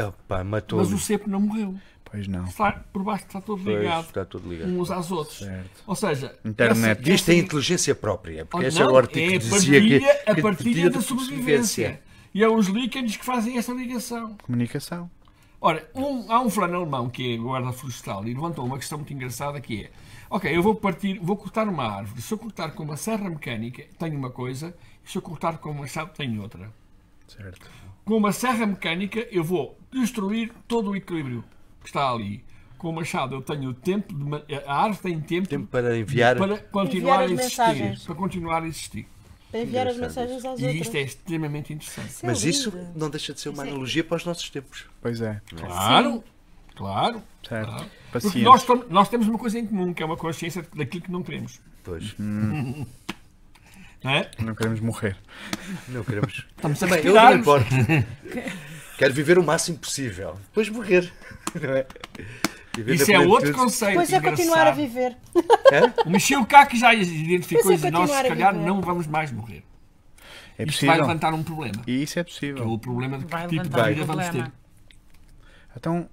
[SPEAKER 4] cortado,
[SPEAKER 1] Opa, matou
[SPEAKER 4] mas o cepo não morreu.
[SPEAKER 3] Pois não.
[SPEAKER 4] Está, por baixo está tudo
[SPEAKER 8] Pois,
[SPEAKER 4] ligado
[SPEAKER 8] está tudo ligado.
[SPEAKER 4] uns aos outros.
[SPEAKER 3] Certo.
[SPEAKER 4] Ou seja,
[SPEAKER 3] Internet.
[SPEAKER 4] essa-
[SPEAKER 8] Diz que tem
[SPEAKER 4] essa-
[SPEAKER 8] inteligência própria, porque
[SPEAKER 4] Ou
[SPEAKER 8] esse é o
[SPEAKER 4] assim, Ah, não,
[SPEAKER 8] artigo que
[SPEAKER 4] a
[SPEAKER 8] dizia que-
[SPEAKER 4] partilha-
[SPEAKER 8] que.
[SPEAKER 4] a partilha da
[SPEAKER 8] da
[SPEAKER 4] sobrevivência. E é os líquenes que fazem essa ligação.
[SPEAKER 3] Comunicação.
[SPEAKER 4] Ora, um- há um fulano alemão que é guarda florestal e levantou uma questão muito engraçada que é Ok, eu vou partir, vou cortar uma árvore. Se eu cortar com uma serra mecânica, tenho uma coisa. e Se eu cortar com um machado, tenho outra.
[SPEAKER 3] Certo.
[SPEAKER 4] Com uma serra mecânica, eu vou destruir todo o equilíbrio que está ali. Com o machado, eu tenho o tempo, de ma- a árvore tem tempo,
[SPEAKER 8] Tempo para enviar.
[SPEAKER 4] para continuar a
[SPEAKER 7] as
[SPEAKER 4] existir.
[SPEAKER 7] mensagens.
[SPEAKER 4] Para continuar a existir.
[SPEAKER 7] Para enviar as mensagens às
[SPEAKER 4] E
[SPEAKER 7] outras.
[SPEAKER 4] isto é extremamente interessante.
[SPEAKER 7] é
[SPEAKER 8] Mas isso
[SPEAKER 7] lindo. é-
[SPEAKER 8] não deixa de ser uma analogia para os nossos tempos.
[SPEAKER 3] Pois é.
[SPEAKER 4] Claro, claro.
[SPEAKER 3] Certo.
[SPEAKER 4] Porque
[SPEAKER 3] Paciência.
[SPEAKER 4] Ah. nós, tam- nós temos uma coisa em comum, que é uma consciência daquilo que não queremos.
[SPEAKER 8] Pois.
[SPEAKER 4] Uhum. Não é?
[SPEAKER 3] Não queremos morrer.
[SPEAKER 8] Não queremos.
[SPEAKER 4] Estamos a
[SPEAKER 8] Também, eu não importo. Quero viver o máximo possível. Depois morrer. Não é? Viver
[SPEAKER 4] Isso
[SPEAKER 8] na
[SPEAKER 4] é outro
[SPEAKER 8] plenitude.
[SPEAKER 4] conceito.
[SPEAKER 7] Pois é,
[SPEAKER 4] engraçado.
[SPEAKER 7] continuar a viver.
[SPEAKER 4] O Michel Caco já identificou
[SPEAKER 7] Pois é,
[SPEAKER 4] isso. Nós,
[SPEAKER 7] continuar
[SPEAKER 4] se
[SPEAKER 7] a
[SPEAKER 4] calhar,
[SPEAKER 7] viver.
[SPEAKER 4] não vamos mais morrer.
[SPEAKER 3] É
[SPEAKER 4] Isto vai
[SPEAKER 3] possível.
[SPEAKER 4] levantar um problema.
[SPEAKER 3] E isso é
[SPEAKER 4] Que é o
[SPEAKER 3] possível.
[SPEAKER 4] problema de que
[SPEAKER 6] Vai
[SPEAKER 4] tipo de
[SPEAKER 6] levantar
[SPEAKER 4] vida
[SPEAKER 6] um
[SPEAKER 4] vamos ter.
[SPEAKER 6] problema.
[SPEAKER 3] Então,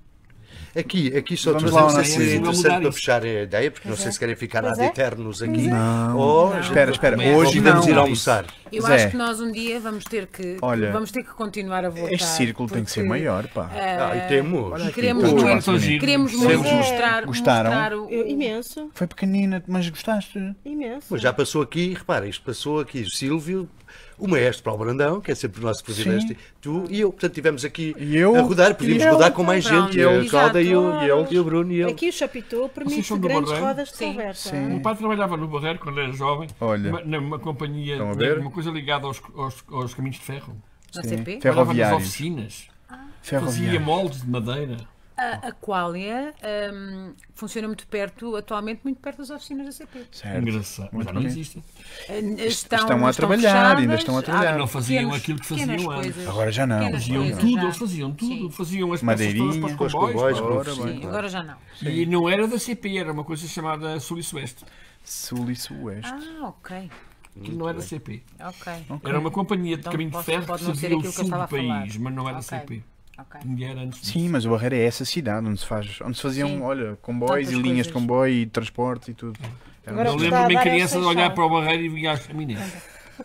[SPEAKER 1] Aqui, aqui só
[SPEAKER 3] Vamos
[SPEAKER 1] tu-
[SPEAKER 3] lá,
[SPEAKER 1] não sei
[SPEAKER 3] Ana,
[SPEAKER 1] se
[SPEAKER 3] sim.
[SPEAKER 1] é
[SPEAKER 4] Vamos
[SPEAKER 1] interessante
[SPEAKER 4] mudar
[SPEAKER 1] para
[SPEAKER 4] isto.
[SPEAKER 1] fechar a ideia, porque não sei se querem ficar nada
[SPEAKER 7] é.
[SPEAKER 1] eternos aqui. Ou a gente-
[SPEAKER 3] espera, espera.
[SPEAKER 4] Mas-
[SPEAKER 3] Hoje
[SPEAKER 1] ou podemos
[SPEAKER 3] não.
[SPEAKER 1] ir almoçar.
[SPEAKER 6] Eu
[SPEAKER 3] Zé.
[SPEAKER 6] acho que nós um dia vamos ter que,
[SPEAKER 3] Olha,
[SPEAKER 6] vamos ter que continuar a voltar.
[SPEAKER 3] Este círculo tem que ser
[SPEAKER 6] porque,
[SPEAKER 3] maior, pá.
[SPEAKER 6] eh,
[SPEAKER 1] Ah, e
[SPEAKER 6] queremos
[SPEAKER 1] temos.
[SPEAKER 3] Tantos
[SPEAKER 4] Não é
[SPEAKER 6] muito,
[SPEAKER 3] espaços
[SPEAKER 4] tão
[SPEAKER 3] bonitos.
[SPEAKER 4] giro.
[SPEAKER 6] queremos
[SPEAKER 4] Temos-
[SPEAKER 6] muito mostrar,
[SPEAKER 3] Gostaram?
[SPEAKER 6] mostrar o,
[SPEAKER 7] Eu- imenso,
[SPEAKER 3] Foi pequenina, mas gostaste?
[SPEAKER 7] imenso.
[SPEAKER 1] Mas já passou aqui, repara, isto passou aqui o Silvio, o maestro Paulo Brandão, que é sempre o nosso presidente, tu e eu. Portanto, tivemos aqui
[SPEAKER 3] E eu?
[SPEAKER 1] a rodar, podíamos
[SPEAKER 3] E eu?
[SPEAKER 1] rodar com mais
[SPEAKER 6] Pronto,
[SPEAKER 1] gente. Eu, a
[SPEAKER 6] exato.
[SPEAKER 1] Cláudia e eu, e eu,
[SPEAKER 7] Claro.
[SPEAKER 1] e o Bruno e eu.
[SPEAKER 7] Aqui o Chapitou
[SPEAKER 4] Vocês
[SPEAKER 7] permite
[SPEAKER 4] são do
[SPEAKER 7] grandes
[SPEAKER 4] Barreiro?
[SPEAKER 7] rodas de
[SPEAKER 6] Sim.
[SPEAKER 7] conversa.
[SPEAKER 4] O meu pai trabalhava no Barreiro quando era jovem,
[SPEAKER 3] Olha.
[SPEAKER 4] numa, numa companhia,
[SPEAKER 3] Estão a ver?
[SPEAKER 4] uma coisa ligada aos, aos- aos caminhos de ferro.
[SPEAKER 6] na CP.
[SPEAKER 4] Trabalhava nas
[SPEAKER 3] Ferroviários.
[SPEAKER 4] oficinas, fazia
[SPEAKER 3] Ferroviários.
[SPEAKER 4] moldes de madeira.
[SPEAKER 6] A, a Qualia hum, funciona muito perto, atualmente muito perto das oficinas da CP.
[SPEAKER 3] Certo.
[SPEAKER 4] Engraçado, mas já não
[SPEAKER 3] bonito.
[SPEAKER 4] existe.
[SPEAKER 6] Estão,
[SPEAKER 3] estão a trabalhar, ainda estão a
[SPEAKER 6] há
[SPEAKER 3] trabalhar.
[SPEAKER 4] Não faziam
[SPEAKER 6] pequenas-
[SPEAKER 4] aquilo que
[SPEAKER 6] pequenas
[SPEAKER 4] faziam antes.
[SPEAKER 6] coisas.
[SPEAKER 3] Agora já não.
[SPEAKER 6] Pequenas
[SPEAKER 4] Faziam
[SPEAKER 6] coisas,
[SPEAKER 4] tudo,
[SPEAKER 6] já.
[SPEAKER 4] eles faziam tudo,
[SPEAKER 6] Sim.
[SPEAKER 4] faziam as peças todas para os
[SPEAKER 3] Madeirinha,
[SPEAKER 1] Com os
[SPEAKER 4] comboios.
[SPEAKER 1] comboios,
[SPEAKER 4] para-
[SPEAKER 1] com
[SPEAKER 3] Ora
[SPEAKER 1] os-
[SPEAKER 6] Sim, agora já não.
[SPEAKER 4] E não era da CP, era uma coisa chamada Sul e Sueste,
[SPEAKER 3] Sul e Sueste.
[SPEAKER 6] Ah, ok.
[SPEAKER 4] que não era CP.
[SPEAKER 6] Ok.
[SPEAKER 4] Era uma companhia de
[SPEAKER 6] Então,
[SPEAKER 4] caminho de
[SPEAKER 6] posso-
[SPEAKER 4] ferro que
[SPEAKER 6] pode não ser
[SPEAKER 4] servia o
[SPEAKER 6] aquilo que eu
[SPEAKER 4] sul
[SPEAKER 6] estava
[SPEAKER 4] do
[SPEAKER 6] a falar.
[SPEAKER 4] país, mas não era
[SPEAKER 6] Ok.
[SPEAKER 4] CP.
[SPEAKER 6] ok.
[SPEAKER 4] Ninguém era antes disso.
[SPEAKER 3] Sim, mas o Barreiro é essa cidade onde se, faz, onde se faziam,
[SPEAKER 6] Sim.
[SPEAKER 3] olha, comboios
[SPEAKER 6] Tantas
[SPEAKER 3] e linhas
[SPEAKER 6] coisas.
[SPEAKER 3] de comboio e transporte e tudo. Era
[SPEAKER 7] Agora
[SPEAKER 4] Eu
[SPEAKER 7] está a
[SPEAKER 4] lembro-me em
[SPEAKER 7] dar ao
[SPEAKER 4] criança de olhar
[SPEAKER 7] Seixal.
[SPEAKER 4] para o barreiro e via as chaminés.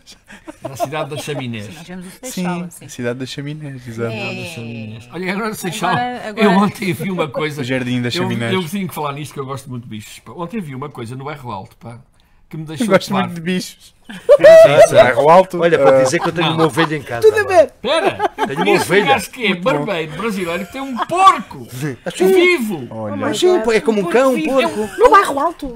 [SPEAKER 4] Na cidade das chaminés.
[SPEAKER 6] Nós vemos o Seixal,
[SPEAKER 3] Sim,
[SPEAKER 6] assim. É.
[SPEAKER 3] a cidade das chaminés, exato.
[SPEAKER 2] É.
[SPEAKER 4] Das chaminés. Olha, agora Seixal,
[SPEAKER 6] Agora- agora-
[SPEAKER 4] eu ontem vi uma coisa.
[SPEAKER 3] O jardim das
[SPEAKER 4] eu,
[SPEAKER 3] chaminés.
[SPEAKER 4] Eu tenho que falar nisto que eu gosto muito de bichos. pá. Ontem vi uma coisa no bairro alto, pá, que me
[SPEAKER 3] Eu
[SPEAKER 4] deixou
[SPEAKER 3] gosto
[SPEAKER 4] parvo.
[SPEAKER 3] muito de bichos.
[SPEAKER 1] Exato.
[SPEAKER 3] Bairro alto.
[SPEAKER 1] Olha,
[SPEAKER 3] ah,
[SPEAKER 1] pode dizer que eu tenho uma ovelha em casa. Tudo bem.
[SPEAKER 4] Espera, eu
[SPEAKER 1] Tenho uma
[SPEAKER 4] conheço um
[SPEAKER 1] ovelha.
[SPEAKER 4] gajo que é barbeiro brasileiro que tem um porco é um vivo.
[SPEAKER 3] Olha,
[SPEAKER 1] Mas sim, pô, é como um cão, um porco.
[SPEAKER 7] No barro alto.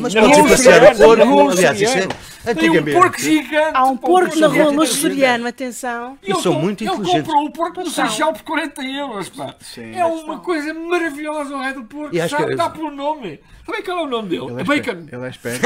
[SPEAKER 1] Mas
[SPEAKER 4] Não,
[SPEAKER 1] pode ir
[SPEAKER 4] não,
[SPEAKER 1] passear o
[SPEAKER 4] não, não,
[SPEAKER 1] porco. Aliás, isso é
[SPEAKER 4] Tem um
[SPEAKER 1] antigamente.
[SPEAKER 4] porco gigante.
[SPEAKER 7] Há um
[SPEAKER 4] pá,
[SPEAKER 7] porco na rua
[SPEAKER 4] gigante.
[SPEAKER 7] Luz Soriano, atenção.
[SPEAKER 4] Ele
[SPEAKER 1] E são
[SPEAKER 4] com-
[SPEAKER 1] muito
[SPEAKER 4] ele
[SPEAKER 1] inteligentes.
[SPEAKER 4] comprou o porco do Seixal por 40 euros, pá. é uma coisa maravilhosa o rei do porco.
[SPEAKER 1] E acho
[SPEAKER 4] Sabe,
[SPEAKER 1] que-
[SPEAKER 4] dá pelo nome. Sabe qual é o nome dele?
[SPEAKER 3] ele
[SPEAKER 4] É
[SPEAKER 3] é
[SPEAKER 4] Bacon.
[SPEAKER 3] esperto. Ele é esperto.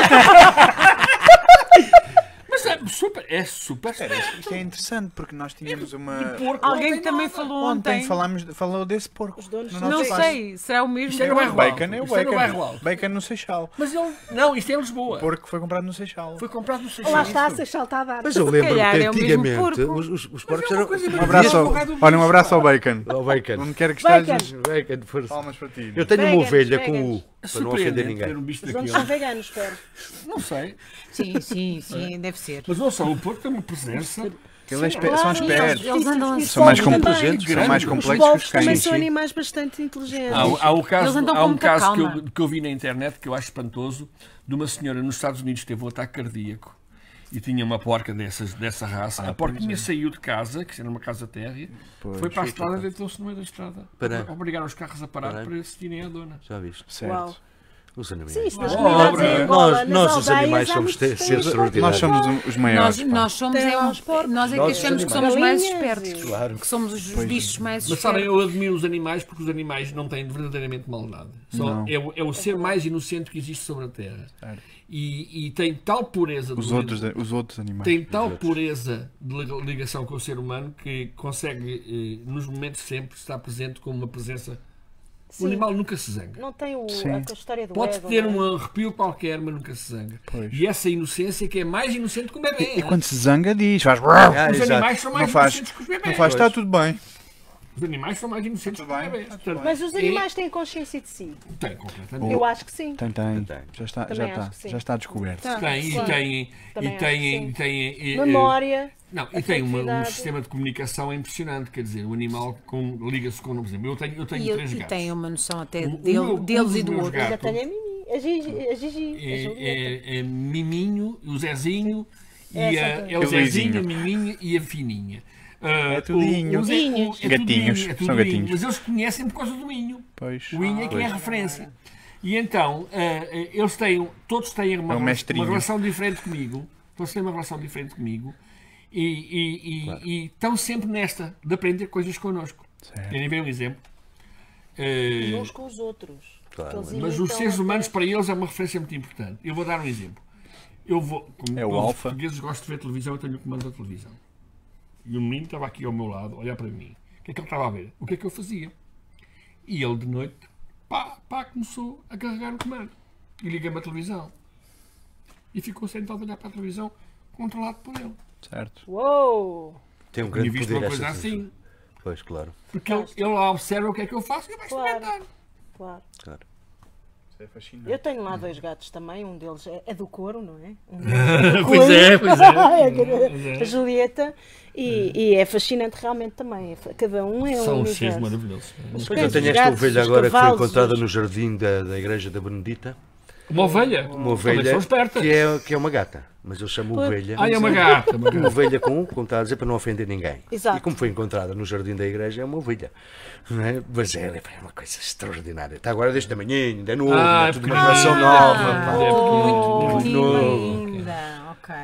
[SPEAKER 4] Mas é super, é super esperto.
[SPEAKER 3] Isto é interessante porque nós tínhamos uma.
[SPEAKER 4] Porco
[SPEAKER 6] Alguém
[SPEAKER 4] não tem
[SPEAKER 6] também
[SPEAKER 4] nada.
[SPEAKER 6] falou ontem.
[SPEAKER 3] Ontem falámos, falou desse porco.
[SPEAKER 7] donos
[SPEAKER 3] no
[SPEAKER 7] são-
[SPEAKER 3] nosso
[SPEAKER 6] Não
[SPEAKER 3] espaço.
[SPEAKER 6] sei, será o mesmo?
[SPEAKER 4] Isto é no
[SPEAKER 3] O
[SPEAKER 4] bairro alto.
[SPEAKER 3] Bacon é o
[SPEAKER 4] Isto é no bairro
[SPEAKER 3] bacon.
[SPEAKER 4] alto.
[SPEAKER 3] Bacon no Seixal.
[SPEAKER 4] Mas ele, não, isto é em Lisboa.
[SPEAKER 3] O porco foi comprado no Seixal.
[SPEAKER 4] Foi comprado no Seixal.
[SPEAKER 7] Lá está,
[SPEAKER 4] Isso.
[SPEAKER 7] Seixal está a dar.
[SPEAKER 1] Mas eu
[SPEAKER 6] Se
[SPEAKER 1] lembro-me
[SPEAKER 6] calhar
[SPEAKER 1] que
[SPEAKER 6] é o mesmo
[SPEAKER 1] antigamente
[SPEAKER 6] porco.
[SPEAKER 1] os, os- os porcos
[SPEAKER 4] é uma
[SPEAKER 1] eram.
[SPEAKER 4] coisa
[SPEAKER 1] Um
[SPEAKER 3] Um abraço ao,
[SPEAKER 4] ao rei do
[SPEAKER 3] olha, um
[SPEAKER 4] bicho,
[SPEAKER 3] abraço ao
[SPEAKER 4] pá.
[SPEAKER 3] Bacon.
[SPEAKER 1] Ao bacon.
[SPEAKER 3] Onde quer que estejas,
[SPEAKER 1] Bacon, força.
[SPEAKER 3] palmas para ti.
[SPEAKER 1] Eu tenho uma
[SPEAKER 7] Vegan,
[SPEAKER 1] ovelha
[SPEAKER 7] vegan.
[SPEAKER 1] com o. Para não ofender
[SPEAKER 4] Surpreendente ter
[SPEAKER 1] ninguém.
[SPEAKER 4] um bicho
[SPEAKER 7] Os donos
[SPEAKER 4] daquele.
[SPEAKER 7] são veganos, espero.
[SPEAKER 4] Não sei.
[SPEAKER 6] Sim, sim,
[SPEAKER 4] É.
[SPEAKER 6] sim, deve ser.
[SPEAKER 4] Mas ouça, o porco tem uma presença.
[SPEAKER 3] Ele é espe- são
[SPEAKER 7] Claro,
[SPEAKER 3] espertos.
[SPEAKER 7] e
[SPEAKER 6] Eles andam
[SPEAKER 7] e
[SPEAKER 6] assim.
[SPEAKER 3] São mais
[SPEAKER 7] povos também.
[SPEAKER 3] complexos, são mais
[SPEAKER 7] Os
[SPEAKER 3] complexos que
[SPEAKER 7] povos
[SPEAKER 3] os cães.
[SPEAKER 7] também são
[SPEAKER 3] sim.
[SPEAKER 7] animais bastante inteligentes.
[SPEAKER 4] Há, Ah, o- há o
[SPEAKER 6] Eles
[SPEAKER 4] caso,
[SPEAKER 6] andam com
[SPEAKER 4] há um
[SPEAKER 6] muita
[SPEAKER 4] caso que
[SPEAKER 6] calma.
[SPEAKER 4] eu, que eu vi na internet que eu acho espantoso de uma senhora nos Estados Unidos que teve um ataque cardíaco e tinha uma porca dessas, dessa raça. a porquinha saiu de casa, que era uma casa térrea, foi para a estrada e deitou-se no meio da estrada.
[SPEAKER 1] Para-
[SPEAKER 4] Obrigaram os carros a parar para,
[SPEAKER 1] Para-
[SPEAKER 4] assistirem à dona.
[SPEAKER 1] Já viste?
[SPEAKER 7] Uau.
[SPEAKER 3] Certo.
[SPEAKER 1] Os
[SPEAKER 7] Sim,
[SPEAKER 1] animais.
[SPEAKER 7] isto nas
[SPEAKER 4] Oh,
[SPEAKER 7] comunidades em
[SPEAKER 4] Bruno.
[SPEAKER 7] Angola,
[SPEAKER 1] Nós,
[SPEAKER 7] nas
[SPEAKER 1] nós os
[SPEAKER 7] aldeias,
[SPEAKER 1] animais
[SPEAKER 7] há
[SPEAKER 1] somos
[SPEAKER 7] muitos
[SPEAKER 1] te- seres
[SPEAKER 7] têm-
[SPEAKER 3] Nós
[SPEAKER 1] extraordinários.
[SPEAKER 3] somos um- os
[SPEAKER 4] é
[SPEAKER 3] maiores.
[SPEAKER 6] Nós,
[SPEAKER 3] pá.
[SPEAKER 6] nós somos
[SPEAKER 7] Tem
[SPEAKER 6] é
[SPEAKER 7] lá
[SPEAKER 6] um-
[SPEAKER 7] os porcos.
[SPEAKER 6] nós é que
[SPEAKER 1] Nós
[SPEAKER 6] achamos que
[SPEAKER 1] os
[SPEAKER 6] somos mais
[SPEAKER 7] galinhas e-
[SPEAKER 6] espertos. Que somos os bichos mais
[SPEAKER 4] Mas
[SPEAKER 6] espertos.
[SPEAKER 4] sabem, eu admiro os animais porque os animais não têm verdadeiramente maldade. Só é, o- é o ser mais inocente que existe sobre a Terra. E, e tem tal pureza
[SPEAKER 3] Os
[SPEAKER 4] do-
[SPEAKER 3] outros, os outros animais.
[SPEAKER 4] tem tal pureza de li- ligação com o ser humano que consegue, eh, nos momentos sempre, estar presente como uma presença. O animal nunca se zanga.
[SPEAKER 7] Não tem o,
[SPEAKER 3] Sim.
[SPEAKER 7] aquela história do
[SPEAKER 4] Pode
[SPEAKER 7] ego,
[SPEAKER 4] ter
[SPEAKER 7] não é?
[SPEAKER 4] um arrepio qualquer, mas nunca se zanga.
[SPEAKER 3] Pois.
[SPEAKER 4] E essa inocência que é mais inocente que o bebê.
[SPEAKER 3] E quando se zanga diz, faz.
[SPEAKER 1] Ah,
[SPEAKER 4] Os
[SPEAKER 1] exato.
[SPEAKER 4] animais são mais
[SPEAKER 3] Não faz,
[SPEAKER 4] inocentes que os bebés.
[SPEAKER 3] não faz, está tudo bem.
[SPEAKER 4] Os animais são mais inocentes
[SPEAKER 3] Está
[SPEAKER 4] que
[SPEAKER 3] bem,
[SPEAKER 4] a cabeça.
[SPEAKER 3] está
[SPEAKER 4] Portanto,
[SPEAKER 7] Mas os
[SPEAKER 4] é-
[SPEAKER 7] animais têm consciência de si.
[SPEAKER 4] Tem, completamente.
[SPEAKER 7] Eu acho que sim.
[SPEAKER 3] Tem, tem.
[SPEAKER 1] Tem, tem.
[SPEAKER 3] Já está, já
[SPEAKER 7] Também acho
[SPEAKER 3] está,
[SPEAKER 7] que sim.
[SPEAKER 3] já está descoberto.
[SPEAKER 7] Tá,
[SPEAKER 4] Tem, e
[SPEAKER 7] claro.
[SPEAKER 4] têm, e
[SPEAKER 7] Também acho
[SPEAKER 4] têm,
[SPEAKER 7] que
[SPEAKER 4] e têm, e-
[SPEAKER 7] Memória.
[SPEAKER 4] Não, e tem uma- um
[SPEAKER 7] afetividade.
[SPEAKER 4] sistema de comunicação impressionante, quer dizer, o animal com- liga-se com, por exemplo, eu tenho, eu tenho
[SPEAKER 2] E, eu-
[SPEAKER 4] três
[SPEAKER 2] e
[SPEAKER 4] gatos.
[SPEAKER 2] tem uma noção até
[SPEAKER 4] O- o
[SPEAKER 2] dele-
[SPEAKER 4] meu- um
[SPEAKER 2] deles
[SPEAKER 4] dos
[SPEAKER 2] e do
[SPEAKER 4] meus
[SPEAKER 2] outro.
[SPEAKER 4] gatos
[SPEAKER 7] Já tenho a Mimi. A Gigi. A Gigi. A
[SPEAKER 4] É,
[SPEAKER 7] Julieta.
[SPEAKER 4] é- é Miminho, o Zezinho, e
[SPEAKER 7] É,
[SPEAKER 4] a,
[SPEAKER 7] são
[SPEAKER 4] é o
[SPEAKER 3] todos.
[SPEAKER 4] Zezinho, a Miminha e a Fininha. Ah,
[SPEAKER 3] É tudinho.
[SPEAKER 4] o- o Zé- o- é tudo
[SPEAKER 3] Gatinhos,
[SPEAKER 4] Minho, é tudo
[SPEAKER 3] são
[SPEAKER 4] Minho,
[SPEAKER 3] gatinhos.
[SPEAKER 4] Mas eles conhecem por causa do Minho.
[SPEAKER 3] Pois.
[SPEAKER 4] O Minho é que é a referência. E então, ah, ah, eles têm, todos têm uma,
[SPEAKER 3] É um
[SPEAKER 4] uma
[SPEAKER 3] mestrinho.
[SPEAKER 4] relação diferente comigo. Todos têm uma relação diferente comigo. E, e- e- e estão sempre nesta, de aprender coisas connosco. Querem ver um exemplo? Ah,
[SPEAKER 7] E uns com os outros. Porque eles
[SPEAKER 4] mas os
[SPEAKER 7] imitam
[SPEAKER 4] seres
[SPEAKER 7] até-
[SPEAKER 4] humanos para eles é uma referência muito importante. Eu vou dar um exemplo. Eu vou, como
[SPEAKER 3] É o
[SPEAKER 4] todos os
[SPEAKER 3] alfa.
[SPEAKER 4] portugueses gostam de ver televisão, eu tenho o comando da televisão. E o menino estava aqui ao meu lado, a olhar para mim. O que é que ele estava a ver? O que é que eu fazia? E ele de noite, pá, pá, começou a carregar o comando. E liguei-me a televisão. E ficou sentado a olhar para a televisão, controlado por ele.
[SPEAKER 3] Certo.
[SPEAKER 7] Uou!
[SPEAKER 1] Tem um
[SPEAKER 4] Tinha
[SPEAKER 1] grande
[SPEAKER 4] visto
[SPEAKER 1] poder
[SPEAKER 4] uma
[SPEAKER 1] esta
[SPEAKER 4] coisa
[SPEAKER 1] censura.
[SPEAKER 4] assim.
[SPEAKER 1] Pois, claro.
[SPEAKER 4] Porque ele, ele lá observa o que é que eu faço e eu vai
[SPEAKER 7] Claro.
[SPEAKER 4] experimentar.
[SPEAKER 7] Claro.
[SPEAKER 3] Isso é
[SPEAKER 7] Eu
[SPEAKER 3] fascinante.
[SPEAKER 7] tenho lá dois gatos também, um deles é, é do couro, não é? Um
[SPEAKER 4] Pois é, pois é.
[SPEAKER 7] é. a Julieta, e, e é fascinante realmente também. é fa- Cada um é um
[SPEAKER 4] São os seres
[SPEAKER 7] universo.
[SPEAKER 4] maravilhosos.
[SPEAKER 7] Os
[SPEAKER 1] Pois eu
[SPEAKER 7] cães,
[SPEAKER 1] tenho
[SPEAKER 7] os
[SPEAKER 1] esta
[SPEAKER 7] gatos,
[SPEAKER 1] ovelha
[SPEAKER 7] os
[SPEAKER 1] agora que foi
[SPEAKER 7] cavalos,
[SPEAKER 1] encontrada
[SPEAKER 7] os-
[SPEAKER 1] no jardim da, da igreja da Benedita.
[SPEAKER 4] Uma ovelha.
[SPEAKER 1] Uma
[SPEAKER 4] Também
[SPEAKER 1] ovelha
[SPEAKER 4] são espertas.
[SPEAKER 1] que é, que é uma gata, mas eu chamo ovelha.
[SPEAKER 4] Ah, é uma gata, uma
[SPEAKER 1] Uma
[SPEAKER 4] gata.
[SPEAKER 1] ovelha com um, como está a dizer, para não ofender ninguém.
[SPEAKER 7] Exato.
[SPEAKER 1] E como foi encontrada no jardim da igreja, é uma ovelha. Não é? Mas é, é uma coisa extraordinária. Está agora deste tamanhinho, ainda é novo,
[SPEAKER 4] Ah,
[SPEAKER 1] é
[SPEAKER 4] é
[SPEAKER 1] tudo uma
[SPEAKER 4] pequenino.
[SPEAKER 1] relação
[SPEAKER 4] Ah,
[SPEAKER 1] nova. pá.
[SPEAKER 4] é
[SPEAKER 1] Muito
[SPEAKER 4] pequenino.
[SPEAKER 1] novo.
[SPEAKER 2] Ainda, ok.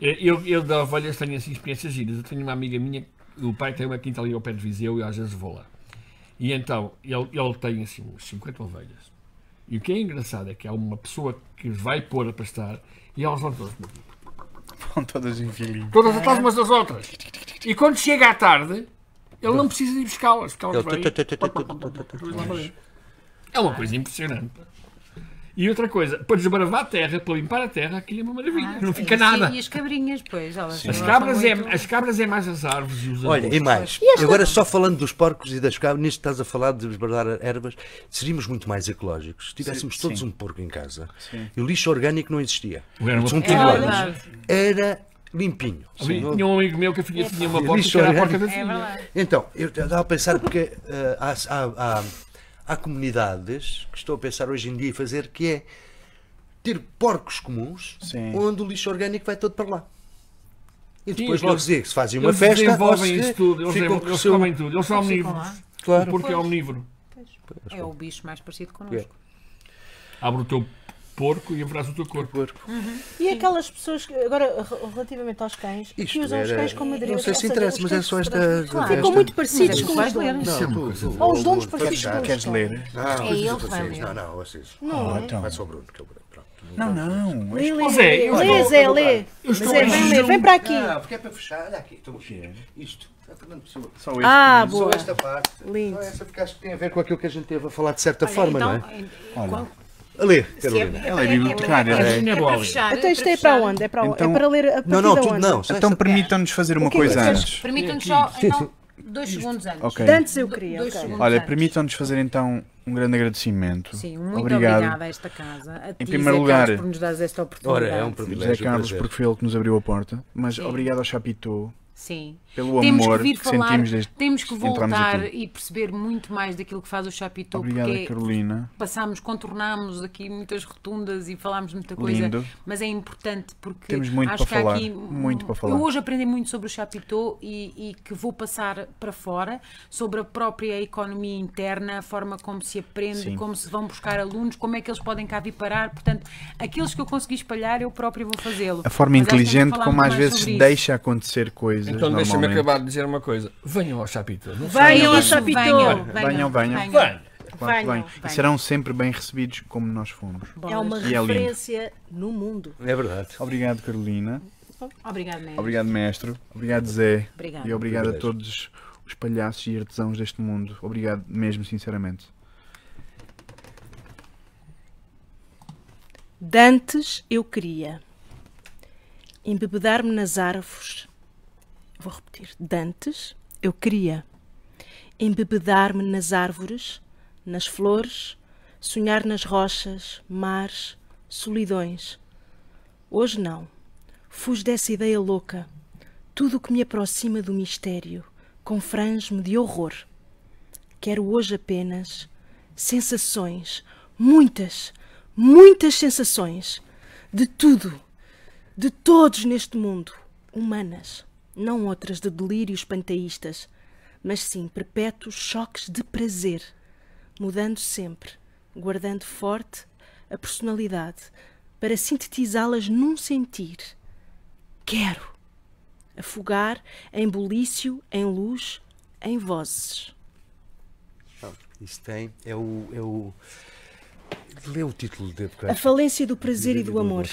[SPEAKER 4] É, Eu, eu da ovelhas tenho assim experiências giras. Eu tenho uma amiga minha, o pai tem uma quinta ali ao pé de Viseu e eu às vezes vou lá. E então, ele, ele tem assim uns 50 ovelhas. E o que é engraçado é que há uma pessoa que os vai pôr a pastar e elas vão todas,
[SPEAKER 3] Vão todas em filhinho.
[SPEAKER 4] todas
[SPEAKER 2] Tá.
[SPEAKER 4] atrás umas das outras. E quando chega à tarde, ele não precisa de ir buscá-las, porque elas vêm.
[SPEAKER 1] Ele Tá. É tu, tu, tu, tu, tu, tu, tu, tu, tu.
[SPEAKER 4] É uma coisa impressionante. E outra coisa, para desbravar a terra, para limpar a terra, aquilo é uma maravilha. não fica
[SPEAKER 2] Ah, Sim,
[SPEAKER 4] nada.
[SPEAKER 2] E as cabrinhas, pois. Elas
[SPEAKER 4] As
[SPEAKER 2] gostam
[SPEAKER 4] cabras, é,
[SPEAKER 2] muito.
[SPEAKER 4] as cabras é mais as árvores e os
[SPEAKER 1] Olha,
[SPEAKER 4] arbustos.
[SPEAKER 1] e mais, agora só falando dos porcos e das cabras, nisto que estás a falar de esbardar ervas, seríamos muito mais ecológicos se tivéssemos todos um porco em casa e o lixo orgânico não existia.
[SPEAKER 4] Era uma-
[SPEAKER 1] São
[SPEAKER 6] É
[SPEAKER 2] verdade.
[SPEAKER 1] tigres, era limpinho.
[SPEAKER 4] Ali Tinha um amigo meu que a filha tinha uma
[SPEAKER 1] É
[SPEAKER 4] porta
[SPEAKER 1] lixo
[SPEAKER 4] que era a porta
[SPEAKER 1] orgânico.
[SPEAKER 4] da filha.
[SPEAKER 1] Então, eu estava a pensar porque eh, há, há- há- há comunidades que estou a pensar hoje em dia em fazer que é ter porcos comuns
[SPEAKER 3] Sim.
[SPEAKER 1] onde o lixo orgânico vai todo para lá. E depois
[SPEAKER 4] eles-
[SPEAKER 1] logo se diz, se fazem uma
[SPEAKER 4] Eles
[SPEAKER 1] festa,
[SPEAKER 4] desenvolvem
[SPEAKER 1] ou se
[SPEAKER 4] isso tudo, eles,
[SPEAKER 1] ficam
[SPEAKER 4] devol-
[SPEAKER 1] com o
[SPEAKER 4] eles
[SPEAKER 1] seu-
[SPEAKER 4] comem tudo, eles são omnívoros.
[SPEAKER 1] Claro.
[SPEAKER 4] Porque é omnívoro.
[SPEAKER 2] É o bicho mais parecido connosco.
[SPEAKER 4] Abre o teu porco e abraça o teu corpo.
[SPEAKER 7] E aquelas pessoas, que, agora re- relativamente aos cães, que
[SPEAKER 1] Isto
[SPEAKER 7] usam os
[SPEAKER 1] era-
[SPEAKER 7] cães como adereços.
[SPEAKER 1] Não sei
[SPEAKER 7] ou
[SPEAKER 1] se
[SPEAKER 7] seja,
[SPEAKER 1] interessa,
[SPEAKER 7] os
[SPEAKER 1] mas é
[SPEAKER 7] cães
[SPEAKER 1] só
[SPEAKER 7] que se
[SPEAKER 1] esta.
[SPEAKER 7] traduzem-
[SPEAKER 1] esta-
[SPEAKER 7] Ficam muito
[SPEAKER 2] Mas
[SPEAKER 7] parecidos É com
[SPEAKER 2] é
[SPEAKER 7] os
[SPEAKER 2] que vais
[SPEAKER 7] donos.
[SPEAKER 1] Não, tu- tu-
[SPEAKER 7] Ou os donos parecidos com
[SPEAKER 1] Queres-
[SPEAKER 3] Queres
[SPEAKER 7] os donos.
[SPEAKER 3] ler?
[SPEAKER 1] Não,
[SPEAKER 2] É ele que vai
[SPEAKER 1] vocês.
[SPEAKER 2] ler.
[SPEAKER 1] Não, não, vocês.
[SPEAKER 3] Ah, então.
[SPEAKER 1] Vai só o Bruno, que é o Bruno. Pronto.
[SPEAKER 3] Não, não. é
[SPEAKER 7] Lê, lê,
[SPEAKER 4] Ó, Zé,
[SPEAKER 7] lê,
[SPEAKER 4] eu
[SPEAKER 7] lê,
[SPEAKER 4] estou-
[SPEAKER 7] Zé, lê.
[SPEAKER 4] Eu estou
[SPEAKER 2] é
[SPEAKER 7] Zé,
[SPEAKER 4] a
[SPEAKER 7] vem
[SPEAKER 4] exigir
[SPEAKER 7] ler,
[SPEAKER 4] um-
[SPEAKER 7] vem para aqui.
[SPEAKER 1] Não, porque é para fechar. Olha aqui. Estou Isto. Está Fernando Pessoa.
[SPEAKER 3] Só este.
[SPEAKER 7] Ah,
[SPEAKER 1] Só
[SPEAKER 7] boa.
[SPEAKER 1] esta parte.
[SPEAKER 7] Lindo.
[SPEAKER 1] Só Então, essa porque acho que tem a ver com aquilo que a gente teve a falar de certa forma,
[SPEAKER 2] então,
[SPEAKER 1] não é?
[SPEAKER 3] Olha,
[SPEAKER 1] A ler, Carolina.
[SPEAKER 3] ela é bibliotecária.
[SPEAKER 4] Imagina a bola.
[SPEAKER 7] Então isto é para onde? É para, onde?
[SPEAKER 3] Então-
[SPEAKER 7] é para ler a partir
[SPEAKER 1] Não, não,
[SPEAKER 7] de
[SPEAKER 1] tudo
[SPEAKER 7] onde?
[SPEAKER 1] não. só
[SPEAKER 3] Então
[SPEAKER 1] esta-
[SPEAKER 3] permitam-nos fazer uma
[SPEAKER 7] que é que
[SPEAKER 3] coisa
[SPEAKER 7] vocês-
[SPEAKER 3] antes.
[SPEAKER 2] Permitam-nos só, então, dois segundos antes.
[SPEAKER 3] Ok.
[SPEAKER 7] Dantes eu queria.
[SPEAKER 2] Dois
[SPEAKER 7] ok.
[SPEAKER 2] segundos
[SPEAKER 3] Olha,
[SPEAKER 2] antes.
[SPEAKER 3] permitam-nos fazer então um grande agradecimento.
[SPEAKER 2] Sim, muito obrigada a esta casa. A ti,
[SPEAKER 3] primeiro
[SPEAKER 2] Zé Carlos,
[SPEAKER 3] lugar-
[SPEAKER 2] por nos dar esta oportunidade.
[SPEAKER 1] Ora, é um
[SPEAKER 3] José
[SPEAKER 1] privilégio. um
[SPEAKER 3] Carlos,
[SPEAKER 1] prazer.
[SPEAKER 3] porque foi ele que nos abriu a porta. Mas obrigado ao Chapitou
[SPEAKER 2] Sim.
[SPEAKER 3] pelo
[SPEAKER 2] temos
[SPEAKER 3] amor
[SPEAKER 2] que vir falar,
[SPEAKER 3] sentimos desde
[SPEAKER 2] temos que
[SPEAKER 3] que entramos
[SPEAKER 2] voltar
[SPEAKER 3] aqui.
[SPEAKER 2] e perceber muito mais daquilo que faz o Chapitou,
[SPEAKER 3] Obrigado
[SPEAKER 2] porque
[SPEAKER 3] a Carolina.
[SPEAKER 2] passámos, contornámos aqui muitas rotundas e falámos muita coisa,
[SPEAKER 3] Lindo.
[SPEAKER 2] mas é importante porque
[SPEAKER 3] Temos muito
[SPEAKER 2] acho
[SPEAKER 3] para
[SPEAKER 2] que há
[SPEAKER 3] falar,
[SPEAKER 2] aqui
[SPEAKER 3] muito para falar.
[SPEAKER 2] Eu hoje aprendi muito sobre o Chapitou e, e que vou passar para fora sobre a própria economia interna, a forma como se aprende,
[SPEAKER 3] Sim.
[SPEAKER 2] como se vão buscar alunos, como é que eles podem cá vir parar. Portanto, aqueles que eu consegui espalhar, eu próprio vou fazê-lo.
[SPEAKER 3] A forma
[SPEAKER 2] Mas acho que temos que
[SPEAKER 3] inteligente
[SPEAKER 2] falar
[SPEAKER 3] como
[SPEAKER 2] muito
[SPEAKER 3] às
[SPEAKER 2] mais
[SPEAKER 3] vezes
[SPEAKER 2] sobre isso.
[SPEAKER 3] deixa acontecer coisas.
[SPEAKER 4] Então deixa-me
[SPEAKER 3] normalmente.
[SPEAKER 4] acabar de dizer uma coisa. Venham ao chapito. Não
[SPEAKER 7] Venham ao
[SPEAKER 2] Isso,
[SPEAKER 7] Chapitou.
[SPEAKER 3] Venham, venham. Claro
[SPEAKER 4] Venham.
[SPEAKER 3] que
[SPEAKER 7] Venham,
[SPEAKER 3] vem. E
[SPEAKER 2] venham.
[SPEAKER 3] serão sempre bem recebidos como nós fomos.
[SPEAKER 7] É uma
[SPEAKER 3] E é lindo.
[SPEAKER 7] referência no mundo.
[SPEAKER 1] É verdade.
[SPEAKER 3] Obrigado, Carolina.
[SPEAKER 2] Obrigada, Ney.
[SPEAKER 3] Obrigado, mestre. Obrigado, Zé.
[SPEAKER 2] Obrigada.
[SPEAKER 3] E obrigado a todos os palhaços e artesãos deste mundo. Obrigado mesmo, sinceramente.
[SPEAKER 7] Dantes eu queria embebedar-me nas árvores. Vou repetir. Dantes eu queria embebedar-me nas árvores, nas flores, sonhar nas rochas, mares, solidões. Hoje não. Fujo dessa ideia louca. Tudo o que me aproxima do mistério confrange-me de horror. Quero hoje apenas sensações, muitas, muitas sensações, de tudo, de todos neste mundo, humanas, não outras de delírios panteístas, mas sim perpétuos choques de prazer, mudando sempre, guardando forte a personalidade para sintetizá-las num sentir. Quero afogar em bulício, em luz, em vozes.
[SPEAKER 8] Isso tem. É o. É o... Lê o título de
[SPEAKER 7] A falência do prazer e do amor.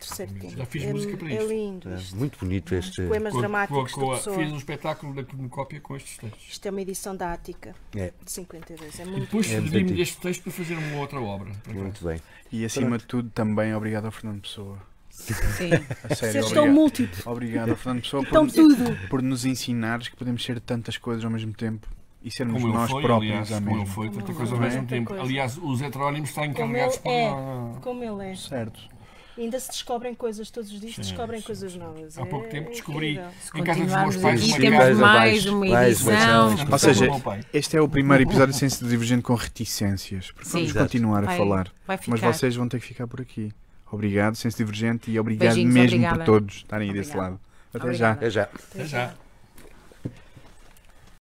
[SPEAKER 7] Terceiro tema.
[SPEAKER 4] Já fiz
[SPEAKER 7] é,
[SPEAKER 4] música para
[SPEAKER 7] é
[SPEAKER 4] isto.
[SPEAKER 7] lindo isto.
[SPEAKER 8] Muito bonito este.
[SPEAKER 7] Poemas
[SPEAKER 4] Com-
[SPEAKER 7] dramáticos
[SPEAKER 4] com- com a-
[SPEAKER 7] de pessoa.
[SPEAKER 4] fiz um espetáculo da Cronocópia com estes textos.
[SPEAKER 7] Isto é uma edição da Ática,
[SPEAKER 8] É,
[SPEAKER 7] de 52. É
[SPEAKER 4] E
[SPEAKER 7] muito
[SPEAKER 4] depois
[SPEAKER 8] É muito
[SPEAKER 4] servi-me
[SPEAKER 8] antigo.
[SPEAKER 4] deste texto para fazer uma outra obra. por acaso.
[SPEAKER 8] muito bem.
[SPEAKER 3] E acima de tudo, também obrigado ao Fernando Pessoa.
[SPEAKER 2] Sim.
[SPEAKER 3] A sério,
[SPEAKER 7] Seres tão
[SPEAKER 3] obrigado.
[SPEAKER 7] múltiplo,
[SPEAKER 3] Obrigado ao Fernando Pessoa
[SPEAKER 7] tão
[SPEAKER 3] por,
[SPEAKER 7] tudo.
[SPEAKER 3] por nos ensinares que podemos ser tantas coisas ao mesmo tempo e sermos
[SPEAKER 4] Como ele
[SPEAKER 3] nós
[SPEAKER 4] foi,
[SPEAKER 3] próprios
[SPEAKER 4] aliás,
[SPEAKER 3] à
[SPEAKER 4] como ele
[SPEAKER 3] mesma.
[SPEAKER 4] foi, tanta
[SPEAKER 7] Como
[SPEAKER 4] coisa ao
[SPEAKER 7] ele
[SPEAKER 4] mesmo
[SPEAKER 7] foi, Hum, é? tanta
[SPEAKER 4] tempo.
[SPEAKER 7] coisa.
[SPEAKER 4] Aliás, os heterónimos estão
[SPEAKER 7] Como
[SPEAKER 4] encarregados
[SPEAKER 7] ele
[SPEAKER 4] por.
[SPEAKER 7] é. Como ele é.
[SPEAKER 3] Certo.
[SPEAKER 7] Ainda se descobrem coisas todos os dias, se descobrem coisas novas.
[SPEAKER 4] Há pouco
[SPEAKER 7] É
[SPEAKER 4] tempo descobri
[SPEAKER 7] incrível.
[SPEAKER 4] em casa dos meus
[SPEAKER 2] Continuarmos
[SPEAKER 4] pais
[SPEAKER 2] aqui,
[SPEAKER 4] uma
[SPEAKER 2] temos
[SPEAKER 4] casa.
[SPEAKER 2] mais
[SPEAKER 8] abaixo,
[SPEAKER 2] uma
[SPEAKER 8] mais uma
[SPEAKER 2] edição.
[SPEAKER 8] edição.
[SPEAKER 3] Ou seja,
[SPEAKER 4] do meu pai.
[SPEAKER 3] Este é o primeiro episódio de Ciência Divergente com reticências, porque
[SPEAKER 2] Sim.
[SPEAKER 3] vamos
[SPEAKER 2] Exato.
[SPEAKER 3] continuar a
[SPEAKER 2] Vai-
[SPEAKER 3] falar.
[SPEAKER 2] Vai
[SPEAKER 3] Mas
[SPEAKER 2] ficar.
[SPEAKER 3] vocês vão ter que ficar por aqui. Obrigado, Ciência Divergente, e obrigado
[SPEAKER 2] Beijinhos,
[SPEAKER 3] mesmo
[SPEAKER 2] obrigada.
[SPEAKER 3] por todos estarem aí desse
[SPEAKER 2] Obrigada.
[SPEAKER 3] lado. Até já.
[SPEAKER 8] É já.
[SPEAKER 4] Até já.